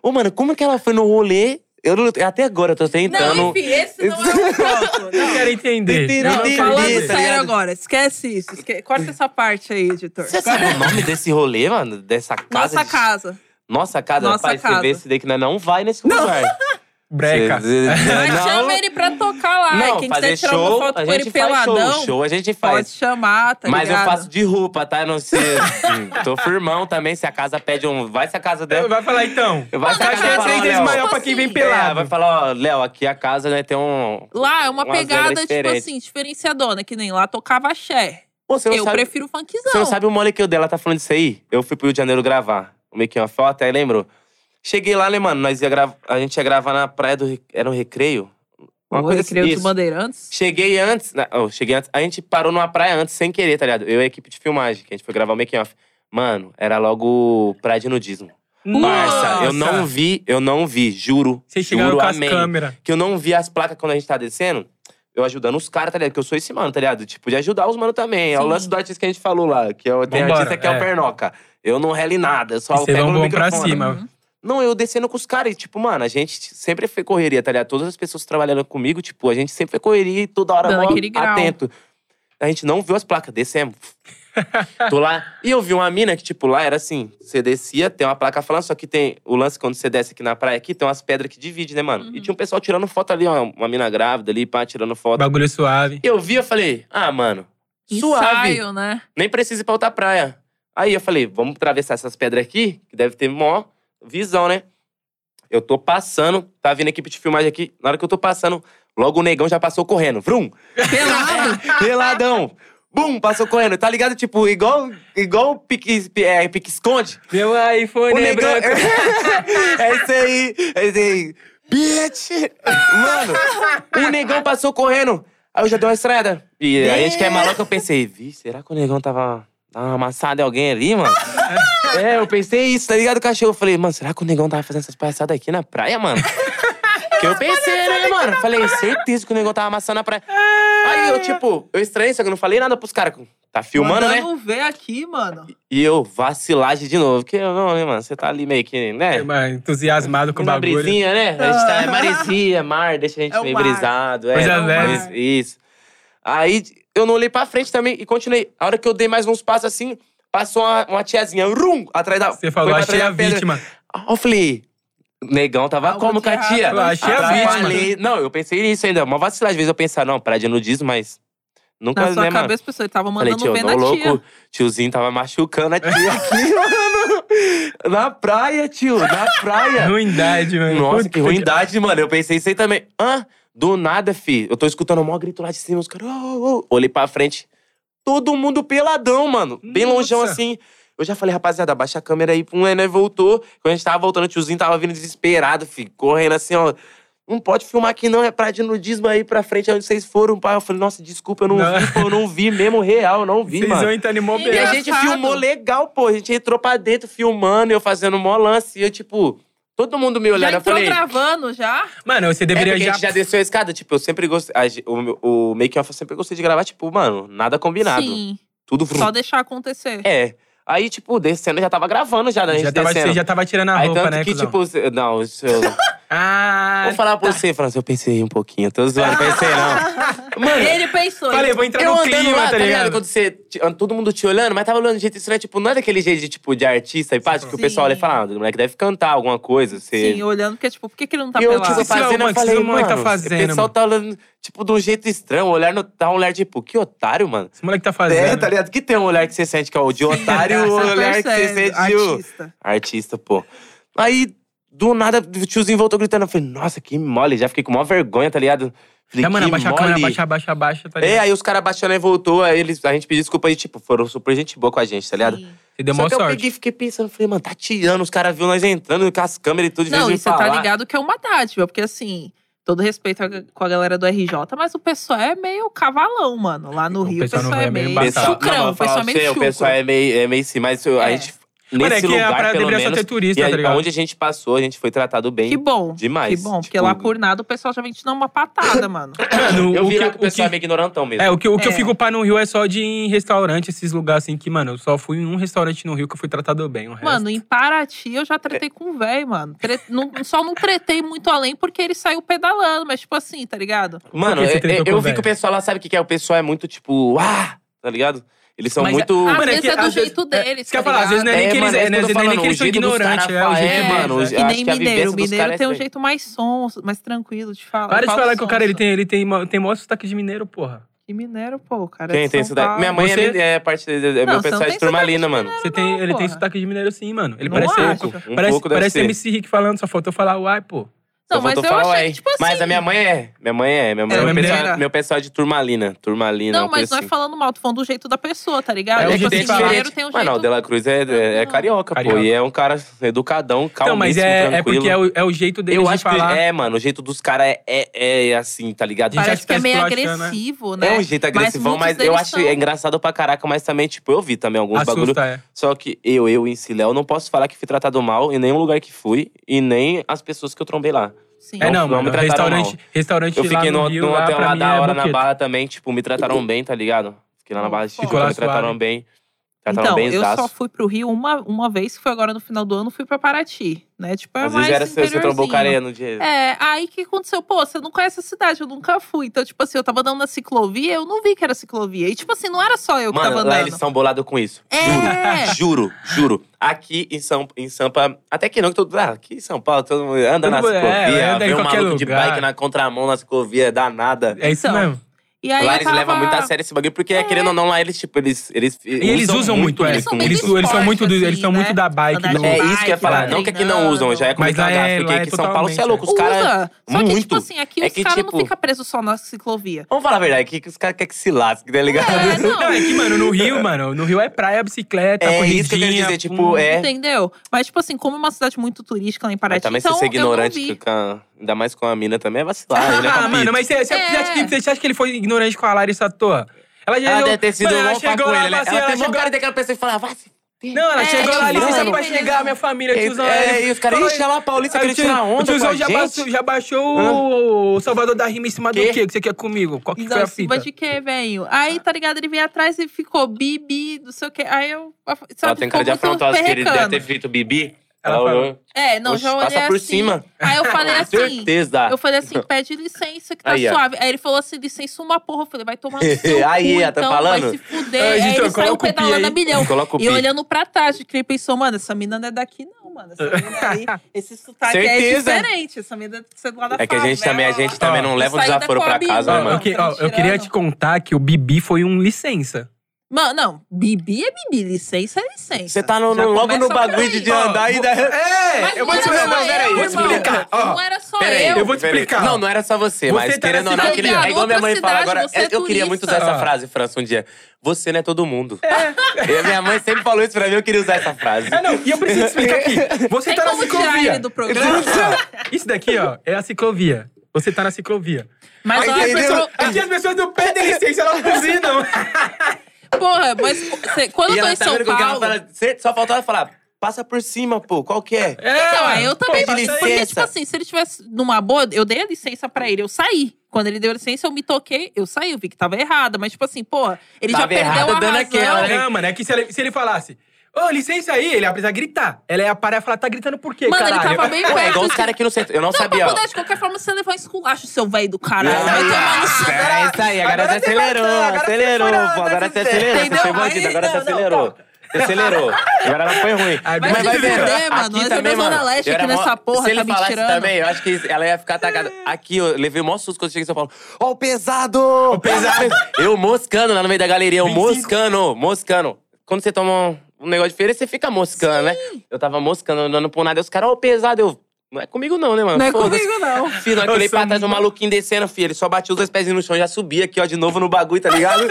Speaker 3: Ô, mano, como que ela foi no rolê? Eu não- até agora eu tô tentando.
Speaker 2: Não, enfim, esse não é o foco.
Speaker 1: Eu
Speaker 2: não.
Speaker 1: quero entender.
Speaker 3: Entendi,
Speaker 1: Eu não assim.
Speaker 3: entendi.
Speaker 1: quero
Speaker 2: Falando
Speaker 1: entender.
Speaker 3: tá
Speaker 2: sério
Speaker 3: ligado?
Speaker 2: agora, esquece isso. esque- Corta essa parte aí, editor.
Speaker 3: Você é sabe o nome desse rolê, mano? Dessa casa?
Speaker 2: Nossa
Speaker 3: de-
Speaker 2: casa.
Speaker 3: Nossa casa?
Speaker 2: Nossa
Speaker 3: Rapaz,
Speaker 2: casa.
Speaker 3: você vê esse daí que nós não vai nesse lugar.
Speaker 1: Breca.
Speaker 3: Cê- cê-
Speaker 2: Mas
Speaker 3: Não,
Speaker 2: chama ele pra tocar lá.
Speaker 3: não
Speaker 2: Quem
Speaker 3: fazer
Speaker 2: quiser tirar
Speaker 3: show,
Speaker 2: uma tá foto
Speaker 3: a
Speaker 2: com
Speaker 3: gente
Speaker 2: ele
Speaker 3: faz
Speaker 2: peladão,
Speaker 3: show. Show a gente
Speaker 2: pode
Speaker 3: faz.
Speaker 2: chamar, tá
Speaker 3: Mas eu
Speaker 2: ligado?
Speaker 3: faço de roupa, tá? Não sei. Tô firmão também. Se a casa pede um. Vai se a casa dela.
Speaker 1: Vai falar então.
Speaker 3: Vai se a
Speaker 1: Acho que
Speaker 3: casa
Speaker 1: é
Speaker 3: fala,
Speaker 1: três
Speaker 3: ó,
Speaker 1: vezes
Speaker 3: Léo.
Speaker 1: maior
Speaker 2: Tipo
Speaker 1: pra quem vem
Speaker 2: assim,
Speaker 3: É, vai
Speaker 1: pelado.
Speaker 3: falar, ó, Léo, aqui a casa né, tem um.
Speaker 2: Lá é uma
Speaker 3: Uma
Speaker 2: pegada,
Speaker 3: zela
Speaker 2: tipo
Speaker 3: diferente.
Speaker 2: assim, diferenciadona, que nem lá tocava axé.
Speaker 3: Pô, você não
Speaker 2: eu
Speaker 3: sabe.
Speaker 2: prefiro funkzão.
Speaker 3: Você não sabe o mole que eu dei, ela tá falando isso aí? Eu fui pro Rio de Janeiro gravar o making of foto, aí lembrou. Cheguei lá, né, mano? Nós ia gravar. A gente ia gravar na praia do. Re- Era um recreio? Uma
Speaker 2: Ou
Speaker 3: coisa
Speaker 2: Recreio
Speaker 3: assim.
Speaker 2: dos
Speaker 3: Isso.
Speaker 2: Bandeirantes.
Speaker 3: Cheguei antes. na- oh, cheguei antes. A gente parou numa praia antes, sem querer, tá ligado? Eu e a equipe de filmagem, que a gente foi gravar o making off. Mano, era logo praia de nudismo. Parça, eu não vi, eu não vi, juro.
Speaker 1: Vocês chegaram
Speaker 3: juro,
Speaker 1: com as
Speaker 3: amém.
Speaker 1: câmeras.
Speaker 3: que eu não vi as placas quando a gente tá descendo, eu ajudando os caras, tá ligado? Que eu sou esse mano, tá ligado? Tipo, de ajudar os mano também. É o
Speaker 2: Sim.
Speaker 3: lance do artista que a gente falou lá, que é o, tem
Speaker 1: Vambora,
Speaker 3: artista que é,
Speaker 1: é.
Speaker 3: o Pernoca. Eu não relo em nada, eu só
Speaker 1: Vocês
Speaker 3: pego
Speaker 1: vão
Speaker 3: no
Speaker 1: bom pra
Speaker 3: microfone.
Speaker 1: cima.
Speaker 3: Não, eu descendo com os caras. E, tipo, mano, a gente sempre foi correria, tá ligado? Todas as pessoas trabalhando comigo, tipo, a gente sempre foi correria e toda hora
Speaker 2: Dando
Speaker 3: mó
Speaker 2: aquele grau.
Speaker 3: atento. A gente não viu as placas, descemos. Tô lá. E eu vi uma mina que, tipo, lá era assim: você descia, tem uma placa falando, só que tem o lance quando você desce aqui na praia, aqui tem umas pedras que divide, né, mano?
Speaker 2: Uhum.
Speaker 3: E tinha um pessoal tirando foto ali, uma, uma mina grávida ali, pá, tirando foto.
Speaker 1: Bagulho suave.
Speaker 3: Eu vi, eu falei, ah, mano, suave.
Speaker 2: Ensaio, né?
Speaker 3: Nem precisa ir pra outra praia. Aí eu falei, vamos atravessar essas pedras aqui, que deve ter mó visão, né? Eu tô passando, tá vindo a equipe de filmagem aqui. Na hora que eu tô passando, logo o negão já passou correndo. Vrum!
Speaker 2: Pelado.
Speaker 3: Peladão! Bum! Passou correndo. Tá ligado? Tipo, igual, igual pique, é, pique esconde.
Speaker 1: Meu iPhone
Speaker 3: O
Speaker 1: é
Speaker 3: negão.
Speaker 1: branco.
Speaker 3: é isso aí, é isso aí. Bitch! Mano, o negão passou correndo. Aí eu já dei uma estrada. E aí a gente que é maluco, eu pensei, vi, será que o negão tava dando uma amassada em alguém ali, mano? é, eu pensei isso, tá ligado? O cachorro. Eu falei, mano, será que o negão tava fazendo essas palhaçadas aqui na praia, mano? Que eu pensei, né, mano? Falei, certeza que o negão tava amassando na praia. Aí eu, tipo, eu estranhei, só que eu não falei nada pros caras. Tá filmando, né?
Speaker 2: Mandando ver aqui, mano.
Speaker 3: E eu vacilagem de novo. Porque eu não, né, mano? Você tá ali meio que, né?
Speaker 1: É, Mano, Entusiasmado com o
Speaker 3: Uma
Speaker 1: bagulho. Ah.
Speaker 3: brisinha, né? A gente tá, é maresia, mar, deixa a gente
Speaker 2: É o
Speaker 3: meio
Speaker 2: mar.
Speaker 3: brisado. É,
Speaker 1: Coisa leve.
Speaker 3: Isso, isso. Aí eu não olhei pra frente também e continuei. A hora que eu dei mais uns passos assim, passou uma, uma tiazinha, rum, atrás da.
Speaker 1: Você falou,
Speaker 3: foi pra
Speaker 1: achei
Speaker 3: trás da
Speaker 1: a
Speaker 3: pedra.
Speaker 1: vítima.
Speaker 3: Aí Eu falei, negão tava
Speaker 2: Algo
Speaker 3: como
Speaker 2: de
Speaker 3: com a
Speaker 2: errado,
Speaker 3: tia?
Speaker 1: eu achei a
Speaker 3: Atrapalhei. Não, eu pensei nisso ainda. é Uma vacilagem. Às vezes eu pensava, não, praia de nudismo, mas. Nunca,
Speaker 2: Na sua
Speaker 3: né, mano?
Speaker 2: cabeça, pessoal, ele tava
Speaker 3: Falei,
Speaker 2: mandando
Speaker 3: tio,
Speaker 2: ver
Speaker 3: não
Speaker 2: na tia.
Speaker 3: louco. Tiozinho tava machucando a tia aqui, mano. Na praia, tio, na praia.
Speaker 1: Ruindade, mano.
Speaker 3: Nossa,
Speaker 1: Puta
Speaker 3: que ruindade, mano. Eu pensei isso aí também. Hã? Do nada, fi. Eu tô escutando o maior grito lá de cima. Os caras. "Oh, oh, oh." Olhei pra frente. Todo mundo peladão, mano. Bem
Speaker 1: Nossa.
Speaker 3: longeão assim. Eu já falei, rapaziada, abaixa a câmera aí. Pum, aí nós voltou. Quando a gente tava voltando, o tiozinho tava vindo desesperado, fi. Correndo assim, ó. Não pode filmar aqui, não. É praia de nudismo aí pra frente, é onde vocês foram, pai. Eu falei, nossa, desculpa, eu não,
Speaker 1: Não.
Speaker 3: vi, pô, eu não vi mesmo real, eu não vi,
Speaker 1: Vocês
Speaker 3: mano.
Speaker 1: vão entrar animou
Speaker 2: E
Speaker 3: E a
Speaker 1: bem.
Speaker 2: Engraçado.
Speaker 3: gente filmou legal, pô. A gente entrou pra dentro filmando, eu fazendo mó lance. E eu, tipo, todo mundo me olhando.
Speaker 2: Já
Speaker 3: Eu
Speaker 2: entrou
Speaker 3: falei.
Speaker 2: gravando, já?
Speaker 1: Mano, você
Speaker 3: É porque
Speaker 1: deveria
Speaker 3: a gente já
Speaker 1: já.
Speaker 3: desceu a escada. Tipo, eu sempre gostei. a ge- O, meu- o make-off eu sempre gostei de gravar, tipo, mano, nada combinado.
Speaker 2: Sim.
Speaker 3: Tudo vrum.
Speaker 2: Só deixar acontecer.
Speaker 3: É. Aí, tipo, descendo, eu já tava gravando já, né? A gente
Speaker 1: Já tava,
Speaker 3: descendo.
Speaker 1: você já tava tirando a
Speaker 3: Aí
Speaker 1: roupa,
Speaker 3: tanto
Speaker 1: né,
Speaker 3: que,
Speaker 1: cuzão?
Speaker 3: tipo, se- não, isso eu.
Speaker 1: Ah,
Speaker 3: Vou falar
Speaker 2: tá.
Speaker 3: pra você, França, eu pensei um pouquinho, tô zoando, pensei não. É, Mano,
Speaker 2: Ele pensou.
Speaker 1: falei,
Speaker 2: ele-
Speaker 1: vou entrar
Speaker 3: eu
Speaker 1: no
Speaker 3: andando
Speaker 1: clima,
Speaker 3: lá,
Speaker 1: tá ligado?
Speaker 3: Quando você, te- an- todo mundo te olhando, mas tava olhando de jeito estranho, tipo, não é daquele jeito de, tipo, de artista e pá, que o
Speaker 2: Sim.
Speaker 3: pessoal olha e fala, ah, o moleque deve cantar alguma coisa, você...
Speaker 2: Sim, olhando, porque tipo, por que, que ele não tá
Speaker 3: E eu,
Speaker 2: pelado?
Speaker 3: tipo,
Speaker 1: Isso é o
Speaker 3: fazendo, eu
Speaker 1: Max,
Speaker 3: falei,
Speaker 1: isso é o
Speaker 3: mano,
Speaker 1: moleque tá
Speaker 3: o
Speaker 1: fazendo,
Speaker 3: pessoal
Speaker 1: mano."
Speaker 3: tá olhando, tipo, de um jeito estranho, olhar no, tá um olhar, tipo, que otário, mano.
Speaker 1: Esse moleque tá
Speaker 3: É,
Speaker 1: fazendo.
Speaker 3: tá ligado? Que tem um olhar que você sente que é o de otário, o
Speaker 2: Você
Speaker 3: olhar que você
Speaker 2: percebe,
Speaker 3: sente de... o-
Speaker 2: artista.
Speaker 3: Artista, pô. Aí, do nada, o tiozinho voltou gritando. Eu falei, nossa, que mole. Já fiquei com maior vergonha, tá ligado? Falei,
Speaker 1: Já, mano,
Speaker 3: que
Speaker 1: abaixa a
Speaker 3: mole.
Speaker 1: câmera, abaixa, abaixa, abaixa, tá
Speaker 3: É,
Speaker 1: ligado?
Speaker 3: aí os caras baixando e voltou, aí eles, a gente pediu desculpa aí, tipo, foram super gente boa com a gente, tá ligado?
Speaker 2: Sim.
Speaker 1: Você deu
Speaker 3: Só
Speaker 1: maior
Speaker 3: que eu
Speaker 1: sorte.
Speaker 3: peguei e fiquei pensando, falei, mano, tá tirando, os caras viram nós entrando com as câmeras e tudo, de vez
Speaker 2: Não,
Speaker 3: em
Speaker 2: e você tá
Speaker 3: falar.
Speaker 2: ligado que é uma dádiva, porque assim, todo respeito a- com a galera do RJ, mas o pessoal é meio cavalão, mano. Lá no
Speaker 1: O
Speaker 2: Rio, o
Speaker 1: pessoal no
Speaker 2: pessoal é
Speaker 1: Rio é meio
Speaker 2: meio
Speaker 1: embaçado.
Speaker 3: não,
Speaker 2: chucrão,
Speaker 3: vou
Speaker 2: o pessoal
Speaker 3: falar
Speaker 2: é
Speaker 3: pra
Speaker 2: meio
Speaker 3: você, o pessoal
Speaker 2: chucro.
Speaker 3: é meio, é meio sim, mas a
Speaker 2: É.
Speaker 3: gente,
Speaker 1: Mano, é que
Speaker 3: nesse
Speaker 1: a
Speaker 3: lugar,
Speaker 1: praia
Speaker 3: pelo
Speaker 1: deveria só
Speaker 3: menos,
Speaker 1: ter turista,
Speaker 3: e
Speaker 1: tá
Speaker 3: aí,
Speaker 1: ligado?
Speaker 3: onde a gente passou, a gente foi tratado bem
Speaker 2: Que bom.
Speaker 3: demais.
Speaker 2: Que bom, porque
Speaker 3: Tipo, É.
Speaker 2: lá por nada o pessoal já vem te dar uma patada, mano.
Speaker 1: Mano,
Speaker 3: Eu
Speaker 1: o
Speaker 3: vi
Speaker 1: que-
Speaker 3: lá que o
Speaker 1: o
Speaker 3: pessoal é
Speaker 1: que-
Speaker 3: meio ignorantão mesmo.
Speaker 1: É, o que, o que eu
Speaker 2: É.
Speaker 1: fico pá no Rio é só de ir em restaurante, esses lugares assim que, mano, eu só fui em um restaurante no Rio que eu fui tratado bem. O resto.
Speaker 2: Mano, em Paraty eu já tretei com o velho, mano. Tre- não- só não tretei muito além porque ele saiu pedalando, mas tipo assim, tá ligado?
Speaker 3: Mano,
Speaker 1: Por que você
Speaker 3: é-
Speaker 1: tretou com
Speaker 3: é-
Speaker 1: o
Speaker 3: eu vi
Speaker 1: velho?
Speaker 3: que o pessoal lá sabe o que, que é. O pessoal é muito tipo, ah, tá ligado? Eles são
Speaker 1: Mas-
Speaker 3: muito.
Speaker 1: ah,
Speaker 2: Às
Speaker 1: Mano, é
Speaker 2: vezes
Speaker 1: que
Speaker 2: é, do
Speaker 1: às vezes-
Speaker 2: jeito
Speaker 1: é,
Speaker 2: deles,
Speaker 1: isso que eu ia
Speaker 2: tá
Speaker 1: falar, às vezes
Speaker 2: ligado?
Speaker 1: não é nem que eles, é,
Speaker 3: mano, isso que eu
Speaker 1: né,
Speaker 3: tô
Speaker 1: nem
Speaker 3: falando,
Speaker 1: que eles
Speaker 3: o
Speaker 1: são
Speaker 3: jeito dos
Speaker 1: ignorantes, é
Speaker 3: caras
Speaker 1: o
Speaker 3: fala-
Speaker 1: jeito
Speaker 3: é,
Speaker 1: deles,
Speaker 3: mano,
Speaker 1: é.
Speaker 3: os-
Speaker 2: que
Speaker 3: acho
Speaker 2: nem
Speaker 3: que a
Speaker 2: mineiro.
Speaker 3: vivência
Speaker 2: O
Speaker 3: dos
Speaker 2: mineiro
Speaker 3: caras
Speaker 2: tem
Speaker 3: é
Speaker 2: um
Speaker 3: essa aí.
Speaker 2: jeito mais sonso, mais tranquilo de falar.
Speaker 1: Para de
Speaker 2: Fala
Speaker 1: falar que o cara ele
Speaker 2: sonso.
Speaker 1: tem, ele tem, ma- tem maior sotaque de mineiro, porra.
Speaker 2: Que mineiro, pô, o cara. é
Speaker 3: Quem
Speaker 2: de
Speaker 3: tem
Speaker 2: São
Speaker 3: isso daí?
Speaker 2: Paulo.
Speaker 3: Minha mãe é
Speaker 1: Você-
Speaker 3: min- é, parte. É,
Speaker 2: Não,
Speaker 3: meu
Speaker 2: você não
Speaker 3: pessoal é
Speaker 2: tem
Speaker 3: de turmalina,
Speaker 2: sotaque
Speaker 3: mano.
Speaker 1: Você tem,
Speaker 2: não,
Speaker 1: ele tem
Speaker 2: porra.
Speaker 1: sotaque de mineiro sim, mano. Ele
Speaker 2: Não
Speaker 1: parece,
Speaker 2: acho.
Speaker 1: parece,
Speaker 3: Um pouco deve
Speaker 1: parece
Speaker 3: ser.
Speaker 1: MC Rick falando, só faltou falar uai, pô.
Speaker 2: Não,
Speaker 3: Só
Speaker 2: mas eu
Speaker 3: faltou falar,
Speaker 2: achei
Speaker 3: "Ué".
Speaker 2: que, tipo assim.
Speaker 3: Mas a minha mãe é. Minha mãe é. Minha mãe
Speaker 1: É,
Speaker 3: é. Meu
Speaker 1: mineira.
Speaker 3: pessoal, meu pessoal é de turmalina. Turmalina.
Speaker 2: Não,
Speaker 3: uma coisa
Speaker 2: mas não é
Speaker 3: assim.
Speaker 2: falando mal, tô falando do jeito da pessoa, tá ligado?
Speaker 1: É um
Speaker 2: tipo
Speaker 1: jeito
Speaker 2: assim,
Speaker 1: diferente.
Speaker 2: mineiro tem um
Speaker 3: Mas
Speaker 2: jeito.
Speaker 3: não, o Dela Cruz é, é, é carioca,
Speaker 1: Carioca.
Speaker 3: pô. E é um cara educadão, calmo,
Speaker 1: Não, mas é, é
Speaker 3: tranquilo.
Speaker 1: porque é o, é o jeito deles
Speaker 3: Eu
Speaker 1: de
Speaker 3: acho
Speaker 1: falar.
Speaker 3: que. É, mano, o jeito dos caras é, é, é assim, tá ligado?
Speaker 1: gente acha que
Speaker 2: Parece que é
Speaker 1: tá
Speaker 2: meio
Speaker 1: escrachando, né?
Speaker 2: agressivo, né?
Speaker 3: É um jeito agressivão, mas,
Speaker 2: muitos
Speaker 3: eu
Speaker 2: deles
Speaker 3: acho
Speaker 2: são.
Speaker 3: é engraçado pra caraca, mas também, tipo, eu vi também alguns
Speaker 1: Assusta,
Speaker 3: bagulho.
Speaker 1: é.
Speaker 3: Só que eu, eu em Siléu, não posso falar que fui tratado mal em nenhum lugar que fui e nem as pessoas que eu trombei lá.
Speaker 2: Sim.
Speaker 1: É, não,
Speaker 3: um Não
Speaker 1: mano.
Speaker 3: me trataram
Speaker 1: Restaurante, restaurante
Speaker 3: Eu
Speaker 1: lá
Speaker 3: fiquei
Speaker 1: no,
Speaker 3: no,
Speaker 1: Rio,
Speaker 3: num
Speaker 1: lá,
Speaker 3: hotel
Speaker 1: pra
Speaker 3: lá
Speaker 1: mim,
Speaker 3: da
Speaker 1: é
Speaker 3: hora na
Speaker 1: boqueta.
Speaker 3: Barra também, tipo, me trataram bem, tá ligado? Fiquei lá na Barra de
Speaker 2: Ficou
Speaker 3: Tijuca,
Speaker 1: lá
Speaker 3: me trataram
Speaker 1: suave.
Speaker 3: bem. Cataram
Speaker 2: Então,
Speaker 3: bem
Speaker 2: eu
Speaker 3: zaço.
Speaker 2: só fui pro Rio uma, uma vez, que foi agora no final do ano, fui pra Paraty, né? Tipo, é
Speaker 3: Às
Speaker 2: mais
Speaker 3: vezes era seu, seu
Speaker 2: interiorzinho.
Speaker 3: Trabucareia no dia.
Speaker 2: É, aí que aconteceu? Pô, você não conhece a cidade, eu nunca fui. Então, tipo assim, eu tava andando na ciclovia, eu não vi que era ciclovia. E, tipo assim, não era só eu que
Speaker 3: Mano,
Speaker 2: tava
Speaker 3: lá
Speaker 2: andando.
Speaker 3: eles são bolados com isso.
Speaker 2: É!
Speaker 3: Juro, juro. Aqui em, São, em Sampa, até que não, que todo, ah, aqui em São Paulo, todo mundo anda
Speaker 1: Todo
Speaker 3: na
Speaker 1: mundo- é,
Speaker 3: ciclovia,
Speaker 1: anda em
Speaker 3: vê um
Speaker 1: qualquer
Speaker 3: maluco de
Speaker 1: lugar.
Speaker 3: bike na contramão na ciclovia, danada.
Speaker 1: É isso
Speaker 2: Então,
Speaker 1: mesmo.
Speaker 2: E aí
Speaker 3: lá
Speaker 2: eu
Speaker 3: eles
Speaker 2: tava-
Speaker 3: levam muito a sério esse bagulho, porque, querendo ou não, lá eles, tipo, eles. eles
Speaker 1: é. E eles usam muito, é.
Speaker 2: eles
Speaker 1: Eles,
Speaker 2: são bem
Speaker 1: eles,
Speaker 2: do
Speaker 1: são
Speaker 2: esporte,
Speaker 1: muito, do- eles
Speaker 2: assim,
Speaker 1: são muito
Speaker 2: né?
Speaker 1: da bike.
Speaker 2: Andar de
Speaker 1: do-
Speaker 3: É isso que eu ia
Speaker 2: Bike,
Speaker 3: falar. Não que aqui não
Speaker 2: treinando.
Speaker 3: usam, já é como
Speaker 1: Mas lá é-
Speaker 3: porque
Speaker 1: lá é
Speaker 3: aqui em São Paulo você é
Speaker 1: totalmente,
Speaker 3: louco. Os
Speaker 2: Usa.
Speaker 3: caras.
Speaker 2: Só que,
Speaker 3: muito.
Speaker 2: tipo assim, aqui
Speaker 3: É
Speaker 2: os
Speaker 3: que,
Speaker 2: caras
Speaker 3: tipo-
Speaker 2: não ficam presos só na ciclovia.
Speaker 3: Vamos falar a verdade, aqui que os caras querem que se lasque, tá ligado?
Speaker 2: É, não.
Speaker 1: Não, é que, mano, no Rio, mano, no Rio é praia, bicicleta,
Speaker 3: É
Speaker 1: corridinha.
Speaker 3: isso que eu quero dizer,
Speaker 1: pum.
Speaker 3: tipo, é.
Speaker 2: Entendeu? Mas, tipo assim, como é uma cidade muito turística lá em
Speaker 3: Mas
Speaker 2: Paraty,
Speaker 3: também
Speaker 2: então
Speaker 3: você ser
Speaker 2: eu não
Speaker 3: ignorante,
Speaker 2: vi.
Speaker 3: com a- ainda mais com a mina também, é vacilar, né?
Speaker 1: Ah,
Speaker 3: papito?
Speaker 1: mano, mas você você-
Speaker 2: É.
Speaker 1: você acha, que- você acha que ele foi ignorante com a Larissa à toa? Ela, já
Speaker 3: Ela deve ter sido
Speaker 1: mano, ela
Speaker 3: louca
Speaker 1: chegou
Speaker 3: com
Speaker 1: lá,
Speaker 3: ele, né?
Speaker 1: assim,
Speaker 3: Ela
Speaker 1: ela
Speaker 3: tem mó
Speaker 1: chegou-
Speaker 3: cara daquela pessoa e fala, vai se
Speaker 1: Não, ela
Speaker 2: É,
Speaker 1: chegou lá,
Speaker 2: tipo,
Speaker 1: Larissa,
Speaker 2: não.
Speaker 1: pra chegar, minha família, tiozão.
Speaker 3: É, e os caras,
Speaker 1: Falou,
Speaker 3: ixi, olha lá, a Paulista
Speaker 1: Aí
Speaker 3: queria
Speaker 1: o tio-
Speaker 3: tirar
Speaker 1: O
Speaker 3: onda com
Speaker 1: tiozão
Speaker 3: a
Speaker 1: já
Speaker 3: gente.
Speaker 1: baixou, já baixou o, o Salvador da Rima em cima
Speaker 3: Quê?
Speaker 1: do quê que você quer comigo? Qual que foi
Speaker 2: Em
Speaker 1: a fita?
Speaker 2: cima de quê, velho? Aí, tá ligado? Ele veio atrás e ficou bibi, não sei o quê. Aí eu. Só
Speaker 3: Ela
Speaker 2: que ficou
Speaker 3: tem cara de
Speaker 2: muito
Speaker 3: afrontosa, que ele deve
Speaker 2: perrecando.
Speaker 3: ter feito bibi.
Speaker 1: Ela
Speaker 3: Ela
Speaker 1: falou.
Speaker 3: olhou,
Speaker 2: É, não, já
Speaker 3: "Oxe,
Speaker 2: olhei
Speaker 3: passa
Speaker 2: assim.
Speaker 3: por cima.
Speaker 2: Aí eu falei assim.
Speaker 3: Certeza.
Speaker 2: Eu falei assim, pede licença que tá
Speaker 3: Aí, ó.
Speaker 2: suave. Aí ele falou assim, licença uma porra. Eu falei, vai tomar no seu
Speaker 3: Aí,
Speaker 2: cu,
Speaker 3: ó, tá
Speaker 2: então,
Speaker 3: falando?
Speaker 2: vai se fuder.
Speaker 1: Aí,
Speaker 2: Aí
Speaker 1: então,
Speaker 2: ele saiu
Speaker 1: coloca o pi
Speaker 2: pedalando
Speaker 1: aí.
Speaker 2: a bilhão.
Speaker 3: Coloca o
Speaker 2: E
Speaker 3: pi.
Speaker 2: olhando pra trás, que ele pensou, mano, essa mina não é daqui não, mano. Essa mina aí, esse sotaque
Speaker 3: Certeza.
Speaker 2: é diferente. Essa mina é do lado da
Speaker 3: É que a gente
Speaker 2: favela,
Speaker 3: também, a gente
Speaker 2: lá.
Speaker 3: também não
Speaker 1: Ó,
Speaker 3: leva o
Speaker 2: saída
Speaker 3: desaforo
Speaker 2: com a
Speaker 3: pra
Speaker 2: Bíblia,
Speaker 3: casa,
Speaker 1: Ó,
Speaker 3: né,
Speaker 2: não,
Speaker 1: eu
Speaker 3: mano.
Speaker 1: que- ó, eu
Speaker 2: tirando.
Speaker 1: queria te contar que o Bibi foi um licença.
Speaker 2: Mano, não. Bibi é Bibi, licença é licença.
Speaker 3: Você tá no-
Speaker 2: Já
Speaker 3: no- logo
Speaker 2: começa
Speaker 3: no
Speaker 2: por
Speaker 3: bagulho
Speaker 2: aí.
Speaker 3: de andar e... da-
Speaker 1: É!
Speaker 2: Mas
Speaker 1: eu vou
Speaker 2: não
Speaker 1: te
Speaker 2: era
Speaker 1: explicar.
Speaker 2: só
Speaker 1: peraí,
Speaker 2: eu,
Speaker 1: vou te
Speaker 2: irmão.
Speaker 1: explicar. Ó,
Speaker 2: Não é- era só
Speaker 3: Pera aí,
Speaker 1: eu vou te
Speaker 3: peraí.
Speaker 1: explicar.
Speaker 3: Não, não era só você,
Speaker 1: Você
Speaker 3: mas
Speaker 1: tá
Speaker 3: querendo ou não,
Speaker 1: na
Speaker 3: eu queria,
Speaker 2: cidade,
Speaker 3: é igual minha mãe
Speaker 2: outra
Speaker 3: fala
Speaker 2: cidade,
Speaker 3: agora.
Speaker 2: você
Speaker 3: Eu,
Speaker 2: é
Speaker 3: eu queria muito
Speaker 2: turista.
Speaker 3: usar essa
Speaker 1: Ah.
Speaker 3: frase, França, um dia. Você não é todo mundo. E a minha mãe sempre falou isso pra mim, eu queria usar essa frase.
Speaker 1: É, não, e eu preciso explicar aqui. Você
Speaker 2: Tem
Speaker 1: tá na
Speaker 2: como tirar ele
Speaker 1: ciclovia.
Speaker 2: do programa?
Speaker 1: Isso daqui, ó, é a ciclovia. Você tá na ciclovia.
Speaker 2: Mas
Speaker 1: Aqui
Speaker 2: olha,
Speaker 1: as,
Speaker 2: pessoal,
Speaker 1: pessoas, aqui as pessoas não pedem licença, elas buzinam.
Speaker 2: Porra, mas cê- quando
Speaker 3: é. E
Speaker 2: eu tô em
Speaker 3: ela tá
Speaker 2: São
Speaker 3: vendo como que ela
Speaker 2: Paulo.
Speaker 3: fala, "Cê- só faltava falar, passa por cima, pô, qual que é?
Speaker 1: É,
Speaker 2: Então, aí eu também
Speaker 1: pô,
Speaker 3: passa
Speaker 2: porque,
Speaker 3: aí.
Speaker 2: tipo assim, se ele tivesse numa boa, eu dei a licença pra ele, eu saí. Quando ele deu a licença, eu me toquei, eu saí, eu vi que tava errada. Mas, tipo assim, porra, ele já
Speaker 3: Tava
Speaker 2: perdeu
Speaker 3: errada
Speaker 2: a
Speaker 3: dando
Speaker 2: razão.
Speaker 3: aquela, né?
Speaker 1: Não, mano, é que se ele, se ele falasse, ô, licença aí, ele ia precisar gritar. Ela ia parar e falar, tá gritando por quê,
Speaker 2: Mano, ele
Speaker 1: caralho?
Speaker 2: tava bem perto.
Speaker 3: Ué, é igual os
Speaker 2: assim.
Speaker 3: caras aqui no centro. Eu não,
Speaker 2: Não,
Speaker 3: sabia,
Speaker 2: pra
Speaker 3: ó.
Speaker 2: poder, de qualquer forma, você levar esculacho, seu velho do caralho.
Speaker 3: Ah,
Speaker 2: Vai tomar no seu.
Speaker 3: Agora é isso aí, agora,
Speaker 1: Agora
Speaker 3: você
Speaker 1: você
Speaker 3: acelerou,
Speaker 1: matou, agora você
Speaker 3: acelerou,
Speaker 1: foi na-
Speaker 3: pô, agora você acelerou,
Speaker 2: Entendeu?
Speaker 3: você foi bandido,
Speaker 2: Aí-
Speaker 3: agora você
Speaker 2: não, não,
Speaker 3: acelerou.
Speaker 2: calma.
Speaker 3: Você acelerou. Agora ela foi ruim.
Speaker 1: Agora
Speaker 3: Mas
Speaker 1: se
Speaker 3: vai ver.
Speaker 2: fuder, mano, nós
Speaker 3: Aqui
Speaker 2: é
Speaker 3: também,
Speaker 2: da Zona
Speaker 3: mano.
Speaker 2: Leste
Speaker 3: eu
Speaker 2: aqui
Speaker 3: era
Speaker 2: nessa
Speaker 3: mó-
Speaker 2: porra,
Speaker 3: Se ele
Speaker 2: tá me
Speaker 3: falasse
Speaker 2: tirando.
Speaker 3: também, eu acho que ela ia ficar atacada. Aqui, eu levei o maior susto quando eu cheguei em São Paulo. Ó, o pesado! O pesado! Eu moscando lá no meio da galeria, eu
Speaker 1: 25.
Speaker 3: moscando, moscando. Quando você toma um- um negócio de feira, você fica moscando, né? Eu tava moscando, andando por nada. Aí Os caras, ó, o pesado, eu... Não é comigo não, né, mano?
Speaker 2: Não é
Speaker 3: Foda-se.
Speaker 2: comigo, não.
Speaker 3: Filho,
Speaker 1: Eu
Speaker 3: eu olhei
Speaker 1: sou
Speaker 3: pra trás do maluquinho descendo, filho. Ele só batia os dois pezinhos no chão, já subia aqui, ó, de novo no bagulho, tá ligado?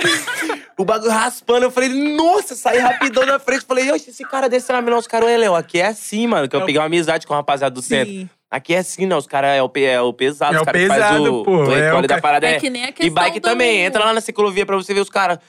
Speaker 3: o bagulho raspando. Eu falei, nossa, saí rapidão na frente. Falei, oxe, esse cara desceu na mina. Os caras, "Ué, Léo, aqui é assim, mano. Que eu
Speaker 1: É o-
Speaker 3: peguei uma amizade com o rapaziada do
Speaker 2: Sim.
Speaker 3: centro. Aqui é assim, não. Os caras é, o pe- é o pesado.
Speaker 1: É
Speaker 3: os
Speaker 1: o
Speaker 3: cara que faz
Speaker 1: pesado,
Speaker 3: o,
Speaker 1: pô,
Speaker 3: o
Speaker 1: é
Speaker 3: recolhe
Speaker 1: o
Speaker 3: da
Speaker 1: ca-
Speaker 3: parada.
Speaker 2: É que nem a
Speaker 3: E
Speaker 2: questão
Speaker 3: bike
Speaker 2: do-
Speaker 3: também. Entra lá na ciclovia pra você ver os caras.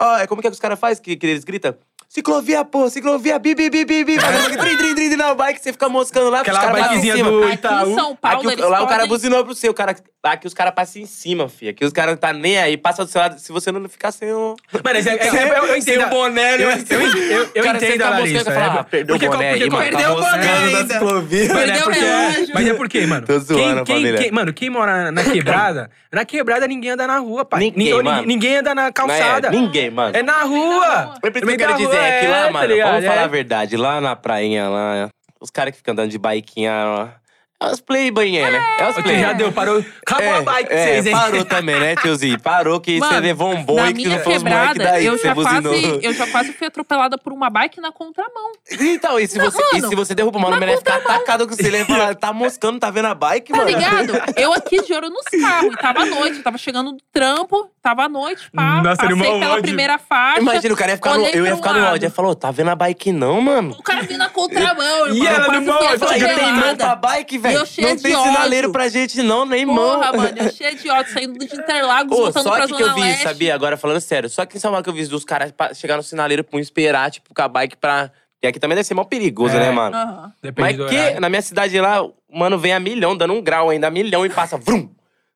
Speaker 3: Ah, é como que, é que os caras fazem? Que, que eles gritam? Ciclovia, pô, ciclovia, bi, bi, bi, bi, bi. Fazendo trim, trim, trim, trim na bike. Você fica moscando lá, os
Speaker 1: Aquela
Speaker 3: caras passam em
Speaker 1: bikezinha
Speaker 3: cima.
Speaker 1: do
Speaker 2: Aqui em
Speaker 1: Itaú.
Speaker 2: São Paulo,
Speaker 3: Aqui o-
Speaker 2: eles
Speaker 3: lá o cara
Speaker 2: podem-
Speaker 3: buzinou pro seu, o cara, aqui os caras passam em cima, filho. Aqui os caras não tá nem aí, passa do seu lado. Se você não ficar sem o.
Speaker 1: Mano, é, é, é, eu entendo.
Speaker 3: Sem o boné,
Speaker 1: Eu,
Speaker 3: né?
Speaker 1: eu, eu, eu
Speaker 3: O cara
Speaker 1: entendo
Speaker 3: sempre
Speaker 1: a
Speaker 3: tá moscando,
Speaker 1: Larissa.
Speaker 3: fala,
Speaker 1: é.
Speaker 3: ah, perdeu o
Speaker 1: Porque qual-
Speaker 3: boné
Speaker 1: porque
Speaker 3: aí,
Speaker 1: qual-
Speaker 3: mano, tá
Speaker 1: perdeu o boné
Speaker 3: moscando na
Speaker 1: ainda.
Speaker 3: ciclovia.
Speaker 1: Mano, é
Speaker 2: Perdeu o
Speaker 1: porque,
Speaker 2: relógio.
Speaker 1: mas é porque, mano.
Speaker 3: Tô zoando,
Speaker 1: quem, quem,
Speaker 3: família.
Speaker 1: quem, mano, quem mora na quebrada, na quebrada ninguém anda na rua, pai.
Speaker 3: Ninguém,
Speaker 1: Ninguém,
Speaker 3: mano.
Speaker 1: ninguém anda na
Speaker 3: Não é
Speaker 1: calçada.
Speaker 3: ninguém, mano.
Speaker 1: É na rua.
Speaker 3: Mas por isso
Speaker 1: No
Speaker 3: que eu
Speaker 1: meio da
Speaker 3: quero dizer,
Speaker 1: rua,
Speaker 3: é que lá,
Speaker 1: tá
Speaker 3: mano,
Speaker 1: ligado?
Speaker 3: vamos falar
Speaker 1: É.
Speaker 3: a verdade, lá na prainha, lá, os caras que ficam andando de biquinha, ó, é os playboyinha, né? É os
Speaker 1: Ô, tio,
Speaker 3: play.
Speaker 1: já deu, parou. Acabou
Speaker 3: É,
Speaker 1: a bike de
Speaker 3: é,
Speaker 1: vocês, hein?
Speaker 3: Parou também, né, tiozinho? Parou que
Speaker 2: Mano,
Speaker 3: você levou um boi
Speaker 2: na
Speaker 3: que
Speaker 2: minha
Speaker 3: não foi os moleque
Speaker 2: quebrada,
Speaker 3: daí
Speaker 2: eu
Speaker 3: que você
Speaker 2: já,
Speaker 3: buzinou.
Speaker 2: quase, eu já quase fui atropelada por uma bike na contramão.
Speaker 3: Então, e se, você, e
Speaker 2: mano,
Speaker 3: se você derruba o mano, o menino ficar atacado com você, ele vai falar, tá moscando, tá vendo a bike,
Speaker 2: Tá
Speaker 3: mano?
Speaker 2: ligado? Eu aqui de olho nos carros. E tava à noite, eu tava chegando do trampo, tava à noite, pá.
Speaker 1: Nossa,
Speaker 2: passei
Speaker 1: animal
Speaker 2: pela
Speaker 1: ódio.
Speaker 2: primeira faixa.
Speaker 3: um Imagina, o cara ia ficar no,
Speaker 2: olhei
Speaker 3: eu ia
Speaker 2: pra um
Speaker 3: ficar no
Speaker 2: lado.
Speaker 3: áudio, ele falou, tá vendo a bike não, mano?
Speaker 2: O cara vindo na contramão,
Speaker 1: E
Speaker 2: irmão.
Speaker 1: ela
Speaker 2: quase
Speaker 1: no mal,
Speaker 2: fui
Speaker 1: eu tô
Speaker 3: Fala,
Speaker 1: ligado.
Speaker 3: Já tem mão
Speaker 2: atropelada.
Speaker 3: pra bike,
Speaker 2: E
Speaker 3: velho?
Speaker 2: eu cheia
Speaker 3: Não
Speaker 2: de
Speaker 3: tem
Speaker 2: ódio.
Speaker 3: sinaleiro pra gente não, nem mão.
Speaker 2: Porra, mano, eu cheia de ódio, saindo de Interlagos,
Speaker 3: Ô,
Speaker 2: voltando
Speaker 3: só
Speaker 2: pra
Speaker 3: aqui
Speaker 2: Zona
Speaker 3: que eu vi,
Speaker 2: Leste.
Speaker 3: sabia? Agora falando sério, só aqui em São Paulo que eu vi dos caras pa- chegar no sinaleiro pra um esperar, tipo, com a bike pra. E aqui também deve ser mó perigoso,
Speaker 1: É.
Speaker 3: né, mano?
Speaker 2: Aham.
Speaker 1: Depende
Speaker 3: Mas
Speaker 1: do
Speaker 3: que
Speaker 1: horário.
Speaker 3: na minha cidade lá, o mano vem a milhão, dando um grau ainda, a milhão e passa, vrum!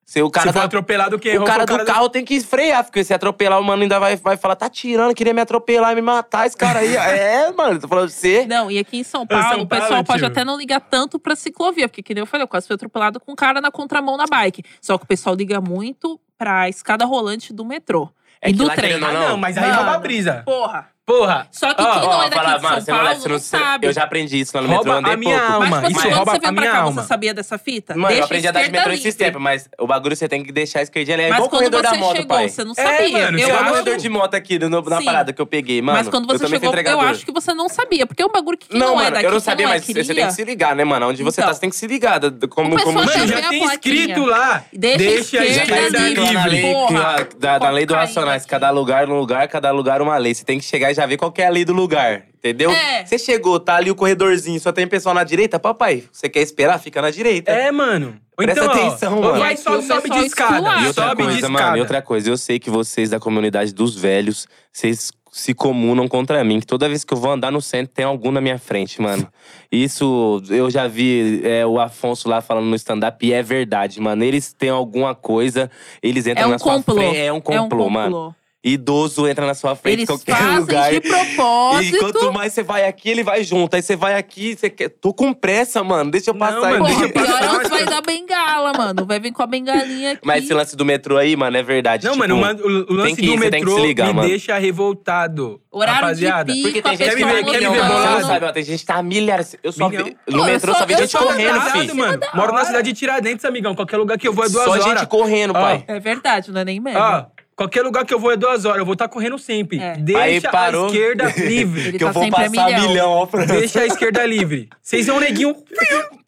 Speaker 3: Se o cara
Speaker 1: Se for
Speaker 3: tá-
Speaker 1: atropelado, quem
Speaker 3: o
Speaker 1: errou foi
Speaker 3: cara
Speaker 1: o cara
Speaker 3: do carro tem que frear, porque se atropelar, o mano ainda vai, vai falar, tá tirando, queria me atropelar, me matar, esse cara aí. é, mano, tô falando de você.
Speaker 2: Não, e aqui em São Paulo,
Speaker 1: São
Speaker 2: o pessoal
Speaker 1: Paulo,
Speaker 2: pode
Speaker 1: tio.
Speaker 2: até não ligar tanto pra ciclovia, porque, que nem eu falei, eu quase fui atropelado com um cara na contramão na bike. Só que o pessoal liga muito pra escada rolante do metrô.
Speaker 3: É
Speaker 2: e
Speaker 3: que
Speaker 2: do
Speaker 3: lá,
Speaker 2: trem.
Speaker 3: querendo ou
Speaker 1: Ah,
Speaker 3: não.
Speaker 1: não, mas aí
Speaker 2: Mano.
Speaker 1: rouba a brisa.
Speaker 2: Porra!
Speaker 1: Porra.
Speaker 2: Só que
Speaker 1: Ó,
Speaker 2: quem não é daqui
Speaker 3: falar,
Speaker 2: de São
Speaker 3: mano, você não,
Speaker 2: Paulo
Speaker 3: leva-
Speaker 2: não,
Speaker 3: você não- você-
Speaker 2: sabe.
Speaker 3: Eu já aprendi isso lá no metrô,
Speaker 1: Rouba
Speaker 3: eu andei
Speaker 1: a minha
Speaker 3: pouco.
Speaker 1: alma.
Speaker 2: mas tipo assim,
Speaker 1: Isso
Speaker 2: quando
Speaker 1: rouba
Speaker 2: você
Speaker 1: a
Speaker 2: veio pra
Speaker 1: minha
Speaker 2: cá,
Speaker 1: alma.
Speaker 2: você sabia dessa fita?
Speaker 3: Mano, eu
Speaker 2: Deixa
Speaker 3: aprendi a andar de
Speaker 2: esquerda
Speaker 3: metrô esses
Speaker 2: livre.
Speaker 3: tempos, mas o bagulho você tem que deixar a esquerdinha ali. É
Speaker 2: Mas
Speaker 3: igual o
Speaker 2: quando
Speaker 3: corredor
Speaker 2: você
Speaker 3: da moto,
Speaker 2: chegou,
Speaker 3: pai.
Speaker 2: você não
Speaker 1: É,
Speaker 2: sabia.
Speaker 1: mano, você
Speaker 2: eu
Speaker 3: Igual o
Speaker 1: acho-
Speaker 3: corredor de moto aqui no- na
Speaker 2: Sim.
Speaker 3: parada que eu peguei, mano.
Speaker 2: mas quando
Speaker 3: eu
Speaker 2: você
Speaker 3: também fui
Speaker 2: chegou, eu
Speaker 3: entregador.
Speaker 2: acho que você não sabia. Porque é um bagulho que quem
Speaker 3: Não,
Speaker 2: não, é
Speaker 3: mano,
Speaker 2: daqui,
Speaker 3: eu não
Speaker 2: quem
Speaker 3: sabia,
Speaker 2: é,
Speaker 3: mas
Speaker 2: queria,
Speaker 3: você tem que se ligar, né, mano? Onde você
Speaker 2: Então.
Speaker 3: tá, você tem que se ligar. da- da- Como,
Speaker 2: O pessoal
Speaker 3: como...
Speaker 2: Mas
Speaker 1: Mano,
Speaker 2: tem
Speaker 1: já
Speaker 2: a
Speaker 1: tem
Speaker 2: plaquinha.
Speaker 1: escrito lá.
Speaker 2: Deixa
Speaker 1: Deixa a
Speaker 2: esquerda
Speaker 1: esquerda
Speaker 2: é livre.
Speaker 3: Tá na lei,
Speaker 1: livre.
Speaker 2: Porra,
Speaker 3: que- da, da lei do
Speaker 2: cocaína
Speaker 3: Racionais,
Speaker 2: aqui.
Speaker 3: cada lugar um lugar, cada lugar uma lei. Você tem que chegar e já ver qual que é a lei do lugar, entendeu?
Speaker 2: É.
Speaker 3: Você chegou, tá ali o corredorzinho, só tem pessoal na direita, papai, você quer esperar, fica na direita.
Speaker 1: É, mano. Ou
Speaker 3: Presta
Speaker 1: então, ó,
Speaker 3: atenção,
Speaker 1: ou
Speaker 3: mano.
Speaker 1: vai,
Speaker 2: E
Speaker 1: sobe,
Speaker 2: o
Speaker 1: sobe de
Speaker 2: pessoal
Speaker 1: escada.
Speaker 2: esculacha.
Speaker 3: E outra
Speaker 1: sobe de
Speaker 3: coisa,
Speaker 1: escada.
Speaker 3: mano, e outra coisa, eu sei que vocês da comunidade dos velhos, vocês se comunam contra mim. Que toda vez que eu vou andar no centro, tem algum na minha frente, mano. Isso eu já vi é, o Afonso lá falando no stand-up e é verdade, mano. Eles têm alguma coisa, eles entram
Speaker 2: É um
Speaker 3: na sua
Speaker 2: complô.
Speaker 3: frente. É um complô,
Speaker 2: é um complô.
Speaker 3: mano. Idoso entra na sua frente em
Speaker 2: Eles
Speaker 3: qualquer
Speaker 2: fazem
Speaker 3: lugar.
Speaker 2: de
Speaker 3: E
Speaker 2: propósito.
Speaker 3: quanto mais você vai aqui, ele vai junto. Aí você vai aqui, você quer. Tô com pressa, mano. Deixa eu
Speaker 1: Não,
Speaker 3: passar
Speaker 1: mano,
Speaker 3: aqui.
Speaker 1: deixa
Speaker 2: Porra,
Speaker 1: eu
Speaker 2: pior é
Speaker 1: passar.
Speaker 2: o que vai dar bengala, mano. Vai vir com a bengalinha aqui.
Speaker 3: Mas esse lance do metrô aí, mano, é verdade.
Speaker 1: Não,
Speaker 3: tipo,
Speaker 1: mano, o man- o, o lance
Speaker 3: que-
Speaker 1: do
Speaker 3: você tem que se
Speaker 1: metrô
Speaker 3: ligar,
Speaker 1: me
Speaker 3: mano.
Speaker 1: deixa revoltado.
Speaker 2: Horário
Speaker 1: rapaziada.
Speaker 2: de
Speaker 3: Porque
Speaker 2: pico, a
Speaker 3: tem gente que
Speaker 2: pessoa
Speaker 1: quer me ver- quer me ver
Speaker 2: lotando.
Speaker 1: bolado?
Speaker 3: bolado, sabe? Ó, Tem gente que tá milhares. Eu só vi,
Speaker 1: Milhão.
Speaker 3: no
Speaker 2: Pô,
Speaker 3: metrô
Speaker 2: eu
Speaker 3: só
Speaker 2: sou-
Speaker 3: vi
Speaker 2: eu
Speaker 3: gente
Speaker 2: sou
Speaker 3: correndo,
Speaker 2: atrasado,
Speaker 3: filho.
Speaker 2: mano.
Speaker 1: um mano.
Speaker 2: da
Speaker 1: Moro na
Speaker 2: hora.
Speaker 1: cidade de Tiradentes, amigão. Qualquer lugar que eu vou é duas
Speaker 3: Só
Speaker 1: horas.
Speaker 3: gente correndo,
Speaker 1: Ó,
Speaker 3: pai.
Speaker 2: É verdade, não é nem mesmo.
Speaker 1: Ó, qualquer lugar que eu vou é duas horas. Eu vou estar correndo sempre.
Speaker 2: É.
Speaker 3: Aí
Speaker 1: Deixa a
Speaker 3: parou.
Speaker 1: esquerda livre.
Speaker 2: Ele
Speaker 3: que
Speaker 2: tá
Speaker 3: eu vou
Speaker 2: sempre a
Speaker 3: passar
Speaker 2: milhão.
Speaker 3: milhão, ó, Fran.
Speaker 1: deixa a esquerda livre. Vocês são um neguinho.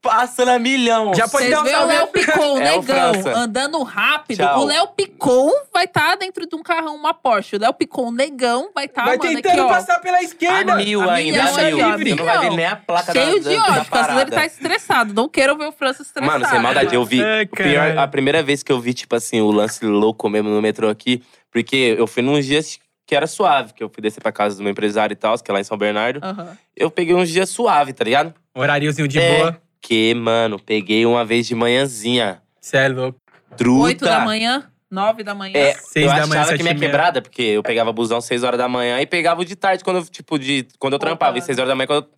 Speaker 3: Passando a milhão.
Speaker 1: Já pode
Speaker 2: Vocês
Speaker 1: dar um
Speaker 2: vê o
Speaker 1: salve.
Speaker 2: Léo Picon,
Speaker 3: É o
Speaker 2: negão,
Speaker 3: França.
Speaker 2: andando rápido.
Speaker 3: Tchau.
Speaker 2: O Léo Picon vai estar dentro de um carrão, uma Porsche. O Léo Picon, negão, vai estar,
Speaker 1: Vai
Speaker 2: mano,
Speaker 1: tentando
Speaker 2: aqui, ó.
Speaker 1: passar pela
Speaker 3: A
Speaker 1: esquerda.
Speaker 3: mil
Speaker 2: a
Speaker 3: ainda,
Speaker 2: milhão
Speaker 3: a mil.
Speaker 2: aí, ó,
Speaker 3: Você não vai ver
Speaker 2: milhão.
Speaker 3: nem a placa da-
Speaker 2: Cheio de
Speaker 3: da,
Speaker 2: ódio,
Speaker 3: da
Speaker 2: o brasileiro
Speaker 3: parada.
Speaker 2: tá estressado. Não quero ver o França estressado.
Speaker 3: Mano, sem maldade, eu vi.
Speaker 1: Ai,
Speaker 3: o pior,
Speaker 1: caralho.
Speaker 3: a primeira vez que eu vi, tipo assim, o lance louco mesmo no metrô aqui, porque eu fui num dias que era suave, que eu fui descer pra casa do meu empresário e tal, que é lá em São Bernardo.
Speaker 2: Aham.
Speaker 3: Eu peguei uns dias suave, tá ligado?
Speaker 1: Horáriozinho de
Speaker 3: É.
Speaker 1: boa.
Speaker 3: Que, mano, peguei uma vez de manhãzinha.
Speaker 1: Cê é louco.
Speaker 3: Druta.
Speaker 2: Oito da manhã, nove da manhã.
Speaker 3: É,
Speaker 1: Seis
Speaker 3: eu
Speaker 1: da manhã,
Speaker 3: achava
Speaker 1: sete
Speaker 3: que
Speaker 1: e
Speaker 3: minha
Speaker 1: meia.
Speaker 3: quebrada, porque eu pegava busão 6 horas da manhã e pegava o de tarde quando eu, tipo, de, quando eu
Speaker 2: Opa.
Speaker 3: trampava. E 6 horas da manhã, quando eu,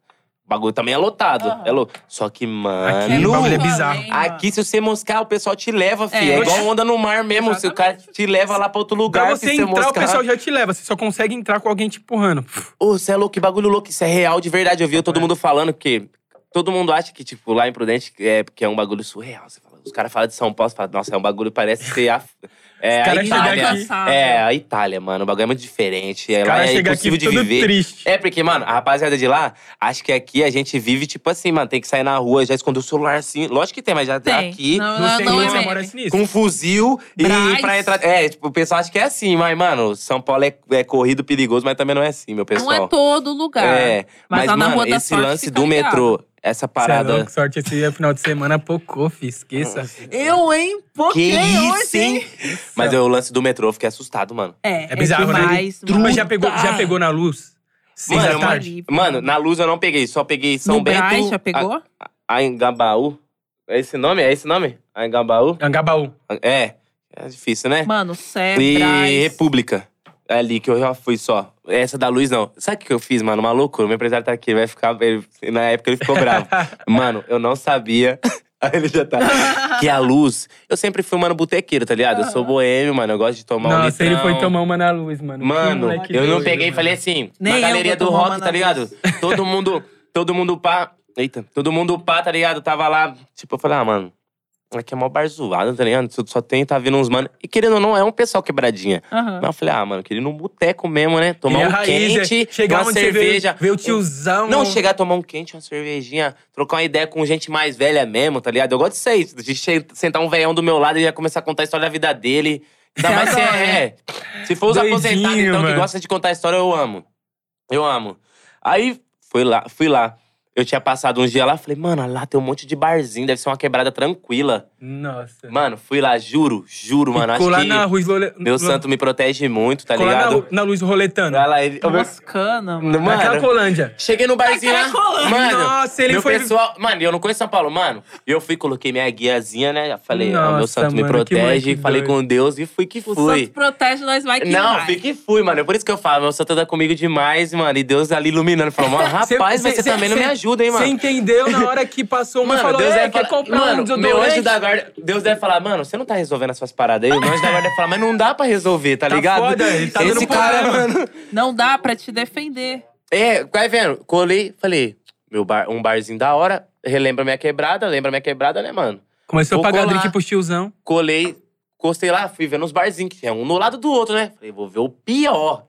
Speaker 3: o bagulho também é lotado.
Speaker 2: Aham.
Speaker 3: É louco. Só que,
Speaker 1: Aqui,
Speaker 3: mano.
Speaker 1: o bagulho é
Speaker 2: muito
Speaker 1: bizarro.
Speaker 2: além, mano.
Speaker 3: Aqui, se você moscar, o pessoal te leva, fi.
Speaker 2: É.
Speaker 3: É, igual onda no mar mesmo. Se o cara te leva lá pra outro lugar,
Speaker 1: Pra
Speaker 3: se
Speaker 1: você
Speaker 3: você
Speaker 1: entrar, o
Speaker 3: moscar.
Speaker 1: pessoal já te leva. Você só consegue entrar com alguém tipo, te empurrando.
Speaker 3: Ô, você é louco, que bagulho louco. Isso é real de verdade. Eu vi todo mundo falando, porque todo mundo acha que, tipo, lá em Prudente é porque é um bagulho surreal. Você fala- os caras falam de São Paulo, você fala, nossa, é um bagulho, parece ser a. É,
Speaker 1: Os
Speaker 3: a
Speaker 1: caras chegam
Speaker 3: Itália.
Speaker 1: aqui-
Speaker 3: É, a Itália, mano. O bagulho é muito diferente. É,
Speaker 1: O
Speaker 3: lá
Speaker 1: cara
Speaker 3: é
Speaker 1: chega aqui
Speaker 3: impossível de
Speaker 1: todo
Speaker 3: viver.
Speaker 1: triste.
Speaker 3: É, porque, mano, a rapaziada de lá, acho que aqui a gente vive, tipo assim, mano, tem que sair na rua, já esconder o celular assim. Lógico que tem, mas já
Speaker 2: Tem.
Speaker 3: aqui.
Speaker 2: Não,
Speaker 1: Não,
Speaker 2: não,
Speaker 1: sei
Speaker 2: não
Speaker 1: como
Speaker 2: é
Speaker 1: você
Speaker 2: meme.
Speaker 1: mora sinistro.
Speaker 3: Com um fuzil
Speaker 2: Braz.
Speaker 3: e pra entrar. É, tipo, o pessoal acha que é assim, mas, mano, São Paulo é, é corrido perigoso, mas também não é assim, meu pessoal.
Speaker 2: Não é todo lugar.
Speaker 3: É,
Speaker 2: Mas
Speaker 3: mas,
Speaker 2: lá na
Speaker 3: mano,
Speaker 2: Rua da
Speaker 3: esse
Speaker 2: Sorte
Speaker 3: lance
Speaker 2: fica
Speaker 3: do
Speaker 2: ligado.
Speaker 3: metrô, essa
Speaker 1: Cê é
Speaker 3: parada.
Speaker 1: louco, sorte esse final de semana pocou, fi. Esqueça.
Speaker 2: Eu, hein?
Speaker 3: que
Speaker 2: Porque
Speaker 3: isso,
Speaker 2: hoje,
Speaker 3: hein? Mas eu, o lance do metrô, eu fiquei assustado, mano.
Speaker 2: É,
Speaker 1: É bizarro, né?
Speaker 2: demais, mano. Tá.
Speaker 1: Mas já pegou, já pegou na luz? Seis
Speaker 3: Mano,
Speaker 1: da
Speaker 3: é uma-
Speaker 1: tarde?
Speaker 3: Mano, na luz eu não peguei, só peguei São
Speaker 2: no
Speaker 3: Bento.
Speaker 2: Braz, já pegou?
Speaker 3: Angabaú. É esse nome? É esse nome? Angabaú?
Speaker 1: Angabaú.
Speaker 3: É. É difícil, né?
Speaker 2: Mano, Sé,
Speaker 3: e
Speaker 2: Braz.
Speaker 3: República. É ali que eu já fui só. Essa da luz, não. Sabe o que eu fiz, mano? Uma loucura. Meu empresário tá aqui, ele vai ficar. ele- na época ele ficou bravo. mano, eu não sabia. Aí ele já tá. Que a luz. Eu sempre fui, mano, botequeiro, tá ligado? Eu sou boêmio, mano. Eu gosto de tomar um
Speaker 1: Nossa,
Speaker 3: litrão.
Speaker 1: ele foi tomar uma na luz, mano.
Speaker 3: Mano,
Speaker 1: Que moleque
Speaker 3: eu não
Speaker 1: doido, né?
Speaker 3: peguei e
Speaker 1: mano.
Speaker 3: falei assim,
Speaker 2: Nem eu
Speaker 3: na galeria
Speaker 2: vou
Speaker 3: do
Speaker 2: tomar uma
Speaker 3: rock,
Speaker 2: na
Speaker 3: tá ligado? Todo mundo, todo mundo pá. Eita, todo mundo pá, tá ligado? Tava lá, tipo, eu falei, ah, mano, aqui é mó bar zoado, tá ligado? Só- Só tem, tá vindo uns mano. E querendo ou não, é um pessoal quebradinha.
Speaker 2: Aham.
Speaker 3: Mas eu falei, ah, mano, queria ir num boteco mesmo, né? Tomar
Speaker 1: Ele é
Speaker 3: um
Speaker 1: raiz, é.
Speaker 3: quente,
Speaker 1: Chegar
Speaker 3: uma
Speaker 1: onde você vê-
Speaker 3: cerveja.
Speaker 1: Vê o tiozão.
Speaker 3: Não chegar a tomar um quente, uma cervejinha, trocar uma ideia com gente mais velha mesmo, tá ligado? Eu gosto disso aí, de che- sentar um velhão do meu lado e já começar a contar a história da vida dele. Ainda
Speaker 2: Você
Speaker 3: mais se
Speaker 2: adora,
Speaker 3: é, Se for os
Speaker 1: Doidinho,
Speaker 3: aposentados, então,
Speaker 1: mano.
Speaker 3: que gosta de contar a história, eu amo. Eu amo. Aí, fui lá, fui lá. Eu tinha passado uns dias lá, falei, mano, lá tem um monte de barzinho, deve ser uma quebrada tranquila.
Speaker 1: Nossa.
Speaker 3: Mano, fui lá, juro, juro, mano. Acho
Speaker 1: É. Ficou lá
Speaker 3: que
Speaker 1: na Ruiz Lole...
Speaker 3: meu
Speaker 1: Lo-
Speaker 3: santo me protege muito, tá
Speaker 1: Ficou lá na
Speaker 3: ligado?
Speaker 1: Ru- na Luiz Roletano.
Speaker 3: Vai lá, ele... Ô, meu-
Speaker 2: Toscana, mano.
Speaker 3: Mano,
Speaker 1: Naquela é Colândia.
Speaker 3: cheguei no barzinho lá.
Speaker 2: cracolândia.
Speaker 3: Mano,
Speaker 1: Nossa, ele
Speaker 3: meu
Speaker 1: foi-
Speaker 3: pessoal... Mano, eu não conheço São Paulo, mano. E eu fui, coloquei minha guiazinha, né? Falei, ó, meu
Speaker 1: Nossa,
Speaker 3: santo me
Speaker 1: mano, que
Speaker 3: protege.
Speaker 1: moleque
Speaker 3: Falei
Speaker 1: doido.
Speaker 3: com Deus e fui que
Speaker 2: O
Speaker 3: fui.
Speaker 2: Santos protege nós, vai que
Speaker 3: Não,
Speaker 2: vai.
Speaker 3: fui que fui, mano. É Por isso que eu falo, meu santo tá comigo demais, mano. E Deus ali iluminando. Falou, mano,
Speaker 1: Cê-
Speaker 3: rapaz, mas
Speaker 1: cê-
Speaker 3: você
Speaker 1: cê-
Speaker 3: também não
Speaker 1: cê-
Speaker 3: me ajuda, hein,
Speaker 1: Você
Speaker 3: mano.
Speaker 1: entendeu na hora que passou uma e falou,
Speaker 3: deve
Speaker 1: é, quer
Speaker 3: falar-
Speaker 1: comprar um
Speaker 3: mano,
Speaker 1: desodorante?
Speaker 3: meu anjo da guarda, Deus deve falar, mano, você não tá resolvendo as suas paradas aí. O meu anjo da guarda deve falar, mas não dá pra resolver, tá,
Speaker 1: Tá
Speaker 3: ligado?
Speaker 1: foda, ele tá
Speaker 3: Esse
Speaker 1: dando
Speaker 3: cara,
Speaker 1: problema.
Speaker 3: mano.
Speaker 2: Não dá pra te defender.
Speaker 3: É, vai vendo. Colei, falei, meu bar, um barzinho da hora, relembra minha quebrada, lembra minha quebrada, né, mano?
Speaker 1: Começou a
Speaker 3: Vou
Speaker 1: pagar
Speaker 3: colar.
Speaker 1: drink pro tiozão.
Speaker 3: Colei, encostei lá, fui vendo os barzinhos, que é um no lado do outro, né? Falei, vou ver o pior.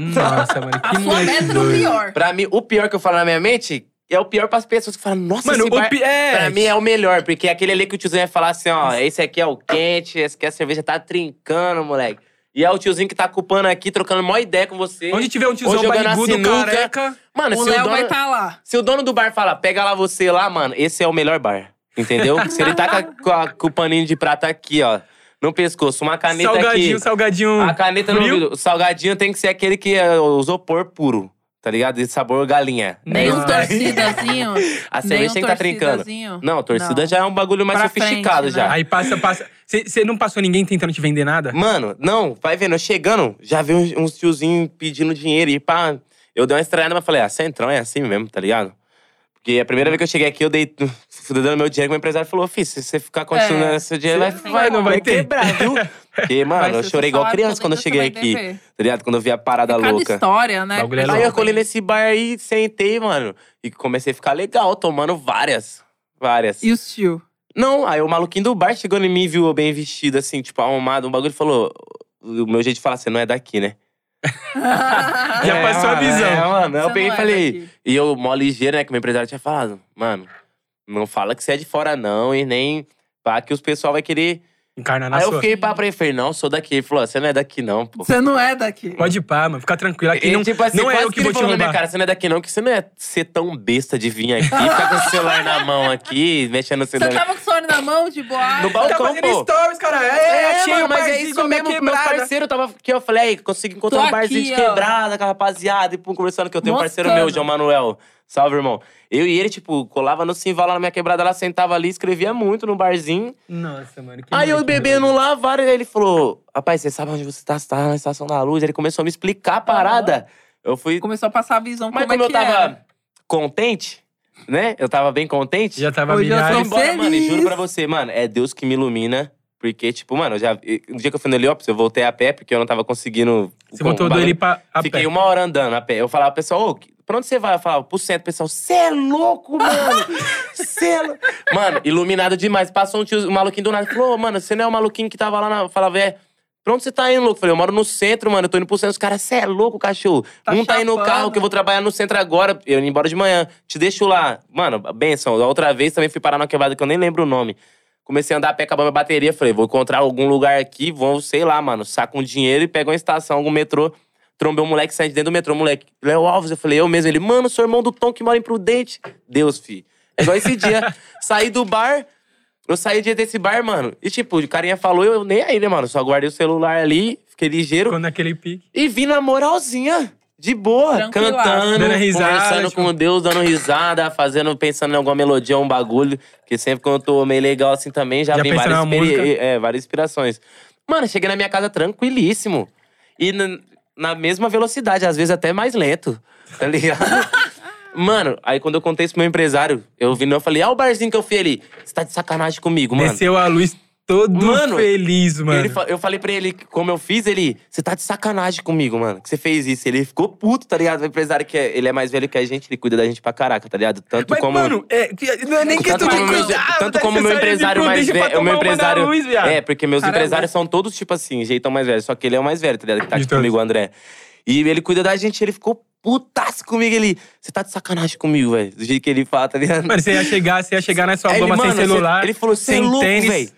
Speaker 1: Nossa, mano,
Speaker 2: A
Speaker 1: que
Speaker 2: sua
Speaker 1: moleque
Speaker 2: meta é no
Speaker 1: doido.
Speaker 2: pior.
Speaker 3: Pra mim, o pior que eu falo na minha mente é o pior pras pessoas que falam, nossa,
Speaker 1: Mano,
Speaker 3: esse bar...
Speaker 1: o pi... é...
Speaker 3: Pra mim é o melhor, porque é aquele ali que o tiozinho vai falar assim, ó, esse aqui é o quente, esse aqui é a cerveja tá trincando, moleque. E é o tiozinho que tá culpando aqui, trocando maior ideia com você.
Speaker 1: Onde tiver um
Speaker 3: Ou
Speaker 1: tiozão
Speaker 3: é jogando a
Speaker 1: barrigudo,
Speaker 3: sinuca.
Speaker 1: careca...
Speaker 3: Mano,
Speaker 2: O
Speaker 3: se o,
Speaker 2: Léo vai
Speaker 1: tá
Speaker 3: dono,
Speaker 2: estar lá.
Speaker 3: se o dono do bar falar, pega lá você lá, mano, esse é o melhor bar. Entendeu? se ele tá com, a- com, a- com o paninho de prata aqui, ó, no pescoço, uma caneta
Speaker 1: Salgadinho,
Speaker 3: aqui.
Speaker 1: salgadinho.
Speaker 3: A caneta no
Speaker 1: frio.
Speaker 3: ouvido. O salgadinho tem que ser aquele que é o isopor puro, tá ligado? De sabor galinha. É
Speaker 2: Nem
Speaker 3: isso
Speaker 2: um
Speaker 1: Nossa.
Speaker 2: torcidazinho.
Speaker 3: A
Speaker 2: nem
Speaker 3: cerveja
Speaker 2: um
Speaker 3: tem que tá trincando.
Speaker 2: torcidazinho.
Speaker 3: Não, torcida
Speaker 2: Não.
Speaker 3: já é um bagulho mais
Speaker 2: Pra
Speaker 3: sofisticado
Speaker 2: frente, né?
Speaker 3: já.
Speaker 1: Aí passa, passa. Você não passou ninguém tentando te vender nada?
Speaker 3: Mano, não, vai vendo, eu chegando, já vi uns, uns tiozinhos pedindo dinheiro e pá. Eu dei uma estranhada, mas falei, ah, centrão é assim mesmo, tá ligado? Porque a primeira vez que eu cheguei aqui, eu dei. Fui dando meu dinheiro, meu empresário falou, filho, se você ficar continuando
Speaker 2: É,
Speaker 3: esse dinheiro,
Speaker 1: cê
Speaker 3: vai,
Speaker 1: não vai
Speaker 3: vai, vai
Speaker 1: ter.
Speaker 3: quebrar, viu?
Speaker 2: Vai
Speaker 3: Porque, mano,
Speaker 2: ser
Speaker 3: eu
Speaker 2: seu
Speaker 3: chorei igual
Speaker 2: salário,
Speaker 3: criança quando eu
Speaker 2: você é
Speaker 3: cheguei
Speaker 2: vai
Speaker 3: aqui,
Speaker 2: dever.
Speaker 3: tá ligado? Quando eu vi a parada
Speaker 2: Cada
Speaker 3: louca.
Speaker 2: história, né?
Speaker 1: Bagulho é
Speaker 3: Aí
Speaker 1: louco.
Speaker 3: eu colei nesse bar aí, sentei, mano, e comecei a ficar legal, tomando várias. Várias.
Speaker 2: E o tio?
Speaker 3: Não, aí o maluquinho do bar chegou em mim, viu eu bem vestido, assim, tipo, arrumado, um bagulho, e falou. O meu jeito de falar, você não é daqui, né?
Speaker 1: Já
Speaker 3: É,
Speaker 1: passou a
Speaker 3: mano,
Speaker 1: visão.
Speaker 3: É, mano, eu
Speaker 2: Você
Speaker 3: peguei
Speaker 2: não
Speaker 3: e
Speaker 2: é
Speaker 3: falei.
Speaker 2: daqui.
Speaker 3: E eu, mó ligeiro, né, que meu empresário tinha falado. Mano, não fala que você é de fora, não, e nem. Pá, que os pessoal vai querer.
Speaker 1: Encarnar É na
Speaker 3: aí eu
Speaker 1: sua.
Speaker 3: fiquei pra frente, falei, não, sou daqui. Ele falou, você não é daqui, não, pô.
Speaker 2: Você não é daqui.
Speaker 1: Pode ir pá, mano. Fica tranquilo. Aqui
Speaker 3: E,
Speaker 1: não,
Speaker 3: tipo assim,
Speaker 1: não é
Speaker 3: quase
Speaker 1: eu que
Speaker 3: ele
Speaker 1: vou te
Speaker 3: falou na minha
Speaker 1: roubar.
Speaker 3: cara, você não é daqui, não, que você não ia ser tão besta de vir aqui, ficar com o celular na mão aqui, mexendo no
Speaker 2: Você
Speaker 3: celular.
Speaker 2: tava com o sonho na mão, de boa.
Speaker 3: é No balcão,
Speaker 1: Tá fazendo
Speaker 3: pô.
Speaker 1: stories, cara.
Speaker 3: É,
Speaker 1: É, achei
Speaker 3: mano,
Speaker 1: um
Speaker 3: mas é
Speaker 1: barzinho
Speaker 3: isso
Speaker 1: na
Speaker 3: mesmo.
Speaker 1: minha
Speaker 3: Meu
Speaker 1: quebrada.
Speaker 3: parceiro tava que eu falei, "Ei, consegui encontrar
Speaker 2: Tô
Speaker 3: um barzinho de
Speaker 2: aqui, ó.
Speaker 3: quebrada com a rapaziada e pum, conversando que eu tenho um parceiro
Speaker 2: Mostrando.
Speaker 3: meu, João Manuel. Salve, irmão. Eu e ele, tipo, colava no Simval lá na minha quebrada, ela sentava ali, escrevia muito no barzinho.
Speaker 1: Nossa, mano. que
Speaker 3: aí eu
Speaker 1: moleque
Speaker 3: bebendo lá, vários, aí ele falou: Rapaz, você sabe onde você tá? Você tá na estação da luz. Ele começou a me explicar a parada. Eu fui.
Speaker 2: Começou a passar a visão
Speaker 3: Mas
Speaker 2: como
Speaker 3: como
Speaker 2: é
Speaker 3: eu
Speaker 2: que era.
Speaker 3: tava contente, né? Eu tava bem contente.
Speaker 1: Já tava
Speaker 2: Hoje eu
Speaker 1: milhado.
Speaker 3: Foi
Speaker 2: Tô
Speaker 3: embora, mano. E
Speaker 2: feliz.
Speaker 3: juro pra você, mano, é Deus que me ilumina. Porque, tipo, mano, eu já. No dia que eu fui no Heliópolis, eu voltei a pé, porque eu não tava conseguindo.
Speaker 1: Você botou do ele pra a
Speaker 3: Fiquei
Speaker 1: pé.
Speaker 3: uma hora andando a pé. Eu falava pro pessoal, ô, que- pra onde você vai? Eu falava, pro centro. O pessoal, cê é louco, mano! Cê é lou-" Mano, iluminado demais. Passou um tio, um maluquinho do nada. Falou, ô, mano, você não é o maluquinho que tava lá na. Eu falava, é. Pra onde você tá indo, louco? Eu Falei, eu moro no centro, mano. Eu tô indo pro centro. Os caras, cê é louco, cachorro.
Speaker 2: Tá
Speaker 3: um tá indo no
Speaker 2: chapando.
Speaker 3: carro que eu vou trabalhar no centro agora. Eu indo embora de manhã. Te deixo lá. Mano, benção. Da outra vez também fui parar numa quebrada que eu nem lembro o nome. Comecei a andar a pé, acabou minha bateria. Falei, vou encontrar algum lugar aqui, vou, sei lá, mano, saco um dinheiro e pego uma estação, algum metrô. Trombei um moleque saindo de dentro do metrô, moleque. Léo Alves, eu falei, eu mesmo. Ele, mano, sou irmão do Tom que mora em Prudente. Deus, fi. É Igual esse dia. Saí do bar, eu saí dia desse bar, mano. E tipo, o carinha falou, eu nem aí, né, mano? Só guardei o celular ali, fiquei ligeiro.
Speaker 1: Ficou naquele pique.
Speaker 3: E vim na moralzinha, de boa,
Speaker 2: Tranquilaço.
Speaker 3: cantando,
Speaker 1: Dando risada,
Speaker 3: conversando
Speaker 1: tipo-
Speaker 3: com Deus, dando risada, fazendo, pensando em alguma melodia, um bagulho. Porque sempre quando eu tô meio legal assim também, já,
Speaker 1: Já
Speaker 3: vem
Speaker 1: pensa
Speaker 3: várias,
Speaker 1: numa
Speaker 3: experi-
Speaker 1: música?
Speaker 3: é, várias inspirações. Mano, cheguei na minha casa tranquilíssimo. E na, na mesma velocidade, às vezes até mais lento, tá ligado? Mano, aí quando eu contei isso pro meu empresário, eu vi, eu falei, ah, o barzinho que eu fui ali, você tá de sacanagem comigo, mano.
Speaker 1: Desceu a luz todo
Speaker 3: Mano,
Speaker 1: feliz,
Speaker 3: Ele
Speaker 1: mano.
Speaker 3: fa- eu falei pra ele, que como eu fiz, ele, você tá de sacanagem comigo, mano, que você fez isso. Ele ficou puto, tá ligado? O empresário que é, ele é mais velho que a gente, ele cuida da gente pra caraca, tá ligado? Tanto
Speaker 1: Mas,
Speaker 3: como.
Speaker 1: mano, é, que- não é nem
Speaker 3: tanto
Speaker 1: questão de
Speaker 3: como meu-
Speaker 1: cuidado.
Speaker 3: tanto
Speaker 1: tá
Speaker 3: como meu
Speaker 1: necessário de
Speaker 3: empresário mais
Speaker 1: prudente pra
Speaker 3: velho. O
Speaker 1: tomar
Speaker 3: meu
Speaker 1: uma da
Speaker 3: empresário.
Speaker 1: luz, viado.
Speaker 3: é, porque meus
Speaker 2: Cara,
Speaker 3: empresários são todos, tipo assim, jeitão mais velho. Só que ele é o mais velho, tá ligado? Que tá
Speaker 1: De
Speaker 3: aqui
Speaker 1: todos.
Speaker 3: comigo, o André. E ele cuida da gente, ele ficou putaço comigo. Ele, você tá de sacanagem comigo, velho. Do jeito que ele fala, tá ligado?
Speaker 1: Mano, você ia chegar, você ia chegar na sua
Speaker 3: Aí ele,
Speaker 1: goma né, sem
Speaker 3: mano, cê-
Speaker 1: celular.
Speaker 3: ele falou, cê é
Speaker 1: sem
Speaker 3: louco,
Speaker 1: tênis.
Speaker 3: velho.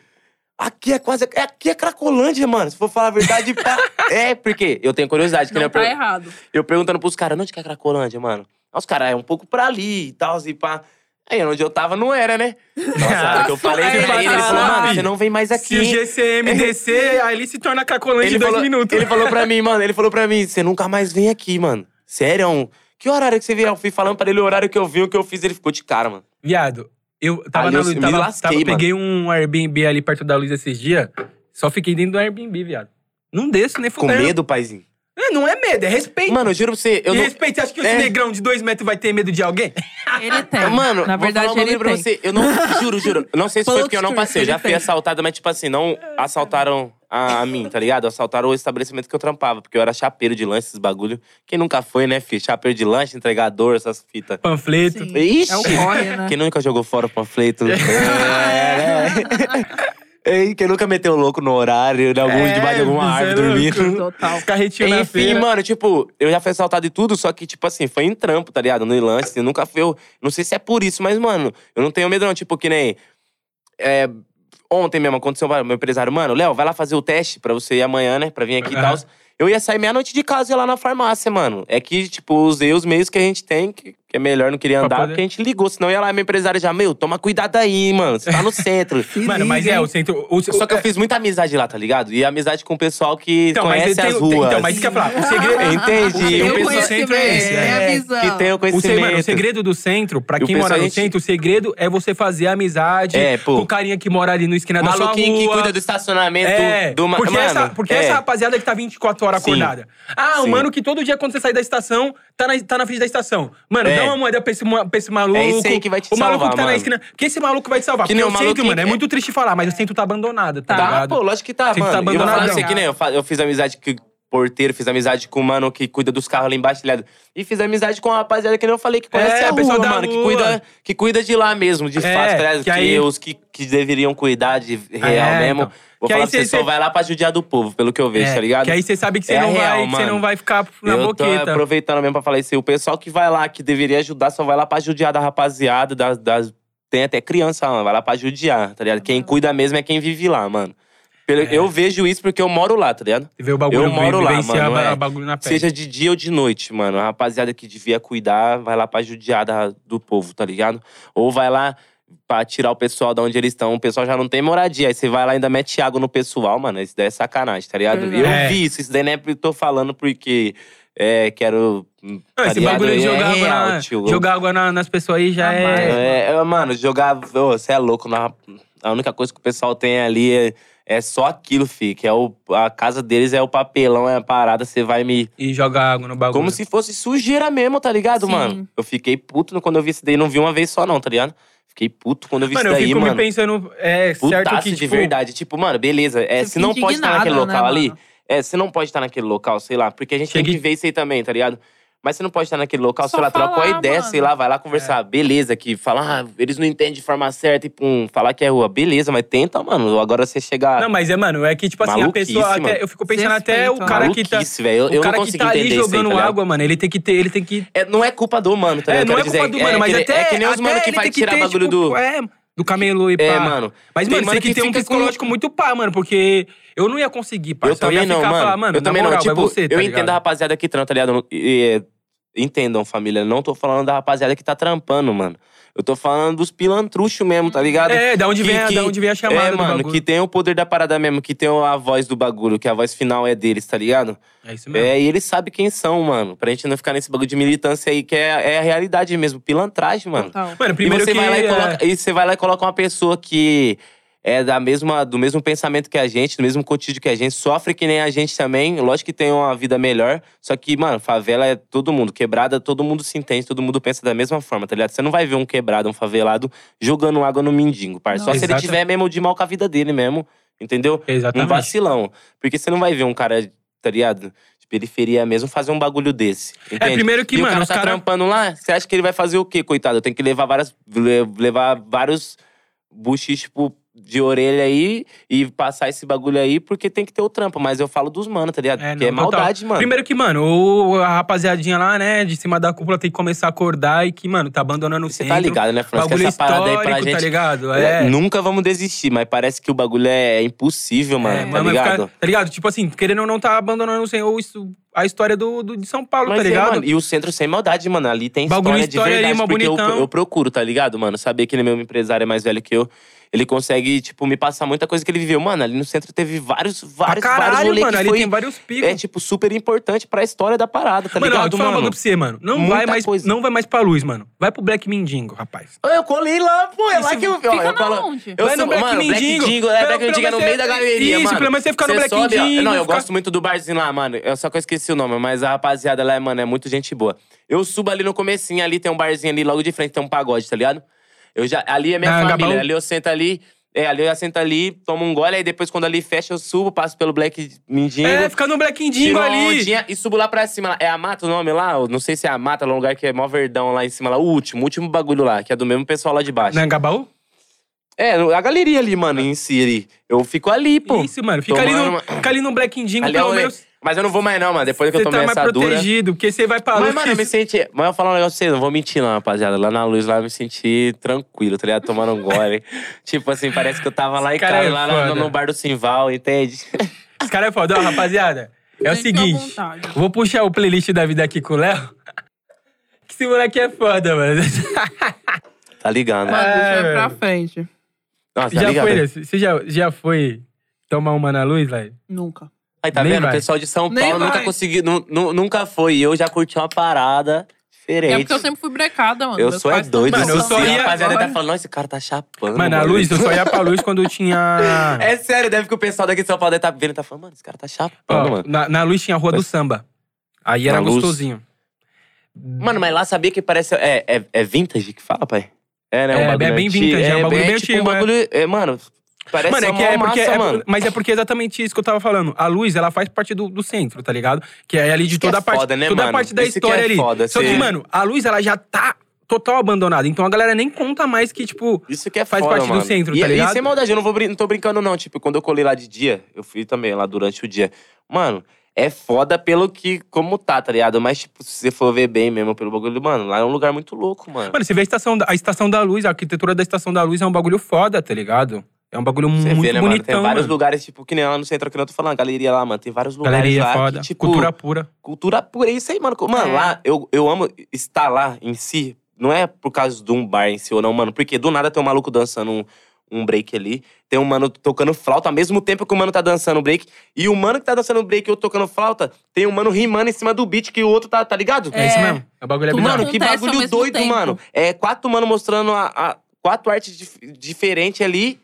Speaker 3: Aqui é quase. é- Aqui é Cracolândia, mano. Se for falar a verdade, pá. É, porque eu tenho curiosidade. Que nem
Speaker 2: Não
Speaker 3: eu,
Speaker 2: tá
Speaker 3: pergun-
Speaker 2: errado.
Speaker 3: eu perguntando pros caras, onde que é Cracolândia, mano? Aí os caras, é um pouco pra ali e tal, e pá. Aí onde eu tava não era, né? Nossa, a hora que eu falei
Speaker 2: Aí,
Speaker 3: isso pra ele, ele falou,
Speaker 2: cara.
Speaker 3: mano, você não vem mais
Speaker 1: Se o
Speaker 3: aqui.
Speaker 1: GCM descer, aí ele se torna cacolante de
Speaker 3: Ele
Speaker 1: dois
Speaker 3: falou,
Speaker 1: minutos.
Speaker 3: ele falou pra mim, mano, ele falou pra mim, você nunca mais vem aqui, mano. Sério, um- que horário que você veio? Eu fui falando pra ele o horário que eu vi, o que eu fiz, ele ficou de cara, mano.
Speaker 1: Viado, eu tava
Speaker 3: Aí
Speaker 1: na
Speaker 3: eu
Speaker 1: Lu-
Speaker 3: me
Speaker 1: tava,
Speaker 3: lasquei,
Speaker 1: tava-
Speaker 3: mano.
Speaker 1: Peguei um Airbnb ali perto da luz esses dias, só fiquei dentro do Airbnb, viado. Não desço nem
Speaker 3: Com
Speaker 1: fudendo.
Speaker 3: medo, paizinho.
Speaker 1: É, não é medo, é respeito.
Speaker 3: Mano, eu juro pra você, eu
Speaker 1: e
Speaker 3: não,
Speaker 1: respeito, você acha que esse
Speaker 3: É.
Speaker 1: negrão de dois metros vai ter medo de alguém?
Speaker 2: Ele tem.
Speaker 3: Mano,
Speaker 2: na
Speaker 3: vou
Speaker 2: verdade
Speaker 3: falar um
Speaker 2: ele
Speaker 3: bagulho pra
Speaker 2: tem.
Speaker 3: você. Eu não. Juro, juro. Não sei se foi
Speaker 2: Falou
Speaker 3: porque eu não
Speaker 2: que tu-
Speaker 3: passei.
Speaker 2: ele
Speaker 3: Já fui
Speaker 2: tem.
Speaker 3: assaltado, mas tipo assim, não assaltaram a, a mim, tá ligado? Assaltaram o estabelecimento que eu trampava, porque eu era chapeiro de lanche, esses bagulho. Quem nunca foi, né, fi? Chapeiro de lanche, entregador, essas fitas.
Speaker 1: Panfleto.
Speaker 2: Sim.
Speaker 3: Ixi!
Speaker 2: É o corre, né?
Speaker 3: Quem nunca jogou fora o panfleto? é, né? Ei, Quem nunca meteu louco no horário, de algum,
Speaker 1: É,
Speaker 3: debaixo de alguma
Speaker 1: isso é
Speaker 3: árvore
Speaker 1: louco.
Speaker 3: dormindo.
Speaker 2: Total.
Speaker 1: Os carretinhos na
Speaker 3: Enfim,
Speaker 1: feira.
Speaker 3: mano, tipo, eu já fui assaltado e tudo, só que, tipo assim, foi em trampo, tá ligado? No lance, assim, nunca fui. Eu, não sei se é por isso, mas, mano, eu não tenho medo, não. Tipo, que nem. é, ontem mesmo aconteceu, meu empresário, mano, Léo, vai lá fazer o teste pra você ir amanhã, né? Pra vir aqui e
Speaker 1: Aham.
Speaker 3: tal. Eu ia sair meia-noite de casa e ia lá na farmácia, mano. É que, tipo, usei os meios que a gente tem, que, que é melhor não queria
Speaker 1: Pra
Speaker 3: andar,
Speaker 1: poder-
Speaker 3: porque a gente ligou. Senão ia lá, meu empresário já, meu, toma cuidado aí, mano. Você tá no centro.
Speaker 1: Mano, mas é, o centro. o-
Speaker 3: Só que eu fiz muita amizade lá, tá ligado? E amizade com o pessoal que
Speaker 1: Então, mas
Speaker 3: conhece
Speaker 1: tem-
Speaker 3: as
Speaker 1: tem-
Speaker 3: ruas.
Speaker 1: Então, mas isso que eu ia falar. O segredo.
Speaker 3: Entendi.
Speaker 1: Eu
Speaker 3: O
Speaker 1: conheço-
Speaker 3: pessoal-
Speaker 1: centro é esse,
Speaker 2: É
Speaker 3: é.
Speaker 2: a visão.
Speaker 3: que tem
Speaker 1: O,
Speaker 3: o
Speaker 1: se-
Speaker 3: conhecimento.
Speaker 1: mano, o segredo do centro, pra
Speaker 3: E o
Speaker 1: quem mora
Speaker 3: pessoal,
Speaker 1: no
Speaker 3: a gente-
Speaker 1: centro, o segredo é você fazer amizade
Speaker 3: É,
Speaker 1: com
Speaker 3: pô.
Speaker 1: o carinha que mora ali no esquina da sua rua.
Speaker 3: Maluquinho que cuida do estacionamento
Speaker 1: É,
Speaker 3: do ma-
Speaker 1: porque
Speaker 3: mano,
Speaker 1: essa, porque
Speaker 3: é.
Speaker 1: essa rapaziada que tá 24 horas
Speaker 3: Sim.
Speaker 1: acordada. Ah, o
Speaker 3: Sim.
Speaker 1: mano que todo dia quando você sair da estação, tá na, tá na frente da estação. Mano,
Speaker 3: É.
Speaker 1: dá uma moeda pra esse, ma- pra esse maluco.
Speaker 3: É esse aí que vai te
Speaker 1: O maluco
Speaker 3: salvar,
Speaker 1: que tá na
Speaker 3: mano.
Speaker 1: esquina. Porque esse maluco vai te salvar.
Speaker 3: Que
Speaker 1: porque
Speaker 3: nem
Speaker 1: o
Speaker 3: o maluco
Speaker 1: centro, mano, é
Speaker 3: que-
Speaker 1: muito triste falar, mas o centro tá abandonado, tá,
Speaker 3: Tá,
Speaker 1: ligado?
Speaker 3: pô, lógico que tá,
Speaker 1: Tem que
Speaker 3: mano.
Speaker 1: tá
Speaker 3: E eu vou falar pra
Speaker 1: abandonado.
Speaker 3: você que nem eu, fa- eu fiz amizade com o porteiro, fiz amizade com o mano que cuida dos carros lá embaixo, tá ligado? E fiz amizade com a rapaziada que nem eu falei que conhece
Speaker 1: É,
Speaker 3: a
Speaker 1: pessoal
Speaker 3: pessoa,
Speaker 1: da
Speaker 3: mano, que
Speaker 1: rua.
Speaker 3: cuida, que cuida de lá mesmo, de
Speaker 1: É,
Speaker 3: fato, tá ligado?
Speaker 1: que
Speaker 3: Que,
Speaker 1: aí-
Speaker 3: os que, que deveriam cuidar de real
Speaker 1: É,
Speaker 3: mesmo.
Speaker 1: então.
Speaker 3: Vou
Speaker 1: Que aí
Speaker 3: falar pra você,
Speaker 1: cê- cê-
Speaker 3: só vai lá pra judiar do povo, pelo que eu vejo,
Speaker 1: É,
Speaker 3: tá ligado?
Speaker 1: Que aí você sabe que você
Speaker 3: É
Speaker 1: não,
Speaker 3: real,
Speaker 1: vai, que você
Speaker 3: mano.
Speaker 1: não vai ficar na
Speaker 3: eu tô é
Speaker 1: boqueta.
Speaker 3: aproveitando mesmo pra falar isso. aí. O pessoal que vai lá, que deveria ajudar, só vai lá pra judiar da rapaziada, das, das- tem até criança lá, mano. vai lá pra judiar, tá ligado? Quem cuida mesmo é quem vive lá, mano. Pelo-
Speaker 1: É.
Speaker 3: Eu vejo isso porque eu moro lá, tá ligado?
Speaker 1: Vê o bagulho,
Speaker 3: Eu moro
Speaker 1: vi-
Speaker 3: lá,
Speaker 1: vivenciar
Speaker 3: mano,
Speaker 1: ba-
Speaker 3: é.
Speaker 1: bagulho na pele.
Speaker 3: Seja de dia ou de noite, mano. A rapaziada que devia cuidar, vai lá pra judiar da- do povo, tá ligado? Ou vai lá pra tirar o pessoal da onde eles estão. O pessoal já não tem moradia. Aí você vai lá e ainda mete água no pessoal, mano. Isso daí é sacanagem, tá ligado?
Speaker 2: Verdade.
Speaker 3: Eu
Speaker 1: É.
Speaker 3: vi isso. Isso daí não é porque eu tô falando porque é, quero. tá
Speaker 1: Esse
Speaker 3: ligado?
Speaker 1: bagulho de
Speaker 3: É
Speaker 1: jogar,
Speaker 3: real,
Speaker 1: água, na-
Speaker 3: tio.
Speaker 1: jogar água na- nas pessoas aí já
Speaker 2: Jamais.
Speaker 1: é.
Speaker 3: É, é, mano, jogar. Você é louco. na- a única coisa que o pessoal tem ali é, é só aquilo, fi. Que é o, a casa deles é o papelão, é a parada. Você vai me.
Speaker 1: E jogar água no bagulho.
Speaker 3: Como se fosse sujeira mesmo, tá ligado,
Speaker 2: Sim.
Speaker 3: mano? Eu fiquei puto quando eu vi isso daí. Não vi uma vez só, não, tá ligado? Fiquei puto quando eu vi
Speaker 1: Mano, eu
Speaker 3: isso daí,
Speaker 1: fico me
Speaker 3: mano.
Speaker 1: pensando. É certo
Speaker 3: Putaço
Speaker 1: que.
Speaker 3: de
Speaker 1: Tipo,
Speaker 3: verdade. Tipo, mano, beleza. É,
Speaker 2: Você
Speaker 3: se não
Speaker 2: fica
Speaker 3: pode estar naquele
Speaker 2: indignado, né,
Speaker 3: local ali.
Speaker 2: mano?
Speaker 3: É, você não pode estar naquele local, sei lá. Porque a gente
Speaker 1: Cheguei-
Speaker 3: tem que ver isso aí também, tá ligado? Mas você não pode estar naquele local,
Speaker 2: Só
Speaker 3: sei lá, troca uma
Speaker 2: falar,
Speaker 3: ideia,
Speaker 2: mano.
Speaker 3: sei lá,
Speaker 1: É.
Speaker 3: vai lá conversar. Beleza, que fala, ah, eles não entendem de forma certa e pum, falar que é rua. Beleza, mas tenta, mano. Agora você chegar.
Speaker 1: Não, mas é, mano, é que, tipo assim, a
Speaker 3: Maluquice,
Speaker 1: pessoa.
Speaker 3: mano.
Speaker 1: Até, eu fico pensando até o
Speaker 2: Desrespeito,
Speaker 1: cara que tá.
Speaker 3: Maluquice, velho. Eu-
Speaker 1: o
Speaker 3: eu não
Speaker 1: cara que
Speaker 3: consigo
Speaker 1: tá ali
Speaker 3: entender isso aí, tá
Speaker 1: jogando
Speaker 3: ligado?
Speaker 1: água, mano, ele tem que ter. Ele tem que.
Speaker 3: É, não é culpa do humano, tá
Speaker 1: É,
Speaker 3: ligado?
Speaker 1: não
Speaker 3: Eu
Speaker 1: é
Speaker 3: quero dizer,
Speaker 1: culpa do mano, mas
Speaker 3: que,
Speaker 1: até.
Speaker 3: é que nem os
Speaker 1: até
Speaker 3: mano que
Speaker 1: ele
Speaker 3: vai
Speaker 1: tem
Speaker 3: tirar
Speaker 1: ter,
Speaker 3: bagulho
Speaker 1: tipo,
Speaker 3: do.
Speaker 1: É, do camelo e pá.
Speaker 3: É, mano.
Speaker 1: Mas,
Speaker 3: Tem
Speaker 1: mano, você
Speaker 3: mano
Speaker 1: tem que
Speaker 3: que
Speaker 1: ter um
Speaker 3: fica com-
Speaker 1: psicológico muito pá, mano, porque eu não ia conseguir, parça.
Speaker 3: Eu também
Speaker 1: ia
Speaker 3: não,
Speaker 1: ficar,
Speaker 3: mano.
Speaker 1: falar, mano.
Speaker 3: eu
Speaker 1: na
Speaker 3: também
Speaker 1: moral,
Speaker 3: não.
Speaker 1: é
Speaker 3: Tipo,
Speaker 1: você, tá
Speaker 3: eu
Speaker 1: ligado?
Speaker 3: entendo a rapaziada que trampa, tá ligado? E- e- entendam, família. Não tô falando da rapaziada que tá trampando, mano. Eu tô falando dos pilantruchos mesmo, tá ligado?
Speaker 1: É, da onde vem a- da onde vem a chamada
Speaker 3: É,
Speaker 1: do
Speaker 3: mano,
Speaker 1: bagulho.
Speaker 3: que tem o poder da parada mesmo, que tem a voz do bagulho, que a voz final é deles, tá ligado?
Speaker 1: É isso mesmo.
Speaker 3: É, e eles sabem quem são, mano. Pra gente não ficar nesse bagulho de militância aí, que é, é a realidade mesmo, pilantragem, mano.
Speaker 2: Total.
Speaker 1: Mano, primeiro
Speaker 3: e você
Speaker 1: que.
Speaker 3: vai lá e
Speaker 1: é,
Speaker 3: coloca, e você vai lá e coloca uma pessoa que é da mesma, do mesmo pensamento que a gente, do mesmo cotidiano que a gente, sofre que nem a gente também. Lógico que tem uma vida melhor, só que, mano, favela é todo mundo, quebrada, todo mundo se entende, todo mundo pensa da mesma forma, tá ligado? Você não vai ver um quebrado, um favelado jogando água no mendigo, parça. Só
Speaker 1: Não.
Speaker 3: se ele
Speaker 1: Exata-
Speaker 3: tiver mesmo de mal com a vida dele mesmo, entendeu? Um
Speaker 1: Exatamente.
Speaker 3: vacilão. Porque você não vai ver um cara, tá ligado? De periferia mesmo fazer um bagulho desse. entende?
Speaker 1: É, primeiro que,
Speaker 3: e
Speaker 1: mano,
Speaker 3: o cara
Speaker 1: os
Speaker 3: tá
Speaker 1: cara-
Speaker 3: trampando lá, você acha que ele vai fazer o quê, coitado? Eu tenho que levar várias. le- levar vários buchichos pro tipo, de orelha aí e passar esse bagulho aí, porque tem que ter o trampo. Mas eu falo dos manos, tá ligado?
Speaker 1: É,
Speaker 3: porque
Speaker 1: não,
Speaker 3: é maldade, mano.
Speaker 1: Primeiro que, mano, o, a rapaziadinha lá, né, de cima da cúpula tem que começar a acordar e que, mano, tá abandonando o
Speaker 3: Você
Speaker 1: centro.
Speaker 3: tá ligado, né, Francisco?
Speaker 1: Bagulho
Speaker 3: Essa parada aí
Speaker 1: histórico,
Speaker 3: pra
Speaker 1: tá
Speaker 3: gente.
Speaker 1: ligado? É.
Speaker 3: Nunca vamos desistir, mas parece que o bagulho é impossível, mano,
Speaker 1: É,
Speaker 3: tá
Speaker 1: mano, vai
Speaker 3: ligado?
Speaker 1: ficar- tá ligado? Tipo assim, querendo ou não tá abandonando o Senhor, isso- a história do, do- de São Paulo,
Speaker 3: Mas
Speaker 1: tá
Speaker 3: é,
Speaker 1: ligado?
Speaker 3: mano, e o centro sem maldade, mano. Ali tem
Speaker 1: Bagulho
Speaker 3: história,
Speaker 1: história aí,
Speaker 3: de verdade.
Speaker 1: mó
Speaker 3: porque eu,
Speaker 1: bonitão.
Speaker 3: eu procuro, tá ligado, mano? Saber que ele é meu empresário, é mais velho que eu. Ele consegue, tipo, me passar muita coisa que ele viveu. Mano, ali no centro teve vários,
Speaker 1: pra
Speaker 3: vários, vários
Speaker 1: caralho,
Speaker 3: rolês
Speaker 1: mano,
Speaker 3: que
Speaker 1: ali
Speaker 3: foi,
Speaker 1: tem vários picos.
Speaker 3: É, tipo, super importante pra história da parada, tá
Speaker 1: mano, ó, deixa
Speaker 3: ligado,
Speaker 1: eu falar um
Speaker 3: mano?
Speaker 1: bagulho pra você, mano. Não
Speaker 3: Muita
Speaker 1: vai, mais,
Speaker 3: coisa.
Speaker 1: não vai mais pra luz, mano. Vai pro Black Mindingo, rapaz.
Speaker 3: Eu colei lá, pô. É
Speaker 1: Isso
Speaker 3: lá que eu... ó,
Speaker 2: Fica
Speaker 3: eu
Speaker 2: na
Speaker 3: falo-
Speaker 2: onde?
Speaker 3: Eu
Speaker 1: Vai
Speaker 3: sou,
Speaker 1: no Black
Speaker 3: mano,
Speaker 1: Mindingo.
Speaker 3: Black Mindingo. É,
Speaker 1: Pelo-
Speaker 3: Black Mindingo é no
Speaker 1: pelo
Speaker 3: meio
Speaker 1: você-
Speaker 3: da galeria,
Speaker 1: Isso,
Speaker 3: mano.
Speaker 1: pelo menos você fica no
Speaker 3: Cê
Speaker 1: Black
Speaker 3: sobe, ó.
Speaker 1: Mindingo,
Speaker 3: Não, eu
Speaker 1: fica-
Speaker 3: gosto muito do barzinho lá, mano. Eu só que eu esqueci o nome, mas a rapaziada lá, mano, é muito gente boa. Eu subo ali no comecinho, ali tem um barzinho ali, logo de frente tem um pagode, tá ligado? Eu já, ali é minha
Speaker 1: Na
Speaker 3: família,
Speaker 1: Angabaú?
Speaker 3: ali eu sento ali... É, ali eu já sento ali, tomo um gole, aí depois quando ali fecha eu subo, passo pelo Black Mindingo.
Speaker 1: É, fica no Black Mindingo
Speaker 3: Tira uma
Speaker 1: ali.
Speaker 3: ondinha e subo lá pra cima. lá. É a mata o nome lá? Eu não sei se é a mata, lá um lugar que é mó verdão lá em cima, lá. O último, o último bagulho lá, que é do mesmo pessoal lá de baixo.
Speaker 1: Na Angabaú?
Speaker 3: É, a galeria ali, mano, em si. ali. Eu fico ali, pô.
Speaker 1: Isso, mano. Fica ali,
Speaker 3: tomando
Speaker 1: no,
Speaker 3: uma-
Speaker 1: fica ali no Black Indingo,
Speaker 3: Ali é
Speaker 1: pelo
Speaker 3: onde-
Speaker 1: menos.
Speaker 3: Mas eu não vou mais, não, mano. Depois que eu
Speaker 1: Você tá
Speaker 3: tomei
Speaker 1: mais
Speaker 3: essa dura.
Speaker 1: protegido, porque você vai pra luz.
Speaker 3: Mas, mano, eu me senti. Mas eu vou falar um negócio pra vocês, não vou mentir, não, rapaziada. Lá na luz, lá eu me senti tranquilo, tá ligado? Tomando um gole. tipo assim, parece que eu tava lá em
Speaker 1: Esse cara
Speaker 3: casa,
Speaker 1: é
Speaker 3: lá no-
Speaker 1: foda.
Speaker 3: no, bar do Simval, entende?
Speaker 1: Os caras é foda, ó, rapaziada. É o
Speaker 2: Gente, fica à
Speaker 1: seguinte,
Speaker 2: vontade.
Speaker 1: vou puxar o playlist da vida aqui com o Léo. Que esse moleque é foda, mano.
Speaker 3: Tá ligado, né?
Speaker 2: Mano, já é
Speaker 1: velho.
Speaker 2: pra frente.
Speaker 3: Nossa, tá
Speaker 1: já
Speaker 3: ligado?
Speaker 1: foi, né? Você já, já foi tomar uma na luz, velho?
Speaker 2: Nunca.
Speaker 3: Aí, tá
Speaker 1: Nem
Speaker 3: vendo?
Speaker 1: vai.
Speaker 3: O pessoal de São
Speaker 2: Nem
Speaker 3: Paulo
Speaker 2: vai.
Speaker 3: nunca conseguiu, nu- nu- nunca foi. E eu já curti uma parada diferente.
Speaker 2: É porque eu sempre fui brecada, mano.
Speaker 3: Eu
Speaker 2: Meus
Speaker 3: sou é
Speaker 2: pais são-
Speaker 3: doido.
Speaker 1: Mano, eu
Speaker 3: Suzy,
Speaker 1: só ia-
Speaker 3: A rapaziada
Speaker 2: Olha.
Speaker 3: tá falando, "Nossa, esse cara tá chapando.
Speaker 1: Mano, a
Speaker 3: mano."
Speaker 1: luz, eu só ia pra luz quando eu tinha.
Speaker 3: É sério, deve que o pessoal daqui de São Paulo deve tá vendo e tá falando, mano, esse cara tá chapando,
Speaker 1: Ó,
Speaker 3: mano.
Speaker 1: na, na luz tinha a Rua do Samba. Aí era
Speaker 3: Na luz.
Speaker 1: gostosinho.
Speaker 3: Mano, mas lá sabia que parece. É, é, é vintage que fala, pai? É, né?
Speaker 1: É,
Speaker 3: um bagulho
Speaker 1: é bem
Speaker 3: antigo,
Speaker 1: vintage, é um
Speaker 3: é
Speaker 1: bagulho
Speaker 3: bem,
Speaker 1: bem
Speaker 3: tipo, um
Speaker 1: antigo, é.
Speaker 3: bagulho. É, mano, parece
Speaker 1: Mano, é que
Speaker 3: uma
Speaker 1: é porque.
Speaker 3: massa,
Speaker 1: é-
Speaker 3: mano.
Speaker 1: mas é porque é exatamente isso que eu tava falando. A luz, ela faz parte do, do centro, tá ligado? Que é ali de
Speaker 3: Isso que
Speaker 1: toda
Speaker 3: é
Speaker 1: a parte.
Speaker 3: foda, né,
Speaker 1: toda a
Speaker 3: mano?
Speaker 1: parte da
Speaker 3: Isso que
Speaker 1: história
Speaker 3: é
Speaker 1: ali.
Speaker 3: foda,
Speaker 1: Só que,
Speaker 3: você-
Speaker 1: mano, a luz, ela já tá total abandonada. Então a galera nem conta mais que, tipo.
Speaker 3: Isso que é
Speaker 1: Faz
Speaker 3: foda,
Speaker 1: parte do
Speaker 3: mano.
Speaker 1: centro,
Speaker 3: e,
Speaker 1: tá ligado?
Speaker 3: E sem maldade, eu não, vou, brin- não tô brincando, não. Tipo, quando eu colei lá de dia, eu fui também lá durante o dia. Mano, é foda pelo que. como tá, tá ligado? Mas, tipo, se você for ver bem mesmo pelo bagulho, mano, lá é um lugar muito louco, mano.
Speaker 1: Mano, você vê a estação, da- a estação da luz, a arquitetura da estação da luz é um bagulho foda, tá ligado? É um bagulho
Speaker 3: Você
Speaker 1: muito
Speaker 3: vê, né, mano? Tem
Speaker 1: bonitão.
Speaker 3: vários
Speaker 1: mano.
Speaker 3: lugares, tipo, que nem lá no centro que eu tô falando, galeria lá, mano. Tem vários lugares
Speaker 1: Galeria é
Speaker 3: lá
Speaker 1: foda.
Speaker 3: que, tipo,
Speaker 1: Cultura pura.
Speaker 3: cultura pura. É isso aí, mano. Mano,
Speaker 2: É.
Speaker 3: lá, eu, eu amo estar lá em si. Não é por causa de um bar em si ou não, mano. Porque do nada tem um maluco dançando um, um break ali. Tem um mano tocando flauta ao mesmo tempo que o mano tá dançando um break. E o mano que tá dançando um break e eu tocando flauta, tem um mano rimando em cima do beat que o outro tá, tá ligado?
Speaker 1: É. isso mesmo. É o bagulho é
Speaker 2: Tu-
Speaker 1: bizarro.
Speaker 3: Mano, que
Speaker 2: Acontece ao
Speaker 3: bagulho
Speaker 2: mesmo
Speaker 3: doido,
Speaker 2: tempo.
Speaker 3: mano. É quatro mano mostrando a, a- quatro artes dif- diferentes ali.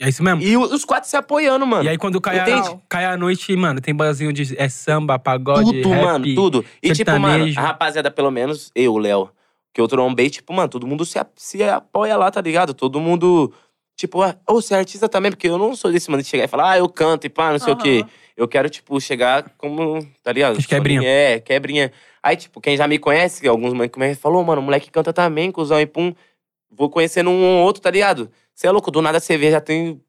Speaker 1: É isso mesmo.
Speaker 3: E o- os quatro se apoiando, mano.
Speaker 1: E aí, quando cai a,
Speaker 2: Entende?
Speaker 1: cai a noite, mano, tem barzinho de é samba, pagode,
Speaker 3: tudo,
Speaker 1: rap.
Speaker 3: mano, tudo. E tipo, mano,
Speaker 1: sertanejo.
Speaker 3: a rapaziada, pelo menos eu, Léo, que eu trombei, tipo, mano, todo mundo se, a- se apoia lá, tá ligado? Todo mundo, tipo, ah, ou você é artista também, porque eu não sou desse, mano, de chegar e falar, ah, eu canto e pá, não sei o quê.
Speaker 2: Aham.
Speaker 3: Eu quero, tipo, chegar como, tá ligado?
Speaker 1: Os quebrinha.
Speaker 3: É, quebrinha. Aí, tipo, quem já me conhece, alguns mano que me falou, mano, o moleque canta também, cuzão, e pum, vou conhecendo um ou outro, tá ligado? Você é louco, do nada você vê, já tem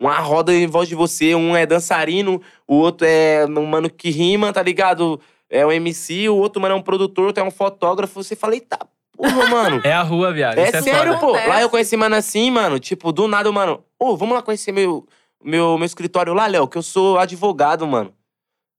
Speaker 3: uma roda em voz de você, um é dançarino, o outro é um mano que rima, tá ligado? É um MC, o outro, mano, é um produtor, outro é um fotógrafo. Você fala, eita porra, mano.
Speaker 1: É a rua, viado.
Speaker 3: É
Speaker 1: isso é
Speaker 3: sério,
Speaker 1: foda.
Speaker 3: pô.
Speaker 2: Acontece.
Speaker 3: Lá eu conheci mano assim, mano. Tipo, do nada, mano. Ô, vamos lá conhecer meu, meu, meu escritório lá, Léo, que eu sou advogado, mano.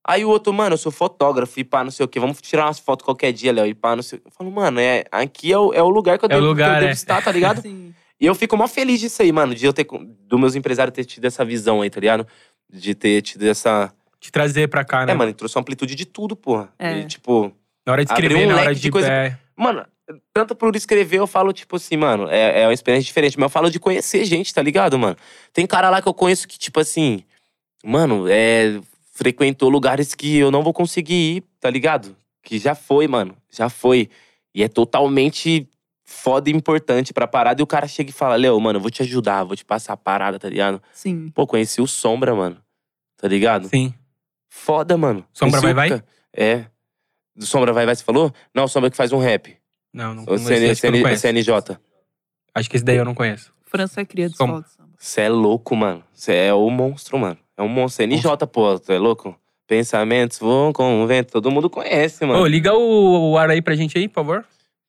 Speaker 3: Aí o outro, mano, eu sou fotógrafo e pá, não sei o quê. Vamos tirar umas fotos qualquer dia, Léo, e pá, não sei o quê. Eu falo, mano, é, aqui é o, é o lugar que eu,
Speaker 1: É o
Speaker 3: devo, que
Speaker 1: lugar,
Speaker 3: eu
Speaker 1: é.
Speaker 3: devo estar, tá ligado?
Speaker 2: Sim.
Speaker 3: E eu fico mó feliz disso aí, mano. De eu ter, do meus empresários ter tido essa visão aí, tá ligado? De ter tido essa.
Speaker 1: Te trazer pra cá, né?
Speaker 3: É, mano, trouxe uma amplitude de tudo, porra.
Speaker 2: É.
Speaker 3: E, tipo,
Speaker 1: na hora de
Speaker 3: abriu
Speaker 1: escrever,
Speaker 3: um
Speaker 1: na hora
Speaker 3: leque
Speaker 1: de.
Speaker 3: de coisa-
Speaker 1: é.
Speaker 3: Mano, tanto por escrever, eu falo, tipo assim, mano, é, é uma experiência diferente. Mas eu falo de conhecer gente, tá ligado, mano? Tem cara lá que eu conheço que, tipo assim, mano, é. Frequentou lugares que eu não vou conseguir ir, tá ligado? Que já foi, mano. Já foi. E é totalmente foda e importante pra parada. E o cara chega e fala, Léo, mano, eu vou te ajudar, vou te passar a parada, tá ligado?
Speaker 2: Sim.
Speaker 3: Pô, conheci o Sombra, mano. Tá ligado?
Speaker 1: Sim.
Speaker 3: Foda, mano.
Speaker 1: Sombra
Speaker 3: Conheci o
Speaker 1: Vai Vai?
Speaker 3: ca- É. Do Sombra Vai Vai, você falou? Não, o Sombra que faz um rap.
Speaker 1: Não, não,
Speaker 3: O
Speaker 1: esse, acho que eu não
Speaker 3: CN,
Speaker 1: conheço.
Speaker 3: CNJ.
Speaker 1: Acho que esse daí eu não conheço.
Speaker 2: França é cria de
Speaker 1: Como?
Speaker 2: escola de samba.
Speaker 3: Você é louco, mano. Você é o monstro, mano. É um monstro. É NJ, pô. Você é louco? Pensamentos voam com o vento. Todo mundo conhece,
Speaker 1: Ô,
Speaker 3: mano.
Speaker 1: liga o, o ar aí pra gente aí, por favor.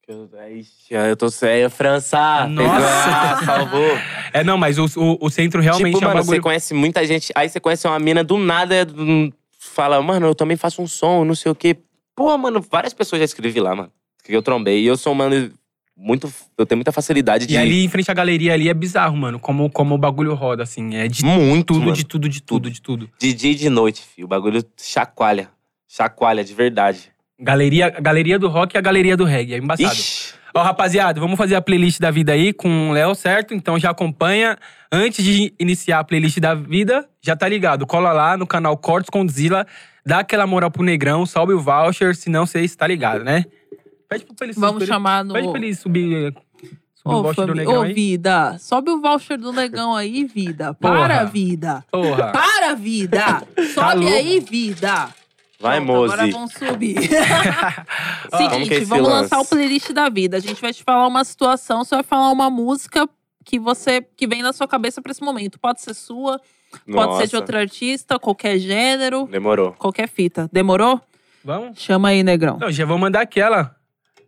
Speaker 3: Eu, Ixi, eu tô sério, França.
Speaker 1: Nossa.
Speaker 3: Ah, salvou.
Speaker 1: É, não, mas o, o, o centro realmente
Speaker 3: tipo,
Speaker 1: é um
Speaker 3: mano, você
Speaker 1: bagulho...
Speaker 3: conhece muita gente. Aí você conhece uma mina do nada, hum, fala, mano, eu também faço um som, não sei o quê. Pô, mano, várias pessoas já escrevi lá, mano. Que eu trombei. E eu sou, um mano, muito. Eu tenho muita facilidade de.
Speaker 1: E ali em frente à galeria ali é bizarro, mano, como, como o bagulho roda, assim. É de
Speaker 3: muito,
Speaker 1: tudo,
Speaker 3: mano.
Speaker 1: de tudo, de tudo, de tudo.
Speaker 3: De dia e de noite, filho. O bagulho chacoalha. Chacoalha, de verdade.
Speaker 1: Galeria, galeria do rock e a galeria do reggae, é embaçado.
Speaker 3: Ixi.
Speaker 1: Ó, rapaziada, vamos fazer a playlist da vida aí com o Léo, certo? Então já acompanha. Antes de iniciar a playlist da vida, já tá ligado. Cola lá no canal Cortes com Zila, dá aquela moral pro Negrão, salve o voucher, senão você está ligado, né? Pede pro ele subir.
Speaker 2: Vamos chamar no.
Speaker 1: Pede
Speaker 3: tipo,
Speaker 1: pra ele subir, eh, subir o
Speaker 2: Ô,
Speaker 1: voucher do
Speaker 2: fami-
Speaker 1: Negrão
Speaker 2: Ô,
Speaker 1: aí.
Speaker 2: vida, sobe o voucher do negão aí, vida. Para,
Speaker 1: Porra.
Speaker 2: vida.
Speaker 1: Porra.
Speaker 2: Para, vida. Sobe
Speaker 1: louco.
Speaker 2: aí, vida.
Speaker 3: Vai,
Speaker 2: Pronto,
Speaker 3: Mozi.
Speaker 2: Agora vamos subir.
Speaker 1: Ó,
Speaker 3: como que é
Speaker 2: Seguinte,
Speaker 3: esse
Speaker 2: vamos lançar o
Speaker 3: lance?
Speaker 2: playlist da vida. A gente vai te falar uma situação, você vai falar uma música que você que vem na sua cabeça pra esse momento. Pode ser sua, pode ser de
Speaker 3: Nossa,
Speaker 2: outro artista, qualquer gênero,
Speaker 3: Demorou.
Speaker 2: qualquer fita. Demorou?
Speaker 1: Vamos?
Speaker 2: Chama aí, negrão.
Speaker 1: Não, já vou mandar aquela.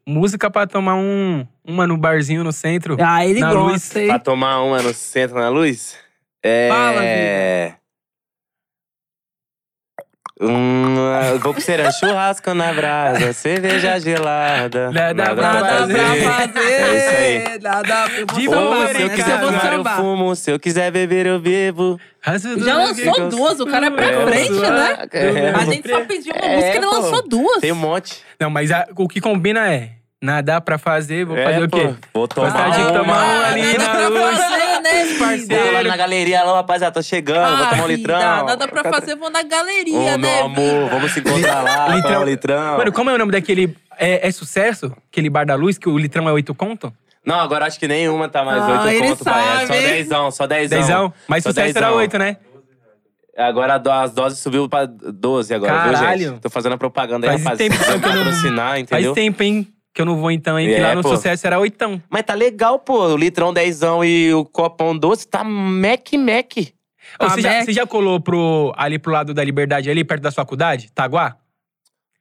Speaker 1: Música pra tomar um, uma no barzinho no centro.
Speaker 2: Ah, ele
Speaker 1: Na
Speaker 2: gosta,
Speaker 3: Pra
Speaker 2: hein?
Speaker 3: tomar uma no centro na luz? É.
Speaker 2: Fala,
Speaker 3: Hum, eu vou pro serão, churrasco na brasa, cerveja gelada.
Speaker 1: Nada pra
Speaker 2: Nada pra
Speaker 1: fazer.
Speaker 2: fazer.
Speaker 3: É isso
Speaker 2: Nada pra
Speaker 1: De
Speaker 3: Ou,
Speaker 1: boa,
Speaker 3: se eu
Speaker 1: né,
Speaker 3: quiser
Speaker 1: cara?
Speaker 3: fumar, eu fumo. Se eu quiser beber, eu bebo.
Speaker 2: Já lançou duas, o cara é pra
Speaker 3: É,
Speaker 2: frente, né?
Speaker 3: É,
Speaker 2: A gente só pediu uma música e ele
Speaker 3: pô.
Speaker 2: lançou duas.
Speaker 3: Tem um monte.
Speaker 1: Não, mas a- o que combina é. Nada pra fazer, vou
Speaker 3: É,
Speaker 1: fazer o
Speaker 3: pô,
Speaker 1: quê?
Speaker 3: Vou tomar
Speaker 1: Vontade Tá de
Speaker 3: uma.
Speaker 1: tomar uma ali.
Speaker 2: Ah, Nada
Speaker 1: na
Speaker 2: pra
Speaker 1: luz.
Speaker 2: fazer, né, vida?
Speaker 3: Tá lá na galeria, alô, rapaziada, tô chegando, vou tomar um
Speaker 2: vida,
Speaker 3: litrão.
Speaker 2: Nada pra fazer, vou na galeria, né?
Speaker 3: Ô, meu amor, vamos se encontrar lá, tomar um litrão.
Speaker 1: Mano, como é o nome daquele. É, é sucesso? Aquele bar da luz, que o litrão é oito conto?
Speaker 3: Não, agora acho que nenhuma tá mais
Speaker 2: Ah,
Speaker 3: oito
Speaker 2: ele
Speaker 3: conto, pai. É só
Speaker 2: sabe.
Speaker 3: dezão, só dezão.
Speaker 1: Dezão? Mas
Speaker 3: Só
Speaker 1: sucesso
Speaker 3: dezão.
Speaker 1: era oito, né?
Speaker 3: Agora a do- as doses subiu pra 12 agora,
Speaker 1: Caralho.
Speaker 3: viu, gente? Tô fazendo a propaganda aí,
Speaker 1: Faz tempo
Speaker 3: rapaziada.
Speaker 1: que eu
Speaker 3: Pra
Speaker 1: não-
Speaker 3: patrocinar, entendeu?
Speaker 1: Faz tempo, hein? Que eu não vou então, hein? Que
Speaker 3: É,
Speaker 1: lá no
Speaker 3: pô.
Speaker 1: sucesso era oitão.
Speaker 3: Mas tá legal, pô. O litrão dezão e o copão doce tá mec-mec.
Speaker 1: Ô,
Speaker 2: Ah,
Speaker 1: você, já,
Speaker 2: Mac.
Speaker 1: você já colou pro, ali pro lado da Liberdade, ali perto da sua faculdade? Taguá?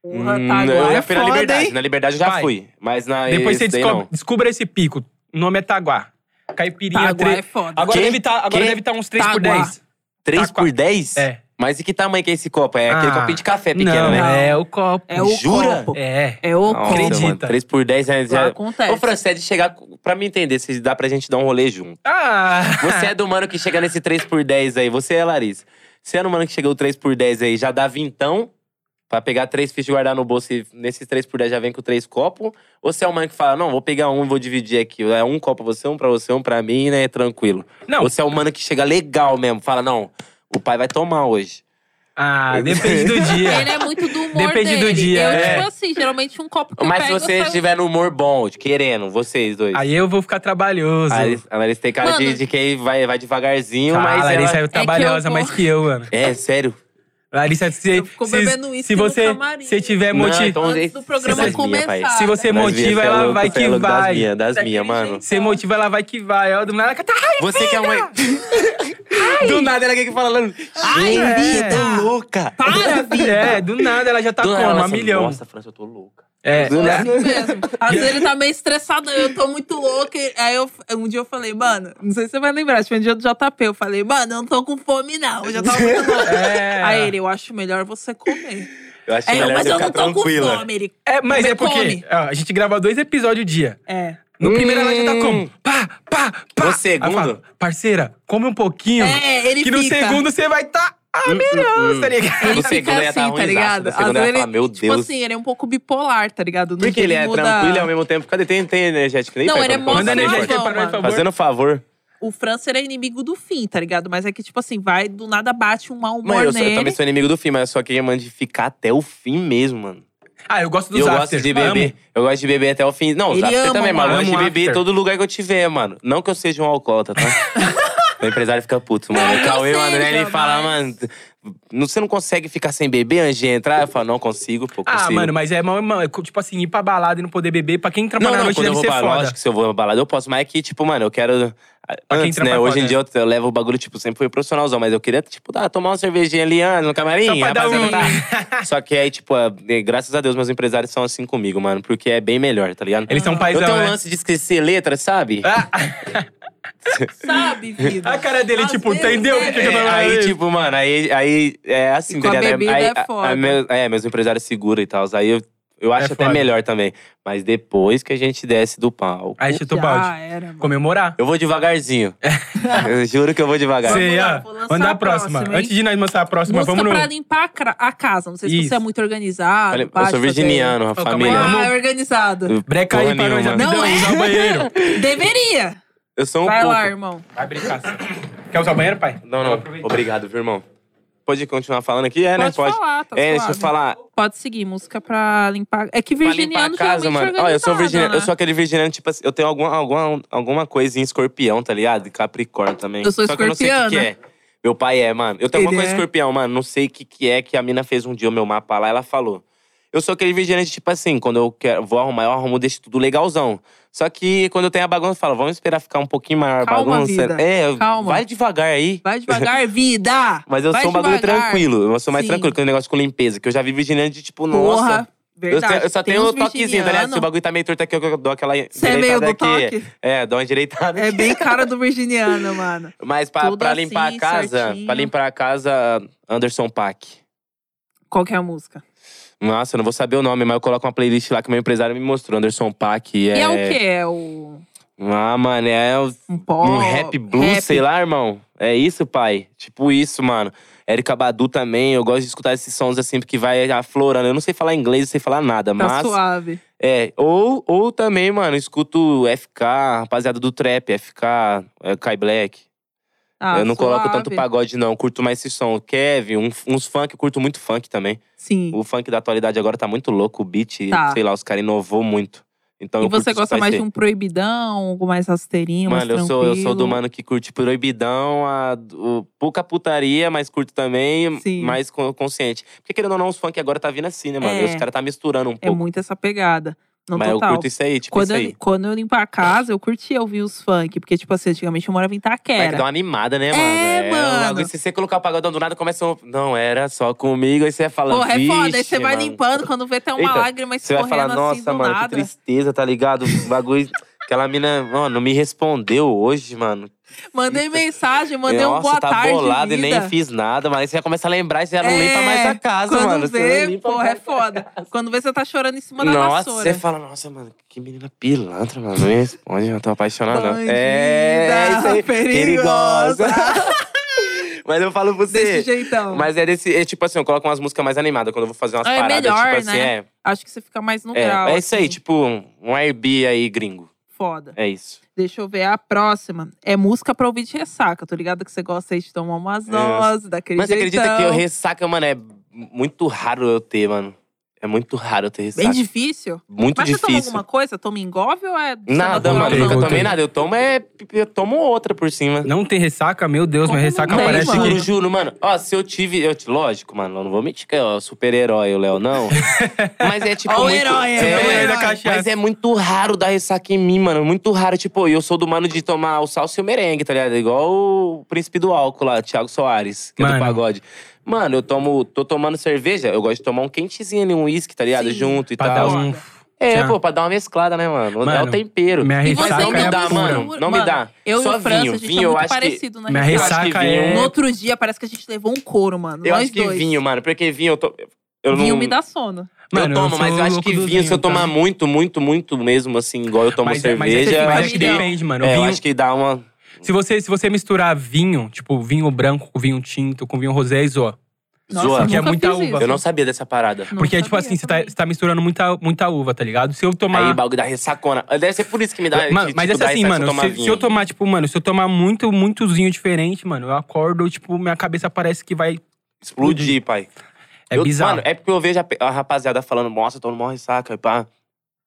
Speaker 2: Porra,
Speaker 3: Hum,
Speaker 2: tá
Speaker 3: eu
Speaker 2: agora é
Speaker 3: já fui na
Speaker 2: foda,
Speaker 3: Liberdade.
Speaker 2: hein?
Speaker 3: Na Liberdade eu já
Speaker 1: Pai,
Speaker 3: fui. Mas na
Speaker 1: Depois você
Speaker 3: Ah, esse daí
Speaker 1: descobre,
Speaker 3: não.
Speaker 1: descubra esse pico. O nome é Taguá. Caipirinha.
Speaker 2: Tá, agora
Speaker 1: tre-
Speaker 2: é foda.
Speaker 1: Agora
Speaker 3: Quê?
Speaker 1: deve tá, agora
Speaker 3: Quê?
Speaker 1: deve tá uns 3 por
Speaker 2: Taguá.
Speaker 1: 10.
Speaker 3: 3
Speaker 1: Tá com-
Speaker 3: por 10?
Speaker 1: É.
Speaker 3: Mas e que tamanho que é esse copo? É aquele
Speaker 1: Ah,
Speaker 3: copinho de café pequeno,
Speaker 1: não,
Speaker 3: né?
Speaker 1: é o copo.
Speaker 2: É o
Speaker 3: Jura?
Speaker 2: copo.
Speaker 1: É.
Speaker 2: É o
Speaker 3: Nossa,
Speaker 2: copo.
Speaker 1: Acredita.
Speaker 3: mano, 3 por 10 é.
Speaker 2: Lá
Speaker 3: é...
Speaker 2: acontece.
Speaker 3: Ô, Fran, se é de chegar. Pra me entender, se dá pra gente dar um rolê junto.
Speaker 1: Ah!
Speaker 3: Você é do mano que chega nesse 3x10 aí. Você é, Larissa. Você é do mano que chegou 3x10 aí. Já dá vintão pra pegar três fichas e guardar no bolso. E nesses 3x10 já vem com três copos? Ou você é o mano que fala, não, vou pegar um e vou dividir aqui. É um copo pra você, um pra você, um pra mim, né? Tranquilo.
Speaker 1: Não.
Speaker 3: Ou você é o mano que chega legal mesmo. Fala, não, o pai vai tomar hoje.
Speaker 1: Ah,
Speaker 3: é.
Speaker 1: depende do
Speaker 2: Ele
Speaker 1: dia.
Speaker 2: é muito do humor
Speaker 1: Depende do
Speaker 2: dele.
Speaker 1: dia,
Speaker 2: eu,
Speaker 1: é.
Speaker 2: tipo assim, geralmente um copo que
Speaker 3: Mas
Speaker 2: eu
Speaker 3: se
Speaker 2: pego…
Speaker 3: você
Speaker 2: eu saio-
Speaker 3: estiver no humor bom, de querendo, vocês dois.
Speaker 1: Aí eu vou ficar trabalhoso.
Speaker 3: A Larissa, a Larissa tem cara de,
Speaker 2: Mano.
Speaker 3: de quem vai, vai devagarzinho,
Speaker 1: Ah,
Speaker 3: mas.
Speaker 1: a Larissa
Speaker 3: um ela...
Speaker 1: é trabalhosa
Speaker 2: eu vou-
Speaker 1: mais que eu, mano.
Speaker 3: É, sério.
Speaker 1: Larissa, se,
Speaker 2: Eu fico
Speaker 1: se,
Speaker 2: bebendo
Speaker 1: se,
Speaker 2: uísque no
Speaker 1: você,
Speaker 2: camarim.
Speaker 1: se tiver
Speaker 3: Não,
Speaker 1: é motivo.
Speaker 3: então-
Speaker 2: Antes do programa
Speaker 1: Vocês-
Speaker 2: começar.
Speaker 3: Se
Speaker 1: Se você
Speaker 3: Das minhas,
Speaker 1: motiva,
Speaker 3: cê é
Speaker 1: ela
Speaker 3: louco,
Speaker 1: vai
Speaker 3: cê é
Speaker 1: que
Speaker 3: louco Das
Speaker 1: vai.
Speaker 3: minhas, das
Speaker 2: Daquele
Speaker 3: minhas, mano.
Speaker 2: jeito.
Speaker 1: Se motiva, ela vai que vai. Ó, do nada, ela tá-
Speaker 3: Você que é uma. Do nada ela quer que fala. Ai,
Speaker 1: é.
Speaker 3: tô louca.
Speaker 2: Para, vida!
Speaker 1: É, do nada ela já tá
Speaker 3: Do nada ela
Speaker 1: como? A
Speaker 3: fala, assim,
Speaker 1: milhão.
Speaker 3: Nossa, França, eu tô louca.
Speaker 1: É.
Speaker 3: Do
Speaker 2: É
Speaker 3: nada.
Speaker 2: assim mesmo. Às vezes ele tá meio estressado, eu tô muito louca. Aí eu, um dia eu falei, mano, não sei se você vai lembrar, foi um dia do JP. Eu falei, mano, eu não tô com fome, não. Eu já tava muito louca.
Speaker 1: É.
Speaker 2: Aí ele, eu acho melhor você comer.
Speaker 3: Eu achei
Speaker 2: Aí eu, É,
Speaker 3: melhor
Speaker 2: mas
Speaker 3: você
Speaker 2: eu
Speaker 3: ficar
Speaker 2: não tô com
Speaker 3: tranquila.
Speaker 2: fome. né? Ele,
Speaker 1: É, mas
Speaker 2: Você
Speaker 1: é porque
Speaker 2: come.
Speaker 1: ó, a gente grava dois episódios o dia.
Speaker 2: é.
Speaker 1: No
Speaker 3: Hum.
Speaker 1: primeiro ela já tá como? Pá, pá, pá.
Speaker 3: No
Speaker 1: Aí
Speaker 3: segundo?
Speaker 1: fala, Parceira, come um pouquinho.
Speaker 2: É, ele
Speaker 1: que
Speaker 2: fica.
Speaker 1: no segundo você vai tá
Speaker 3: Hum,
Speaker 1: a milhão, tá ligado?
Speaker 2: Ele
Speaker 3: No segundo
Speaker 2: fica
Speaker 3: ia
Speaker 2: assim,
Speaker 3: tá
Speaker 2: tá
Speaker 3: ruimzaço,
Speaker 2: ligado?
Speaker 3: no segundo
Speaker 2: Às
Speaker 3: ia
Speaker 2: vezes
Speaker 3: falar, meu
Speaker 2: Tipo
Speaker 3: Deus.
Speaker 2: assim, ele é um pouco bipolar, tá ligado? No
Speaker 3: Porque
Speaker 2: dia
Speaker 3: ele é
Speaker 2: muda-
Speaker 3: tranquilo e ao mesmo tempo. Cadê? Tem, tem energético aí?
Speaker 2: Não,
Speaker 3: pai,
Speaker 2: ele é
Speaker 3: pra-
Speaker 2: mó
Speaker 1: Manda
Speaker 2: suavão,
Speaker 1: energético aí pra nós, por
Speaker 2: mano.
Speaker 1: favor.
Speaker 3: Fazendo um favor.
Speaker 2: O Francer é inimigo do fim, tá ligado? Mas é que, tipo assim, vai, do nada bate um mau humor
Speaker 3: Mano, eu, sou- eu
Speaker 2: nele.
Speaker 3: também sou inimigo do fim, mas eu só queria, mano, de ficar até o fim mesmo, mano.
Speaker 1: Ah, eu gosto
Speaker 3: E
Speaker 1: dos
Speaker 3: eu
Speaker 1: after.
Speaker 3: gosto de
Speaker 1: amo.
Speaker 3: beber. Eu gosto de beber até o fim. Não,
Speaker 2: Ele
Speaker 3: os after
Speaker 2: ama
Speaker 3: também,
Speaker 2: um
Speaker 3: mas eu
Speaker 1: after.
Speaker 3: gosto de
Speaker 1: Ama um
Speaker 3: beber em
Speaker 1: after.
Speaker 3: todo lugar que eu tiver, mano. Não que eu seja um alcoólatra, tá? Meu empresário fica puto, mano.
Speaker 2: Não,
Speaker 3: O Cauê,
Speaker 2: não
Speaker 3: mano, né,
Speaker 2: seja,
Speaker 3: ele fala,
Speaker 2: mas-
Speaker 3: mano, não- Você não consegue ficar sem beber antes de entrar? Eu falo, não consigo, pô,
Speaker 1: Ah,
Speaker 3: consigo.
Speaker 1: mano, mas é, mal- mal- tipo assim, ir pra balada e não poder beber, pra quem trabalha
Speaker 3: não,
Speaker 1: na
Speaker 3: não,
Speaker 1: noite
Speaker 3: quando eu
Speaker 1: deve
Speaker 3: vou
Speaker 1: ser
Speaker 3: pra
Speaker 1: foda.
Speaker 3: lógico, se eu vou pra balada, eu posso. Mas é que, tipo, mano, eu quero.
Speaker 1: quem
Speaker 3: Antes, né?
Speaker 1: trampa
Speaker 3: Hoje em
Speaker 1: foda.
Speaker 3: dia eu, eu levo o bagulho, tipo, sempre fui profissionalzão, mas eu queria, tipo, dar, tomar uma cervejinha ali antes, no camarim.
Speaker 1: Só pra dar
Speaker 3: rapaziada,
Speaker 1: um-
Speaker 3: tá? Só que aí, tipo, é, graças a Deus, meus empresários são assim comigo, mano, porque é bem melhor, tá ligado?
Speaker 1: Eles são
Speaker 3: Eu
Speaker 1: paizão,
Speaker 3: tenho um
Speaker 1: né?
Speaker 3: lance de esquecer letras, sabe?
Speaker 1: Ah,
Speaker 2: Sabe, vida?
Speaker 1: a cara dele,
Speaker 2: Às
Speaker 1: tipo,
Speaker 2: vezes,
Speaker 1: entendeu o
Speaker 2: né,
Speaker 1: que que eu tô
Speaker 3: É,
Speaker 1: falando?
Speaker 3: aí, tipo, mano, aí, aí é assim,
Speaker 2: E com a
Speaker 3: ligado?
Speaker 2: bebida
Speaker 3: aí,
Speaker 2: é
Speaker 3: a- a-
Speaker 2: foda.
Speaker 3: meu- é, meus empresários seguram e tal. Aí eu, eu acho
Speaker 1: É
Speaker 3: até
Speaker 1: foda.
Speaker 3: melhor também. Mas depois que a gente desce do palco.
Speaker 1: Aí chutou o
Speaker 2: Já
Speaker 1: balde.
Speaker 2: Ah, era, mano.
Speaker 1: Comemorar.
Speaker 3: Eu vou devarzinho. eu juro que eu vou devagar.
Speaker 1: Sei,
Speaker 2: lá,
Speaker 1: ó.
Speaker 2: vou lançar
Speaker 1: ah, Manda a
Speaker 2: a próxima,
Speaker 1: próxima.
Speaker 2: hein?
Speaker 1: Antes de nós lançar a próxima,
Speaker 2: Música
Speaker 1: vamos no.
Speaker 2: pra limpar a, cra- a casa. Não sei se
Speaker 1: Isso.
Speaker 2: você é muito organizado.
Speaker 3: Olha, eu
Speaker 2: pode
Speaker 3: sou
Speaker 2: fazer-
Speaker 3: virginiano, a
Speaker 1: Ó, calma aí,
Speaker 3: família.
Speaker 1: vamos-
Speaker 2: Ah, é organizado.
Speaker 1: Breca
Speaker 3: Porra
Speaker 1: aí pra nós,
Speaker 3: nenhuma.
Speaker 1: rapidão,
Speaker 2: Não é?
Speaker 1: usar o banheiro.
Speaker 2: Deveria.
Speaker 3: Eu sou um
Speaker 2: Vai
Speaker 3: pouco.
Speaker 2: lá, irmão.
Speaker 1: Vai brincar. Quer usar o banheiro, pai?
Speaker 3: Não, não. Obrigado, viu, irmão? Pode continuar falando aqui? É, né?
Speaker 2: Pode
Speaker 3: Pode.
Speaker 2: falar, tá
Speaker 3: é, deixa eu
Speaker 2: suave.
Speaker 3: falar.
Speaker 2: Pode seguir, música pra limpar. É que
Speaker 3: Pra limpar
Speaker 2: virginiano
Speaker 3: a casa,
Speaker 2: geralmente é
Speaker 3: mano. Olha, eu sou
Speaker 2: organizado,
Speaker 3: virginiano.
Speaker 2: né?
Speaker 3: Eu sou aquele virginiano, tipo assim, eu tenho alguma, alguma, alguma coisa em escorpião, tá ligado? E Capricórnio também.
Speaker 2: Eu sou
Speaker 3: Só que eu não sei o que que, é. Meu pai é, mano. Eu tenho
Speaker 2: Ele
Speaker 3: alguma coisa
Speaker 2: é.
Speaker 3: em escorpião, mano. Não sei o que, que é que a mina fez um dia o meu mapa lá, ela falou. Eu sou aquele virginiano, de, tipo assim, quando eu quero, vou arrumar, eu arrumo, deixo tudo legalzão. Só que quando eu tenho a bagunça, eu falo, vamos esperar ficar um pouquinho maior a
Speaker 2: Calma,
Speaker 3: bagunça.
Speaker 2: vida.
Speaker 3: É, eu-
Speaker 2: Calma.
Speaker 3: vai devagar aí.
Speaker 2: Vai devagar, vida!
Speaker 3: Mas eu
Speaker 2: Vai
Speaker 3: sou um bagulho
Speaker 2: devagar.
Speaker 3: tranquilo. Eu sou mais
Speaker 2: Sim.
Speaker 3: tranquilo que o negócio com limpeza. Que eu já vi virginiano de tipo, nossa,
Speaker 2: Porra,
Speaker 3: eu,
Speaker 2: verdade.
Speaker 3: te- eu só
Speaker 2: Tem
Speaker 3: tenho
Speaker 2: uns
Speaker 3: o toquezinho, tá ligado? Se o
Speaker 2: virginiano-
Speaker 3: bagulho tá meio torto aqui, eu- eu dou aquela
Speaker 2: Cê é
Speaker 3: endireitada
Speaker 2: meio do
Speaker 3: aqui.
Speaker 2: toque?
Speaker 3: É, dou uma endireitada.
Speaker 2: É bem cara do virginiano, mano.
Speaker 3: Mas pra,
Speaker 2: Tudo
Speaker 3: pra
Speaker 2: assim,
Speaker 3: limpar a casa,
Speaker 2: certinho.
Speaker 3: pra limpar a casa, Anderson Pack.
Speaker 2: Qual que é a música?
Speaker 3: Nossa, eu não vou saber o nome, mas eu coloco uma playlist lá que meu empresário me mostrou, Anderson Pack. É...
Speaker 2: E é o quê? É o...
Speaker 3: Ah, mano, é um
Speaker 2: Um pó?
Speaker 3: um rap blues, sei lá, irmão. É isso, pai. Tipo isso, mano. Erika Badu também, eu gosto de escutar esses sons assim, porque vai aflorando. Eu não sei falar inglês, não sei falar nada,
Speaker 2: Tá
Speaker 3: mas.
Speaker 2: suave.
Speaker 3: É, ou, ou também, mano, escuto FK, rapaziada do trap, FK, é, Kai Black.
Speaker 2: Ah,
Speaker 3: eu não coloco
Speaker 2: suave.
Speaker 3: tanto pagode, não. Curto mais esse som. O Kevin, um- uns funk, eu curto muito funk também.
Speaker 2: Sim.
Speaker 3: O funk da atualidade agora tá muito louco, o beat,
Speaker 2: Tá.
Speaker 3: sei lá, os caras inovou muito. Então
Speaker 2: E
Speaker 3: eu curto
Speaker 2: você
Speaker 3: isso
Speaker 2: gosta
Speaker 3: vai
Speaker 2: mais
Speaker 3: ser.
Speaker 2: de um proibidão, algo mais rasteirinho, mais
Speaker 3: Mano, eu sou, eu sou do
Speaker 2: tranquilo?
Speaker 3: mano que curte proibidão, a, o, pouca putaria, mas curto também,
Speaker 2: Sim.
Speaker 3: mais con- consciente. Porque querendo ou não, os funk agora tá vindo assim, né, mano?
Speaker 2: É.
Speaker 3: Os caras tá misturando um
Speaker 2: É
Speaker 3: pouco.
Speaker 2: muito essa pegada. Não
Speaker 3: mas
Speaker 2: total.
Speaker 3: eu curto isso aí, tipo
Speaker 2: quando,
Speaker 3: isso aí.
Speaker 2: eu, quando eu limpar a casa, eu curtia ouvir os funk. Porque, tipo assim, antigamente eu morava em
Speaker 3: Vai que dá
Speaker 2: Itaquera.
Speaker 3: uma animada, né,
Speaker 2: É,
Speaker 3: mano?
Speaker 2: mano.
Speaker 3: um bagulho, se você colocar o pagodão do nada, começa um… Não, era só comigo. Aí você fala,
Speaker 2: Porra, é foda. Aí
Speaker 3: "Vixe,
Speaker 2: você vai
Speaker 3: mano."
Speaker 2: limpando, quando vê tem uma
Speaker 3: Eita,
Speaker 2: lágrima
Speaker 3: Você vai
Speaker 2: escorrendo
Speaker 3: falar, nossa,
Speaker 2: assim do
Speaker 3: mano, que
Speaker 2: nada.
Speaker 3: tristeza, tá ligado? O bagulho… Aquela mina, mano, não me respondeu hoje, mano.
Speaker 2: Mandei mensagem, mandei um
Speaker 3: Nossa,
Speaker 2: boa
Speaker 3: tá
Speaker 2: tarde.
Speaker 3: bolado
Speaker 2: vida.
Speaker 3: e nem fiz nada. Mas aí você já começa a lembrar e você já não
Speaker 2: É,
Speaker 3: limpa mais a casa,
Speaker 2: Quando
Speaker 3: mano. você não
Speaker 2: vê,
Speaker 3: limpa
Speaker 2: porra,
Speaker 3: mais.
Speaker 2: é foda. Quando vê, você tá chorando em cima da
Speaker 3: Nossa,
Speaker 2: vassoura.
Speaker 3: você é fala, nossa, mano, que menina pilantra, mano. Não me responde, eu tô apaixonado. não.
Speaker 2: Bandida,
Speaker 3: É, é isso aí.
Speaker 2: perigosa.
Speaker 3: Mas eu falo pra você.
Speaker 2: Desse jeitão.
Speaker 3: Mas é desse. É tipo assim, eu coloco umas músicas mais animadas quando eu vou fazer umas
Speaker 2: É
Speaker 3: paradas.
Speaker 2: melhor,
Speaker 3: tipo assim,
Speaker 2: né?
Speaker 3: é.
Speaker 2: Acho que você fica mais no
Speaker 3: É,
Speaker 2: grau.
Speaker 3: é isso aí,
Speaker 2: assim.
Speaker 3: tipo, um um RB aí, gringo.
Speaker 2: Foda.
Speaker 3: É isso.
Speaker 2: Deixa eu ver a próxima. É música pra ouvir de ressaca. Tô ligado que você gosta aí de tomar umas
Speaker 3: É.
Speaker 2: doses, daquele
Speaker 3: Mas você acredita
Speaker 2: jeitão.
Speaker 3: que eu ressaca, mano, é muito raro eu ter, mano. É muito raro eu ter ressaca.
Speaker 2: Bem difícil.
Speaker 3: Muito
Speaker 2: Mas você toma
Speaker 3: difícil.
Speaker 2: alguma coisa? Toma engove ou é…
Speaker 3: Nada,
Speaker 1: Não
Speaker 3: mano.
Speaker 1: tem,
Speaker 3: Eu nunca
Speaker 1: não
Speaker 3: tomei
Speaker 1: tem.
Speaker 3: nada. Eu tomo é. Eu tomo outra por cima.
Speaker 1: Não tem ressaca? Meu Deus,
Speaker 2: Como
Speaker 1: minha
Speaker 2: não
Speaker 1: ressaca
Speaker 2: tem,
Speaker 1: parece
Speaker 2: mano?
Speaker 3: juro,
Speaker 1: que.
Speaker 3: juro, mano. Ó, se eu tive. Eu, te- lógico, mano, eu não vou mentir que é ó, super-herói, o Léo, não. Mas é tipo.
Speaker 2: Ó o
Speaker 3: muito,
Speaker 2: herói, é,
Speaker 1: Você
Speaker 2: o
Speaker 1: não é da
Speaker 2: herói.
Speaker 1: cachaça.
Speaker 3: Mas é muito raro dar ressaca em mim, mano. Muito raro. Tipo, eu sou do mano de tomar o salsa e o merengue, tá ligado? Igual o príncipe do álcool lá, Thiago Soares, que é
Speaker 1: Mano.
Speaker 3: do pagode. Mano, eu tomo. Tô tomando cerveja, eu gosto de tomar um quentezinho ali, um uísque, tá ligado?
Speaker 2: Sim.
Speaker 3: Junto e
Speaker 1: Pra dar
Speaker 3: tal.
Speaker 1: um.
Speaker 3: É,
Speaker 1: Tchau.
Speaker 3: pô, pra dar uma mesclada, né, mano? É o
Speaker 1: Mano,
Speaker 3: tempero.
Speaker 1: Minha
Speaker 2: E você
Speaker 1: ressaca
Speaker 3: Mas não
Speaker 2: ainda
Speaker 3: me
Speaker 1: é
Speaker 3: dá,
Speaker 1: pura.
Speaker 3: mano. Não me dá.
Speaker 2: Eu e
Speaker 3: Só
Speaker 2: o França,
Speaker 3: vinho.
Speaker 2: a gente
Speaker 3: Vinho,
Speaker 2: é
Speaker 3: eu
Speaker 2: muito
Speaker 3: acho que-
Speaker 2: parecido na
Speaker 1: Minha
Speaker 2: ressaca. um
Speaker 3: acho que
Speaker 1: ressaca
Speaker 3: vinho
Speaker 1: é.
Speaker 2: No outro dia, parece que a gente levou um couro, mano.
Speaker 3: Eu
Speaker 2: Nós
Speaker 3: acho que
Speaker 2: dois.
Speaker 3: vinho, mano. Porque vinho eu tô. Eu não,
Speaker 2: Vinho me dá sono.
Speaker 3: eu tomo, mas
Speaker 1: sou
Speaker 3: eu acho
Speaker 1: louco
Speaker 3: que
Speaker 1: do
Speaker 3: vinho, se eu
Speaker 1: tá?
Speaker 3: tomar muito, muito, muito mesmo, assim, igual eu tomo
Speaker 1: Mas é- mas é
Speaker 3: cerveja.
Speaker 1: que-
Speaker 3: eu
Speaker 1: Mas
Speaker 2: acho
Speaker 1: é que
Speaker 2: que dá.
Speaker 1: depende, mano.
Speaker 3: é, eu
Speaker 1: Vinho-
Speaker 3: acho que dá uma.
Speaker 1: Se você, se você misturar vinho, tipo vinho branco com vinho tinto, com vinho rosé, zoa.
Speaker 2: Nossa,
Speaker 3: Zoa.
Speaker 2: eu
Speaker 1: Que é
Speaker 2: nunca
Speaker 1: muita
Speaker 2: fiz
Speaker 1: uva.
Speaker 2: isso.
Speaker 3: Eu não sabia dessa parada.
Speaker 2: Não
Speaker 1: Porque é tipo
Speaker 2: sabia
Speaker 1: assim, você tá,
Speaker 2: também.
Speaker 1: você tá misturando muita, muita uva, tá ligado? Se eu
Speaker 3: Aí o
Speaker 1: tomar.
Speaker 3: bagulho da ressacona. Deve ser por isso que me dá.
Speaker 1: mano,
Speaker 3: que,
Speaker 1: mas é
Speaker 3: tipo, dá
Speaker 1: assim,
Speaker 3: ressaca
Speaker 1: mano, se, se
Speaker 3: vinho.
Speaker 1: eu tomar, tipo, mano, se eu tomar muito, muito zinho diferente, mano, eu acordo, tipo, minha cabeça parece que vai.
Speaker 3: Explodir, pai.
Speaker 1: É
Speaker 3: Eu-
Speaker 1: bizarro.
Speaker 3: Mano, é porque eu vejo a, pe- a rapaziada falando, nossa, tô no maior ressaca, e pá.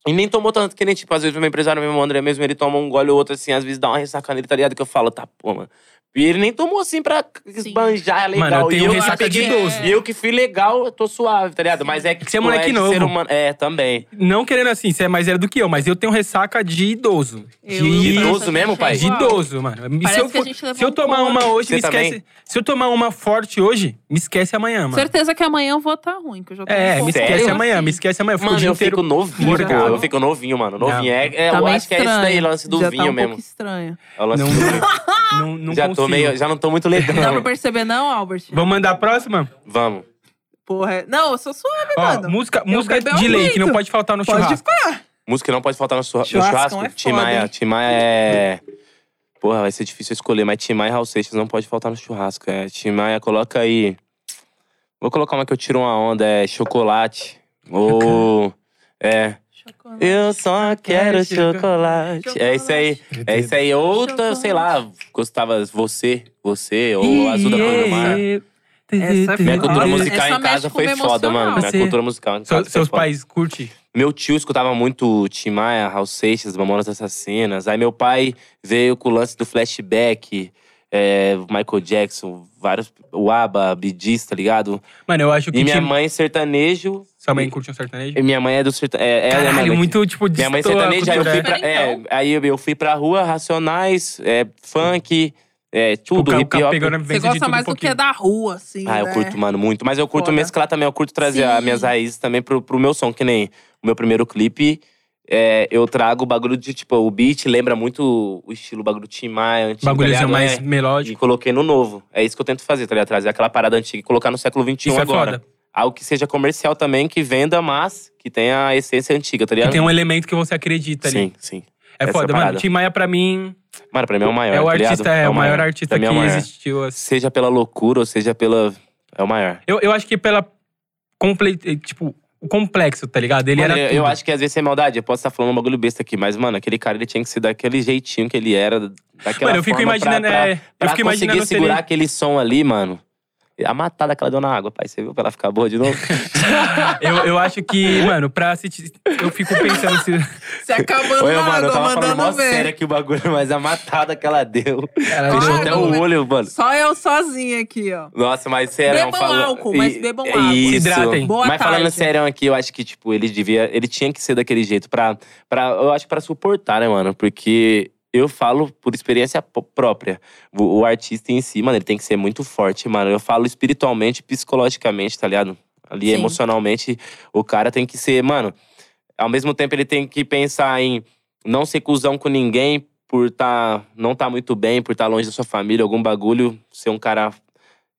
Speaker 3: E nem tomou tanto que nem, tipo, às vezes o meu empresário mesmo, o André mesmo, ele toma um gole ou outro, assim, às vezes dá uma ressaca nele, tá ligado? Que eu falo, tá, pô, mano. E ele nem tomou assim pra esbanjar, é legal.
Speaker 1: Mano, eu
Speaker 3: E
Speaker 1: tenho
Speaker 3: que é.
Speaker 1: ressaca de
Speaker 3: peguei-
Speaker 1: 12.
Speaker 3: E eu que fui legal, eu tô suave, tá ligado? Mas é que.
Speaker 1: Você é
Speaker 3: tipo,
Speaker 1: moleque
Speaker 3: de
Speaker 1: novo.
Speaker 3: ser humano- É, também.
Speaker 1: Não querendo assim, você é mais velho do que eu, mas eu tenho ressaca de idoso.
Speaker 2: Eu-
Speaker 1: de
Speaker 3: De
Speaker 2: Nossa,
Speaker 3: idoso mesmo, pai?
Speaker 1: De
Speaker 2: Uau.
Speaker 1: idoso, mano. E
Speaker 2: é Parece
Speaker 1: se eu,
Speaker 2: que a
Speaker 1: for-
Speaker 2: gente levou
Speaker 1: se eu
Speaker 2: um
Speaker 1: tomar
Speaker 2: couro.
Speaker 1: uma hoje,
Speaker 3: Você
Speaker 1: me esquece.
Speaker 3: também?
Speaker 1: Se eu tomar uma forte hoje, me esquece amanhã, mano.
Speaker 2: Certeza que amanhã eu vou estar ruim, que eu já tô
Speaker 1: É, me esquece
Speaker 3: Sério?
Speaker 1: amanhã, me esquece amanhã. Eu fico o
Speaker 3: Mano,
Speaker 1: dia
Speaker 3: eu
Speaker 1: inteiro.
Speaker 3: fico novinho, pô.
Speaker 1: morgado.
Speaker 3: Eu fico novinho, mano. Novinho. É, é, eu acho que é isso daí, lance do
Speaker 2: Tá já
Speaker 3: vinho
Speaker 2: tá um
Speaker 3: mesmo.
Speaker 2: Pouco estranho.
Speaker 3: É o lance
Speaker 1: Não,
Speaker 3: do vinho.
Speaker 1: não, não
Speaker 3: já
Speaker 1: consigo.
Speaker 3: tô meio, já não tô muito
Speaker 2: Não dá pra
Speaker 1: Hum.
Speaker 3: legal.
Speaker 2: perceber, não, Albert?
Speaker 1: Vamos mandar a próxima?
Speaker 3: Vamos.
Speaker 2: Porra. é- Não, eu sou suave,
Speaker 1: Ó,
Speaker 2: mano.
Speaker 1: música,
Speaker 2: eu
Speaker 1: música
Speaker 2: bebo
Speaker 1: de lei,
Speaker 2: muito.
Speaker 1: que não pode faltar no
Speaker 2: Pode
Speaker 1: churrasco.
Speaker 3: Música não pode faltar no, churra- no
Speaker 2: Churrascão
Speaker 3: churrasco.
Speaker 2: é foda,
Speaker 3: Tim Maia,
Speaker 2: hein?
Speaker 3: Tim Maia é. Porra, vai ser difícil escolher, mas Tim Maia e Raul Seixas não pode faltar no churrasco. É. Tim Maia, coloca aí. Vou colocar uma que eu tiro uma onda, é chocolate. Ou. É.
Speaker 2: Chocolate.
Speaker 3: Eu só quero chocolate. É isso aí. É isso aí. Outra, sei lá, gostava você, você, ou Azuda Condomar.
Speaker 2: Essa é
Speaker 3: Minha
Speaker 2: Nossa,
Speaker 3: cultura musical
Speaker 2: essa
Speaker 3: em casa
Speaker 2: mexe com o
Speaker 3: foi foda,
Speaker 2: emocional.
Speaker 3: mano. Minha
Speaker 1: Você-
Speaker 3: cultura musical em casa.
Speaker 1: So-
Speaker 3: foi
Speaker 1: Seus
Speaker 3: foda.
Speaker 1: pais curtem?
Speaker 3: Meu tio escutava muito Tim Maia, Raul Seixas, Mamonas Assassinas. Aí meu pai veio com o lance do flashback, é, Michael Jackson, vários. O ABBA, Bidis, tá ligado?
Speaker 1: Mano, eu acho que
Speaker 3: E minha
Speaker 1: tinha-
Speaker 3: mãe sertanejo.
Speaker 1: sua mãe curte um sertanejo.
Speaker 3: e minha mãe é do sertanejo. É, ela é,
Speaker 1: Caralho,
Speaker 3: mano,
Speaker 1: muito, né? tipo,
Speaker 3: Minha mãe é
Speaker 1: destoa a
Speaker 3: sertaneja, aí eu fui
Speaker 1: cultura.
Speaker 3: pra, é, aí eu- eu fui pra rua, Racionais, é, funk, é,
Speaker 1: O
Speaker 3: tudo,
Speaker 1: cara- o
Speaker 3: hip
Speaker 1: cara
Speaker 3: hop.
Speaker 1: pegando a
Speaker 2: Você
Speaker 1: vivência de
Speaker 2: gosta
Speaker 1: tudo um
Speaker 2: mais do que
Speaker 1: pouquinho.
Speaker 2: é da rua, assim,
Speaker 3: Ah, eu
Speaker 2: né?
Speaker 3: curto, mano, muito. Mas eu curto
Speaker 2: Foda.
Speaker 3: mesclar também, eu curto trazer as
Speaker 2: Sim.
Speaker 3: minhas raízes também pro, pro meu som, que nem o meu primeiro clipe. é, eu trago o bagulho de, tipo, o beat lembra muito o estilo bagulho Tim Maia, antigo. tá
Speaker 1: Bagulhozinho
Speaker 3: ligado?
Speaker 1: assim, mais
Speaker 3: É, E
Speaker 1: melódico.
Speaker 3: coloquei no novo. É isso que eu tento fazer, tá ligado? Trazer aquela parada antiga e colocar no século XXI
Speaker 1: Isso é
Speaker 3: agora.
Speaker 1: foda.
Speaker 3: Algo que seja comercial também, que venda, mas que tenha a essência antiga, tá
Speaker 1: Que
Speaker 3: ligado?
Speaker 1: tem um elemento que você acredita ali.
Speaker 3: Sim, sim.
Speaker 1: É
Speaker 3: essa
Speaker 1: foda,
Speaker 3: parada.
Speaker 1: mano. Tim Maia, pra mim,
Speaker 3: Mano, pra mim é o maior.
Speaker 1: é o
Speaker 3: tá ligado?
Speaker 1: artista, é, o maior artista
Speaker 3: Pra mim
Speaker 1: que
Speaker 3: é o maior.
Speaker 1: existiu. assim.
Speaker 3: Seja pela loucura ou seja pela. É o maior.
Speaker 1: Eu, eu acho que pela. comple- eh, Tipo, o complexo, tá ligado? Ele
Speaker 3: Mano,
Speaker 1: era.
Speaker 3: eu,
Speaker 1: tudo.
Speaker 3: eu acho que às vezes é maldade. Eu posso estar falando um bagulho besta aqui, mas, mano, aquele cara ele tinha que ser daquele jeitinho que ele era, daquela
Speaker 1: Mano, eu fico
Speaker 3: forma pra-
Speaker 1: imaginando.
Speaker 3: pra,
Speaker 1: é,
Speaker 3: pra
Speaker 1: eu fico
Speaker 3: conseguir
Speaker 1: imaginando se ele-
Speaker 3: segurar aquele som ali, mano. A matada que ela deu na água, pai. Você viu pra ela ficar boa de novo?
Speaker 1: Eu, eu acho que, mano, pra se. te- Eu fico pensando se.
Speaker 2: Se acabando
Speaker 3: Olha,
Speaker 2: na
Speaker 3: mano,
Speaker 2: água,
Speaker 3: eu tava falando mó
Speaker 2: mandando
Speaker 3: sério
Speaker 2: ver.
Speaker 3: aqui o bagulho, mas a matada que ela deu.
Speaker 1: Cara,
Speaker 2: Claro.
Speaker 3: Fechou até o
Speaker 2: mano.
Speaker 3: olho, mano.
Speaker 2: Só eu sozinha aqui, ó.
Speaker 3: Nossa, mas sério,
Speaker 2: Bebam
Speaker 3: falando...
Speaker 2: álcool, mas bebam
Speaker 3: E-
Speaker 2: água. Se
Speaker 3: Isso.
Speaker 1: hidratem.
Speaker 2: Boa
Speaker 3: mas
Speaker 2: tarde.
Speaker 3: falando sério aqui, eu acho que, tipo, ele devia. Ele tinha que ser daquele jeito pra. pra eu acho que pra suportar, né, mano? Porque eu falo por experiência p- própria. O, o artista em si, mano, ele tem que ser muito forte, mano. Eu falo espiritualmente, psicologicamente, tá ligado? Ali,
Speaker 2: Sim.
Speaker 3: emocionalmente, o cara tem que ser, mano. Ao mesmo tempo, ele tem que pensar em não ser cuzão com ninguém por tá, não tá muito bem, por estar tá longe da sua família, algum bagulho, ser um cara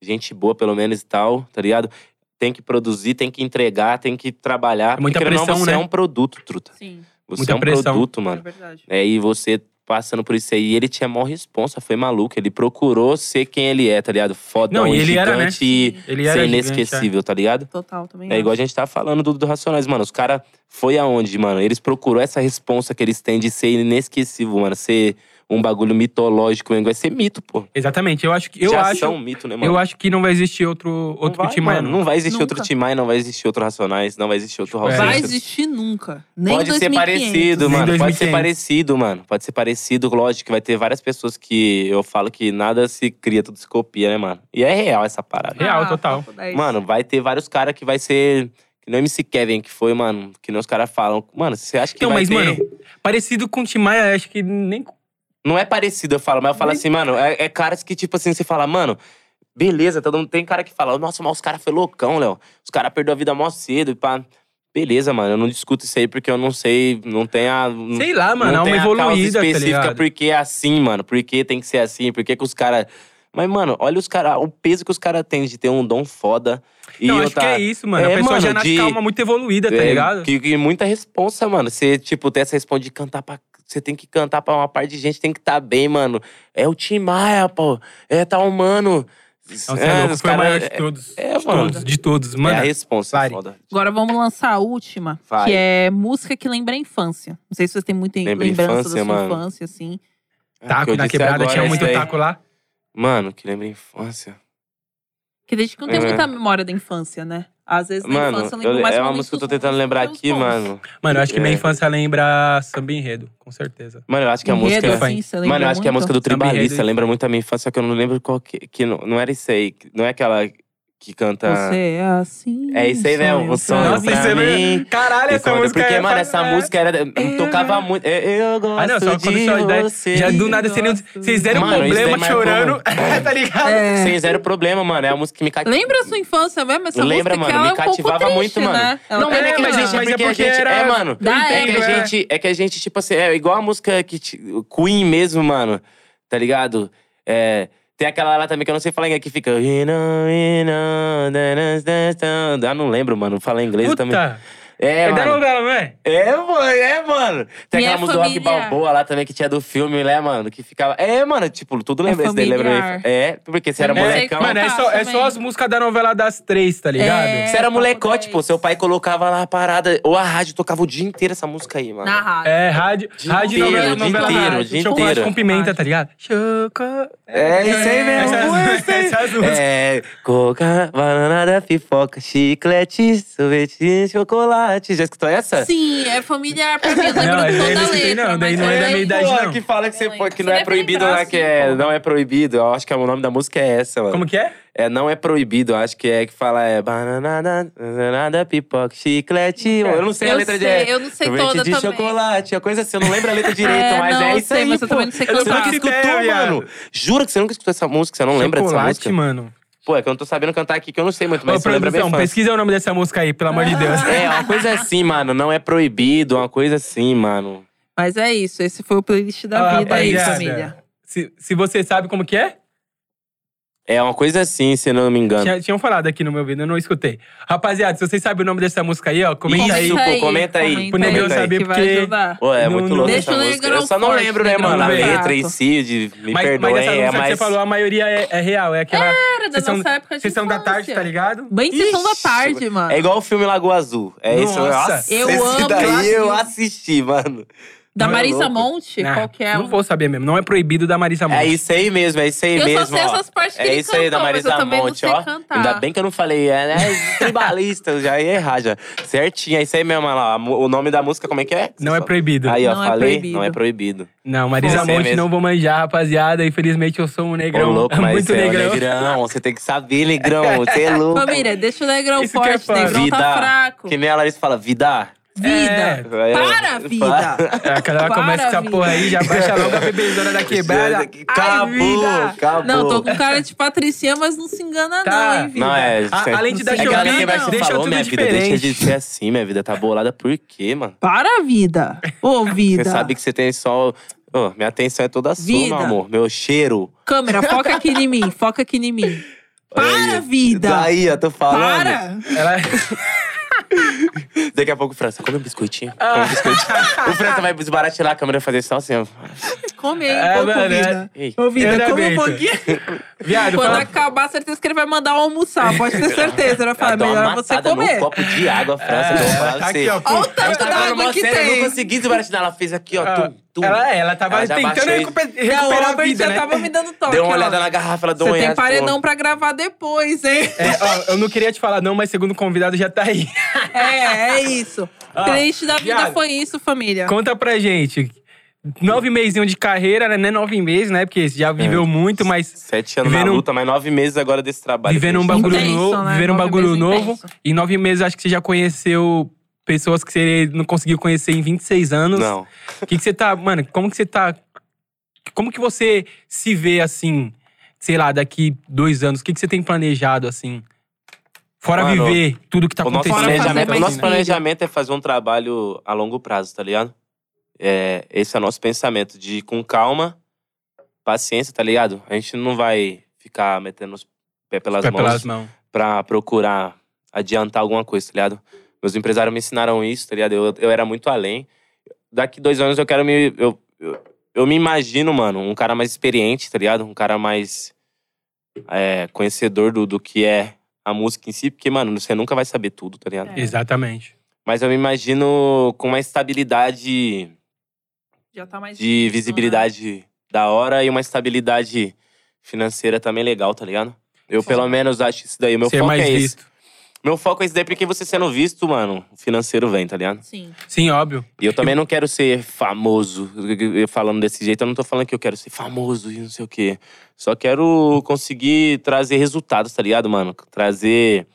Speaker 3: gente boa pelo menos e tal, tá ligado? Tem que produzir, tem que entregar, tem que trabalhar.
Speaker 1: É muita
Speaker 3: porque, querendo ou não,
Speaker 1: pressão,
Speaker 3: você
Speaker 1: né?
Speaker 3: é um produto, truta.
Speaker 2: Sim,
Speaker 3: Você
Speaker 1: Muita
Speaker 3: é um
Speaker 1: pressão.
Speaker 3: produto,
Speaker 2: é
Speaker 3: mano.
Speaker 2: verdade.
Speaker 3: É, e você passando por isso aí, ele tinha maior responsa, foi maluco. Ele procurou ser quem ele é, tá ligado? Foda,
Speaker 1: Não, e ele
Speaker 3: gigante
Speaker 1: era, né?
Speaker 3: e
Speaker 1: Ele era.
Speaker 3: ser
Speaker 1: gigante, é.
Speaker 3: inesquecível, tá ligado?
Speaker 2: Total, também
Speaker 3: É igual a gente tá falando do, do Racionais, mano. Os caras foi aonde, mano? Eles procurou essa responsa que eles têm de ser inesquecível, mano. Ser um bagulho mitológico mesmo. Vai ser mito, pô.
Speaker 1: é. Exatamente. Eu acho que. Eu
Speaker 3: Já
Speaker 1: acho.
Speaker 3: são mito, né, mano?
Speaker 1: Eu acho que não vai existir outro,
Speaker 3: Não
Speaker 1: outro
Speaker 3: vai,
Speaker 1: Tim Maia.
Speaker 3: mano,
Speaker 1: não.
Speaker 3: Não vai existir outro
Speaker 2: Nunca.
Speaker 3: Tim Maia, não vai existir outro Racionais, não vai existir outro Raul
Speaker 1: É.
Speaker 2: Vai
Speaker 3: Seixas.
Speaker 2: existir nunca. Nem
Speaker 3: Pode
Speaker 2: 2500.
Speaker 3: ser parecido,
Speaker 1: Nem
Speaker 3: mano. Pode ser
Speaker 1: 2500.
Speaker 3: parecido, mano. Pode ser parecido, lógico. que Vai ter várias pessoas que eu falo que nada se cria, tudo se copia, né, mano? E é real essa parada.
Speaker 1: Real,
Speaker 2: Ah,
Speaker 1: total.
Speaker 2: papo dez.
Speaker 3: Mano, vai ter vários caras que vai ser. Que nem o MC Kevin, que foi, mano. Que nem os caras falam. Mano, você acha que
Speaker 1: Então,
Speaker 3: vai
Speaker 1: mas,
Speaker 3: ter-
Speaker 1: mano, parecido com o Tim Maia, acho que nem.
Speaker 3: Não é parecido, eu falo, mas eu falo assim, mano, é, é caras que, tipo assim, você fala, mano, beleza, todo mundo tem cara que fala, nossa, mas os caras foi loucão, Léo. Os caras perderam a vida mó cedo e pá. Beleza, mano, eu não discuto isso aí porque eu não sei, não tem a.
Speaker 1: Sei lá, mano, é
Speaker 3: não
Speaker 1: uma
Speaker 3: tem a causa
Speaker 1: evoluída, tá
Speaker 3: específica
Speaker 1: ligado?
Speaker 3: porque é assim, mano. Porque tem que ser assim, porque que os caras. Mas, mano, olha os caras, o peso que os caras têm de ter um dom foda. E
Speaker 1: Não,
Speaker 3: eu
Speaker 1: acho
Speaker 3: tá,
Speaker 1: que é isso, mano.
Speaker 3: É,
Speaker 1: a pessoa já
Speaker 3: mano,
Speaker 1: nasce
Speaker 3: de-
Speaker 1: com a alma muito evoluída, tá
Speaker 3: é,
Speaker 1: ligado?
Speaker 3: Que, que muita responsa, mano. Você, tipo, tem essa responsa de cantar pra. Você tem que cantar pra uma parte de gente, tem que tá bem, mano. É o Tim Maia, pô. É tal, mano.
Speaker 1: Não, você é, louco,
Speaker 3: os
Speaker 1: foi o
Speaker 3: cara-
Speaker 1: maior de
Speaker 3: é-
Speaker 1: todos.
Speaker 3: é,
Speaker 1: de
Speaker 3: mano.
Speaker 1: todos, de todos.
Speaker 3: É a
Speaker 1: Mano,
Speaker 3: responsa,
Speaker 1: Pare.
Speaker 3: foda.
Speaker 2: Agora vamos lançar a última,
Speaker 3: Vai.
Speaker 2: que é música que lembra a infância. Não sei se vocês têm muita
Speaker 3: Lembra a
Speaker 2: lembrança
Speaker 3: infância,
Speaker 2: da sua
Speaker 3: mano.
Speaker 2: infância, assim.
Speaker 3: É, o que
Speaker 1: taco
Speaker 3: eu
Speaker 1: na
Speaker 3: disse
Speaker 1: quebrada,
Speaker 3: agora,
Speaker 1: tinha
Speaker 3: isso
Speaker 1: muito
Speaker 3: daí.
Speaker 1: taco lá.
Speaker 3: Mano, que lembra a infância.
Speaker 2: Que desde que não tem
Speaker 3: É.
Speaker 2: muita memória da infância, né? Às vezes na
Speaker 3: Mano,
Speaker 2: infância eu
Speaker 3: eu-
Speaker 2: lembro mais
Speaker 3: é
Speaker 2: ou
Speaker 3: uma
Speaker 2: menos
Speaker 3: música que eu tô
Speaker 2: dos
Speaker 3: tentando lembrar
Speaker 2: meus
Speaker 3: aqui,
Speaker 2: tons.
Speaker 3: mano.
Speaker 1: Mano, eu acho que minha
Speaker 3: É.
Speaker 1: infância lembra samba enredo, com certeza.
Speaker 3: Mano, eu acho que a
Speaker 2: Enredo,
Speaker 3: música.
Speaker 2: assim, você lembra
Speaker 3: Mano, eu acho que a
Speaker 2: muito?
Speaker 3: música do
Speaker 1: Samba enredo,
Speaker 3: Tribalista
Speaker 1: hein?
Speaker 3: lembra muito a minha infância, só que eu não lembro qual que. que não, não era isso aí. que- Não é aquela que canta.
Speaker 2: Você é assim.
Speaker 3: É isso aí, né?
Speaker 2: sonho
Speaker 3: O sonho
Speaker 2: pra
Speaker 1: Nossa,
Speaker 3: pra
Speaker 1: isso é
Speaker 3: mim.
Speaker 1: Caralho, é
Speaker 3: Porque, Então, porque, mano, essa música era, hum, tocava muito. Eu, eu gosto
Speaker 1: Ah, não, só quando
Speaker 3: de
Speaker 1: só ideia.
Speaker 3: você.
Speaker 1: Já do nada, vocês
Speaker 2: Nossa.
Speaker 1: vocês deram
Speaker 3: é
Speaker 1: um
Speaker 3: Mano, isso é daí
Speaker 1: problema
Speaker 3: marcou,
Speaker 1: chorando, tá ligado?
Speaker 2: É.
Speaker 3: Sem zero problema, mano. É a música que me cati-
Speaker 2: Lembra a sua infância mesmo? Essa música
Speaker 3: Lembra,
Speaker 2: que
Speaker 3: mano,
Speaker 2: ela
Speaker 3: me
Speaker 2: é um pouco
Speaker 3: cativava
Speaker 2: triste,
Speaker 3: muito, mano.
Speaker 2: Né? Ela
Speaker 3: Não, mas é que a
Speaker 2: lembra?
Speaker 3: gente,
Speaker 1: Mas é
Speaker 3: porque a
Speaker 1: porque
Speaker 3: gente,
Speaker 1: era-
Speaker 3: é, mano,
Speaker 2: Da
Speaker 3: é que
Speaker 2: época.
Speaker 3: a gente, é que a gente, tipo assim, é igual a música que, ti- o Queen mesmo, mano, tá ligado? É, tem aquela lá também que eu não sei falar inglês, que fica… You know, you know, da- da- da- da- Ah, não lembro, mano, falar inglês também.
Speaker 1: Puta,
Speaker 3: É,
Speaker 1: é da
Speaker 3: mano.
Speaker 1: novela, não é?
Speaker 3: É, mano, é, mano. Tem
Speaker 2: E é
Speaker 3: aquela música do Rock
Speaker 2: familiar.
Speaker 3: Balboa lá também que tinha do filme, né, mano? Que ficava. É, mano, tipo, tudo lembra. Esse daí lembra.
Speaker 2: familiar.
Speaker 3: É, porque você era
Speaker 2: Eu não sei
Speaker 3: molecão.
Speaker 2: como
Speaker 1: mano, é
Speaker 2: tá
Speaker 1: só, é
Speaker 2: também.
Speaker 1: só as músicas da novela das três, tá ligado?
Speaker 2: É.
Speaker 3: Você era
Speaker 2: Papo
Speaker 3: molecote,
Speaker 2: 10.
Speaker 3: pô. Seu pai colocava lá a parada. Ou a rádio tocava o dia inteiro essa música aí, mano.
Speaker 2: Na rádio.
Speaker 1: É, rádio,
Speaker 3: Dia
Speaker 1: rádio
Speaker 3: inteiro,
Speaker 1: novela,
Speaker 2: dia
Speaker 1: novela
Speaker 2: inteiro,
Speaker 1: rádio.
Speaker 3: dia
Speaker 1: Chocolate
Speaker 3: inteiro.
Speaker 1: com pimenta, tá ligado? Choco...
Speaker 3: É isso aí mesmo.
Speaker 1: Essas, essas músicas.
Speaker 3: É, coca, banana, pipoca, chiclete, sorvete, chocolate. Já escutou essa?
Speaker 2: Sim, é familiar pra mim. Eu lembro
Speaker 1: Não,
Speaker 2: de
Speaker 1: daí
Speaker 2: toda a
Speaker 1: não escutei,
Speaker 2: letra.
Speaker 1: não, daí
Speaker 2: mas
Speaker 1: não é
Speaker 2: eu
Speaker 1: da minha
Speaker 2: lembro.
Speaker 1: idade.
Speaker 3: Pô,
Speaker 1: não.
Speaker 3: que fala que, você,
Speaker 2: Não lembro.
Speaker 3: que não
Speaker 2: Você
Speaker 3: é
Speaker 2: deve tipo,
Speaker 3: proibido
Speaker 2: lembrar,
Speaker 3: lá, que é.
Speaker 2: sim, pô.
Speaker 3: Não é proibido. Eu acho que é o nome da música é essa, mano.
Speaker 1: Como que é?
Speaker 3: É, não é proibido, eu acho que é que fala é banana, banana, pipoca, chiclete. Eu não sei a
Speaker 2: É, Eu
Speaker 3: letra
Speaker 2: sei,
Speaker 3: de.
Speaker 2: eu não sei
Speaker 3: sorvete
Speaker 2: toda
Speaker 3: de
Speaker 2: também.
Speaker 3: chocolate, é coisa assim, eu não lembro a letra direito,
Speaker 2: É,
Speaker 3: mas
Speaker 2: não,
Speaker 3: é
Speaker 2: eu
Speaker 3: isso
Speaker 2: sei,
Speaker 3: aí.
Speaker 2: mas eu
Speaker 3: pô.
Speaker 2: também não sei é.
Speaker 3: Eu Você
Speaker 2: cantar.
Speaker 3: nunca escutou,
Speaker 1: Ideia, viado.
Speaker 3: mano. Jura que você nunca escutou essa música, você não lembra dessa
Speaker 1: Chocolate,
Speaker 3: música?
Speaker 1: mano.
Speaker 3: Pô, é que eu não tô sabendo cantar aqui que eu não sei muito, mas
Speaker 1: Ô,
Speaker 3: você lembra minha
Speaker 1: produção,
Speaker 3: infância.
Speaker 1: pesquisa o nome dessa música aí, pelo amor
Speaker 2: Ah,
Speaker 1: de Deus.
Speaker 3: É, uma coisa assim, mano, não é proibido, uma coisa assim, mano.
Speaker 2: Mas é isso, esse foi o playlist da
Speaker 1: Ah,
Speaker 2: vida aí,
Speaker 1: rapaziada.
Speaker 2: família.
Speaker 1: Se, se você sabe como que é,
Speaker 3: É uma coisa assim, se não me engano.
Speaker 1: tinha- tinham falado aqui no meu vídeo, eu não escutei. Rapaziada, se vocês sabem o nome dessa música aí, ó, comenta aí.
Speaker 3: Isso, pô, comenta aí,
Speaker 1: pro Negão
Speaker 2: que
Speaker 1: saber,
Speaker 2: vai
Speaker 1: porque-
Speaker 2: ajudar.
Speaker 3: Pô, é
Speaker 1: Não,
Speaker 3: muito
Speaker 1: não.
Speaker 3: louco
Speaker 2: Deixa
Speaker 3: essa
Speaker 2: o
Speaker 3: música.
Speaker 2: negrão
Speaker 3: Eu só não
Speaker 2: forte,
Speaker 3: lembro, né,
Speaker 2: negrão
Speaker 3: mano? A
Speaker 1: forte.
Speaker 3: letra em si, de me
Speaker 1: Mas,
Speaker 3: perdoem,
Speaker 1: mas essa música
Speaker 3: é
Speaker 1: que
Speaker 3: mais.
Speaker 1: você falou, a maioria é, é real, é aquela
Speaker 2: Cara, da
Speaker 1: sessão,
Speaker 2: nossa época de
Speaker 1: sessão da tarde,
Speaker 2: infância.
Speaker 1: tá ligado?
Speaker 2: Bem sessão da
Speaker 3: Ixi,
Speaker 2: tarde, mano.
Speaker 3: É igual o filme Lagoa Azul. É isso.
Speaker 1: Nossa.
Speaker 3: Nossa,
Speaker 2: Eu
Speaker 3: esse
Speaker 2: amo
Speaker 3: daí
Speaker 2: Lagoa
Speaker 3: eu
Speaker 2: Azul.
Speaker 3: assisti, mano.
Speaker 2: da
Speaker 1: Não é
Speaker 2: Marisa
Speaker 3: louco? Né?
Speaker 2: Monte,
Speaker 1: Ah,
Speaker 2: qual que é?
Speaker 1: Não vou saber mesmo, não é proibido da Marisa Monte.
Speaker 3: É isso aí mesmo, é isso aí
Speaker 2: Eu só
Speaker 3: mesmo.
Speaker 2: sei
Speaker 3: ó.
Speaker 2: essas partes que
Speaker 3: É
Speaker 2: ele
Speaker 3: isso aí da
Speaker 2: cantou, mas eu
Speaker 3: Marisa
Speaker 2: também não
Speaker 3: Monte,
Speaker 2: sei
Speaker 3: ó.
Speaker 2: cantar.
Speaker 3: Ainda bem que eu não falei, é, né? Tribalista, eu já ia errar já. Certinho, é isso aí mesmo, olha lá. A mu- O nome da música, como é que é?
Speaker 1: Não é proibido.
Speaker 3: Aí, ó,
Speaker 2: Não é
Speaker 3: falei,
Speaker 2: proibido.
Speaker 3: não é proibido.
Speaker 1: Não, Marisa
Speaker 3: Você
Speaker 1: Monte
Speaker 3: mesmo.
Speaker 1: não vou manjar, rapaziada. Infelizmente eu sou um
Speaker 3: Ô,
Speaker 1: negrão.
Speaker 3: louco, mas
Speaker 1: muito
Speaker 3: é o
Speaker 1: negrão.
Speaker 3: negrão. Você tem que saber, negrão. Você é louco.
Speaker 2: Família, deixa o negrão
Speaker 1: Isso que é
Speaker 2: forte,
Speaker 1: fã.
Speaker 2: negrão tá fraco.
Speaker 3: Que nem a Larissa fala, vida.
Speaker 1: É.
Speaker 2: Vida. Para, vida.
Speaker 1: É, Quando ela
Speaker 2: Para,
Speaker 1: começa essa
Speaker 2: vida.
Speaker 1: porra aí, já baixa logo a bebezona da quebrada. Ai,
Speaker 3: Acabou,
Speaker 1: vida.
Speaker 3: acabou.
Speaker 2: Não, tô com cara de Patricinha, mas não se engana
Speaker 1: Tá.
Speaker 2: não, hein, vida.
Speaker 3: Não, é.
Speaker 1: A- além de
Speaker 3: é
Speaker 1: dar
Speaker 3: que
Speaker 2: chorar,
Speaker 3: alguém vai
Speaker 2: não.
Speaker 3: se
Speaker 1: Deixa
Speaker 3: falou,
Speaker 1: tudo
Speaker 3: minha vida,
Speaker 1: diferente.
Speaker 3: deixa de ser assim, minha vida. Tá bolada por quê, mano?
Speaker 2: Para, vida. Ô, vida.
Speaker 3: Você sabe que você tem só. Ô, minha atenção é toda sua,
Speaker 2: Vida.
Speaker 3: meu amor. Meu cheiro.
Speaker 2: Câmera, foca aqui em mim, foca aqui em mim. Para,
Speaker 3: tá Aí.
Speaker 2: vida.
Speaker 3: Daí, eu tô falando.
Speaker 2: Para.
Speaker 1: Ela...
Speaker 3: Daqui a pouco o França, come um biscoitinho. Come um biscoitinho. o França vai desbaratinar a câmera e fazer só assim. ó.
Speaker 2: Come aí um
Speaker 1: É,
Speaker 2: pouco,
Speaker 1: mano, é-
Speaker 2: vida.
Speaker 3: Ei.
Speaker 2: Ô,
Speaker 1: Eu
Speaker 2: vida,
Speaker 1: não
Speaker 2: come um
Speaker 1: aguento.
Speaker 2: pouquinho.
Speaker 1: Viado,
Speaker 2: Quando
Speaker 1: fala-
Speaker 2: acabar, certeza que ele vai mandar eu almoçar. Pode ter certeza. Ele vai falar,
Speaker 3: Ela dá uma
Speaker 2: melhor você
Speaker 3: matada num
Speaker 2: comer.
Speaker 3: copo de água, França. que eu
Speaker 1: É,
Speaker 3: falo
Speaker 1: ela
Speaker 3: pra
Speaker 1: tá
Speaker 3: você.
Speaker 1: aqui, ó.
Speaker 2: Olha o tanto
Speaker 3: Ela
Speaker 2: da
Speaker 3: tá falando
Speaker 2: água
Speaker 3: mó
Speaker 2: que
Speaker 3: sério, Eu não
Speaker 2: tem.
Speaker 3: consegui desbaratinar. Ela fez aqui, ó.
Speaker 1: Ah,
Speaker 3: tum, tum.
Speaker 1: Ela é, ela tava
Speaker 3: Ela já
Speaker 1: tentando
Speaker 3: baixou e-
Speaker 1: recuper-
Speaker 2: Não,
Speaker 1: recuperar a
Speaker 2: o Albert
Speaker 1: vida,
Speaker 2: já
Speaker 1: né?
Speaker 2: tava me dando toque.
Speaker 3: Deu uma
Speaker 2: ó.
Speaker 3: olhada na garrafa, ela deu
Speaker 2: Você
Speaker 3: uma
Speaker 2: tem
Speaker 3: olhada,
Speaker 2: paredão
Speaker 3: pô.
Speaker 2: pra gravar depois, hein?
Speaker 1: É, ó, eu não queria te falar não, mas segundo convidado já tá aí.
Speaker 2: É, é isso.
Speaker 1: Ó,
Speaker 2: Triste da vida
Speaker 1: Ah, viado.
Speaker 2: foi isso, família.
Speaker 1: Conta pra gente. Nove meses de carreira, né? Não é nove meses, né? Porque você já viveu
Speaker 3: É.
Speaker 1: muito, mas
Speaker 3: Sete anos
Speaker 1: Vivendo
Speaker 3: na
Speaker 1: um-
Speaker 3: luta, mas nove meses agora desse trabalho.
Speaker 1: vivendo
Speaker 3: gente.
Speaker 1: um bagulho
Speaker 2: Intenso,
Speaker 1: novo.
Speaker 2: né?
Speaker 1: Vivendo um
Speaker 2: Nove
Speaker 1: bagulho
Speaker 2: meses
Speaker 1: novo.
Speaker 2: intenso.
Speaker 1: Em nove meses, acho que você já conheceu pessoas que você não conseguiu conhecer em 26 anos.
Speaker 3: Não.
Speaker 1: O que, que você tá. Mano, como que você tá. Como que você se vê assim, sei lá, daqui dois anos? O que, que você tem planejado assim? Fora
Speaker 3: Mano,
Speaker 1: viver tudo que tá
Speaker 3: o nosso,
Speaker 1: acontecendo.
Speaker 2: Fora
Speaker 3: planejamento,
Speaker 2: fazer
Speaker 3: o
Speaker 1: também,
Speaker 3: nosso
Speaker 2: mais
Speaker 1: né?
Speaker 3: planejamento é fazer um trabalho a longo prazo, tá ligado? É, esse é o nosso pensamento, de ir com calma, paciência, tá ligado? A gente não vai ficar metendo os pés pelas
Speaker 1: Vai
Speaker 3: mãos
Speaker 1: É pelas mãos.
Speaker 3: pra procurar adiantar alguma coisa, tá ligado? Meus empresários me ensinaram isso, tá ligado? Eu, eu era muito além. Daqui dois anos eu quero me. Eu, eu, eu me imagino, mano, um cara mais experiente, tá ligado? Um cara mais é, conhecedor do, do que é a música em si, porque, mano, você nunca vai saber tudo, tá ligado?
Speaker 2: É.
Speaker 1: Exatamente.
Speaker 3: Mas eu me imagino com uma estabilidade
Speaker 2: Já tá mais
Speaker 3: de visibilidade da hora e uma estabilidade financeira também legal, tá ligado? Eu,
Speaker 2: Sim.
Speaker 3: pelo menos, acho isso daí. O meu
Speaker 1: Ser
Speaker 3: foco
Speaker 1: mais
Speaker 3: é esse.
Speaker 1: visto.
Speaker 3: Meu foco é isso daí, porque você sendo visto, mano, o financeiro vem, tá ligado?
Speaker 2: Sim.
Speaker 1: Sim, óbvio.
Speaker 3: E eu também não quero ser famoso. Eu Falando desse jeito, eu não tô falando que eu quero ser famoso e não sei o quê. Só quero conseguir trazer resultados, tá ligado, mano? Trazer.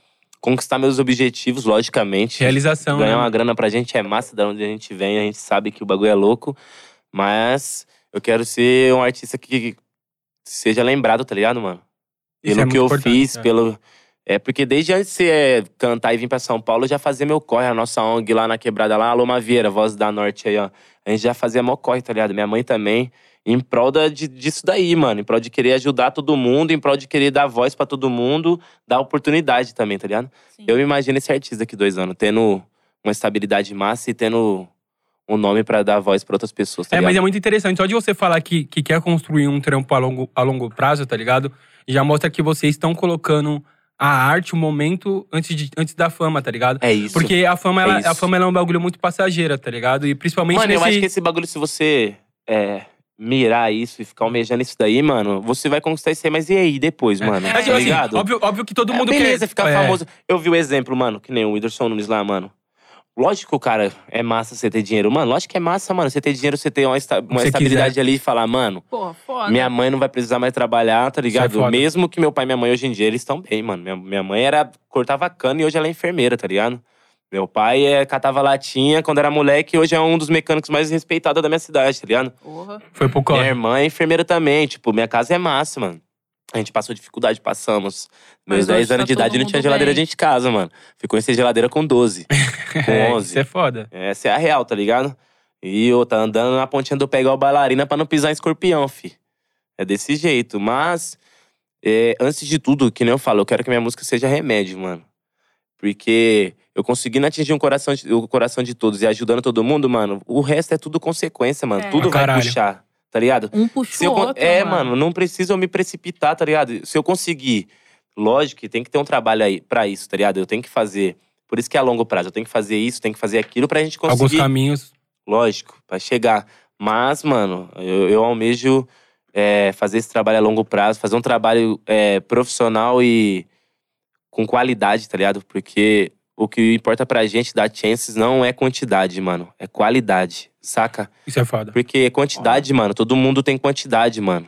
Speaker 3: Conquistar meus objetivos, logicamente.
Speaker 1: Realização,
Speaker 3: Ganhar
Speaker 1: né?
Speaker 3: uma grana pra gente é massa, da onde a gente vem, a gente sabe que o bagulho é louco. Mas eu quero ser um artista que seja lembrado, tá ligado, mano?
Speaker 1: Isso
Speaker 3: Pelo
Speaker 1: é muito
Speaker 3: que eu
Speaker 1: importante,
Speaker 3: fiz,
Speaker 1: é.
Speaker 3: pelo. É porque desde antes de você é, cantar e vir pra São Paulo, eu já fazia meu corre, a nossa ONG lá na quebrada lá, Alô Maveira, Voz da Norte aí, ó. A gente já fazia mó corre, tá ligado? Minha mãe também. Em prol da, de, disso daí, mano. Em prol de querer ajudar todo mundo, em prol de querer dar voz pra todo mundo, dar oportunidade também, tá ligado?
Speaker 2: sim.
Speaker 3: Eu imagino esse artista daqui dois anos, tendo uma estabilidade massa e tendo um nome pra dar voz pra outras pessoas, tá
Speaker 1: É,
Speaker 3: ligado?
Speaker 1: mas é muito interessante. Só de você falar que, que quer construir um trampo a longo, a longo prazo, tá ligado? Já mostra que vocês estão colocando a arte, o momento, antes, de, antes da fama, tá ligado?
Speaker 3: É isso.
Speaker 1: Porque a fama,
Speaker 3: É
Speaker 1: ela,
Speaker 3: isso.
Speaker 1: a fama ela é um bagulho muito passageira, tá ligado? E principalmente
Speaker 3: Mano,
Speaker 1: nesse...
Speaker 3: eu acho que esse bagulho, se você é, mirar isso e ficar almejando isso daí, mano, você vai conquistar isso aí, mas e aí depois, mano?
Speaker 1: É,
Speaker 3: tá
Speaker 1: tipo assim,
Speaker 3: ligado?
Speaker 1: óbvio, óbvio que todo
Speaker 3: É,
Speaker 1: mundo
Speaker 3: beleza,
Speaker 1: quer...
Speaker 3: ficar
Speaker 1: é,
Speaker 3: famoso. Eu vi o exemplo, mano, que nem o Whindersson Nunes lá, mano. Lógico, cara, é massa você ter dinheiro. Mano, lógico que é massa, mano. Você ter dinheiro, você ter uma, esta- uma
Speaker 1: Você
Speaker 3: estabilidade ali e falar, mano,
Speaker 2: Porra, foda.
Speaker 3: minha mãe não vai precisar mais trabalhar,
Speaker 1: Isso
Speaker 3: tá
Speaker 1: é
Speaker 3: ligado?
Speaker 1: foda.
Speaker 3: Mesmo que meu pai e minha mãe hoje em dia, eles estão bem, mano. Minha, minha mãe era cortava cana e hoje ela é enfermeira, tá ligado? Meu pai é, catava latinha quando era moleque e hoje é um dos mecânicos mais respeitados da minha cidade, tá ligado?
Speaker 2: Porra.
Speaker 1: Foi pro
Speaker 3: Minha
Speaker 1: corre.
Speaker 3: irmã é enfermeira também, tipo, minha casa é massa, mano. A gente passou dificuldade, passamos.
Speaker 2: Mas
Speaker 3: Meus
Speaker 2: hoje
Speaker 3: 10 anos
Speaker 2: tá
Speaker 3: de idade
Speaker 2: todo
Speaker 3: não tinha
Speaker 2: mundo
Speaker 3: geladeira
Speaker 2: bem.
Speaker 3: dentro de casa, mano. Ficou em ser geladeira com 12, com
Speaker 1: É,
Speaker 3: 11.
Speaker 1: Isso é foda.
Speaker 3: Essa é a real, tá ligado? E outra, andando na pontinha do pé igual bailarina pra não pisar em escorpião, fi. É desse jeito. Mas, é, antes de tudo, que nem eu falo, eu quero que minha música seja remédio, mano. Porque eu conseguindo atingir um coração de- o coração de todos e ajudando todo mundo, mano, o resto é tudo consequência, mano.
Speaker 2: É.
Speaker 3: Tudo
Speaker 1: Ah,
Speaker 3: vai
Speaker 1: caralho.
Speaker 3: puxar, tá ligado?
Speaker 2: Um puxou
Speaker 3: Se eu
Speaker 2: o
Speaker 3: con-
Speaker 2: outro.
Speaker 3: é, mano, não precisa eu me precipitar, tá ligado? Se eu conseguir, lógico que tem que ter um trabalho aí pra isso, tá ligado? Eu tenho que fazer. Por isso que é a longo prazo. Eu tenho que fazer isso, tenho que fazer aquilo pra gente
Speaker 1: Alguns
Speaker 3: conseguir.
Speaker 1: caminhos...
Speaker 3: Lógico, pra chegar. Mas, mano, eu, eu almejo é, fazer esse trabalho a longo prazo, fazer um trabalho é, profissional e com qualidade, tá ligado? Porque o que importa pra gente dar chances não é quantidade, mano. É qualidade, saca?
Speaker 1: Isso é foda.
Speaker 3: Porque quantidade, mano, todo mundo tem quantidade, mano.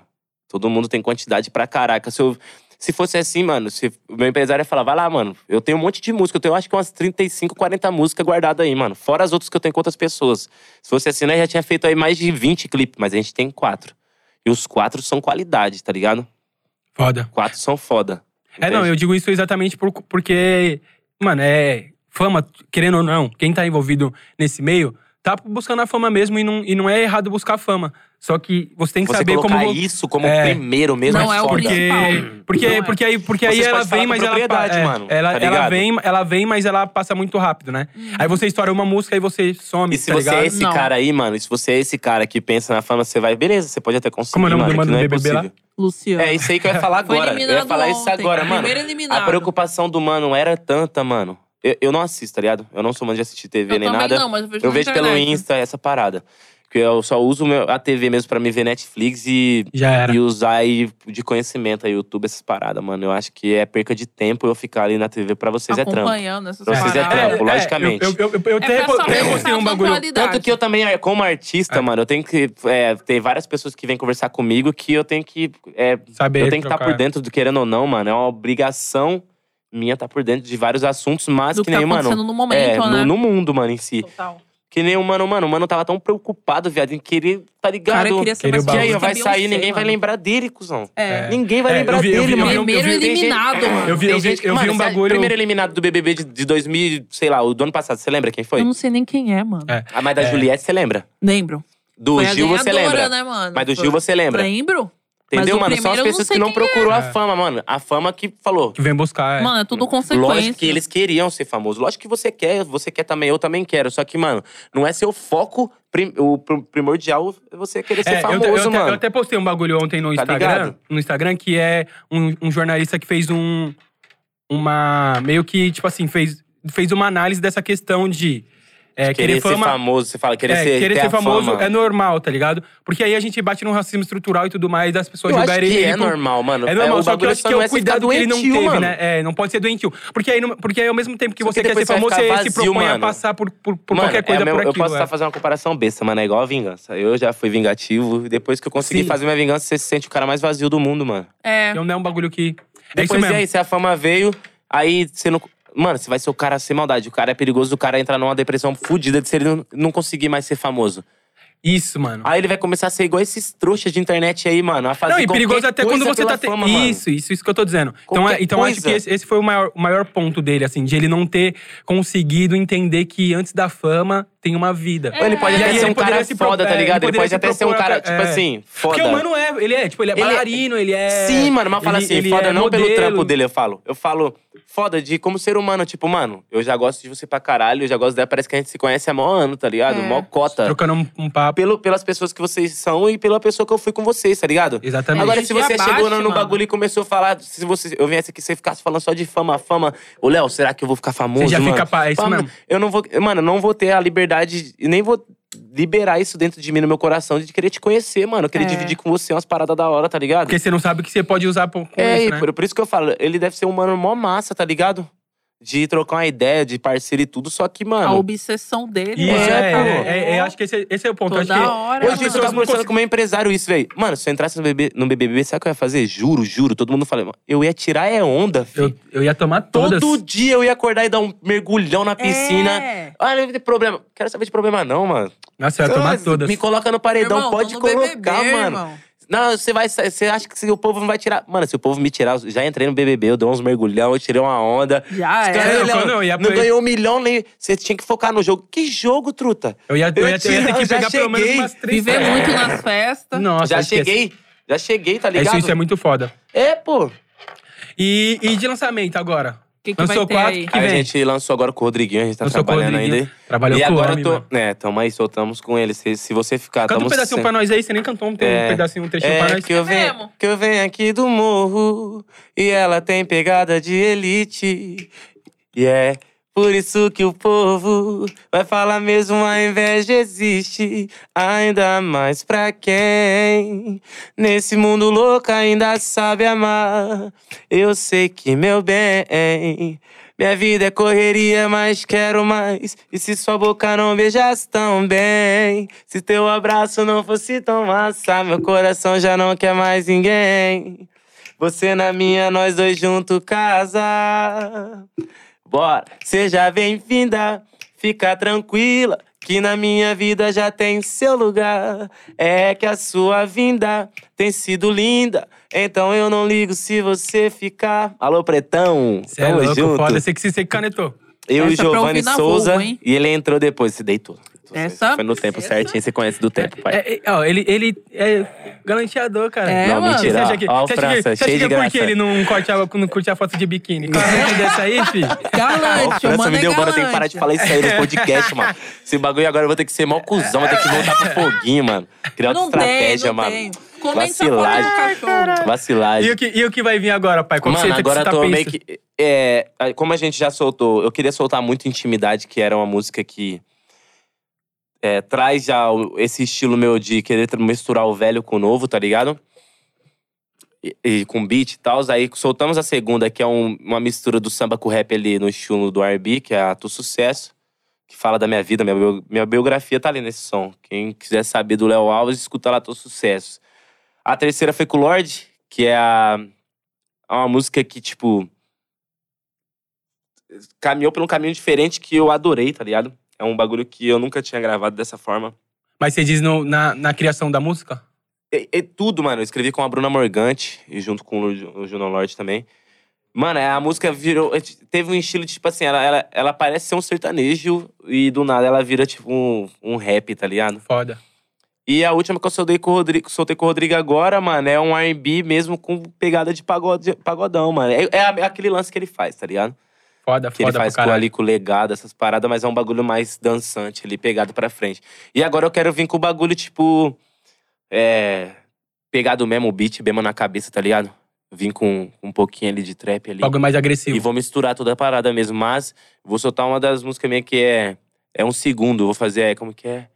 Speaker 3: Todo mundo tem quantidade pra caraca. Se, eu- se fosse assim, mano, se o meu empresário ia falar, vai lá, mano, eu tenho um monte de música, eu tenho acho que umas 35, 40 músicas guardadas aí, mano. Fora as outras que eu tenho com outras pessoas. Se fosse assim, nós já tinha feito aí mais de 20 clipes, mas a gente tem quatro. E os quatro são qualidade, tá ligado?
Speaker 1: Foda.
Speaker 3: Quatro são foda.
Speaker 1: É, não,
Speaker 3: entende?
Speaker 1: eu digo isso exatamente por- porque, mano, é fama, querendo ou não, quem tá envolvido nesse meio tá buscando a fama mesmo e não, e não é errado buscar a fama. Só que você tem que
Speaker 3: Você
Speaker 1: saber como.
Speaker 3: colocar
Speaker 1: vo-
Speaker 3: isso como
Speaker 1: É.
Speaker 3: primeiro mesmo
Speaker 2: Não
Speaker 3: é
Speaker 2: é o
Speaker 3: foda.
Speaker 1: Porque,
Speaker 2: principal. Não
Speaker 1: porque,
Speaker 2: é.
Speaker 1: porque aí, porque aí
Speaker 3: Vocês
Speaker 1: ela
Speaker 3: podem falar
Speaker 1: vem,
Speaker 3: com
Speaker 1: mas ela, pa-
Speaker 3: propriedade,
Speaker 1: é,
Speaker 3: mano,
Speaker 1: ela,
Speaker 3: tá
Speaker 1: ela
Speaker 3: ligado? Uhum.
Speaker 1: vem, ela vem, mas ela passa muito rápido, né? Aí você estoura uma música e você some,
Speaker 3: E se
Speaker 1: tá
Speaker 3: você é
Speaker 1: ligado?
Speaker 3: esse
Speaker 2: Não.
Speaker 3: cara aí, mano, e se você é esse cara que pensa na fama, você vai, beleza, você pode até conseguir,
Speaker 1: Como é o nome do
Speaker 3: mano,
Speaker 1: mano
Speaker 3: que não
Speaker 1: do
Speaker 3: é
Speaker 1: BBB lá?
Speaker 3: possível.
Speaker 2: Luciano.
Speaker 3: É isso aí que eu ia falar
Speaker 2: Foi
Speaker 3: agora. Eu
Speaker 2: eliminado
Speaker 3: ia falar isso
Speaker 2: ontem.
Speaker 3: agora, mano.
Speaker 2: Primeiro eliminado.
Speaker 3: A preocupação do mano era tanta, mano. Eu, eu não assisto, tá ligado? Eu não sou mano de assistir TV
Speaker 2: Eu
Speaker 3: nem
Speaker 2: também
Speaker 3: nada.
Speaker 2: não, mas eu vejo
Speaker 3: eu
Speaker 2: na
Speaker 3: vejo pelo
Speaker 2: internet.
Speaker 3: Insta essa parada. Que eu só uso meu- a TV mesmo pra me ver Netflix e,
Speaker 1: Já era.
Speaker 3: e usar aí de conhecimento aí, YouTube, essas paradas, mano. Eu acho que é perca de tempo eu ficar ali na TV pra vocês é trampo.
Speaker 2: acompanhando essas
Speaker 3: Pra vocês é
Speaker 2: paradas.
Speaker 3: trampo, logicamente.
Speaker 1: Eu, eu, eu, eu,
Speaker 2: É
Speaker 1: até
Speaker 2: pra
Speaker 1: repo-
Speaker 2: saber
Speaker 1: até
Speaker 2: qual
Speaker 1: postei
Speaker 2: é a
Speaker 1: um bagulho.
Speaker 2: tonalidade.
Speaker 3: Tanto que eu também, é, como artista, mano, eu tenho que. É, tem várias pessoas que vêm conversar comigo que eu tenho que. é,
Speaker 1: Saber
Speaker 3: eu tenho que estar
Speaker 1: trocar.
Speaker 3: por dentro do querendo ou não, mano. É uma obrigação minha estar por dentro de vários assuntos, mas
Speaker 2: Do que
Speaker 3: que nem,
Speaker 2: tá
Speaker 3: mano.
Speaker 2: acontecendo no
Speaker 3: é,
Speaker 2: momento,
Speaker 3: no-
Speaker 2: né?
Speaker 3: no, mundo, mano, em si.
Speaker 2: Total.
Speaker 3: Que nem o mano, mano. O mano tava tão preocupado, viado, em querer, tá ligado?
Speaker 2: Cara, eu queria ser
Speaker 1: Queria
Speaker 2: mais
Speaker 1: o
Speaker 3: que aí
Speaker 1: bagulho.
Speaker 3: vai
Speaker 2: que
Speaker 3: sair,
Speaker 2: Beyoncé,
Speaker 3: ninguém vai
Speaker 2: mano.
Speaker 3: lembrar dele, cuzão.
Speaker 2: É.
Speaker 3: né? Ninguém vai
Speaker 1: É,
Speaker 3: lembrar
Speaker 1: eu vi- eu
Speaker 3: dele,
Speaker 1: vi- eu vi-
Speaker 3: mano.
Speaker 1: eu vi-
Speaker 2: Primeiro
Speaker 3: Tem gente-
Speaker 2: eliminado, mano.
Speaker 1: Eu vi-
Speaker 3: Tem
Speaker 1: eu vi-
Speaker 3: gente que-
Speaker 1: eu vi
Speaker 3: mano,
Speaker 1: um
Speaker 3: esse é o
Speaker 1: bagulho-
Speaker 3: Primeiro eliminado do BBB de, de 2000, sei lá, o do ano passado. Você lembra quem foi?
Speaker 2: Eu não sei nem quem é, mano.
Speaker 1: É.
Speaker 3: Ah, mas da Juliette, você lembra?
Speaker 2: Lembro.
Speaker 3: Do
Speaker 2: Foi a
Speaker 3: Gil, você
Speaker 2: ganhadora,
Speaker 3: lembra.
Speaker 2: né, mano?
Speaker 3: Mas do
Speaker 2: Foi.
Speaker 3: Gil, você lembra.
Speaker 2: Lembro. Mas
Speaker 3: Entendeu,
Speaker 2: o
Speaker 3: mano? São
Speaker 2: primeiro eu
Speaker 3: as
Speaker 2: não
Speaker 3: pessoas que
Speaker 2: sei quem
Speaker 3: não
Speaker 2: é.
Speaker 3: procurou a
Speaker 1: É.
Speaker 3: fama, mano. A fama que falou.
Speaker 1: Que vem buscar. é.
Speaker 2: Mano, é tudo consequência.
Speaker 3: Lógico que eles queriam ser famosos. Lógico que você quer, você quer também, eu também quero. Só que, mano, não é seu foco. prim- o pr- primordial é você querer ser
Speaker 1: É, eu te-
Speaker 3: famoso,
Speaker 1: eu, até,
Speaker 3: mano.
Speaker 1: eu até postei um bagulho ontem no
Speaker 3: Tá
Speaker 1: Instagram.
Speaker 3: ligado?
Speaker 1: No Instagram, que é um, um jornalista que fez um. Uma. Meio que, tipo assim, fez, fez uma análise dessa questão de. É,
Speaker 3: querer,
Speaker 1: querer
Speaker 3: ser
Speaker 1: fama-
Speaker 3: famoso, você fala, querer
Speaker 1: é,
Speaker 3: ser,
Speaker 1: querer
Speaker 3: ter
Speaker 1: ser
Speaker 3: a
Speaker 1: famoso
Speaker 3: fama.
Speaker 1: é normal, tá ligado? Porque aí a gente bate num racismo estrutural e tudo mais, das pessoas
Speaker 3: Eu acho
Speaker 1: julgarem
Speaker 3: que
Speaker 1: ele
Speaker 3: é
Speaker 1: como-
Speaker 3: normal, mano.
Speaker 1: É normal,
Speaker 3: o
Speaker 1: só que eu
Speaker 3: bagulho
Speaker 1: acho que
Speaker 3: não
Speaker 1: é
Speaker 3: é
Speaker 1: o
Speaker 3: se dar
Speaker 1: cuidado que ele não
Speaker 3: doentio,
Speaker 1: teve,
Speaker 3: mano.
Speaker 1: né? É, não pode ser doentio. Porque aí, não- porque aí ao mesmo tempo que
Speaker 3: Só que
Speaker 1: você quer ser
Speaker 3: depois você vai
Speaker 1: famoso, você
Speaker 3: ficar
Speaker 1: se
Speaker 3: vazio,
Speaker 1: propõe a
Speaker 3: mano.
Speaker 1: passar por, por- por
Speaker 3: Mano,
Speaker 1: qualquer
Speaker 3: é
Speaker 1: coisa
Speaker 3: mesmo,
Speaker 1: por
Speaker 3: Eu
Speaker 1: aquilo.
Speaker 3: posso estar
Speaker 1: é.
Speaker 3: fazendo uma comparação besta, mano. É igual a vingança. Eu já fui vingativo. e Depois que eu consegui
Speaker 1: Sim.
Speaker 3: fazer minha vingança, você se sente o cara mais vazio do mundo, mano.
Speaker 2: É.
Speaker 1: Então não é um bagulho que... É isso
Speaker 3: Depois e
Speaker 1: mesmo.
Speaker 3: aí, se a fama veio, aí você não. Mano, você vai ser o cara sem maldade. O cara é perigoso, o cara entrar numa depressão fodida de se ele não, não conseguir mais ser famoso.
Speaker 1: Isso, mano.
Speaker 3: Aí ele vai começar a ser igual esses trouxas de internet aí, mano. A fazer
Speaker 1: Não, e perigoso
Speaker 3: qualquer
Speaker 1: até quando
Speaker 3: coisa
Speaker 1: você
Speaker 3: pela
Speaker 1: tá. Te...
Speaker 3: Fama, mano.
Speaker 1: isso, isso, isso que eu tô dizendo. Então,
Speaker 3: Qualquer
Speaker 1: é- então acho
Speaker 3: coisa.
Speaker 1: que esse, esse foi o maior, o maior ponto dele, assim, de ele não ter conseguido entender que antes da fama tem uma vida.
Speaker 3: Mano, Ele pode
Speaker 1: E
Speaker 3: até
Speaker 1: aí
Speaker 3: ser
Speaker 1: ele
Speaker 3: um cara
Speaker 1: poderia se pro-
Speaker 3: foda,
Speaker 1: é,
Speaker 3: tá
Speaker 1: ele
Speaker 3: ligado? Ele,
Speaker 1: poderia
Speaker 3: pode
Speaker 1: se
Speaker 3: até ser um
Speaker 1: propor a-
Speaker 3: cara,
Speaker 1: é.
Speaker 3: tipo assim, foda.
Speaker 1: Porque o mano é, ele é, tipo, ele é
Speaker 3: Ele é-
Speaker 1: bailarino, ele é.
Speaker 3: Sim, mano, mas fala
Speaker 1: ele-
Speaker 3: assim,
Speaker 1: ele
Speaker 3: foda
Speaker 1: é
Speaker 3: não pelo
Speaker 1: modelo.
Speaker 3: trampo dele, eu falo. Eu falo, foda de como ser humano, tipo, mano, eu já gosto de você pra caralho, eu já gosto dela, parece que a gente se conhece há mó ano, tá ligado?
Speaker 2: É.
Speaker 3: Mó cota.
Speaker 1: Trocando um, um papo.
Speaker 3: Pelo, pelas pessoas que vocês são e pela pessoa que eu fui com vocês, tá ligado?
Speaker 1: Exatamente. é
Speaker 3: Agora, se
Speaker 2: Energia
Speaker 3: você
Speaker 2: baixa,
Speaker 3: chegou no, no
Speaker 2: mano.
Speaker 3: bagulho e começou a falar, se você, eu viesse aqui e você ficasse falando só de fama, fama, ô Léo, será que eu vou ficar famoso?
Speaker 1: Você já
Speaker 3: mano?
Speaker 1: fica pá, é isso
Speaker 3: Pá,
Speaker 1: mesmo.
Speaker 3: mano, Eu não vou, mano, eu não vou ter a liberdade e nem vou liberar isso dentro de mim, no meu coração, de querer te conhecer, mano. Eu querer
Speaker 2: É.
Speaker 3: dividir com você umas paradas da hora, tá ligado?
Speaker 1: Porque você não sabe o que você pode usar pra- com
Speaker 3: É,
Speaker 1: isso,
Speaker 3: e
Speaker 1: né?
Speaker 3: por, por isso que eu falo, ele deve ser um mano mó massa, tá ligado? De trocar uma ideia, de parceiro e tudo, só que,
Speaker 2: A
Speaker 3: mano.
Speaker 2: obsessão dele.
Speaker 1: Isso,
Speaker 2: mano.
Speaker 1: é,
Speaker 3: pô.
Speaker 1: é, é, é, acho que esse, esse é o ponto. acho
Speaker 2: Toda
Speaker 1: que
Speaker 2: hora,
Speaker 1: as
Speaker 3: Hoje eu
Speaker 1: pessoas
Speaker 3: tava
Speaker 1: não
Speaker 3: Tá conversando
Speaker 1: conseguem.
Speaker 3: com o meu empresário isso, velho. Mano, se eu entrasse no, BB, no BBB, sabe o que eu ia fazer? Juro, juro. Todo mundo fala, eu ia tirar é onda, filho.
Speaker 1: Eu, eu ia tomar todas.
Speaker 3: Todo dia eu ia acordar e dar um mergulhão na piscina.
Speaker 2: É.
Speaker 3: Ah, não tem problema. Quero saber de problema, não, mano. Ah,
Speaker 1: Nossa, eu ia tomar todas.
Speaker 3: Me coloca no paredão,
Speaker 2: Irmão, tô
Speaker 3: pode
Speaker 2: no
Speaker 3: colocar,
Speaker 2: BBB,
Speaker 3: mano.
Speaker 2: irmão.
Speaker 3: Não, você vai. sa- Você acha que se o povo não vai tirar. Mano, se o povo me tirar, eu já entrei no BBB, eu dei uns mergulhão, eu tirei uma onda.
Speaker 2: Já
Speaker 3: Os caras,
Speaker 1: É,
Speaker 2: era.
Speaker 1: não,
Speaker 3: Léo,
Speaker 1: quando eu ia
Speaker 3: não
Speaker 1: pra-
Speaker 3: ganhou um milhão nem. Você tinha que focar no jogo. Que jogo, truta?
Speaker 1: Eu ia, eu
Speaker 3: Eu
Speaker 1: ia, eu ia ter
Speaker 3: tinha-
Speaker 1: que
Speaker 3: eu já
Speaker 1: pegar pelo menos
Speaker 3: cheguei.
Speaker 1: umas três.
Speaker 2: Viver muito nas festas.
Speaker 1: Nossa,
Speaker 3: já
Speaker 1: esquece.
Speaker 3: cheguei. Já cheguei, tá
Speaker 1: É,
Speaker 3: ligado?
Speaker 1: Isso, isso é muito foda.
Speaker 3: É, pô.
Speaker 1: E, e de lançamento agora?
Speaker 2: Que que vai ter aí?
Speaker 1: que
Speaker 3: Aí a
Speaker 1: vem.
Speaker 3: gente lançou agora com o Rodriguinho, a gente tá
Speaker 1: Lançou com o
Speaker 3: trabalhando
Speaker 1: Rodriguinho.
Speaker 3: ainda.
Speaker 1: Trabalhou
Speaker 3: e
Speaker 1: com o
Speaker 3: agora
Speaker 1: homem,
Speaker 3: eu
Speaker 1: mano.
Speaker 3: tô. É, tamo aí, soltamos com ele. Se, se você ficar.
Speaker 1: Canta um
Speaker 3: tamo
Speaker 1: pedacinho
Speaker 3: sem-
Speaker 1: pra nós aí, você nem cantou um, um
Speaker 3: É.
Speaker 1: pedacinho, um trechinho pra
Speaker 3: É
Speaker 1: nós.
Speaker 3: que eu, venho,
Speaker 2: mesmo?
Speaker 3: que eu venho aqui do morro e ela tem pegada de elite. E é por isso que o povo vai falar mesmo a inveja existe. Ainda mais pra quem nesse mundo louco ainda sabe amar. Eu sei que meu bem. Minha vida é correria, mas quero mais. E se sua boca não beijasse tão bem? Se teu abraço não fosse tão massa, meu coração já não quer mais ninguém. Você na minha, nós dois juntos casa. Bora, seja bem-vinda, fica tranquila, que na minha vida já tem seu lugar. É que a sua vinda tem sido linda, então eu não ligo se você ficar. Alô, pretão!
Speaker 1: Você é louco, foda. Você que se você que canetou.
Speaker 3: Eu e
Speaker 2: Essa pra
Speaker 3: Giovanni
Speaker 2: ouvir na
Speaker 3: Souza.
Speaker 2: Volvo, hein?
Speaker 3: e ele entrou depois, se deitou.
Speaker 2: Essa-
Speaker 3: Foi no tempo
Speaker 2: essa-
Speaker 3: certinho, você conhece do tempo, pai.
Speaker 1: É, é, ó, ele, ele é galanteador, cara.
Speaker 2: É,
Speaker 3: não,
Speaker 2: mano.
Speaker 1: Você
Speaker 3: mentira.
Speaker 1: acha que,
Speaker 3: Ó, o
Speaker 1: você acha que,
Speaker 3: França,
Speaker 1: você acha
Speaker 3: cheio
Speaker 1: que
Speaker 3: de
Speaker 1: é
Speaker 3: graça.
Speaker 1: porque ele não curte a, não curte a foto de biquíni? Qual é dessa aí, filho?
Speaker 3: Ó,
Speaker 2: Galante, o
Speaker 3: França
Speaker 2: mano
Speaker 3: me
Speaker 2: é
Speaker 3: deu, mano, eu tenho que parar
Speaker 2: galante.
Speaker 3: de falar isso aí nos podcasts, mano. Esse bagulho agora eu vou ter que ser mó cuzão, vou ter que voltar pro foguinho, mano. Criar outra
Speaker 2: Não tem,
Speaker 3: estratégia,
Speaker 2: não
Speaker 3: mano.
Speaker 2: tem. Comenta só
Speaker 3: Vacilagem.
Speaker 2: falar do cachorro.
Speaker 1: E
Speaker 3: Vacilagem.
Speaker 1: o, que, e o que vai vir agora, pai? Qual
Speaker 3: Mano,
Speaker 1: que você,
Speaker 3: agora
Speaker 1: que você tá
Speaker 3: eu tô
Speaker 1: pensando?
Speaker 3: meio que. É, aí, como a gente já soltou, eu queria soltar muito Intimidade, que era uma música que é, traz já o- esse estilo meu de querer tra- misturar o velho com o novo, tá ligado? E, e com beat e tal. Aí soltamos a segunda, que é um- uma mistura do samba com rap ali no estilo do RB, que é a Tu Sucesso, que fala da minha vida, minha, bio- minha biografia tá ali nesse som. Quem quiser saber do Léo Alves, escuta lá Tu Sucesso. A terceira foi com o Lorde, que é a é uma música que, tipo. Caminhou por um caminho diferente que eu adorei, tá ligado? É um bagulho que eu nunca tinha gravado dessa forma.
Speaker 1: Mas você diz no- na, na criação da música?
Speaker 3: É, é tudo, mano. Eu escrevi com a Bruna Morgante e junto com o Lu- o Juno Lorde também. Mano, é, a música virou. é, t- Teve um estilo, tipo assim, ela, ela, ela parece ser um sertanejo e do nada ela vira, tipo, um, um rap, tá ligado?
Speaker 1: Foda.
Speaker 3: E a última que eu soltei com o Rodrigo, soltei com o Rodrigo agora, mano, é um R&B mesmo com pegada de pagode- pagodão, mano. É, é a- é aquele lance que ele faz, tá ligado?
Speaker 1: Foda,
Speaker 3: que
Speaker 1: foda
Speaker 3: ele faz
Speaker 1: pra
Speaker 3: com
Speaker 1: caralho.
Speaker 3: ali com o legado, essas paradas, mas é um bagulho mais dançante ali, pegado pra frente. E agora eu quero vir com o bagulho, tipo. É. Pegado mesmo, o beat mesmo na cabeça, tá ligado? Vim com um pouquinho ali de trap ali.
Speaker 1: Bagulho mais
Speaker 3: E
Speaker 1: agressivo.
Speaker 3: vou misturar toda a parada mesmo, mas vou soltar uma das músicas minhas que é É um segundo, vou fazer, é, como que é?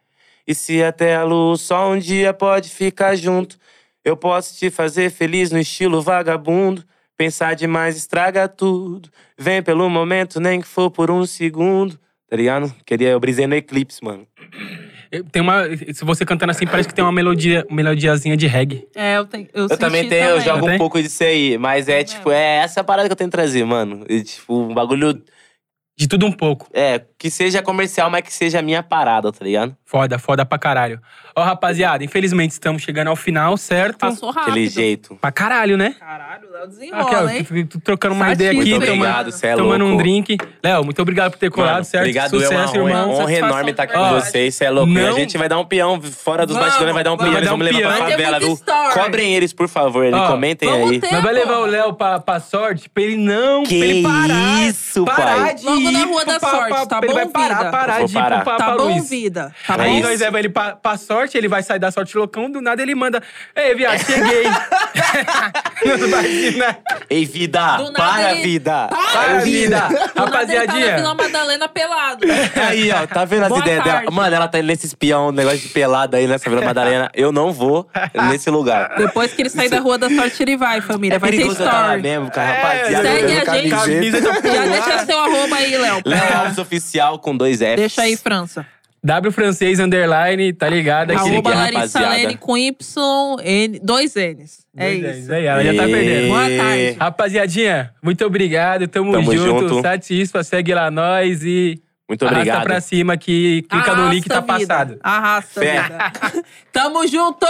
Speaker 3: E se até a luz só um dia pode ficar junto, eu posso te fazer feliz no estilo vagabundo. Pensar demais estraga tudo. Vem pelo momento, nem que for por um segundo. Tá ligado? Queria, eu brisei no Eclipse, mano.
Speaker 1: Eu- Tem uma. Se você cantando assim, parece que tem uma melodia, melodiazinha de reggae.
Speaker 2: É, eu tenho. Eu,
Speaker 3: Eu
Speaker 2: senti
Speaker 3: também tenho, eu jogo
Speaker 1: Não
Speaker 3: um
Speaker 1: tem?
Speaker 3: pouco disso aí. Mas é, tipo, é essa parada que eu tenho que trazer, mano. E, tipo, um bagulho,
Speaker 1: De tudo um pouco.
Speaker 3: é, que seja comercial, mas que seja a minha parada, tá ligado?
Speaker 1: Foda, foda pra caralho. Ó, rapaziada, infelizmente estamos chegando ao final, certo?
Speaker 2: Passou rápido.
Speaker 3: Aquele jeito.
Speaker 1: Pra caralho, né?
Speaker 2: Caralho, Léo
Speaker 1: Aqui,
Speaker 2: desenrola, hein?
Speaker 1: ó, tô trocando uma ideia
Speaker 2: Satisfação,
Speaker 1: aqui,
Speaker 3: Muito
Speaker 2: mano.
Speaker 1: tomando,
Speaker 3: obrigado, cê é
Speaker 1: tomando um
Speaker 3: louco.
Speaker 1: drink. Léo, muito obrigado por ter colado,
Speaker 3: Mano,
Speaker 1: certo?
Speaker 3: Obrigado,
Speaker 1: Sucesso,
Speaker 3: é uma honra,
Speaker 1: irmão.
Speaker 3: honra
Speaker 2: Satisfação
Speaker 3: enorme estar aqui com
Speaker 1: demais.
Speaker 3: vocês. Você é louco.
Speaker 1: Não-
Speaker 3: A gente vai dar um peão fora dos
Speaker 2: Vamos,
Speaker 3: bastidores, vai dar um
Speaker 2: vamos.
Speaker 3: peão.
Speaker 1: Vai
Speaker 3: Eles
Speaker 1: dar
Speaker 3: vão me
Speaker 1: um
Speaker 3: levar
Speaker 1: peão.
Speaker 3: pra
Speaker 2: Vai ter
Speaker 3: favela, viu?
Speaker 2: muito story.
Speaker 3: Cobrem eles, por favor. Eles
Speaker 1: Ó,
Speaker 3: comentem
Speaker 2: vamos
Speaker 3: aí.
Speaker 2: ter.
Speaker 1: Mas vai levar o Léo pra, pra sorte pra ele não
Speaker 3: Que
Speaker 1: pra ele parar,
Speaker 3: isso,
Speaker 1: parar
Speaker 3: pai.
Speaker 1: de
Speaker 2: Logo
Speaker 1: ir
Speaker 2: na Rua da
Speaker 1: pra-
Speaker 2: Sorte,
Speaker 1: pra-
Speaker 2: tá
Speaker 1: Ele vai
Speaker 2: bom,
Speaker 1: parar,
Speaker 2: vida?
Speaker 1: parar
Speaker 3: Vou
Speaker 1: de ir
Speaker 3: parar.
Speaker 1: pra, pra,
Speaker 2: Tá
Speaker 1: pra
Speaker 2: bom,
Speaker 1: Luiz.
Speaker 2: vida. Tá
Speaker 3: É
Speaker 1: Aí
Speaker 2: bom?
Speaker 1: nós
Speaker 3: isso.
Speaker 1: leva ele pra, pra sorte, ele vai sair da sorte loucão, do nada ele manda. Ei, viado, cheguei. Não vai assim, né?
Speaker 3: Ei, vida!
Speaker 2: Do nada
Speaker 3: para,
Speaker 2: ele-
Speaker 3: vida!
Speaker 1: Para, vida.
Speaker 2: Do nada ele Tá na Vila
Speaker 1: Rapaziadinha.
Speaker 2: Madalena pelado.
Speaker 3: Aí, ó, tá vendo as
Speaker 2: Boa
Speaker 3: ideias dela?
Speaker 2: tarde.
Speaker 3: Mano, ela tá nesse espião, um negócio de pelada aí nessa Vila Madalena. Eu não vou nesse lugar.
Speaker 2: Depois que ele sair da Rua da Sorte, ele vai, família. vai ter
Speaker 3: perigoso eu tá lá
Speaker 2: story.
Speaker 3: mesmo, cara,
Speaker 1: É,
Speaker 3: rapaziada.
Speaker 2: segue
Speaker 3: usando
Speaker 2: a gente.
Speaker 3: camiseta.
Speaker 1: Camisa
Speaker 2: Já deixa seu arroba aí, Léo.
Speaker 3: Léo Alves Oficial com dois Fs.
Speaker 2: Deixa aí, França.
Speaker 1: W francês underline, tá ligado? Aqui,
Speaker 2: Arroba
Speaker 3: aqui,
Speaker 2: Larissa
Speaker 3: rapaziada.
Speaker 2: Lene com Y, N, dois N's. É
Speaker 1: Dois N's,
Speaker 2: isso.
Speaker 1: aí, ela já tá
Speaker 3: E-
Speaker 1: perdendo.
Speaker 2: Boa tarde.
Speaker 1: Rapaziadinha, muito obrigado. Tamo,
Speaker 3: Tamo
Speaker 1: junto.
Speaker 3: junto.
Speaker 1: Satisfa, segue lá nós e
Speaker 3: Muito
Speaker 1: arrasta pra
Speaker 3: obrigado.
Speaker 1: cima que clica no link tá
Speaker 2: Arrasta, vida.
Speaker 1: passado.
Speaker 2: Arrasta,
Speaker 3: Fé.
Speaker 2: vida. Tamo junto!